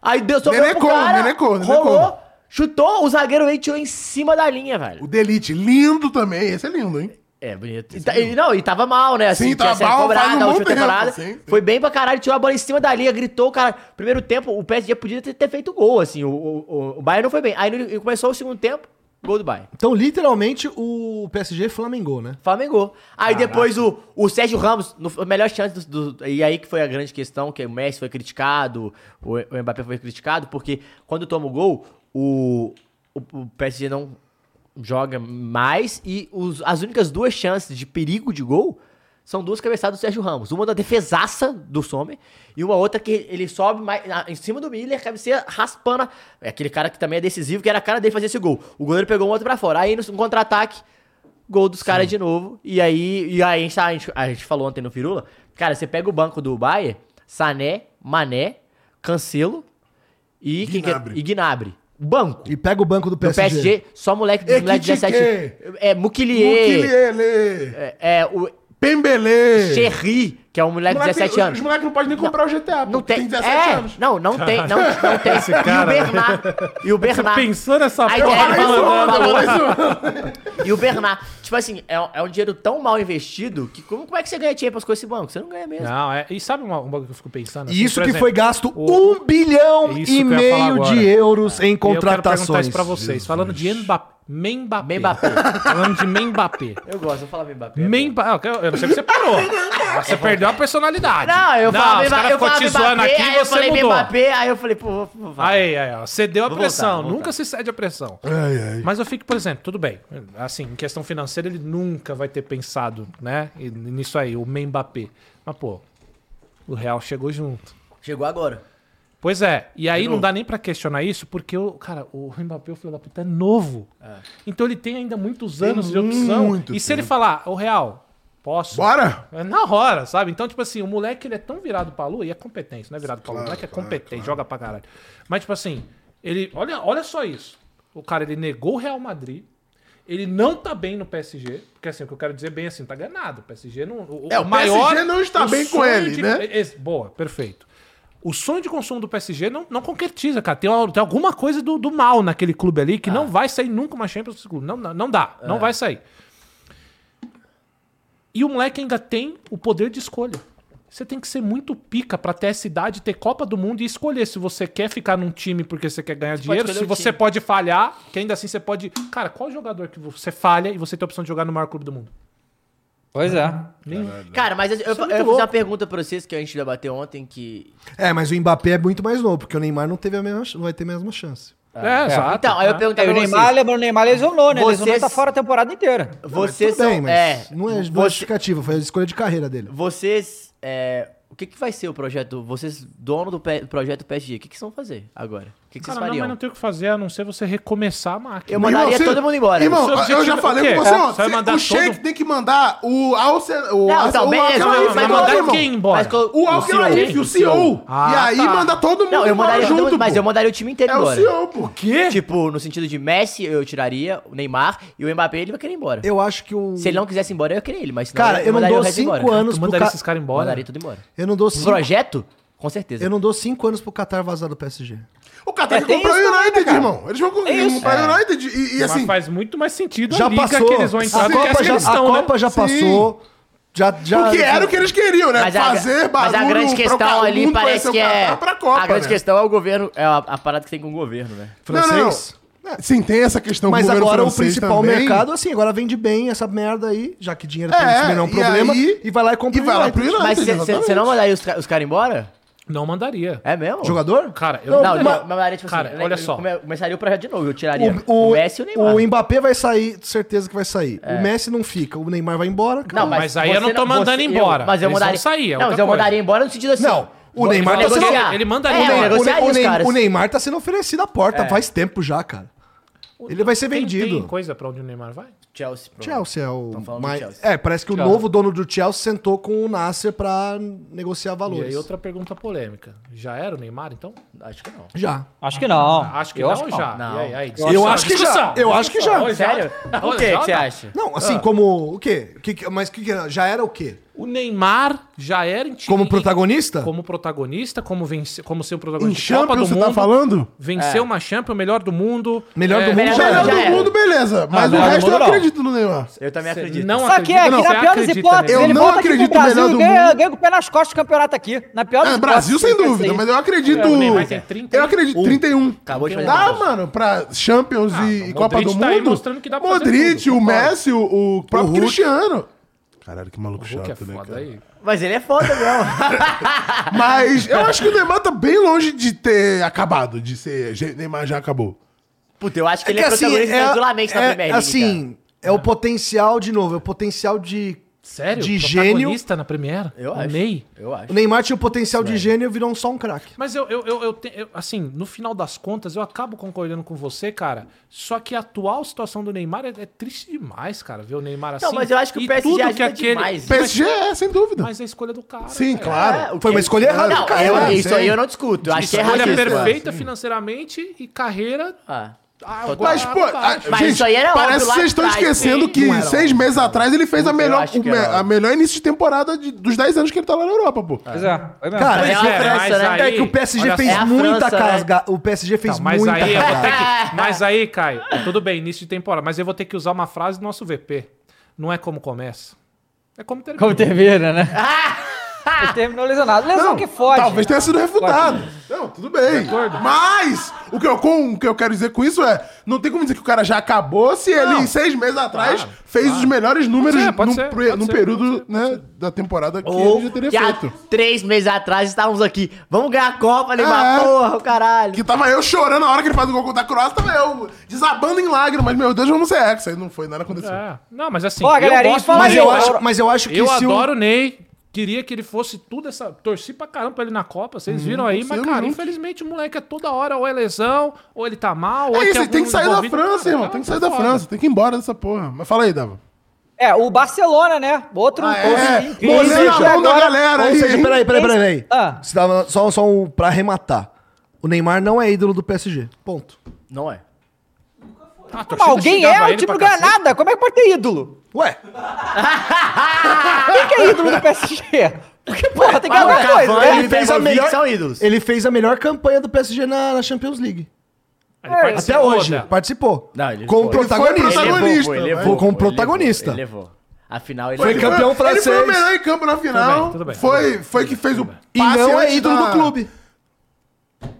[SPEAKER 3] Aí deu sobrou pro
[SPEAKER 4] Nenecou,
[SPEAKER 3] cara,
[SPEAKER 4] nenecou, nenecou.
[SPEAKER 3] rolou, chutou, o zagueiro ele tirou em cima da linha, velho.
[SPEAKER 4] O Delite, lindo também. Esse é lindo, hein?
[SPEAKER 3] É, bonito. E, tá- e não, e tava mal, né? Assim,
[SPEAKER 4] Sim,
[SPEAKER 3] tinha
[SPEAKER 4] tava
[SPEAKER 3] sido
[SPEAKER 4] mal,
[SPEAKER 3] cobrado
[SPEAKER 4] faz um
[SPEAKER 3] na
[SPEAKER 4] bom
[SPEAKER 3] última
[SPEAKER 4] tempo,
[SPEAKER 3] temporada.
[SPEAKER 4] sim, sim.
[SPEAKER 3] Foi bem pra caralho, tirou a bola em cima da linha, gritou, cara. Primeiro tempo, o PSG podia ter, ter feito gol, assim. O, o, o Bayern não foi bem. Aí ele- ele começou o segundo tempo, gol do Bayern.
[SPEAKER 1] Então, literalmente, o PSG flamengou, né?
[SPEAKER 3] Flamengo. Aí depois o, o Sérgio Ramos, no, a melhor chance do, do- E aí que foi a grande questão, que o Messi foi criticado, o, o Mbappé foi criticado, porque quando toma o gol, o, o, o PSG não joga mais e os- as únicas duas chances de perigo de gol são duas cabeçadas do Sérgio Ramos. Uma da defesaça do Sommer e uma outra que ele sobe mais, na- em cima do Miller, cabeceia raspando. a- é Aquele cara que também é decisivo, que era a cara dele fazer esse gol. O goleiro pegou um outro pra fora. Aí no contra-ataque, gol dos caras de novo. E aí, e aí a, gente, tá, a, gente, a gente falou ontem no Firula, cara, você pega o banco do Bayern, Sané, Mané, Cancelo e quem que-
[SPEAKER 4] Gnabry.
[SPEAKER 3] e Gnabry. Banco.
[SPEAKER 1] E pega o banco do
[SPEAKER 3] No
[SPEAKER 1] PSG.
[SPEAKER 3] PSG, só moleque
[SPEAKER 4] É,
[SPEAKER 3] dos moleques de 17.
[SPEAKER 4] Ekitike.
[SPEAKER 3] É, Muquilier.
[SPEAKER 4] Muquilele.
[SPEAKER 3] É, é, o
[SPEAKER 4] Pembele.
[SPEAKER 3] Cherry, que é um moleque de
[SPEAKER 4] Moleque-
[SPEAKER 3] 17
[SPEAKER 4] Os
[SPEAKER 3] anos.
[SPEAKER 4] moleques não podem nem comprar o GTA,
[SPEAKER 3] Não
[SPEAKER 4] porque tem
[SPEAKER 3] tem.
[SPEAKER 4] 17
[SPEAKER 3] é,
[SPEAKER 4] anos.
[SPEAKER 3] Não, não tem. Não, não tem.
[SPEAKER 5] Esse cara, né?
[SPEAKER 3] e o Bernard. E o Bernard.
[SPEAKER 5] Pensou nessa
[SPEAKER 3] Aí é
[SPEAKER 5] porra,
[SPEAKER 3] ele
[SPEAKER 5] aí
[SPEAKER 3] falou,
[SPEAKER 5] zoando.
[SPEAKER 3] falou,
[SPEAKER 4] Mas,
[SPEAKER 3] E o Bernard. Tipo assim, é, um- é um dinheiro tão mal investido que como, como é que você ganha dinheiro com esse banco? Você não ganha mesmo.
[SPEAKER 5] Não, é, e sabe uma, uma coisa que eu fico pensando?
[SPEAKER 1] E
[SPEAKER 5] Assim,
[SPEAKER 1] isso
[SPEAKER 5] por
[SPEAKER 1] que
[SPEAKER 5] exemplo,
[SPEAKER 1] foi gasto
[SPEAKER 5] o- É
[SPEAKER 1] um bilhão
[SPEAKER 5] Isso que
[SPEAKER 1] e
[SPEAKER 5] eu ia falar
[SPEAKER 1] meio
[SPEAKER 5] agora. É.
[SPEAKER 1] de euros em
[SPEAKER 5] E Eu quero perguntar
[SPEAKER 1] contratações.
[SPEAKER 5] isso pra vocês. Falando de Mbappé. Mbappé.
[SPEAKER 3] Mbappé.
[SPEAKER 5] Falando de Mbappé.
[SPEAKER 3] Eu gosto, eu falava Mbappé.
[SPEAKER 5] Mbappé. Eu não sei que você parou. Ah, Você perdeu a personalidade.
[SPEAKER 3] Não, eu falava
[SPEAKER 5] Os
[SPEAKER 3] Mbappé.
[SPEAKER 5] caras
[SPEAKER 3] Eu
[SPEAKER 5] ficam
[SPEAKER 3] falava
[SPEAKER 5] te zoando
[SPEAKER 3] Mbappé,
[SPEAKER 5] aqui
[SPEAKER 3] aí
[SPEAKER 5] e
[SPEAKER 3] eu
[SPEAKER 5] você
[SPEAKER 3] falei
[SPEAKER 5] mudou.
[SPEAKER 3] Mbappé, aí eu falei, pô, vou, vou, vou.
[SPEAKER 5] Aí, aí, ó. Cedeu a
[SPEAKER 3] Vou
[SPEAKER 5] pressão.
[SPEAKER 3] voltar, vou
[SPEAKER 5] Nunca
[SPEAKER 3] voltar.
[SPEAKER 5] se cede a pressão.
[SPEAKER 4] ai, ai.
[SPEAKER 5] Mas eu fico, por exemplo, tudo bem. Assim, em questão financeira, ele nunca vai ter pensado, né? e- Nisso aí, o Mbappé. Mas, pô, o Real chegou junto.
[SPEAKER 3] Chegou agora.
[SPEAKER 5] Pois é, e aí não dá nem pra questionar isso, porque o cara, o Mbappé, o filho da puta, é novo. Então ele tem ainda muitos anos de opção.
[SPEAKER 4] muito
[SPEAKER 5] e se ele falar, ô Real, posso?
[SPEAKER 4] Bora?
[SPEAKER 5] É na hora, sabe? Então, tipo assim, o moleque ele é tão virado pra lua, e é competente, não é virado pra lua, o moleque é competente, joga pra caralho. Mas, tipo assim, ele. Olha, olha só isso. O cara, ele negou o Real Madrid. Ele não tá bem no PSG, porque assim, o que eu quero dizer bem assim, tá ganhado. O PSG não. O,
[SPEAKER 4] É, o PSG não está bem com
[SPEAKER 5] sonho
[SPEAKER 4] ele,
[SPEAKER 5] de- é,
[SPEAKER 4] né?
[SPEAKER 5] esse- boa, perfeito. O sonho de consumo do PSG não, não concretiza, cara. Tem, uma- tem alguma coisa do, do mal naquele clube ali que
[SPEAKER 4] Ah.
[SPEAKER 5] não vai sair nunca uma Champions desse clube. Não, não, não dá, não
[SPEAKER 4] É.
[SPEAKER 5] vai sair. E o moleque ainda tem o poder de escolha. Você tem que ser muito pica pra ter essa idade, ter Copa do Mundo e escolher se você quer ficar num time porque você quer ganhar dinheiro,
[SPEAKER 3] escolher
[SPEAKER 5] se
[SPEAKER 3] o
[SPEAKER 5] você
[SPEAKER 3] time.
[SPEAKER 5] pode falhar, que ainda assim você pode. Cara, qual jogador que você falha e você tem a opção de jogar no maior clube do mundo?
[SPEAKER 2] Pois é.
[SPEAKER 3] Cara, mas eu, eu,
[SPEAKER 5] muito
[SPEAKER 3] eu fiz
[SPEAKER 5] louco.
[SPEAKER 3] uma pergunta pra vocês que a gente debateu ontem que.
[SPEAKER 1] É, mas o Mbappé é muito mais novo, porque o Neymar não teve a mesma, ch- não vai ter a mesma chance.
[SPEAKER 5] é, exato.
[SPEAKER 3] Então, aí eu perguntei
[SPEAKER 2] Aí o
[SPEAKER 3] pra vocês.
[SPEAKER 2] Neymar, lembrando, o Neymar lesionou, né? Lesionou e
[SPEAKER 3] Vocês-
[SPEAKER 2] tá fora a temporada inteira.
[SPEAKER 3] Vocês
[SPEAKER 1] Tudo bem,
[SPEAKER 3] são-
[SPEAKER 1] mas
[SPEAKER 3] é,
[SPEAKER 1] não é
[SPEAKER 3] você-
[SPEAKER 1] não é justificativa, foi a escolha de carreira dele.
[SPEAKER 3] Vocês. é, o que, que vai ser o projeto? Vocês, dono do pe- projeto PSG, o que, que vocês vão fazer agora? O que, que vocês
[SPEAKER 5] Cara, não, mas
[SPEAKER 3] fariam?
[SPEAKER 5] não tem o que fazer a não ser você recomeçar a máquina.
[SPEAKER 3] Eu mandaria
[SPEAKER 4] você-
[SPEAKER 3] todo mundo embora.
[SPEAKER 4] Irmão,
[SPEAKER 5] Seu objetivo
[SPEAKER 4] eu já
[SPEAKER 5] é o
[SPEAKER 4] falei
[SPEAKER 5] quê?
[SPEAKER 4] com você,
[SPEAKER 5] Você
[SPEAKER 4] ó.
[SPEAKER 5] vai
[SPEAKER 4] se-
[SPEAKER 5] mandar
[SPEAKER 4] o Sheik
[SPEAKER 5] todo-
[SPEAKER 4] tem que mandar o Alcer. O
[SPEAKER 3] Não, então,
[SPEAKER 4] o
[SPEAKER 3] beleza,
[SPEAKER 4] Alcer-
[SPEAKER 3] mas-
[SPEAKER 4] o
[SPEAKER 5] Não,
[SPEAKER 4] Alcer-
[SPEAKER 5] mas
[SPEAKER 3] vai
[SPEAKER 5] mandar
[SPEAKER 4] irmão.
[SPEAKER 5] quem embora?
[SPEAKER 3] Mas colo-
[SPEAKER 4] O Alcalaif,
[SPEAKER 5] CEO.
[SPEAKER 4] o CEO.
[SPEAKER 5] Ah,
[SPEAKER 4] e aí
[SPEAKER 5] tá.
[SPEAKER 4] manda todo mundo
[SPEAKER 3] Não, eu mandaria todo mundo, mas eu
[SPEAKER 4] pô.
[SPEAKER 3] mandaria o time inteiro
[SPEAKER 4] É o
[SPEAKER 3] embora.
[SPEAKER 4] CEO, pô.
[SPEAKER 5] Quê?
[SPEAKER 3] Tipo, no sentido de Messi, eu tiraria o Neymar e o Mbappé, ele vai querer ir embora.
[SPEAKER 1] Eu acho que o.
[SPEAKER 3] Se ele não quisesse ir embora, eu ia querer ele, mas senão
[SPEAKER 1] Cara, eu não
[SPEAKER 3] mandaria
[SPEAKER 1] dou
[SPEAKER 3] o resto
[SPEAKER 1] cinco
[SPEAKER 3] embora.
[SPEAKER 1] anos
[SPEAKER 5] Tu
[SPEAKER 1] pro
[SPEAKER 5] mandaria
[SPEAKER 1] Ca-
[SPEAKER 5] esses caras
[SPEAKER 3] Eu
[SPEAKER 5] embora?
[SPEAKER 3] Mandaria tudo embora.
[SPEAKER 1] Eu não dou
[SPEAKER 3] Um
[SPEAKER 1] cinco.
[SPEAKER 3] projeto? Com certeza.
[SPEAKER 1] Eu não dou cinco anos pro Qatar vazar do PSG.
[SPEAKER 4] O Qatar
[SPEAKER 2] É,
[SPEAKER 4] quer
[SPEAKER 2] tem
[SPEAKER 4] comprar
[SPEAKER 2] isso
[SPEAKER 4] o
[SPEAKER 2] também,
[SPEAKER 4] United,
[SPEAKER 2] cara.
[SPEAKER 4] irmão. Eles vão
[SPEAKER 2] É isso.
[SPEAKER 4] comprar o United. E, e
[SPEAKER 5] Mas
[SPEAKER 4] assim,
[SPEAKER 5] faz muito mais sentido
[SPEAKER 1] já
[SPEAKER 5] a liga
[SPEAKER 1] passou.
[SPEAKER 5] que eles vão entrar
[SPEAKER 1] a
[SPEAKER 5] do que
[SPEAKER 1] Copa
[SPEAKER 5] essa
[SPEAKER 1] já,
[SPEAKER 5] questão,
[SPEAKER 1] a
[SPEAKER 5] né?
[SPEAKER 1] Copa já
[SPEAKER 4] Sim.
[SPEAKER 1] passou. Já, já,
[SPEAKER 4] Porque era o que eles queriam, né? Fazer barulho
[SPEAKER 3] mas a grande
[SPEAKER 4] pra o
[SPEAKER 3] questão
[SPEAKER 4] Ca- o
[SPEAKER 3] ali
[SPEAKER 4] mundo
[SPEAKER 3] parece
[SPEAKER 4] conhecer
[SPEAKER 3] que
[SPEAKER 4] o
[SPEAKER 3] é.
[SPEAKER 4] Catar pra Copa,
[SPEAKER 3] a grande
[SPEAKER 4] né?
[SPEAKER 3] questão é o governo, é a, a parada que tem com o governo, né?
[SPEAKER 4] Não, não, não.
[SPEAKER 1] Francês?
[SPEAKER 4] Sim, tem essa questão do
[SPEAKER 1] Mas
[SPEAKER 4] governo
[SPEAKER 1] agora o
[SPEAKER 4] francês
[SPEAKER 1] principal
[SPEAKER 4] também.
[SPEAKER 1] mercado, assim, agora vende bem essa merda aí, já que dinheiro pra
[SPEAKER 4] É,
[SPEAKER 1] eles também não é um
[SPEAKER 4] e
[SPEAKER 1] problema,
[SPEAKER 4] aí-
[SPEAKER 1] e vai lá e compra
[SPEAKER 4] e vai
[SPEAKER 1] o
[SPEAKER 4] lá
[SPEAKER 1] United.
[SPEAKER 4] pro United.
[SPEAKER 3] Mas você
[SPEAKER 4] exatamente.
[SPEAKER 3] não mandaria os, ca- os caras embora?
[SPEAKER 5] Não mandaria.
[SPEAKER 3] É mesmo?
[SPEAKER 1] Jogador?
[SPEAKER 5] Cara, eu
[SPEAKER 3] Não,
[SPEAKER 5] não,
[SPEAKER 3] não,
[SPEAKER 5] mas-
[SPEAKER 3] mas mandaria, tipo
[SPEAKER 5] Cara,
[SPEAKER 3] assim,
[SPEAKER 5] olha
[SPEAKER 3] eu
[SPEAKER 5] só.
[SPEAKER 3] come- Começaria o projeto de novo, eu tiraria
[SPEAKER 1] O, o,
[SPEAKER 3] o Messi e o Neymar.
[SPEAKER 1] o Mbappé vai sair, certeza que vai sair. O Messi não fica, o Neymar vai embora. acabou.
[SPEAKER 3] Não, é,
[SPEAKER 5] Mas aí eu
[SPEAKER 3] você
[SPEAKER 5] não tô mandando
[SPEAKER 3] você-
[SPEAKER 5] embora.
[SPEAKER 3] Eu, mas eu
[SPEAKER 5] Eles vão
[SPEAKER 3] mandaria.
[SPEAKER 5] sair, é
[SPEAKER 3] não, mas
[SPEAKER 5] outra
[SPEAKER 3] eu
[SPEAKER 5] coisa.
[SPEAKER 3] mandaria embora no sentido assim.
[SPEAKER 1] Não, o Neymar
[SPEAKER 3] vai
[SPEAKER 1] tá sendo-
[SPEAKER 3] negociar.
[SPEAKER 5] ele mandaria
[SPEAKER 3] É,
[SPEAKER 5] embora.
[SPEAKER 3] vai
[SPEAKER 5] O Ne-
[SPEAKER 1] o, Ne-
[SPEAKER 3] negociar
[SPEAKER 1] o
[SPEAKER 3] os
[SPEAKER 1] Ne-
[SPEAKER 3] caras.
[SPEAKER 1] o Neymar tá sendo oferecido à porta faz tempo já, cara. Ele vai ser
[SPEAKER 5] Tem-
[SPEAKER 1] vendido.
[SPEAKER 5] Tem coisa pra onde o Neymar vai?
[SPEAKER 3] Chelsea, pronto.
[SPEAKER 1] Chelsea é o.
[SPEAKER 3] Tão Tá falando do
[SPEAKER 1] mais-
[SPEAKER 3] Chelsea.
[SPEAKER 1] É, parece que o novo dono do Chelsea sentou com o Nasser pra negociar
[SPEAKER 5] E
[SPEAKER 1] valores.
[SPEAKER 5] aí outra pergunta polêmica. Já era o Neymar, então?
[SPEAKER 3] Acho que não.
[SPEAKER 1] Já.
[SPEAKER 2] Acho que não.
[SPEAKER 5] Acho que
[SPEAKER 2] Eu
[SPEAKER 5] não,
[SPEAKER 2] acho que
[SPEAKER 5] já.
[SPEAKER 3] não.
[SPEAKER 5] E aí, aí,
[SPEAKER 1] Eu
[SPEAKER 5] discussão,
[SPEAKER 1] acho que já.
[SPEAKER 5] discussão.
[SPEAKER 1] Eu acho que já.
[SPEAKER 5] Olha,
[SPEAKER 3] Sério? O
[SPEAKER 5] Olha,
[SPEAKER 3] que
[SPEAKER 5] já
[SPEAKER 3] que você
[SPEAKER 5] tá.
[SPEAKER 3] acha?
[SPEAKER 1] Não, assim, como. O quê? Que, que- mas que, que era? já era o quê?
[SPEAKER 5] O Neymar já era em time-
[SPEAKER 1] Como protagonista?
[SPEAKER 5] Como protagonista, como, vence, como ser o
[SPEAKER 4] Em
[SPEAKER 5] protagonista de Copa
[SPEAKER 4] Champions,
[SPEAKER 5] do
[SPEAKER 4] você
[SPEAKER 5] Mundo.
[SPEAKER 4] tá falando?
[SPEAKER 5] Venceu uma Champions, o melhor do mundo. É,
[SPEAKER 1] Melhor do mundo
[SPEAKER 3] melhor
[SPEAKER 1] já
[SPEAKER 4] Melhor
[SPEAKER 1] era.
[SPEAKER 3] já
[SPEAKER 4] do
[SPEAKER 3] era.
[SPEAKER 4] mundo, beleza. Mas o
[SPEAKER 2] melhor do
[SPEAKER 4] resto
[SPEAKER 2] mundo,
[SPEAKER 4] eu
[SPEAKER 2] não.
[SPEAKER 4] acredito no Neymar.
[SPEAKER 3] Eu também acredito.
[SPEAKER 5] Não
[SPEAKER 2] Só que
[SPEAKER 5] acredito,
[SPEAKER 2] aqui,
[SPEAKER 5] não.
[SPEAKER 2] na
[SPEAKER 5] Você
[SPEAKER 2] pior das
[SPEAKER 5] acredita
[SPEAKER 2] hipóteses,
[SPEAKER 5] nele.
[SPEAKER 4] Eu
[SPEAKER 2] ele
[SPEAKER 4] não
[SPEAKER 2] volta aqui
[SPEAKER 4] acredito
[SPEAKER 2] pro
[SPEAKER 4] no melhor
[SPEAKER 2] Brasil e
[SPEAKER 4] do
[SPEAKER 2] ganha,
[SPEAKER 4] mundo.
[SPEAKER 2] ganha com o pé nas costas do campeonato aqui. Na pior das
[SPEAKER 4] É, Brasil
[SPEAKER 2] hipóteses,
[SPEAKER 4] sem
[SPEAKER 2] ele
[SPEAKER 4] dúvida,
[SPEAKER 2] fez
[SPEAKER 4] mas eu acredito.
[SPEAKER 5] O Neymar tem um. 30,
[SPEAKER 4] Eu acredito 31.
[SPEAKER 3] Acabou de fazer
[SPEAKER 4] Dá,
[SPEAKER 3] uma coisa.
[SPEAKER 4] mano, pra Champions
[SPEAKER 5] Ah,
[SPEAKER 4] e,
[SPEAKER 5] o
[SPEAKER 4] e Copa do
[SPEAKER 5] Modric tá aí
[SPEAKER 4] Mundo.
[SPEAKER 5] mostrando que dá pra fazer
[SPEAKER 4] Modric,
[SPEAKER 5] tudo,
[SPEAKER 4] o
[SPEAKER 5] concordo.
[SPEAKER 4] Messi, o, o próprio
[SPEAKER 1] O Hulk.
[SPEAKER 4] Cristiano. Caralho, que maluco
[SPEAKER 5] O que é
[SPEAKER 4] chato, né,
[SPEAKER 5] foda
[SPEAKER 4] cara?
[SPEAKER 5] aí.
[SPEAKER 3] Mas ele é foda mesmo.
[SPEAKER 4] Mas eu acho que o Neymar tá bem longe de ter acabado, de ser. "Gente, Neymar já acabou.
[SPEAKER 3] Puta, eu acho que
[SPEAKER 1] É
[SPEAKER 3] ele
[SPEAKER 1] que,
[SPEAKER 3] é
[SPEAKER 1] assim,
[SPEAKER 3] protagonista
[SPEAKER 1] é-
[SPEAKER 3] regularmente na
[SPEAKER 1] é-
[SPEAKER 3] Premier League. cara.
[SPEAKER 1] Assim, é o
[SPEAKER 5] Ah.
[SPEAKER 1] potencial, de novo, é o potencial de.
[SPEAKER 5] Sério?
[SPEAKER 1] De gênio.
[SPEAKER 5] Protagonista na Premier?
[SPEAKER 3] Eu
[SPEAKER 5] O
[SPEAKER 3] acho.
[SPEAKER 5] Ney?
[SPEAKER 3] Eu acho.
[SPEAKER 1] O Neymar tinha o potencial de gênio e virou um só um craque.
[SPEAKER 5] Mas eu, eu, eu, eu te- eu- assim, no final das contas, eu acabo concordando com você, cara. Só que a atual situação do Neymar é, é triste demais, cara, ver o Neymar assim.
[SPEAKER 3] Não, mas eu acho que o
[SPEAKER 5] E
[SPEAKER 3] PSG
[SPEAKER 5] tudo
[SPEAKER 3] ajuda
[SPEAKER 5] que aquele-
[SPEAKER 3] demais.
[SPEAKER 4] PSG é, sem dúvida.
[SPEAKER 5] Mas é a escolha do cara.
[SPEAKER 4] Sim,
[SPEAKER 5] cara.
[SPEAKER 4] claro.
[SPEAKER 3] É, o
[SPEAKER 1] Foi uma
[SPEAKER 3] que-
[SPEAKER 1] escolha errada
[SPEAKER 3] Não,
[SPEAKER 1] do cara,
[SPEAKER 3] eu-
[SPEAKER 1] né?
[SPEAKER 3] isso aí eu não discuto. Eu acho que é
[SPEAKER 5] Escolha
[SPEAKER 3] errado.
[SPEAKER 5] perfeita financeiramente e carreira. Ah,
[SPEAKER 3] Total.
[SPEAKER 5] agora-
[SPEAKER 4] Mas, pô, a-
[SPEAKER 3] Mas
[SPEAKER 4] gente,
[SPEAKER 3] isso aí era óbvio
[SPEAKER 4] parece que
[SPEAKER 3] lá
[SPEAKER 4] vocês estão
[SPEAKER 3] atrás,
[SPEAKER 4] esquecendo
[SPEAKER 3] sim.
[SPEAKER 4] que
[SPEAKER 3] Não era
[SPEAKER 4] seis meses atrás ele fez a
[SPEAKER 3] Eu
[SPEAKER 4] melhor,
[SPEAKER 3] acho que
[SPEAKER 4] o me-
[SPEAKER 3] era.
[SPEAKER 4] a melhor início de temporada de- dos 10 anos que ele tá lá na Europa, pô.
[SPEAKER 2] Pois é. Foi mesmo.
[SPEAKER 1] Cara,
[SPEAKER 3] Mas é
[SPEAKER 1] é,
[SPEAKER 3] a França, né?
[SPEAKER 1] é que o PSG
[SPEAKER 5] olha
[SPEAKER 1] fez
[SPEAKER 5] só.
[SPEAKER 3] É a
[SPEAKER 1] muita
[SPEAKER 3] França,
[SPEAKER 1] casga. O PSG fez
[SPEAKER 5] Tá, mas
[SPEAKER 1] muita
[SPEAKER 5] aí, eu vou
[SPEAKER 1] cagada.
[SPEAKER 5] ter que- mas aí, Caio, tudo bem, início de temporada, mas eu vou ter que usar uma frase do nosso VP. Não é como começa, é como termina.
[SPEAKER 2] Como termina, né? Ele terminou lesionado. Lesão que fode.
[SPEAKER 4] Talvez tenha sido refutado. Não, tudo bem. Mas o que, eu, com- o que eu quero dizer com isso é: não tem como dizer que o cara já acabou se ele,
[SPEAKER 5] Não.
[SPEAKER 4] seis meses atrás,
[SPEAKER 5] Claro,
[SPEAKER 4] fez os melhores números
[SPEAKER 5] ser, pode
[SPEAKER 4] num,
[SPEAKER 5] ser,
[SPEAKER 4] pre-
[SPEAKER 5] pode
[SPEAKER 4] num
[SPEAKER 5] ser,
[SPEAKER 4] período
[SPEAKER 5] pode ser, Oh,
[SPEAKER 4] né, da temporada que ele já
[SPEAKER 3] Ou
[SPEAKER 4] teria
[SPEAKER 3] que há
[SPEAKER 4] feito.
[SPEAKER 3] três meses atrás estávamos aqui. Vamos ganhar a Copa, Neymar.
[SPEAKER 4] É.
[SPEAKER 3] Porra, o caralho.
[SPEAKER 4] Que tava eu chorando na hora que ele faz o gol contra a Croácia, tava eu desabando em lágrimas. Meu Deus, vamos ser ex. Aí não foi, nada aconteceu.
[SPEAKER 5] É. Não, mas assim,
[SPEAKER 2] Ó, galerinha, fala
[SPEAKER 1] Mas
[SPEAKER 5] mas
[SPEAKER 2] aí,
[SPEAKER 1] eu
[SPEAKER 2] ó.
[SPEAKER 1] acho, mas eu acho que
[SPEAKER 5] eu
[SPEAKER 1] se o-
[SPEAKER 5] adoro o Ney. Queria que ele fosse tudo essa. Torci pra caramba pra ele na Copa,
[SPEAKER 4] Uhum.
[SPEAKER 5] vocês viram aí, mas,
[SPEAKER 4] eu
[SPEAKER 5] cara,
[SPEAKER 4] não.
[SPEAKER 5] infelizmente o moleque é toda hora, ou é lesão, ou ele tá mal, ou
[SPEAKER 4] É isso, ele tem
[SPEAKER 5] algum
[SPEAKER 4] que sair da
[SPEAKER 5] envolvido.
[SPEAKER 4] França,
[SPEAKER 5] Cara,
[SPEAKER 4] irmão.
[SPEAKER 5] tá
[SPEAKER 4] Tem que sair da
[SPEAKER 5] foda.
[SPEAKER 4] França, tem que ir embora dessa porra. Mas fala aí, Dava.
[SPEAKER 2] É, o Barcelona, né? Outro.
[SPEAKER 4] É,
[SPEAKER 2] outro
[SPEAKER 5] um
[SPEAKER 2] incrível.
[SPEAKER 4] molhei na
[SPEAKER 2] E
[SPEAKER 4] mão da
[SPEAKER 5] né?
[SPEAKER 2] agora-
[SPEAKER 4] galera
[SPEAKER 1] Ou
[SPEAKER 4] aí.
[SPEAKER 1] seja,
[SPEAKER 4] hein?
[SPEAKER 1] peraí, peraí, peraí. peraí.
[SPEAKER 2] Ah.
[SPEAKER 1] Você tava- Só, só um, pra arrematar. O Neymar não é ídolo do PSG. Ponto.
[SPEAKER 3] Não é.
[SPEAKER 5] Ah, a
[SPEAKER 2] Mas
[SPEAKER 5] torcida
[SPEAKER 2] alguém
[SPEAKER 5] xingava
[SPEAKER 2] é, o
[SPEAKER 5] ele
[SPEAKER 2] time
[SPEAKER 5] pra
[SPEAKER 2] não ganha
[SPEAKER 5] cacete.
[SPEAKER 2] nada. Como é que pode ter ídolo?
[SPEAKER 1] Ué,
[SPEAKER 2] Quem que é ídolo do PSG? Porque, porra, tem que
[SPEAKER 3] Mas o
[SPEAKER 2] alguma coisa,
[SPEAKER 3] Cavani-
[SPEAKER 2] né?
[SPEAKER 1] ele fez a
[SPEAKER 3] Ibrahimovic
[SPEAKER 1] melhor.
[SPEAKER 3] são ídolos.
[SPEAKER 1] Ele fez a melhor campanha do PSG na, na Champions League.
[SPEAKER 5] Ele participou
[SPEAKER 1] Até hoje.
[SPEAKER 5] dela.
[SPEAKER 1] Participou.
[SPEAKER 3] Não, ele
[SPEAKER 1] como
[SPEAKER 3] foi. Ele
[SPEAKER 1] protagonista.
[SPEAKER 4] foi
[SPEAKER 3] Ele
[SPEAKER 4] Protagonista,
[SPEAKER 3] levou, pô, ele
[SPEAKER 4] né?
[SPEAKER 3] levou,
[SPEAKER 1] Vou como
[SPEAKER 3] pô, ele levou,
[SPEAKER 1] protagonista.
[SPEAKER 3] Ele levou. Afinal, ele
[SPEAKER 1] Foi
[SPEAKER 3] levou.
[SPEAKER 1] campeão
[SPEAKER 4] Ele foi
[SPEAKER 1] francês.
[SPEAKER 4] o melhor em campo na final.
[SPEAKER 5] Tudo bem, tudo bem,
[SPEAKER 4] foi,
[SPEAKER 5] tudo bem.
[SPEAKER 4] foi que fez o passe
[SPEAKER 1] E não é
[SPEAKER 4] antes
[SPEAKER 1] ídolo
[SPEAKER 4] da-
[SPEAKER 1] do clube.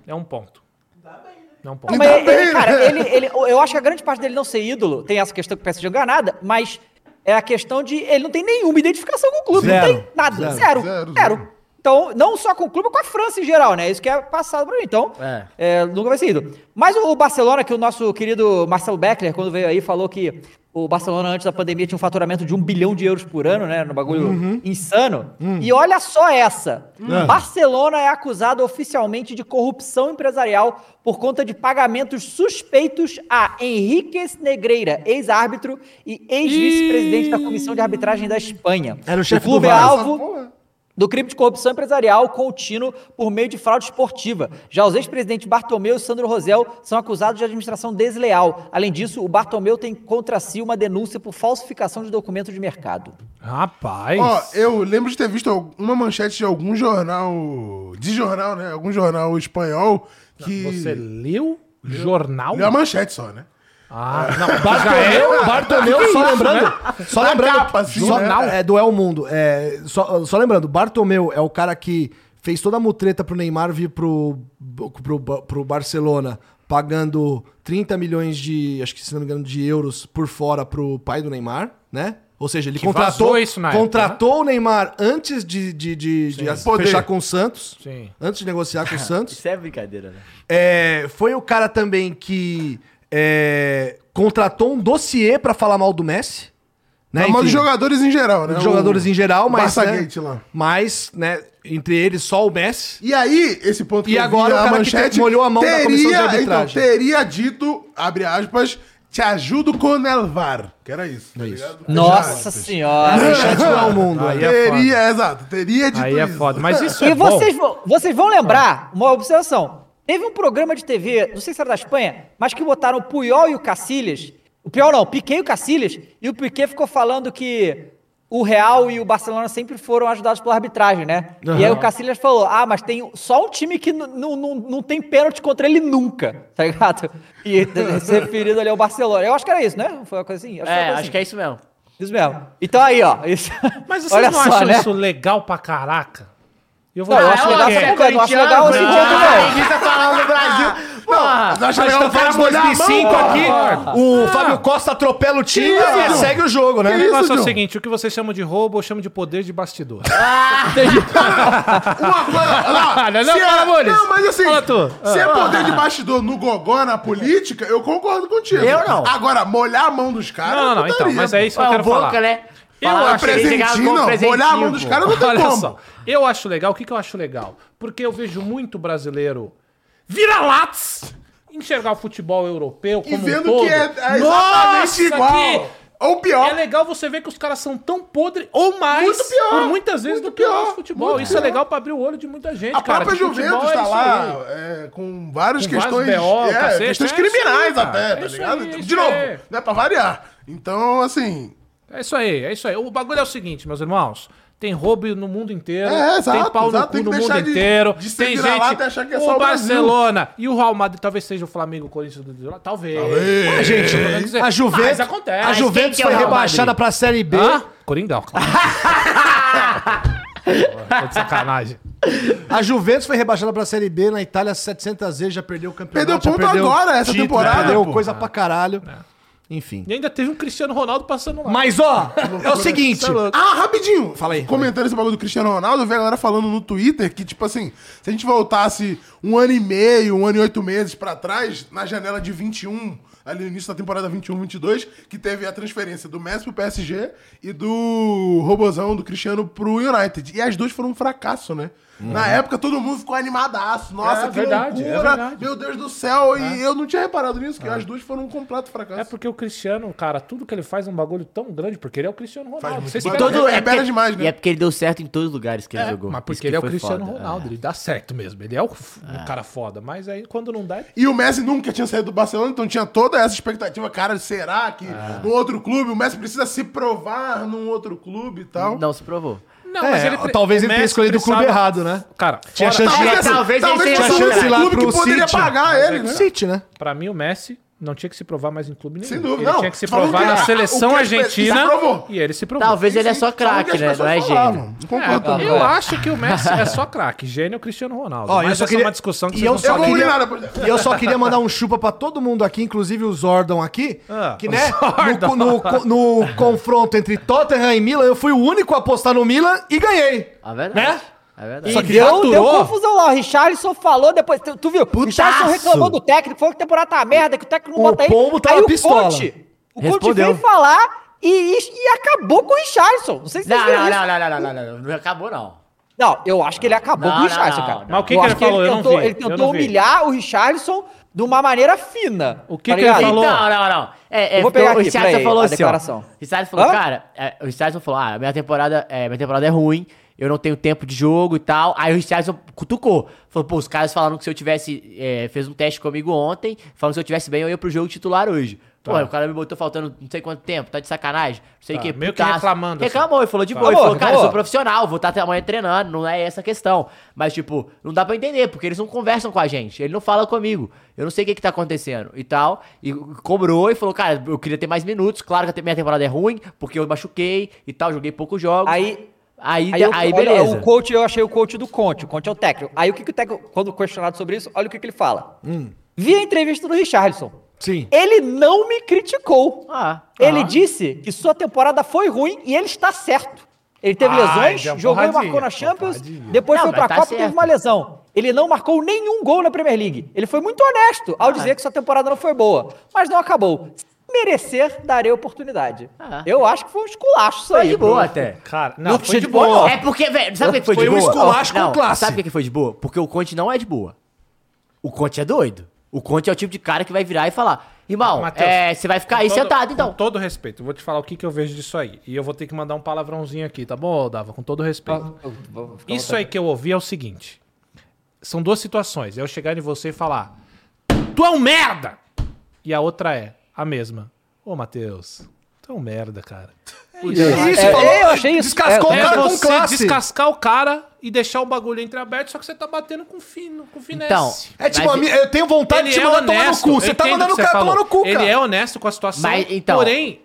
[SPEAKER 5] É um ponto. É um
[SPEAKER 2] Não,
[SPEAKER 5] ponto.
[SPEAKER 2] mas ele-
[SPEAKER 4] Ainda
[SPEAKER 2] ele,
[SPEAKER 4] bem,
[SPEAKER 2] cara,
[SPEAKER 4] né?
[SPEAKER 2] ele, ele- eu acho que a grande parte dele não ser ídolo tem essa questão que o PSG não ganha nada, um mas é a questão de ele não tem nenhuma identificação com o clube,
[SPEAKER 1] Zero.
[SPEAKER 2] não tem nada,
[SPEAKER 1] Zero.
[SPEAKER 2] zero, zero.
[SPEAKER 4] Zero, zero.
[SPEAKER 2] Então, não só com o clube, com a França em geral, né? Isso que é passado pra mim. Então,
[SPEAKER 3] É.
[SPEAKER 2] é, nunca vai ser ídolo. Mas o Barcelona, que o nosso querido Marcelo Beckler, quando veio aí, falou que o Barcelona, antes da pandemia, tinha um faturamento de um bilhão de euros por ano, né? No bagulho
[SPEAKER 1] Uhum.
[SPEAKER 2] insano.
[SPEAKER 1] Hum.
[SPEAKER 2] E olha só essa. Barcelona é acusado oficialmente de corrupção empresarial por conta de pagamentos suspeitos a Henriquez Negreira, ex-árbitro e ex-vice-presidente da Comissão de Arbitragem da Espanha.
[SPEAKER 1] Era o chefe do
[SPEAKER 2] clube é
[SPEAKER 1] VAR.
[SPEAKER 2] alvo do crime de corrupção empresarial contínuo por meio de fraude esportiva. Já os ex-presidentes Bartomeu e Sandro Rosel são acusados de administração desleal. Além disso, o Bartomeu tem contra si uma denúncia por falsificação de documentos de mercado.
[SPEAKER 5] Rapaz.
[SPEAKER 4] Ó, eu lembro de ter visto al- uma manchete de algum jornal. De jornal, né? Algum jornal espanhol que.
[SPEAKER 5] Você leu jornal?
[SPEAKER 4] Leu a manchete só, né?
[SPEAKER 5] Ah, não, é. Bartoleu, Bartoleu, só lembrando.
[SPEAKER 1] Só
[SPEAKER 4] Na
[SPEAKER 1] lembrando,
[SPEAKER 4] capa, assim,
[SPEAKER 1] só,
[SPEAKER 4] né?
[SPEAKER 1] não, é do El Mundo. É, só, só lembrando, Bartomeu é o cara que fez toda a mutreta pro Neymar vir pro, pro, pro Barcelona, pagando 30 milhões de, acho que se não me engano, de euros por fora pro pai do Neymar, né? Ou seja, ele
[SPEAKER 5] Que
[SPEAKER 1] contratou,
[SPEAKER 5] vazou isso na época, né?
[SPEAKER 1] contratou o Neymar antes de, de, de- de as-
[SPEAKER 4] Poder.
[SPEAKER 1] fechar com o Santos.
[SPEAKER 5] Sim.
[SPEAKER 1] Antes de negociar com o Santos.
[SPEAKER 3] Isso é brincadeira, né?
[SPEAKER 1] É, foi o cara também que é, contratou um dossiê pra falar mal do Messi. Né?
[SPEAKER 4] Né? Mas
[SPEAKER 1] Enfim,
[SPEAKER 4] os jogadores em geral, né?
[SPEAKER 1] dos jogadores
[SPEAKER 4] O-
[SPEAKER 1] em geral,
[SPEAKER 4] o
[SPEAKER 1] mas. Né,
[SPEAKER 4] Barçagate lá.
[SPEAKER 1] Mas, né, entre eles, só o Messi.
[SPEAKER 4] E aí, esse ponto
[SPEAKER 1] E
[SPEAKER 4] eu vi,
[SPEAKER 1] agora o
[SPEAKER 4] a
[SPEAKER 1] cara que te- molhou a mão na
[SPEAKER 4] teria,
[SPEAKER 1] comissão de
[SPEAKER 4] então,
[SPEAKER 1] arbitragem.
[SPEAKER 4] teria dito, abre aspas, te ajudo com o Elvar. Que era isso.
[SPEAKER 1] É
[SPEAKER 4] Tá ligado?
[SPEAKER 2] Nossa
[SPEAKER 4] Fecha aspas.
[SPEAKER 2] senhora.
[SPEAKER 1] Manchete do El mundo.
[SPEAKER 5] Aí é
[SPEAKER 4] Teria, exato. Teria dito
[SPEAKER 5] Aí é
[SPEAKER 4] tipo isso.
[SPEAKER 5] foda. Mas isso é
[SPEAKER 2] E
[SPEAKER 5] bom.
[SPEAKER 2] vocês vão, vocês vão lembrar uma observação. Teve um programa de TV, não sei se era da Espanha, mas que botaram o Puyol e o Cacilhas. O Puyol não, o Piquet e o Cacilhas. E o Piquet ficou falando que o Real e o Barcelona sempre foram ajudados pela arbitragem, né? E aí o Cacilhas falou: ah, mas tem só um time que n- n- n- não tem pênalti contra ele nunca, tá ligado? E se referindo ali ao Barcelona. Eu acho que era isso, né? Foi uma coisa assim?
[SPEAKER 3] É, acho que é isso mesmo.
[SPEAKER 2] é isso mesmo. Então aí, ó. Isso...
[SPEAKER 5] Mas vocês
[SPEAKER 2] Olha
[SPEAKER 5] não
[SPEAKER 2] só,
[SPEAKER 5] acham
[SPEAKER 2] né?
[SPEAKER 5] isso legal pra caraca? Eu vou
[SPEAKER 2] Não, eu
[SPEAKER 5] falar
[SPEAKER 3] É,
[SPEAKER 2] acho
[SPEAKER 5] sobre
[SPEAKER 2] legal
[SPEAKER 5] quem.
[SPEAKER 2] essa porra, eu acho legal esse
[SPEAKER 3] Não,
[SPEAKER 2] jeito, não.
[SPEAKER 3] ninguém tá falando do Brasil. Porra.
[SPEAKER 4] Nós já
[SPEAKER 5] tá
[SPEAKER 4] levamos o cara molhar a mão, porra.
[SPEAKER 1] aqui, o Fábio Costa atropela o time e segue o jogo,
[SPEAKER 5] Ah. O
[SPEAKER 1] né?
[SPEAKER 5] negócio é o
[SPEAKER 4] João?
[SPEAKER 5] seguinte, o que vocês chamam de roubo, eu chamo de poder de bastidor.
[SPEAKER 4] Uma coisa. Não,
[SPEAKER 5] Não, não,
[SPEAKER 4] se é-
[SPEAKER 5] fala, Boris.
[SPEAKER 4] não, mas assim,
[SPEAKER 5] Fala tu. Ah.
[SPEAKER 4] se é poder de bastidor no gogó, na política, eu concordo contigo.
[SPEAKER 3] Eu não.
[SPEAKER 4] Agora, molhar a mão dos caras.
[SPEAKER 5] Não, não, não, então, mas é isso que eu
[SPEAKER 3] Ué,
[SPEAKER 5] quero
[SPEAKER 3] o Boca,
[SPEAKER 5] falar.
[SPEAKER 3] né?
[SPEAKER 5] Eu
[SPEAKER 3] Falava
[SPEAKER 5] acho
[SPEAKER 3] que ele chegava
[SPEAKER 4] Presentinho,
[SPEAKER 3] com um
[SPEAKER 4] não.
[SPEAKER 3] presentinho,
[SPEAKER 4] Molhar a mão dos
[SPEAKER 3] pô.
[SPEAKER 4] caras não tem
[SPEAKER 5] Olha
[SPEAKER 4] como.
[SPEAKER 5] só, eu acho legal, o que, que eu acho legal? Porque eu vejo muito brasileiro vira-latas enxergar o futebol europeu como
[SPEAKER 4] E vendo
[SPEAKER 5] um todo.
[SPEAKER 4] que é, é exatamente
[SPEAKER 5] Nossa,
[SPEAKER 4] igual.
[SPEAKER 5] que-
[SPEAKER 4] Ou pior.
[SPEAKER 5] É legal você ver que os caras são tão podres ou mais
[SPEAKER 4] Muito pior,
[SPEAKER 5] por muitas vezes
[SPEAKER 4] muito
[SPEAKER 5] do que o
[SPEAKER 4] pior,
[SPEAKER 5] nosso futebol.
[SPEAKER 4] muito
[SPEAKER 5] isso
[SPEAKER 4] pior.
[SPEAKER 5] é legal pra abrir o olho de muita gente,
[SPEAKER 4] A
[SPEAKER 5] cara.
[SPEAKER 4] própria
[SPEAKER 5] que futebol
[SPEAKER 4] Juventus
[SPEAKER 5] é
[SPEAKER 4] tá
[SPEAKER 5] isso
[SPEAKER 4] lá
[SPEAKER 5] aí.
[SPEAKER 4] é, com várias
[SPEAKER 5] Com
[SPEAKER 4] questões.
[SPEAKER 5] vários BO,
[SPEAKER 4] é,
[SPEAKER 5] cacete,
[SPEAKER 4] questões
[SPEAKER 5] é isso aí,
[SPEAKER 4] criminais
[SPEAKER 5] cara.
[SPEAKER 4] até, tá
[SPEAKER 5] É isso
[SPEAKER 4] ligado?
[SPEAKER 5] aí, é
[SPEAKER 4] de
[SPEAKER 5] isso
[SPEAKER 4] novo,
[SPEAKER 5] aí.
[SPEAKER 4] né? Pra variar. Então, assim.
[SPEAKER 5] É isso aí, é isso aí. O bagulho é o seguinte, meus irmãos. Tem roubo no mundo inteiro,
[SPEAKER 4] É, exato,
[SPEAKER 5] tem pau
[SPEAKER 4] exato,
[SPEAKER 5] no cu
[SPEAKER 4] tem que
[SPEAKER 5] no
[SPEAKER 4] deixar
[SPEAKER 5] mundo
[SPEAKER 4] de-
[SPEAKER 5] inteiro,
[SPEAKER 4] de ser
[SPEAKER 5] tem
[SPEAKER 4] vira-lata
[SPEAKER 5] gente,
[SPEAKER 4] e achar que é só
[SPEAKER 5] o
[SPEAKER 4] o Brasil.
[SPEAKER 5] Barcelona e o Real Madrid, talvez seja o Flamengo, o Corinthians, do- do- do- talvez.
[SPEAKER 1] Ah, gente,
[SPEAKER 5] Quer dizer,
[SPEAKER 1] a Juventus,
[SPEAKER 5] Ah, mas acontece.
[SPEAKER 1] a
[SPEAKER 5] Mas
[SPEAKER 3] quem
[SPEAKER 1] Juventus
[SPEAKER 3] que é o
[SPEAKER 1] foi
[SPEAKER 3] Real
[SPEAKER 1] rebaixada
[SPEAKER 3] Madrid?
[SPEAKER 1] pra Série B.
[SPEAKER 5] Hã? Coringão, claro. Tô de sacanagem.
[SPEAKER 1] A Juventus foi rebaixada pra Série B na Itália 700 vezes, já perdeu o campeonato.
[SPEAKER 4] Perdeu
[SPEAKER 1] já
[SPEAKER 4] ponto agora, essa temporada,
[SPEAKER 1] Perdeu
[SPEAKER 4] pô.
[SPEAKER 5] É.
[SPEAKER 1] coisa pra caralho. Enfim.
[SPEAKER 5] E ainda teve um Cristiano Ronaldo passando lá.
[SPEAKER 1] Mas, ó, é o seguinte.
[SPEAKER 4] Ah, rapidinho.
[SPEAKER 1] Fala aí.
[SPEAKER 4] Comentando esse bagulho do Cristiano Ronaldo, eu vi a galera falando no Twitter que, tipo assim, se a gente voltasse um ano e meio, um ano e oito meses pra trás, na janela de 21, ali no início da temporada 21-22, que teve a transferência do Messi pro PSG e do Robozão, do Cristiano, pro United. E as duas foram um fracasso, né?
[SPEAKER 1] Uhum.
[SPEAKER 4] Na época todo mundo ficou animadaço. Nossa,
[SPEAKER 5] É
[SPEAKER 4] que
[SPEAKER 5] verdade, é
[SPEAKER 4] loucura.
[SPEAKER 5] verdade.
[SPEAKER 4] Meu Deus do céu.
[SPEAKER 1] É.
[SPEAKER 4] E eu não tinha reparado nisso, que as duas foram um completo fracasso.
[SPEAKER 5] É porque o Cristiano, cara, tudo que ele faz é um bagulho tão grande, porque ele é o Cristiano Ronaldo.
[SPEAKER 4] muito
[SPEAKER 5] Você
[SPEAKER 4] bem.
[SPEAKER 5] espera-
[SPEAKER 4] Todo- é bela demais, né?
[SPEAKER 3] E é porque ele deu certo em todos os lugares que ele
[SPEAKER 5] É,
[SPEAKER 3] jogou.
[SPEAKER 5] mas
[SPEAKER 3] Isso
[SPEAKER 5] porque
[SPEAKER 3] que
[SPEAKER 5] ele é o
[SPEAKER 3] foi
[SPEAKER 5] Cristiano
[SPEAKER 3] foda,
[SPEAKER 5] Ronaldo, ele dá certo mesmo. Ele é o f- um cara foda, mas aí quando não dá, ele
[SPEAKER 4] E o Messi nunca tinha saído do Barcelona, então tinha toda essa expectativa, cara, será que no outro clube o Messi precisa se provar num outro clube e tal?
[SPEAKER 3] é. Não se provou.
[SPEAKER 5] Não,
[SPEAKER 1] É,
[SPEAKER 5] pre- o
[SPEAKER 1] talvez ele tenha
[SPEAKER 5] Messi
[SPEAKER 1] escolhido o clube
[SPEAKER 5] precisava-
[SPEAKER 1] errado, né?
[SPEAKER 5] Cara,
[SPEAKER 1] Tinha
[SPEAKER 5] fora-
[SPEAKER 1] chance de ir
[SPEAKER 4] Talvez,
[SPEAKER 1] até-
[SPEAKER 4] talvez,
[SPEAKER 3] talvez
[SPEAKER 4] assim, talvez fosse
[SPEAKER 3] ele
[SPEAKER 1] tenha
[SPEAKER 4] o único
[SPEAKER 1] chance lá
[SPEAKER 4] clube que
[SPEAKER 1] pro
[SPEAKER 4] poderia
[SPEAKER 1] City.
[SPEAKER 4] pagar ele, né?
[SPEAKER 1] City, né?
[SPEAKER 5] pra mim o Messi não tinha que se provar mais em clube nenhum.
[SPEAKER 4] Sem dúvida,
[SPEAKER 5] ele
[SPEAKER 4] não.
[SPEAKER 5] tinha que se
[SPEAKER 4] Tô falando
[SPEAKER 5] provar
[SPEAKER 4] que
[SPEAKER 5] na
[SPEAKER 4] a- o
[SPEAKER 5] seleção
[SPEAKER 4] que as pe-
[SPEAKER 5] argentina
[SPEAKER 4] se provou.
[SPEAKER 5] e ele se provou.
[SPEAKER 3] Talvez ele é só
[SPEAKER 4] Sim, sim, só Então, o que
[SPEAKER 3] craque,
[SPEAKER 4] as
[SPEAKER 3] né? Não
[SPEAKER 4] pessoas
[SPEAKER 3] é
[SPEAKER 4] falavam.
[SPEAKER 3] gênio.
[SPEAKER 4] Não
[SPEAKER 5] É,
[SPEAKER 4] concordo também.
[SPEAKER 5] eu acho que o Messi é só craque. Gênio é o Cristiano Ronaldo.
[SPEAKER 1] Ó, eu
[SPEAKER 5] mas
[SPEAKER 1] só
[SPEAKER 5] essa
[SPEAKER 1] queria-
[SPEAKER 5] é uma discussão que
[SPEAKER 1] e
[SPEAKER 5] vocês
[SPEAKER 1] eu
[SPEAKER 5] não
[SPEAKER 1] só
[SPEAKER 4] Eu
[SPEAKER 5] sabem.
[SPEAKER 4] não li
[SPEAKER 1] queria-
[SPEAKER 4] nada. por exemplo.
[SPEAKER 1] E eu só queria mandar um chupa pra todo mundo aqui, inclusive o Zordon aqui,
[SPEAKER 5] Ah,
[SPEAKER 1] que
[SPEAKER 5] o
[SPEAKER 1] né,
[SPEAKER 5] Zordon.
[SPEAKER 1] no, co- no- no confronto entre Tottenham e Milan, eu fui o único a apostar no Milan e ganhei.
[SPEAKER 3] É verdade.
[SPEAKER 1] Né?
[SPEAKER 3] É verdade.
[SPEAKER 1] Só
[SPEAKER 2] E
[SPEAKER 1] que
[SPEAKER 2] deu,
[SPEAKER 1] faturou.
[SPEAKER 2] deu confusão lá. O Richarlison falou depois. Tu, tu viu? O Richarlison reclamou do técnico, falou que a temporada tá merda, que o técnico não
[SPEAKER 1] O
[SPEAKER 2] bota ele.
[SPEAKER 1] Pombo tava
[SPEAKER 2] aí o
[SPEAKER 1] pistola.
[SPEAKER 2] Conte, o Conte
[SPEAKER 3] Respondeu.
[SPEAKER 2] veio falar e, e, e acabou com o Richarlison. Não sei se
[SPEAKER 3] Não,
[SPEAKER 2] viram
[SPEAKER 3] não,
[SPEAKER 2] isso.
[SPEAKER 3] não, não, não, não, não, não, não acabou não.
[SPEAKER 2] Não, eu acho que ele acabou
[SPEAKER 3] Não,
[SPEAKER 2] com o
[SPEAKER 3] não,
[SPEAKER 2] Richarlison,
[SPEAKER 3] não,
[SPEAKER 2] cara.
[SPEAKER 3] não.
[SPEAKER 5] Mas o que
[SPEAKER 2] Eu
[SPEAKER 5] que
[SPEAKER 2] acho
[SPEAKER 5] ele falou? Eu não
[SPEAKER 2] tentou,
[SPEAKER 5] vi,
[SPEAKER 2] ele
[SPEAKER 5] eu não
[SPEAKER 2] tentou
[SPEAKER 5] vi.
[SPEAKER 2] humilhar o Richarlison de uma maneira fina. tá
[SPEAKER 5] O que que ele
[SPEAKER 2] ligado?
[SPEAKER 5] falou?
[SPEAKER 3] Então, Não, não, não. É, é,
[SPEAKER 2] Eu vou pegar
[SPEAKER 3] o
[SPEAKER 2] aqui,
[SPEAKER 3] Richardson
[SPEAKER 2] peraí,
[SPEAKER 3] falou
[SPEAKER 2] a
[SPEAKER 3] assim, ó.
[SPEAKER 2] declaração.
[SPEAKER 3] O Richardson falou,
[SPEAKER 2] Hã?
[SPEAKER 3] cara, é, o Richardson falou, ah, minha temporada, é, minha temporada é ruim, eu não tenho tempo de jogo e tal. Aí o Richardson cutucou. Falou, pô, os caras falaram que se eu tivesse, é, fez um teste comigo ontem, falando que se eu tivesse bem, eu ia pro jogo titular hoje. Pô, o cara me botou faltando não sei quanto tempo, tá de sacanagem, não sei o
[SPEAKER 5] Tá,
[SPEAKER 3] que.
[SPEAKER 5] meio que reclamando, assim.
[SPEAKER 3] Reclamou, ele falou de boa.
[SPEAKER 2] Tá.
[SPEAKER 3] Ele falou,
[SPEAKER 2] Boa,
[SPEAKER 3] cara, eu
[SPEAKER 2] boa.
[SPEAKER 3] sou profissional, vou estar até amanhã treinando, não é essa a questão. Mas, tipo, não dá pra entender, porque eles não conversam com a gente, ele não fala comigo. Eu não sei o que que tá acontecendo e tal. E cobrou e falou, cara, eu queria ter mais minutos, claro que a minha temporada é ruim, porque eu machuquei e tal, joguei poucos jogos.
[SPEAKER 2] Aí- Aí,
[SPEAKER 3] Aí, aí,
[SPEAKER 2] eu- é um olha,
[SPEAKER 3] beleza.
[SPEAKER 2] o coach, eu achei o coach do Conte. O Conte é o técnico. Aí o que, que o técnico, quando questionado sobre isso, olha o que, que ele fala.
[SPEAKER 5] Hum.
[SPEAKER 2] Vi a entrevista do Richardson.
[SPEAKER 1] Sim.
[SPEAKER 2] Ele não me criticou.
[SPEAKER 3] Ah,
[SPEAKER 2] ele
[SPEAKER 3] ah.
[SPEAKER 2] disse que sua temporada foi ruim e ele está certo. Ele teve
[SPEAKER 5] Ah, ele
[SPEAKER 2] lesões,
[SPEAKER 5] deu uma
[SPEAKER 2] jogou e marcou
[SPEAKER 5] porradinha,
[SPEAKER 2] na Champions,
[SPEAKER 5] porradinha.
[SPEAKER 2] depois
[SPEAKER 3] Não,
[SPEAKER 2] foi
[SPEAKER 3] mas
[SPEAKER 2] pra
[SPEAKER 3] tá
[SPEAKER 2] Copa e
[SPEAKER 3] certo.
[SPEAKER 2] teve uma lesão. Ele não marcou nenhum gol na Premier League. Ele foi muito honesto ao dizer que sua temporada não foi boa, mas não acabou. Se merecer, darei oportunidade.
[SPEAKER 3] Ah.
[SPEAKER 2] Eu acho que foi um esculacho isso
[SPEAKER 3] Foi
[SPEAKER 2] aí.
[SPEAKER 3] de boa
[SPEAKER 2] Bruno.
[SPEAKER 3] até.
[SPEAKER 5] Cara,
[SPEAKER 2] Não
[SPEAKER 5] não,
[SPEAKER 2] foi
[SPEAKER 5] foi de
[SPEAKER 2] de boa,
[SPEAKER 5] boa.
[SPEAKER 2] não.
[SPEAKER 3] É porque, velho, sabe o que que foi,
[SPEAKER 1] Foi
[SPEAKER 3] de
[SPEAKER 1] um
[SPEAKER 3] boa?
[SPEAKER 1] esculacho com classe.
[SPEAKER 3] Sabe o que que foi de boa? Porque o Conte não é de boa. O Conte é doido. O Conte é o tipo de cara que vai virar e falar: irmão,
[SPEAKER 5] Matheus,
[SPEAKER 3] é, você vai ficar aí
[SPEAKER 5] Com todo-
[SPEAKER 3] sentado então.
[SPEAKER 5] Com todo respeito, eu vou te falar o que, que eu vejo disso aí. E eu vou ter que mandar um palavrãozinho aqui, tá bom, Dava? Com todo respeito.
[SPEAKER 1] Ah,
[SPEAKER 5] Isso aí que eu ouvi é o seguinte: são duas situações. é Eu chegar em você e falar, tu é um merda! E a outra é a mesma. Ô, Matheus, tu é um merda, cara.
[SPEAKER 1] Isso,
[SPEAKER 2] É,
[SPEAKER 1] falou.
[SPEAKER 2] eu achei isso.
[SPEAKER 1] Descascou
[SPEAKER 2] É,
[SPEAKER 1] o
[SPEAKER 5] É
[SPEAKER 1] cara com
[SPEAKER 5] você
[SPEAKER 1] classe.
[SPEAKER 5] descascar o cara e deixar o bagulho entreaberto, só que você tá batendo com fino, com finesse. é
[SPEAKER 3] Então,
[SPEAKER 1] É tipo,
[SPEAKER 3] Mas
[SPEAKER 1] ami- eu tenho vontade de te mandar tomar no cu. Você
[SPEAKER 5] eu
[SPEAKER 1] tá
[SPEAKER 5] entendo
[SPEAKER 1] mandando
[SPEAKER 5] o
[SPEAKER 1] o
[SPEAKER 5] que
[SPEAKER 1] cara
[SPEAKER 5] você
[SPEAKER 1] tomar
[SPEAKER 5] falou.
[SPEAKER 1] no cu, cara.
[SPEAKER 5] Ele é honesto com a situação,
[SPEAKER 3] Mas, então,
[SPEAKER 5] porém...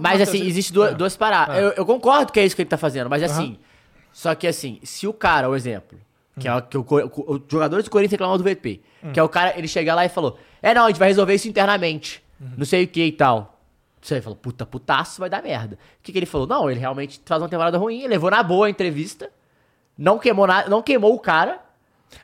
[SPEAKER 3] Mas assim,
[SPEAKER 5] Matheus,
[SPEAKER 3] existe duas,
[SPEAKER 5] Ah.
[SPEAKER 3] duas paradas. Eu, eu concordo que é isso que ele tá fazendo, mas assim. Só que assim, se o cara, o exemplo, que é o que o, Cor- o- o jogador do Corinthians reclamou do VP, que é o cara, ele chega lá e falou: É, não, a gente vai resolver isso internamente. Não sei o que e tal. Você falou, puta, putaço, vai dar merda. O que, que ele falou? Não, ele realmente faz uma temporada ruim, ele levou na boa a entrevista, não queimou, nada, não queimou o cara.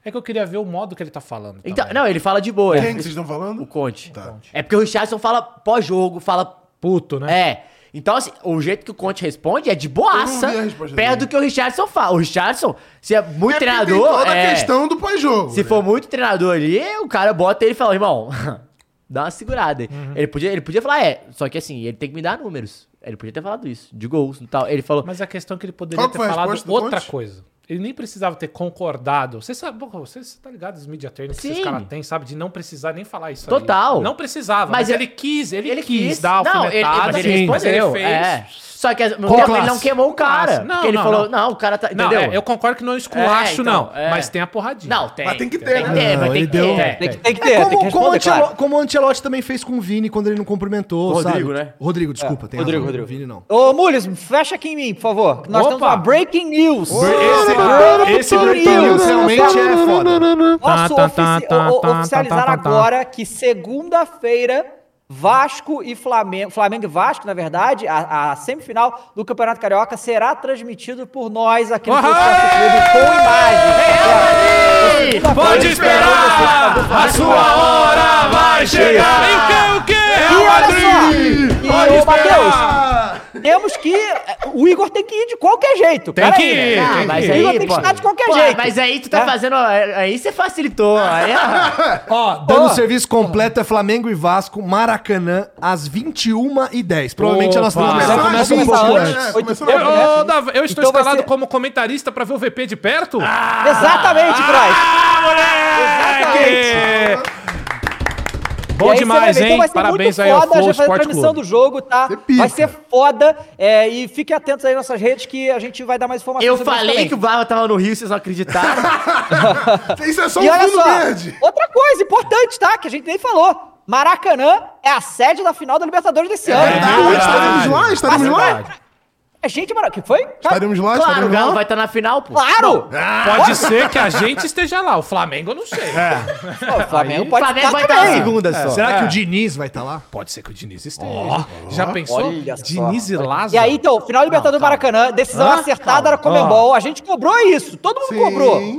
[SPEAKER 5] É que eu queria ver o modo que ele tá falando.
[SPEAKER 3] Então,
[SPEAKER 5] também.
[SPEAKER 3] não, ele fala de boa.
[SPEAKER 4] Quem
[SPEAKER 3] ele-
[SPEAKER 4] que vocês estão
[SPEAKER 3] o
[SPEAKER 4] falando?
[SPEAKER 3] Conte.
[SPEAKER 4] Tá.
[SPEAKER 3] É porque o Richardson fala pós-jogo, fala
[SPEAKER 5] Puto, né?
[SPEAKER 3] é. Então, assim, o jeito que o Conte responde é de boaça,
[SPEAKER 4] Eu não vi a resposta
[SPEAKER 3] perto
[SPEAKER 4] dele.
[SPEAKER 3] do que o Richardson fala. O Richardson, se é muito
[SPEAKER 4] É porque tem
[SPEAKER 3] treinador.
[SPEAKER 4] toda
[SPEAKER 3] é,
[SPEAKER 4] a questão do pós-jogo.
[SPEAKER 3] se
[SPEAKER 4] né?
[SPEAKER 3] for muito treinador ali, o cara bota ele e fala, irmão, dá uma segurada aí. Ele, podia, ele podia falar, é, só que assim, ele tem que me dar números. Ele podia ter falado isso, de gols e tal. Ele falou.
[SPEAKER 5] Mas a questão é que ele poderia
[SPEAKER 4] Qual que
[SPEAKER 5] ter
[SPEAKER 4] foi a
[SPEAKER 5] falado
[SPEAKER 4] resposta do
[SPEAKER 5] outra
[SPEAKER 4] Conte?
[SPEAKER 5] coisa. Ele nem precisava ter concordado. Você sabe, pô, você, você tá ligado os media training que esses
[SPEAKER 3] Sim.
[SPEAKER 5] caras têm, sabe? De não precisar nem falar isso aí.
[SPEAKER 3] Total.
[SPEAKER 5] Não precisava, mas,
[SPEAKER 3] Mas
[SPEAKER 5] ele
[SPEAKER 3] eu-
[SPEAKER 5] quis, ele,
[SPEAKER 3] ele
[SPEAKER 5] quis,
[SPEAKER 3] quis.
[SPEAKER 5] dar a
[SPEAKER 3] Não, ele- ele-
[SPEAKER 5] alfinetada,
[SPEAKER 3] mas
[SPEAKER 5] ele,
[SPEAKER 3] ele
[SPEAKER 5] respondeu, ele fez.
[SPEAKER 3] É. Só que ao mesmo
[SPEAKER 1] Com
[SPEAKER 3] tempo, ele
[SPEAKER 1] classe.
[SPEAKER 3] não queimou o
[SPEAKER 5] Classe.
[SPEAKER 3] cara.
[SPEAKER 5] Não,
[SPEAKER 3] porque ele
[SPEAKER 5] não,
[SPEAKER 3] falou,
[SPEAKER 5] não.
[SPEAKER 3] não, o cara tá.
[SPEAKER 5] Não,
[SPEAKER 3] Entendeu?
[SPEAKER 5] é, eu concordo que não é esculacho,
[SPEAKER 3] É, então,
[SPEAKER 5] não.
[SPEAKER 3] é.
[SPEAKER 5] Mas tem a porradinha.
[SPEAKER 3] Não, tem.
[SPEAKER 4] Mas tem que ter,
[SPEAKER 3] tem
[SPEAKER 4] né?
[SPEAKER 3] ter, mas
[SPEAKER 1] Não,
[SPEAKER 3] tem
[SPEAKER 1] ele
[SPEAKER 3] que ter.
[SPEAKER 1] deu-
[SPEAKER 3] é.
[SPEAKER 2] Tem que, tem que ter,
[SPEAKER 1] É
[SPEAKER 2] tem que
[SPEAKER 1] como, como, o
[SPEAKER 2] responder,
[SPEAKER 1] Antelo-
[SPEAKER 2] claro.
[SPEAKER 1] como o Ancelotti também fez com o Vini quando ele não cumprimentou,
[SPEAKER 3] Rodrigo,
[SPEAKER 1] sabe?
[SPEAKER 3] né?
[SPEAKER 1] Rodrigo, desculpa. tem
[SPEAKER 2] Rodrigo,
[SPEAKER 1] razão,
[SPEAKER 2] Rodrigo.
[SPEAKER 1] Vini não.
[SPEAKER 2] Ô, Mules, fecha aqui em mim, por favor. Nós
[SPEAKER 5] Opa!
[SPEAKER 2] temos uma breaking news.
[SPEAKER 5] Esse, esse
[SPEAKER 1] Ih,
[SPEAKER 5] Breaking News.
[SPEAKER 1] realmente é foda.
[SPEAKER 2] Posso
[SPEAKER 5] Tá, tá, tá,
[SPEAKER 2] ofici-
[SPEAKER 5] tá,
[SPEAKER 2] o- o-
[SPEAKER 5] tá,
[SPEAKER 2] oficializar
[SPEAKER 5] tá, tá, tá.
[SPEAKER 2] agora que segunda-feira, Vasco e Flamengo, Flamengo e Vasco, na verdade, a, a semifinal do Campeonato Carioca será transmitido por nós aqui no
[SPEAKER 5] Aham!
[SPEAKER 2] Podcast Clube com imagem.
[SPEAKER 5] Pode esperar! A sua hora vai chegar! o que?
[SPEAKER 2] E
[SPEAKER 5] Real Madrid!
[SPEAKER 2] olha
[SPEAKER 5] Pode
[SPEAKER 2] só! E, ô, Matheus,
[SPEAKER 4] Ah,
[SPEAKER 2] temos que... é, O Igor tem que ir de qualquer jeito.
[SPEAKER 5] Tem
[SPEAKER 2] peraí,
[SPEAKER 5] que ir,
[SPEAKER 2] né?
[SPEAKER 5] tem
[SPEAKER 3] Ah,
[SPEAKER 5] que
[SPEAKER 3] mas
[SPEAKER 5] ir.
[SPEAKER 2] O
[SPEAKER 3] aí,
[SPEAKER 2] Igor tem que
[SPEAKER 3] pô,
[SPEAKER 2] estar de qualquer
[SPEAKER 3] pô,
[SPEAKER 2] jeito.
[SPEAKER 3] Mas aí tu tá
[SPEAKER 2] É?
[SPEAKER 3] fazendo. Aí você facilitou. Aí, ó.
[SPEAKER 5] Ó,
[SPEAKER 1] Dando
[SPEAKER 5] ó,
[SPEAKER 1] o serviço completo é Flamengo e Vasco, Maracanã, às 21h10. Provavelmente a nossa
[SPEAKER 5] Opa.
[SPEAKER 1] transmissão
[SPEAKER 5] Começou
[SPEAKER 4] antes,
[SPEAKER 1] começa um pouco
[SPEAKER 4] começou
[SPEAKER 1] antes.
[SPEAKER 4] antes.
[SPEAKER 2] oito e
[SPEAKER 4] Começou
[SPEAKER 5] Eu,
[SPEAKER 2] pouco, né?
[SPEAKER 5] ô, ô, Davi, eu estou
[SPEAKER 2] Então vai
[SPEAKER 5] escalado
[SPEAKER 2] ser-
[SPEAKER 5] como comentarista pra ver o VP de perto?
[SPEAKER 3] Ah,
[SPEAKER 2] Exatamente, Braz.
[SPEAKER 5] Ah! moleque!
[SPEAKER 2] E
[SPEAKER 5] Bom
[SPEAKER 2] aí você vai
[SPEAKER 5] demais,
[SPEAKER 2] ver. Então
[SPEAKER 5] hein?
[SPEAKER 2] vai ser
[SPEAKER 5] Parabéns
[SPEAKER 2] muito
[SPEAKER 5] aí ao
[SPEAKER 2] foda,
[SPEAKER 5] Flow
[SPEAKER 2] já vai a
[SPEAKER 5] Sport
[SPEAKER 2] transmissão
[SPEAKER 5] Clube.
[SPEAKER 2] do jogo, tá?
[SPEAKER 1] pica.
[SPEAKER 2] Vai ser foda. é, e fiquem atentos aí nas nossas redes que a gente vai dar mais informações
[SPEAKER 3] Eu
[SPEAKER 2] sobre isso
[SPEAKER 3] falei
[SPEAKER 2] também.
[SPEAKER 3] que o Barba tava no Rio, vocês não acreditaram.
[SPEAKER 4] Isso é só
[SPEAKER 2] E
[SPEAKER 4] um
[SPEAKER 2] olha
[SPEAKER 4] fundo
[SPEAKER 2] só,
[SPEAKER 4] verde.
[SPEAKER 2] outra coisa importante, tá? Que a gente nem falou. Maracanã é a sede da final da Libertadores desse
[SPEAKER 3] É
[SPEAKER 2] ano.
[SPEAKER 4] Ah,
[SPEAKER 2] Então,
[SPEAKER 1] tá
[SPEAKER 4] Estaremos lá, estaremos lá.
[SPEAKER 2] A gente... Mara... que foi?
[SPEAKER 4] Estaremos lá,
[SPEAKER 3] claro, o
[SPEAKER 4] estaremos
[SPEAKER 3] Galo
[SPEAKER 4] lá.
[SPEAKER 3] vai estar na final, pô.
[SPEAKER 2] Claro!
[SPEAKER 3] É.
[SPEAKER 5] Pode ser que a gente esteja lá. O Flamengo eu não sei.
[SPEAKER 2] É. Pô, o Flamengo
[SPEAKER 3] O
[SPEAKER 2] pode
[SPEAKER 3] Flamengo
[SPEAKER 2] estar
[SPEAKER 3] vai tá estar na
[SPEAKER 2] também.
[SPEAKER 3] segunda só.
[SPEAKER 1] Será que o Diniz vai estar lá?
[SPEAKER 5] É. Pode ser que o Diniz esteja. Já pensou?
[SPEAKER 2] Olha só.
[SPEAKER 5] Diniz e Lázaro.
[SPEAKER 2] E aí, então, final Libertadores do Maracanã, decisão acertada era Comembol. A gente cobrou isso, todo mundo
[SPEAKER 4] Sim.
[SPEAKER 2] cobrou. Né?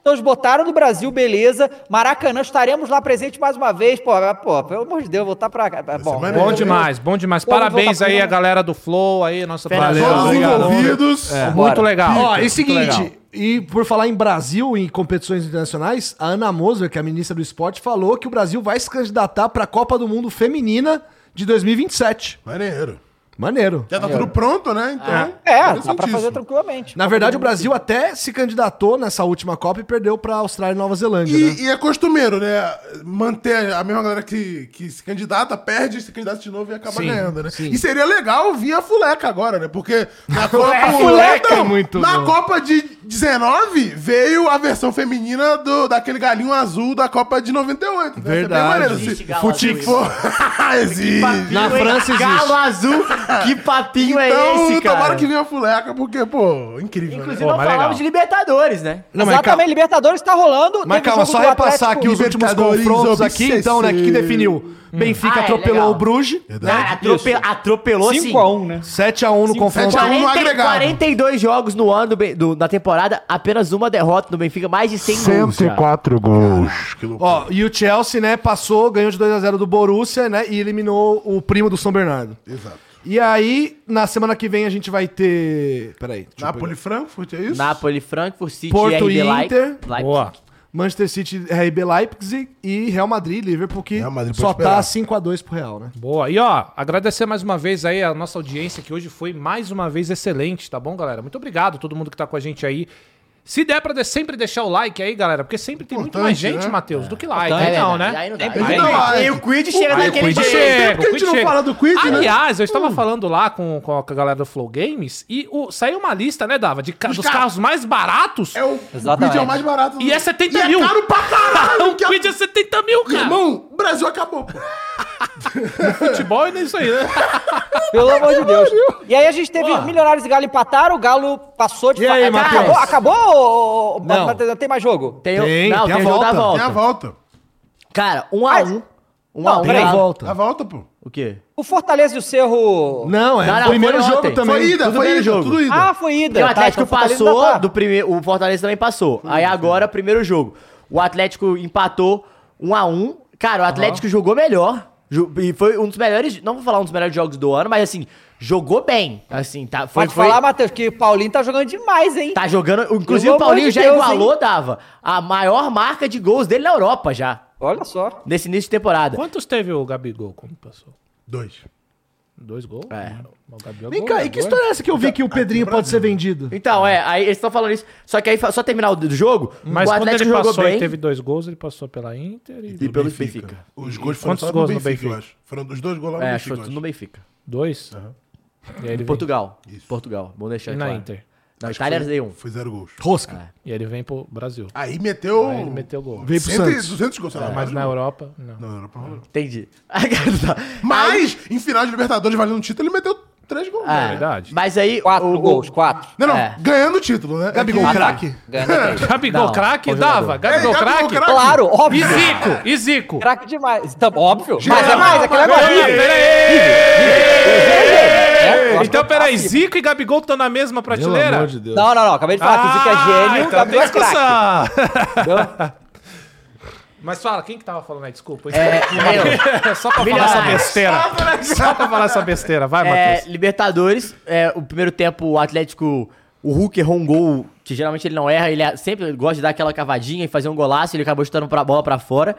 [SPEAKER 2] Então eles botaram no Brasil, beleza. Maracanã, estaremos lá presente mais uma vez. Pô, mas, pô pelo amor de Deus, voltar pra cá. tá Bom,
[SPEAKER 4] maneiro.
[SPEAKER 5] Bom demais, bom demais.
[SPEAKER 2] um Vamos
[SPEAKER 5] Parabéns
[SPEAKER 2] voltar pro
[SPEAKER 5] aí a
[SPEAKER 2] mundo.
[SPEAKER 5] galera do Flow, aí, nossa
[SPEAKER 3] Valeu,
[SPEAKER 5] produção.
[SPEAKER 4] Todos
[SPEAKER 5] Obrigado. É.
[SPEAKER 4] envolvidos.
[SPEAKER 5] Muito
[SPEAKER 2] Bora.
[SPEAKER 5] legal.
[SPEAKER 1] Ah, Ó, e
[SPEAKER 5] Muito legal.
[SPEAKER 1] seguinte, e por falar em Brasil e em competições internacionais, a Ana Moser, que é a ministra do esporte, falou que o Brasil vai se candidatar para a Copa do Mundo Feminina de 2027.
[SPEAKER 4] Maneiro.
[SPEAKER 1] Maneiro.
[SPEAKER 4] Já tá tudo pronto, né? Então.
[SPEAKER 2] É, dá pra
[SPEAKER 4] interessantíssimo.
[SPEAKER 2] fazer tranquilamente.
[SPEAKER 1] Na verdade, o Brasil até se candidatou nessa última Copa e perdeu pra Austrália e Nova Zelândia, né?
[SPEAKER 4] E, e é costumeiro, né? Manter a mesma galera que, que se candidata, perde, se candidata de novo e acaba
[SPEAKER 5] Sim,
[SPEAKER 4] ganhando, né?
[SPEAKER 5] sim.
[SPEAKER 4] E seria legal vir a fuleca agora, né? Porque na Copa,
[SPEAKER 1] fuleca
[SPEAKER 4] Não,
[SPEAKER 1] é muito
[SPEAKER 4] na
[SPEAKER 1] bom.
[SPEAKER 4] Copa de 19 veio a versão feminina do, daquele galinho azul da Copa de 98. Né?
[SPEAKER 1] Verdade.
[SPEAKER 3] Existe
[SPEAKER 1] tipo,
[SPEAKER 4] Se,
[SPEAKER 3] galo assim, né?
[SPEAKER 4] fute-
[SPEAKER 3] azul,
[SPEAKER 4] for- Existe.
[SPEAKER 1] Na
[SPEAKER 3] hein?
[SPEAKER 1] França existe.
[SPEAKER 3] Galo azul, que papinho é
[SPEAKER 4] Então,
[SPEAKER 3] esse, cara?
[SPEAKER 4] tomara que venha a fuleca, porque, pô, incrível.
[SPEAKER 3] Inclusive,
[SPEAKER 5] Pô,
[SPEAKER 4] né?
[SPEAKER 3] não
[SPEAKER 5] mas legal.
[SPEAKER 3] falamos de Libertadores, né?
[SPEAKER 1] Não, mas
[SPEAKER 2] Exatamente,
[SPEAKER 1] calma.
[SPEAKER 2] Libertadores tá rolando.
[SPEAKER 1] Mas
[SPEAKER 2] teve
[SPEAKER 1] calma,
[SPEAKER 2] jogo
[SPEAKER 1] só
[SPEAKER 2] do
[SPEAKER 1] repassar aqui
[SPEAKER 2] Atlético-
[SPEAKER 1] os últimos
[SPEAKER 4] Libertadores
[SPEAKER 1] confrontos aqui, então, né? O que, que definiu?
[SPEAKER 3] Ah,
[SPEAKER 1] Benfica
[SPEAKER 3] é,
[SPEAKER 1] atropelou
[SPEAKER 3] legal.
[SPEAKER 1] o Bruges,
[SPEAKER 3] Cara, atrope- atropelou sim.
[SPEAKER 2] 5x1, né?
[SPEAKER 1] 7x1 no
[SPEAKER 3] um
[SPEAKER 1] confronto.
[SPEAKER 4] 7 a 1.
[SPEAKER 3] 40,
[SPEAKER 4] no agregado.
[SPEAKER 3] 42 jogos no ano do, Ben- do- da temporada, apenas uma derrota no Benfica, mais de 100 gols. já.
[SPEAKER 4] gols. Que loucura.
[SPEAKER 1] Ó, e o Chelsea, né, passou, ganhou de 2x0 do Borussia, né, e eliminou o primo do São Bernardo.
[SPEAKER 4] Exato.
[SPEAKER 1] E aí, na semana que vem a gente vai ter. Peraí. deixa eu
[SPEAKER 4] Napoli Frankfurt, é isso?
[SPEAKER 3] Napoli, Frankfurt, City,
[SPEAKER 1] Porto
[SPEAKER 3] RB Leip-
[SPEAKER 1] Inter.
[SPEAKER 3] Leipzig.
[SPEAKER 5] Boa.
[SPEAKER 1] pegar. Manchester City, RB Leipzig e Real Madrid, Liverpool, que
[SPEAKER 4] Real Madrid
[SPEAKER 1] só
[SPEAKER 4] pode esperar.
[SPEAKER 1] tá 5x2 pro Real, né?
[SPEAKER 5] Boa. E ó, agradecer mais uma vez aí a nossa audiência, que hoje foi mais uma vez excelente, tá bom, galera? Muito obrigado a todo mundo que tá com a gente aí. Se der pra de- sempre deixar o like aí, galera, porque sempre tem muito mais
[SPEAKER 4] Importante,
[SPEAKER 5] gente,
[SPEAKER 4] né?
[SPEAKER 5] Matheus, do que like.
[SPEAKER 3] É,
[SPEAKER 5] Então,
[SPEAKER 3] verdade,
[SPEAKER 5] né?
[SPEAKER 3] Aí não dá.
[SPEAKER 5] Sempre
[SPEAKER 3] Aí
[SPEAKER 5] tem
[SPEAKER 3] não dá.
[SPEAKER 4] like.
[SPEAKER 3] E o Quid chega naquele
[SPEAKER 5] Quid chega,
[SPEAKER 3] jeito.
[SPEAKER 4] Porque é Então, a
[SPEAKER 5] o
[SPEAKER 4] gente
[SPEAKER 5] Quid
[SPEAKER 4] não
[SPEAKER 5] chega.
[SPEAKER 4] fala do Quid, né?
[SPEAKER 5] Aliás, eu estava falando lá com, com a galera do Flow Games e o- saiu uma lista, né, Dava, de, ca- dos
[SPEAKER 4] carros.
[SPEAKER 5] carros mais baratos.
[SPEAKER 4] É o
[SPEAKER 2] Exatamente.
[SPEAKER 4] vídeo é o mais barato.
[SPEAKER 5] E é 70 mil.
[SPEAKER 4] E é caro pra caralho.
[SPEAKER 5] Um
[SPEAKER 4] que é-
[SPEAKER 5] Quid é 70 mil, cara.
[SPEAKER 4] Irmão, o Brasil acabou, pô.
[SPEAKER 5] futebol é isso aí, né?
[SPEAKER 2] Pelo amor de Deus. E aí a gente teve Milionários e Galo empataram, o Galo passou de
[SPEAKER 1] E aí,
[SPEAKER 2] fa-
[SPEAKER 1] Matheus?
[SPEAKER 2] Acabou? acabou ô, ô,
[SPEAKER 1] Não.
[SPEAKER 2] Matheus, Tem mais jogo?
[SPEAKER 3] Tem, o-
[SPEAKER 1] Tem,
[SPEAKER 3] não,
[SPEAKER 1] tem
[SPEAKER 3] tem,
[SPEAKER 1] a
[SPEAKER 3] o jogo da
[SPEAKER 1] volta.
[SPEAKER 4] Tem É a volta.
[SPEAKER 3] Cara, 1 um a
[SPEAKER 2] Mas-
[SPEAKER 3] 1 1 a
[SPEAKER 2] Não,
[SPEAKER 3] 1
[SPEAKER 1] Tem
[SPEAKER 2] peraí.
[SPEAKER 1] a
[SPEAKER 4] é A
[SPEAKER 1] volta.
[SPEAKER 4] volta, pô.
[SPEAKER 3] O quê?
[SPEAKER 2] O Fortaleza e o Cerro.
[SPEAKER 1] Não, é
[SPEAKER 3] Não, não,
[SPEAKER 1] o primeiro
[SPEAKER 3] foi
[SPEAKER 1] jogo
[SPEAKER 3] ontem.
[SPEAKER 1] também.
[SPEAKER 4] Foi ida,
[SPEAKER 3] tudo
[SPEAKER 4] foi
[SPEAKER 3] bem
[SPEAKER 4] ida,
[SPEAKER 3] no jogo.
[SPEAKER 4] tudo ida.
[SPEAKER 2] Ah, foi ida.
[SPEAKER 3] Porque o
[SPEAKER 2] Tá,
[SPEAKER 3] Atlético
[SPEAKER 2] então Fortaleza
[SPEAKER 3] passou
[SPEAKER 2] ainda tá.
[SPEAKER 3] do primeiro, o Fortaleza também passou. Aí agora primeiro jogo. O Atlético empatou 1 a 1. Cara, o Atlético jogou melhor. Ju- E foi um dos melhores, não vou falar um dos melhores jogos do ano, mas assim, jogou bem. Assim, tá, foi,
[SPEAKER 2] Pode
[SPEAKER 3] foi-
[SPEAKER 2] falar, Matheus, que Paulinho tá jogando demais, hein?
[SPEAKER 3] tá jogando, inclusive
[SPEAKER 2] Pelo
[SPEAKER 3] o Paulinho
[SPEAKER 2] amor de
[SPEAKER 3] já
[SPEAKER 2] Deus,
[SPEAKER 3] igualou, dava a maior marca de gols dele na Europa já,
[SPEAKER 2] Olha só.
[SPEAKER 3] nesse início de temporada.
[SPEAKER 5] Quantos teve o Gabigol? Como passou?
[SPEAKER 4] Dois.
[SPEAKER 5] Dois gols?
[SPEAKER 3] É.
[SPEAKER 5] O Gabigol
[SPEAKER 1] Vem cá, e que história é essa que eu vi que o Pedrinho pode ser vendido?
[SPEAKER 3] Então, é, aí eles estão falando isso. Só que aí, fa- só terminar o do jogo,
[SPEAKER 5] Mas
[SPEAKER 3] o
[SPEAKER 5] quando ele
[SPEAKER 3] Atlético jogou
[SPEAKER 5] passou e
[SPEAKER 3] bem
[SPEAKER 5] teve dois gols, ele passou pela Inter e,
[SPEAKER 3] e pelo Benfica.
[SPEAKER 4] Os gols foram
[SPEAKER 5] quantos
[SPEAKER 4] só
[SPEAKER 5] gols no
[SPEAKER 4] eu
[SPEAKER 5] Benfica?
[SPEAKER 4] acho. Foram os dois gols lá no
[SPEAKER 3] É, acho que
[SPEAKER 4] Benfica.
[SPEAKER 3] foi
[SPEAKER 4] eu
[SPEAKER 3] tudo no Benfica.
[SPEAKER 5] Dois? E aí ele vem,
[SPEAKER 3] Portugal. Portugal. Bom deixar
[SPEAKER 5] e na
[SPEAKER 3] claro.
[SPEAKER 5] Inter.
[SPEAKER 3] Na Itália era um. É,
[SPEAKER 4] acho. Foi zero gols.
[SPEAKER 1] Rosca.
[SPEAKER 5] E aí ele vem pro Brasil.
[SPEAKER 4] Aí meteu...
[SPEAKER 5] Aí ele meteu gol.
[SPEAKER 1] Veio pro
[SPEAKER 4] 100,
[SPEAKER 1] Santos.
[SPEAKER 4] 200 gols, sei lá.
[SPEAKER 5] Mas
[SPEAKER 4] mais
[SPEAKER 5] na
[SPEAKER 4] gols.
[SPEAKER 5] Europa, não.
[SPEAKER 4] Não, era pra rolar.
[SPEAKER 3] Entendi. Tá.
[SPEAKER 4] Mas, em final de Libertadores, valendo o título, ele meteu três gols.
[SPEAKER 3] Ah,
[SPEAKER 4] né?
[SPEAKER 5] É verdade.
[SPEAKER 3] Mas aí.
[SPEAKER 2] Quatro
[SPEAKER 3] o- o-
[SPEAKER 2] gols, quatro.
[SPEAKER 4] Não, não,
[SPEAKER 3] É.
[SPEAKER 4] ganhando o título, né?
[SPEAKER 1] Gabigol,
[SPEAKER 4] É que-
[SPEAKER 1] craque.
[SPEAKER 2] Ganhando três.
[SPEAKER 5] Gabigol
[SPEAKER 3] Não,
[SPEAKER 5] craque?
[SPEAKER 3] bom jogador.
[SPEAKER 5] Dava.
[SPEAKER 4] É,
[SPEAKER 5] Gabigol craque?
[SPEAKER 2] Claro,
[SPEAKER 5] E
[SPEAKER 2] óbvio.
[SPEAKER 5] Zico? E Zico?
[SPEAKER 2] Craque demais. Tá, óbvio. Mas é
[SPEAKER 4] Geraldo,
[SPEAKER 2] mais, aquele é
[SPEAKER 4] mas-
[SPEAKER 5] Peraí,
[SPEAKER 2] horrível.
[SPEAKER 5] peraí!
[SPEAKER 2] É,
[SPEAKER 5] Então, peraí,
[SPEAKER 2] fácil.
[SPEAKER 5] Zico e Gabigol estão na mesma prateleira?
[SPEAKER 1] Deus.
[SPEAKER 2] Não, não, não. Acabei de falar que o Zico é gênio,
[SPEAKER 5] então
[SPEAKER 2] Gabriel é
[SPEAKER 5] tem
[SPEAKER 2] craque.
[SPEAKER 5] discussão.
[SPEAKER 2] entendeu?
[SPEAKER 5] Mas fala, quem que tava falando aí? Desculpa.
[SPEAKER 3] É, eu.
[SPEAKER 5] Só pra falar
[SPEAKER 3] Milionários.
[SPEAKER 5] essa besteira. Só pra falar essa besteira. Vai,
[SPEAKER 3] É,
[SPEAKER 5] Matheus.
[SPEAKER 3] Libertadores, é, o primeiro tempo o Atlético, o Hulk errou um gol que geralmente ele não erra, ele é- sempre gosta de dar aquela cavadinha e fazer um golaço, ele acabou chutando a bola pra fora.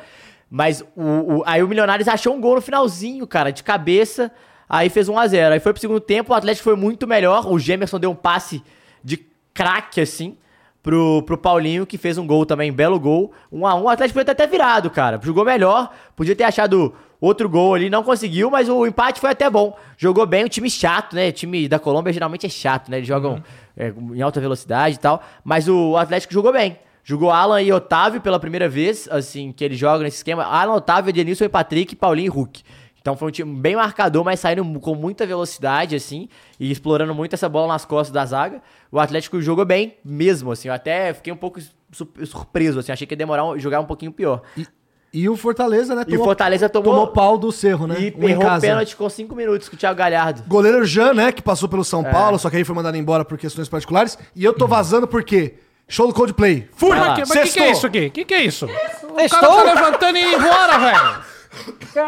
[SPEAKER 3] Mas o, o- aí o Milionários achou um gol no finalzinho, cara, de cabeça, aí fez 1 a 0 Aí foi pro segundo tempo, o Atlético foi muito melhor, o Gemerson deu um passe de craque, assim, pro, pro Paulinho, que fez um gol também, belo gol. 1 a 1 O Atlético podia ter até virado, cara. Jogou melhor, podia ter achado outro gol ali, não conseguiu, mas o empate foi até bom. Jogou bem, o time chato, né? O time da Colômbia geralmente é chato, né? Eles jogam é, em alta velocidade e tal, mas o Atlético jogou bem. Jogou Alan e Otávio pela primeira vez, assim, que eles jogam nesse esquema. Alan, Otávio, Denilson e Patrick, Paulinho e Hulk. Então foi um time bem marcador, mas saindo mu- com muita velocidade, assim, e explorando muito essa bola nas costas da zaga. O Atlético jogou bem mesmo, assim. Eu até fiquei um pouco su- surpreso, assim. Achei que ia demorar um- jogar um pouquinho pior. E,
[SPEAKER 1] E o Fortaleza, né?
[SPEAKER 3] o Fortaleza tomou,
[SPEAKER 1] tomou pau do Cerro, né?
[SPEAKER 3] e
[SPEAKER 1] Um em
[SPEAKER 3] errou o
[SPEAKER 1] casa.
[SPEAKER 3] pênalti com 5 minutos com o Thiago Galhardo.
[SPEAKER 1] Goleiro Jean, né, que passou pelo São Paulo, só que aí foi mandado embora por questões particulares. E eu tô vazando por quê? Show do Coldplay. Fui!
[SPEAKER 5] Mas que- Mas o que, que é
[SPEAKER 1] Sextou.
[SPEAKER 5] isso aqui? O que, que é isso? O cara
[SPEAKER 2] Sextou?
[SPEAKER 5] tá levantando e indo embora, velho.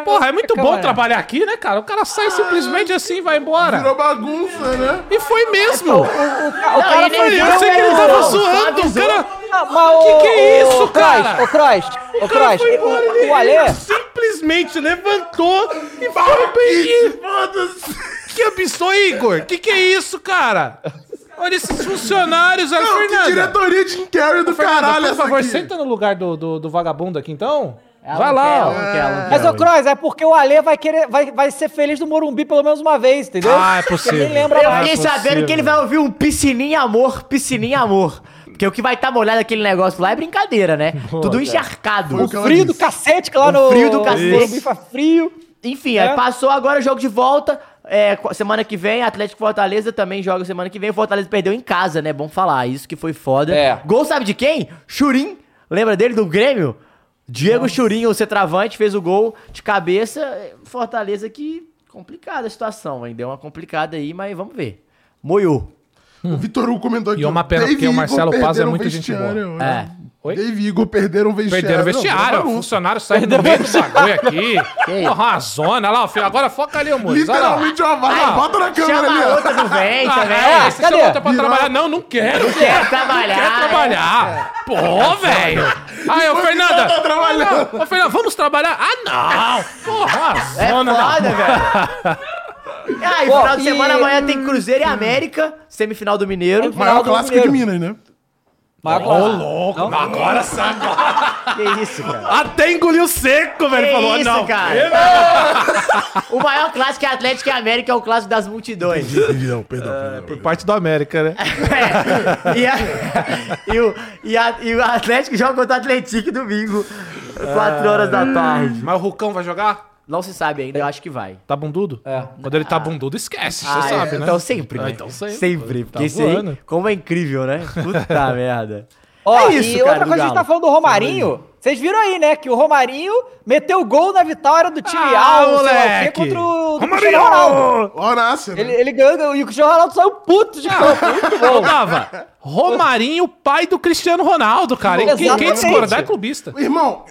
[SPEAKER 5] Porra, é muito bom trabalhar aqui, né, cara? O cara sai simplesmente assim e vai embora.
[SPEAKER 4] Virou bagunça, né?
[SPEAKER 5] E foi mesmo.
[SPEAKER 2] Ah, O cara foi
[SPEAKER 5] Eu sei que ele
[SPEAKER 2] um
[SPEAKER 5] tava zoando. O cara
[SPEAKER 2] Ah, mas
[SPEAKER 5] Que
[SPEAKER 2] o-
[SPEAKER 5] que é isso,
[SPEAKER 2] o Kroos,
[SPEAKER 5] cara?
[SPEAKER 2] O Cross, o Cross,
[SPEAKER 5] foi embora, É,
[SPEAKER 2] o,
[SPEAKER 5] ele
[SPEAKER 2] o Alê,
[SPEAKER 5] simplesmente levantou e foi bem.
[SPEAKER 4] Foda-se.
[SPEAKER 5] Que que ambição, Igor? Que que é isso, cara? Olha esses funcionários aí,
[SPEAKER 4] Não, que
[SPEAKER 5] Fernanda.
[SPEAKER 4] diretoria de Jim do
[SPEAKER 5] Fernanda,
[SPEAKER 4] caralho
[SPEAKER 5] por
[SPEAKER 4] essa
[SPEAKER 5] favor,
[SPEAKER 4] aqui.
[SPEAKER 5] senta no lugar do, do, do vagabundo aqui, então. Vai
[SPEAKER 3] Ela
[SPEAKER 5] lá,
[SPEAKER 3] não
[SPEAKER 5] ó.
[SPEAKER 3] quer, ela não quer, ela não
[SPEAKER 2] Mas,
[SPEAKER 3] quer
[SPEAKER 2] ô
[SPEAKER 3] hoje.
[SPEAKER 2] Crois, é porque o Ale vai querer, vai, vai ser feliz no Morumbi pelo menos uma vez, entendeu?
[SPEAKER 5] Ah, é
[SPEAKER 2] Porque
[SPEAKER 5] possível.
[SPEAKER 2] Ele nem lembra
[SPEAKER 3] Eu
[SPEAKER 2] mais.
[SPEAKER 3] fiquei
[SPEAKER 5] possível.
[SPEAKER 3] sabendo que ele vai ouvir um piscininha amor, piscininha amor. Porque o que vai estar tá molhado aquele negócio lá é brincadeira, né? Tudo encharcado.
[SPEAKER 4] Foi o que ela
[SPEAKER 2] Frio do
[SPEAKER 4] disse.
[SPEAKER 2] cacete, que lá
[SPEAKER 3] O
[SPEAKER 2] no
[SPEAKER 3] frio do cacete.
[SPEAKER 2] no Morumbi faz frio.
[SPEAKER 3] Enfim,
[SPEAKER 2] É.
[SPEAKER 3] aí passou agora, jogo de volta. é, qu- semana que vem, Atlético Fortaleza também joga semana que vem. O Fortaleza perdeu em casa, né? Bom falar, isso que foi foda.
[SPEAKER 2] É.
[SPEAKER 3] Gol sabe de quem? Churim. Lembra dele do Grêmio? Diego Churim, o centroavante, fez o gol de cabeça. Fortaleza que complicada a situação, hein? Deu uma complicada aí, mas vamos ver. Moiou.
[SPEAKER 4] O Vitor Hugo comentou aqui.
[SPEAKER 5] E é uma
[SPEAKER 4] ó,
[SPEAKER 5] pena,
[SPEAKER 4] Dave
[SPEAKER 5] porque o
[SPEAKER 4] Igor
[SPEAKER 5] Marcelo Paz é
[SPEAKER 4] perderam
[SPEAKER 5] muito gente boa.
[SPEAKER 4] vestiário.
[SPEAKER 3] É.
[SPEAKER 5] Oi?
[SPEAKER 4] Dave e Igor perderam o vestiário.
[SPEAKER 5] Perderam o vestiário,
[SPEAKER 4] Não,
[SPEAKER 5] o
[SPEAKER 4] não,
[SPEAKER 5] funcionário saiu do meio do bagulho aqui. Porra, uma zona. Olha lá, filho, agora foca ali, amor.
[SPEAKER 4] Literalmente uma vaga.
[SPEAKER 3] Ai,
[SPEAKER 4] Bota na câmera
[SPEAKER 3] Chama
[SPEAKER 4] ali, ó.
[SPEAKER 3] outra do vem também.
[SPEAKER 5] Ah, é, você
[SPEAKER 2] Cadê?
[SPEAKER 5] chama outra pra
[SPEAKER 4] Virou-
[SPEAKER 5] trabalhar? Não, não quero. Não
[SPEAKER 3] Quer trabalhar.
[SPEAKER 5] Quer trabalhar.
[SPEAKER 3] É.
[SPEAKER 5] Pô, velho. Aí, ô, Fernanda.
[SPEAKER 4] tá trabalhando.
[SPEAKER 5] Ô, Fernanda, vamos trabalhar? Ah, não. Porra, a
[SPEAKER 3] É
[SPEAKER 5] zona da-
[SPEAKER 3] foda, velho. Ah, e
[SPEAKER 2] Pô,
[SPEAKER 3] final de
[SPEAKER 2] e-
[SPEAKER 3] semana amanhã tem Cruzeiro e América, semifinal do Mineiro.
[SPEAKER 4] Maior clássico de Minas, né?
[SPEAKER 2] Mas,
[SPEAKER 5] Ô, louco.
[SPEAKER 2] Não?
[SPEAKER 5] Agora sabe.
[SPEAKER 3] Que isso, cara.
[SPEAKER 5] Até engoliu seco, velho.
[SPEAKER 3] Que
[SPEAKER 5] falou,
[SPEAKER 3] isso,
[SPEAKER 5] não.
[SPEAKER 3] cara. O maior clássico é Atlético e América, é o clássico das multidões.
[SPEAKER 4] Perdão, perdão.
[SPEAKER 5] É,
[SPEAKER 4] perdão.
[SPEAKER 5] Parte do América, né?
[SPEAKER 3] É. E, a- e o, e a- e o Atlético joga contra o Atlético domingo, 4 horas da tarde.
[SPEAKER 5] Mas o Rucão vai jogar?
[SPEAKER 3] Não se sabe ainda, eu acho que vai.
[SPEAKER 5] Tá bundudo?
[SPEAKER 2] É.
[SPEAKER 5] Quando ele tá bundudo, esquece, você
[SPEAKER 3] Ah,
[SPEAKER 5] sabe,
[SPEAKER 3] é,
[SPEAKER 5] né?
[SPEAKER 3] Então sempre,
[SPEAKER 5] Ah,
[SPEAKER 3] né?
[SPEAKER 5] então sempre.
[SPEAKER 3] porque
[SPEAKER 5] Tá
[SPEAKER 3] isso aí,
[SPEAKER 5] voando.
[SPEAKER 3] como é incrível, né? Puta merda.
[SPEAKER 2] Ó,
[SPEAKER 3] é
[SPEAKER 2] e
[SPEAKER 3] isso, cara,
[SPEAKER 2] outra
[SPEAKER 3] do
[SPEAKER 2] coisa que a gente tá
[SPEAKER 3] Galo.
[SPEAKER 2] falando do Romarinho, vocês viram aí, né? Que o Romarinho meteu gol na vitória do time
[SPEAKER 5] Ah,
[SPEAKER 2] A, não sei lá o quê,
[SPEAKER 5] moleque.
[SPEAKER 2] contra o do
[SPEAKER 5] Romarinho!
[SPEAKER 2] Cristiano Ronaldo.
[SPEAKER 4] Ó, nasce. né?
[SPEAKER 2] Ele, ele ganhou e o Cristiano Ronaldo saiu puto de campo. Muito
[SPEAKER 5] Ô,
[SPEAKER 2] bom.
[SPEAKER 5] Dava, Romarinho, pai do Cristiano Ronaldo, cara. E Quem, quem
[SPEAKER 2] Exatamente.
[SPEAKER 5] discordar é clubista.
[SPEAKER 4] Irmão,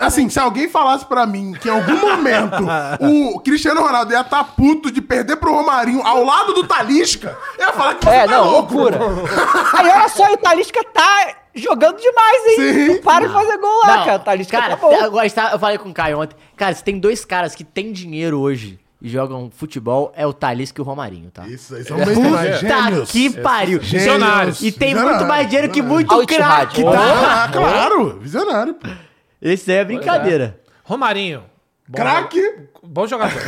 [SPEAKER 4] assim, se alguém falasse pra mim que em algum momento o Cristiano Ronaldo ia estar puto de perder pro Romarinho ao lado do Talisca, eu ia falar que você
[SPEAKER 2] É,
[SPEAKER 4] tá
[SPEAKER 2] não,
[SPEAKER 4] louco.
[SPEAKER 2] loucura. Aí olha só, e o Talisca tá jogando demais, hein?
[SPEAKER 4] Sim.
[SPEAKER 2] Não para de fazer gol lá, cara. O Talisca tá
[SPEAKER 3] cara,
[SPEAKER 2] bom.
[SPEAKER 3] agora está- eu falei com o Caio ontem. Cara, se tem dois caras que têm dinheiro hoje e jogam futebol, é o Talisca e o Romarinho, tá?
[SPEAKER 4] Isso, isso é um meio mais
[SPEAKER 3] Tá
[SPEAKER 4] gênios.
[SPEAKER 3] que pariu.
[SPEAKER 5] Visionários.
[SPEAKER 3] E tem
[SPEAKER 4] Visionário.
[SPEAKER 3] muito mais dinheiro que muito
[SPEAKER 2] Alt
[SPEAKER 3] craque,
[SPEAKER 2] Rádio.
[SPEAKER 3] tá?
[SPEAKER 4] Ah, claro, visionário. pô.
[SPEAKER 3] Esse daí é brincadeira.
[SPEAKER 5] Romarinho. bom-
[SPEAKER 4] Craque. Então,
[SPEAKER 5] Bom jogador.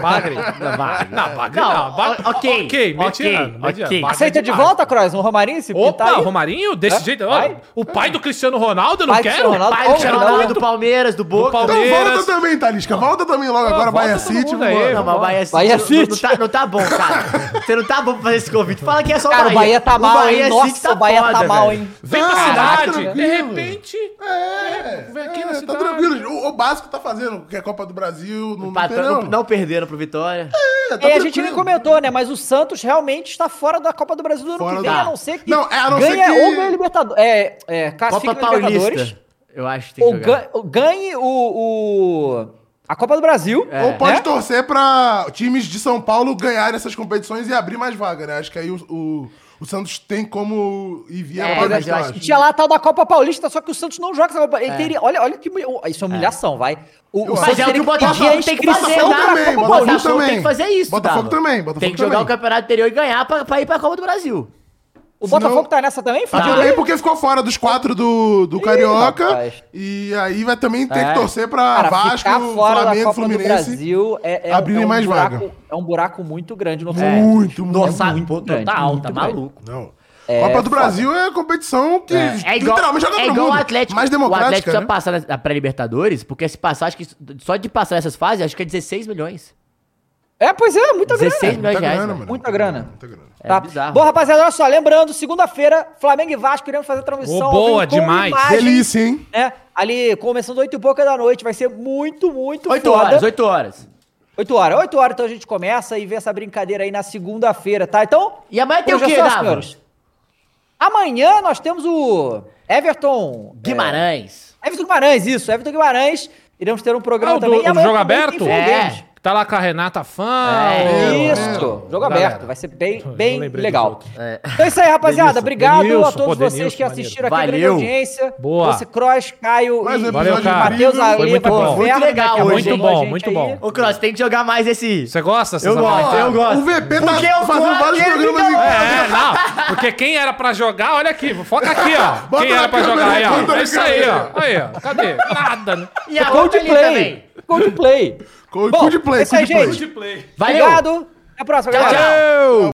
[SPEAKER 5] Bagre.
[SPEAKER 3] Não, Bagre.
[SPEAKER 5] Não, Bagre não. Bagre-
[SPEAKER 3] ok,
[SPEAKER 5] Ok,
[SPEAKER 3] ok,
[SPEAKER 5] mediano, mediano.
[SPEAKER 3] ok.
[SPEAKER 5] Bagre
[SPEAKER 2] Aceita
[SPEAKER 5] é
[SPEAKER 2] de
[SPEAKER 5] demais.
[SPEAKER 2] volta, Crois, no Romarinho? Se pintar
[SPEAKER 5] Opa,
[SPEAKER 2] aí?
[SPEAKER 5] Romarinho, desse
[SPEAKER 2] É?
[SPEAKER 5] jeito.
[SPEAKER 2] Vai.
[SPEAKER 5] O pai do Cristiano Ronaldo, eu não
[SPEAKER 2] Pai do
[SPEAKER 5] quero?
[SPEAKER 2] Cristiano Ronaldo.
[SPEAKER 3] Pai do
[SPEAKER 2] Ou não.
[SPEAKER 3] Ronaldo, do Palmeiras, do Boca.
[SPEAKER 5] Palmeiras.
[SPEAKER 4] Então
[SPEAKER 5] Palmeiras. Ah,
[SPEAKER 4] volta também, Talisca. Volta também logo agora,
[SPEAKER 5] volta
[SPEAKER 4] Bahia
[SPEAKER 5] todo
[SPEAKER 4] City.
[SPEAKER 5] mundo aí,
[SPEAKER 4] vambora.
[SPEAKER 3] Não, mas o Bahia City,
[SPEAKER 2] Bahia
[SPEAKER 3] não-
[SPEAKER 2] City.
[SPEAKER 3] Não, tá, não tá bom, cara. Você não tá bom pra fazer esse convite. Fala que é só
[SPEAKER 2] Cara, o Bahia tá mal, hein?
[SPEAKER 3] City
[SPEAKER 2] Nossa, o Bahia tá
[SPEAKER 3] assim foda,
[SPEAKER 2] mal,
[SPEAKER 3] velho.
[SPEAKER 2] hein?
[SPEAKER 5] Vem pra
[SPEAKER 4] Ah,
[SPEAKER 2] tá
[SPEAKER 5] cidade. De
[SPEAKER 4] tranquilo.
[SPEAKER 5] repente,
[SPEAKER 4] É,
[SPEAKER 5] vem aqui na
[SPEAKER 4] Tá
[SPEAKER 5] cidade.
[SPEAKER 4] tranquilo. O, o básico tá fazendo, que é Copa do Brasil, não, não tem
[SPEAKER 3] Empatando,
[SPEAKER 4] não.
[SPEAKER 3] não, perderam pro Vitória.
[SPEAKER 4] É, tá
[SPEAKER 2] É, a gente nem
[SPEAKER 4] tranquilo.
[SPEAKER 2] comentou, né? Mas o Santos realmente está fora da Copa do Brasil do ano
[SPEAKER 4] Fora
[SPEAKER 2] que vem,
[SPEAKER 4] da-
[SPEAKER 2] a não ser que
[SPEAKER 4] Não, é, a não ser
[SPEAKER 2] ganha
[SPEAKER 4] que-
[SPEAKER 2] ou ganha Libertadores. É, é classifique
[SPEAKER 3] Copa
[SPEAKER 2] na Libertadores.
[SPEAKER 3] Paulista. Eu acho que tem que
[SPEAKER 2] Ou
[SPEAKER 3] jogar.
[SPEAKER 2] ganhe, ou ganhe o, o- a Copa do Brasil.
[SPEAKER 3] É.
[SPEAKER 4] Ou pode
[SPEAKER 2] né?
[SPEAKER 4] torcer pra times de São Paulo ganharem essas competições e abrir mais vaga, né? Acho que aí o, o, o Santos tem como ir via
[SPEAKER 3] É,
[SPEAKER 4] pra
[SPEAKER 3] mas eu
[SPEAKER 4] mais
[SPEAKER 3] acho É.
[SPEAKER 4] baixo.
[SPEAKER 3] que
[SPEAKER 2] Tinha lá a tal da Copa Paulista, só que o Santos não joga essa Copa. Ele teria, olha, olha que. humilha- Isso é humilhação, vai. O,
[SPEAKER 4] Mas
[SPEAKER 3] Mas é o que
[SPEAKER 2] teria
[SPEAKER 3] o Botafogo
[SPEAKER 2] pedir a
[SPEAKER 3] tem que fazer,
[SPEAKER 2] inscrição
[SPEAKER 4] Botafogo
[SPEAKER 3] tá?
[SPEAKER 2] pra Copa
[SPEAKER 4] também, Botafogo
[SPEAKER 2] Paulista.
[SPEAKER 4] também.
[SPEAKER 3] tem que fazer isso,
[SPEAKER 4] Botafogo
[SPEAKER 3] Dava.
[SPEAKER 4] também, Botafogo
[SPEAKER 3] Tem que jogar
[SPEAKER 4] também.
[SPEAKER 3] o campeonato anterior e ganhar pra, pra ir pra Copa do Brasil.
[SPEAKER 2] O Botafogo
[SPEAKER 4] Senão-
[SPEAKER 2] tá nessa também?
[SPEAKER 4] Tá.
[SPEAKER 2] Fabio?
[SPEAKER 4] Também porque ficou fora dos quatro do, do Carioca.
[SPEAKER 2] rapaz.
[SPEAKER 4] E aí vai também ter
[SPEAKER 3] É.
[SPEAKER 4] que torcer pra
[SPEAKER 2] Cara,
[SPEAKER 4] Vasco,
[SPEAKER 2] ficar fora da
[SPEAKER 4] Flamengo,
[SPEAKER 2] Copa do
[SPEAKER 4] Fluminense.
[SPEAKER 2] Brasil é, é,
[SPEAKER 4] abrirem
[SPEAKER 2] é um
[SPEAKER 4] mais
[SPEAKER 2] buraco,
[SPEAKER 4] vaga.
[SPEAKER 2] É um buraco muito grande no
[SPEAKER 3] É.
[SPEAKER 2] futebol.
[SPEAKER 4] Muito, muito.
[SPEAKER 3] Nossa, pô,
[SPEAKER 2] grande,
[SPEAKER 3] tá alta,
[SPEAKER 2] muito
[SPEAKER 3] maluco.
[SPEAKER 4] Não. Copa do Brasil é competição que
[SPEAKER 3] É igual,
[SPEAKER 4] literalmente joga
[SPEAKER 3] é
[SPEAKER 4] pro
[SPEAKER 3] igual o
[SPEAKER 4] mundo.
[SPEAKER 3] Atlético.
[SPEAKER 4] Mais
[SPEAKER 3] o Atlético
[SPEAKER 4] democrática,
[SPEAKER 3] precisa
[SPEAKER 4] né?
[SPEAKER 3] passar na- na pré-Libertadores, porque se passar, acho que só de passar nessas fases, acho que é 16 milhões.
[SPEAKER 2] É, pois é, muita grana.
[SPEAKER 3] 16 milhões
[SPEAKER 4] Muita
[SPEAKER 3] de reais.
[SPEAKER 4] grana,
[SPEAKER 3] mano.
[SPEAKER 4] mano.
[SPEAKER 2] Muita grana.
[SPEAKER 4] Muita grana.
[SPEAKER 3] É
[SPEAKER 2] Tá.
[SPEAKER 3] bizarro.
[SPEAKER 2] Bom, rapaziada, olha só, lembrando, segunda-feira, Flamengo e Vasco iremos fazer a transmissão.
[SPEAKER 5] Ô,
[SPEAKER 2] ao
[SPEAKER 5] boa
[SPEAKER 2] vivo com
[SPEAKER 5] demais.
[SPEAKER 2] imagens,
[SPEAKER 4] Delícia, hein?
[SPEAKER 2] Né? Ali, começando 8 e pouca da noite, vai ser muito, muito
[SPEAKER 3] 8
[SPEAKER 2] foda.
[SPEAKER 3] horas, 8 horas.
[SPEAKER 2] 8 horas. 8 horas, então a gente começa e vê essa brincadeira aí na segunda-feira, tá? Então.
[SPEAKER 3] E amanhã tem o
[SPEAKER 2] hoje é
[SPEAKER 3] quê,
[SPEAKER 2] só,
[SPEAKER 3] Dava?
[SPEAKER 2] Amanhã nós temos o Everton.
[SPEAKER 3] Guimarães.
[SPEAKER 2] é, Everton Guimarães, isso, Everton Guimarães. Iremos ter um programa
[SPEAKER 5] Ah, o do-
[SPEAKER 2] também. E
[SPEAKER 5] o
[SPEAKER 2] amanhã
[SPEAKER 5] jogo
[SPEAKER 2] também tem
[SPEAKER 5] aberto?
[SPEAKER 2] Fluminense.
[SPEAKER 3] É.
[SPEAKER 5] Tá lá com a Renata Fã.
[SPEAKER 3] É,
[SPEAKER 2] Isso, jogo
[SPEAKER 5] Galera.
[SPEAKER 2] aberto, vai ser bem,
[SPEAKER 5] Eu
[SPEAKER 2] bem
[SPEAKER 5] lembrei dos
[SPEAKER 2] legal.
[SPEAKER 5] outros.
[SPEAKER 3] É.
[SPEAKER 2] Então é isso aí, rapaziada.
[SPEAKER 5] Denilson,
[SPEAKER 2] Obrigado a
[SPEAKER 5] Denilson,
[SPEAKER 2] todos
[SPEAKER 5] pô,
[SPEAKER 2] vocês
[SPEAKER 5] Denilson,
[SPEAKER 2] que
[SPEAKER 5] maneiro.
[SPEAKER 2] assistiram aqui, grande
[SPEAKER 3] Valeu.
[SPEAKER 2] audiência.
[SPEAKER 5] Boa.
[SPEAKER 2] Você, Cross, Caio
[SPEAKER 4] Mais um
[SPEAKER 2] e
[SPEAKER 5] Valeu,
[SPEAKER 4] episódio
[SPEAKER 5] cara.
[SPEAKER 2] Matheus
[SPEAKER 4] incrível.
[SPEAKER 5] Foi
[SPEAKER 2] ali.
[SPEAKER 5] muito
[SPEAKER 2] pô,
[SPEAKER 5] bom.
[SPEAKER 2] Ferro,
[SPEAKER 3] Muito legal
[SPEAKER 2] que acabou
[SPEAKER 3] hoje, hein?
[SPEAKER 2] com a
[SPEAKER 5] Muito bom,
[SPEAKER 2] gente
[SPEAKER 5] muito
[SPEAKER 2] aí.
[SPEAKER 5] bom.
[SPEAKER 3] Ô, É. Cross, tem que jogar mais esse.
[SPEAKER 5] Você gosta dessas
[SPEAKER 3] Eu gosto, eu gosto.
[SPEAKER 4] O VP tá
[SPEAKER 3] Porque eu
[SPEAKER 4] fazendo
[SPEAKER 3] vou
[SPEAKER 4] vários
[SPEAKER 3] aquele
[SPEAKER 4] programas
[SPEAKER 3] milhão.
[SPEAKER 5] É,
[SPEAKER 4] incríveis.
[SPEAKER 5] não. Porque quem era pra jogar, olha aqui, foca aqui, ó.
[SPEAKER 4] Bota
[SPEAKER 5] quem
[SPEAKER 4] na
[SPEAKER 5] era pra
[SPEAKER 4] câmera,
[SPEAKER 5] jogar aí,
[SPEAKER 4] bota
[SPEAKER 5] ó.
[SPEAKER 4] na
[SPEAKER 5] É isso aí,
[SPEAKER 4] câmera.
[SPEAKER 5] ó. Aí, ó. Cadê? Nada, né?
[SPEAKER 3] E a outra ali também.
[SPEAKER 2] Coldplay. Coldplay.
[SPEAKER 4] Cu-
[SPEAKER 2] Bom,
[SPEAKER 4] cu de play,
[SPEAKER 2] é isso
[SPEAKER 4] cu
[SPEAKER 2] aí,
[SPEAKER 4] de play.
[SPEAKER 2] gente.
[SPEAKER 5] Play.
[SPEAKER 3] Valeu.
[SPEAKER 2] Obrigado. Até a próxima, galera.
[SPEAKER 3] Tchau.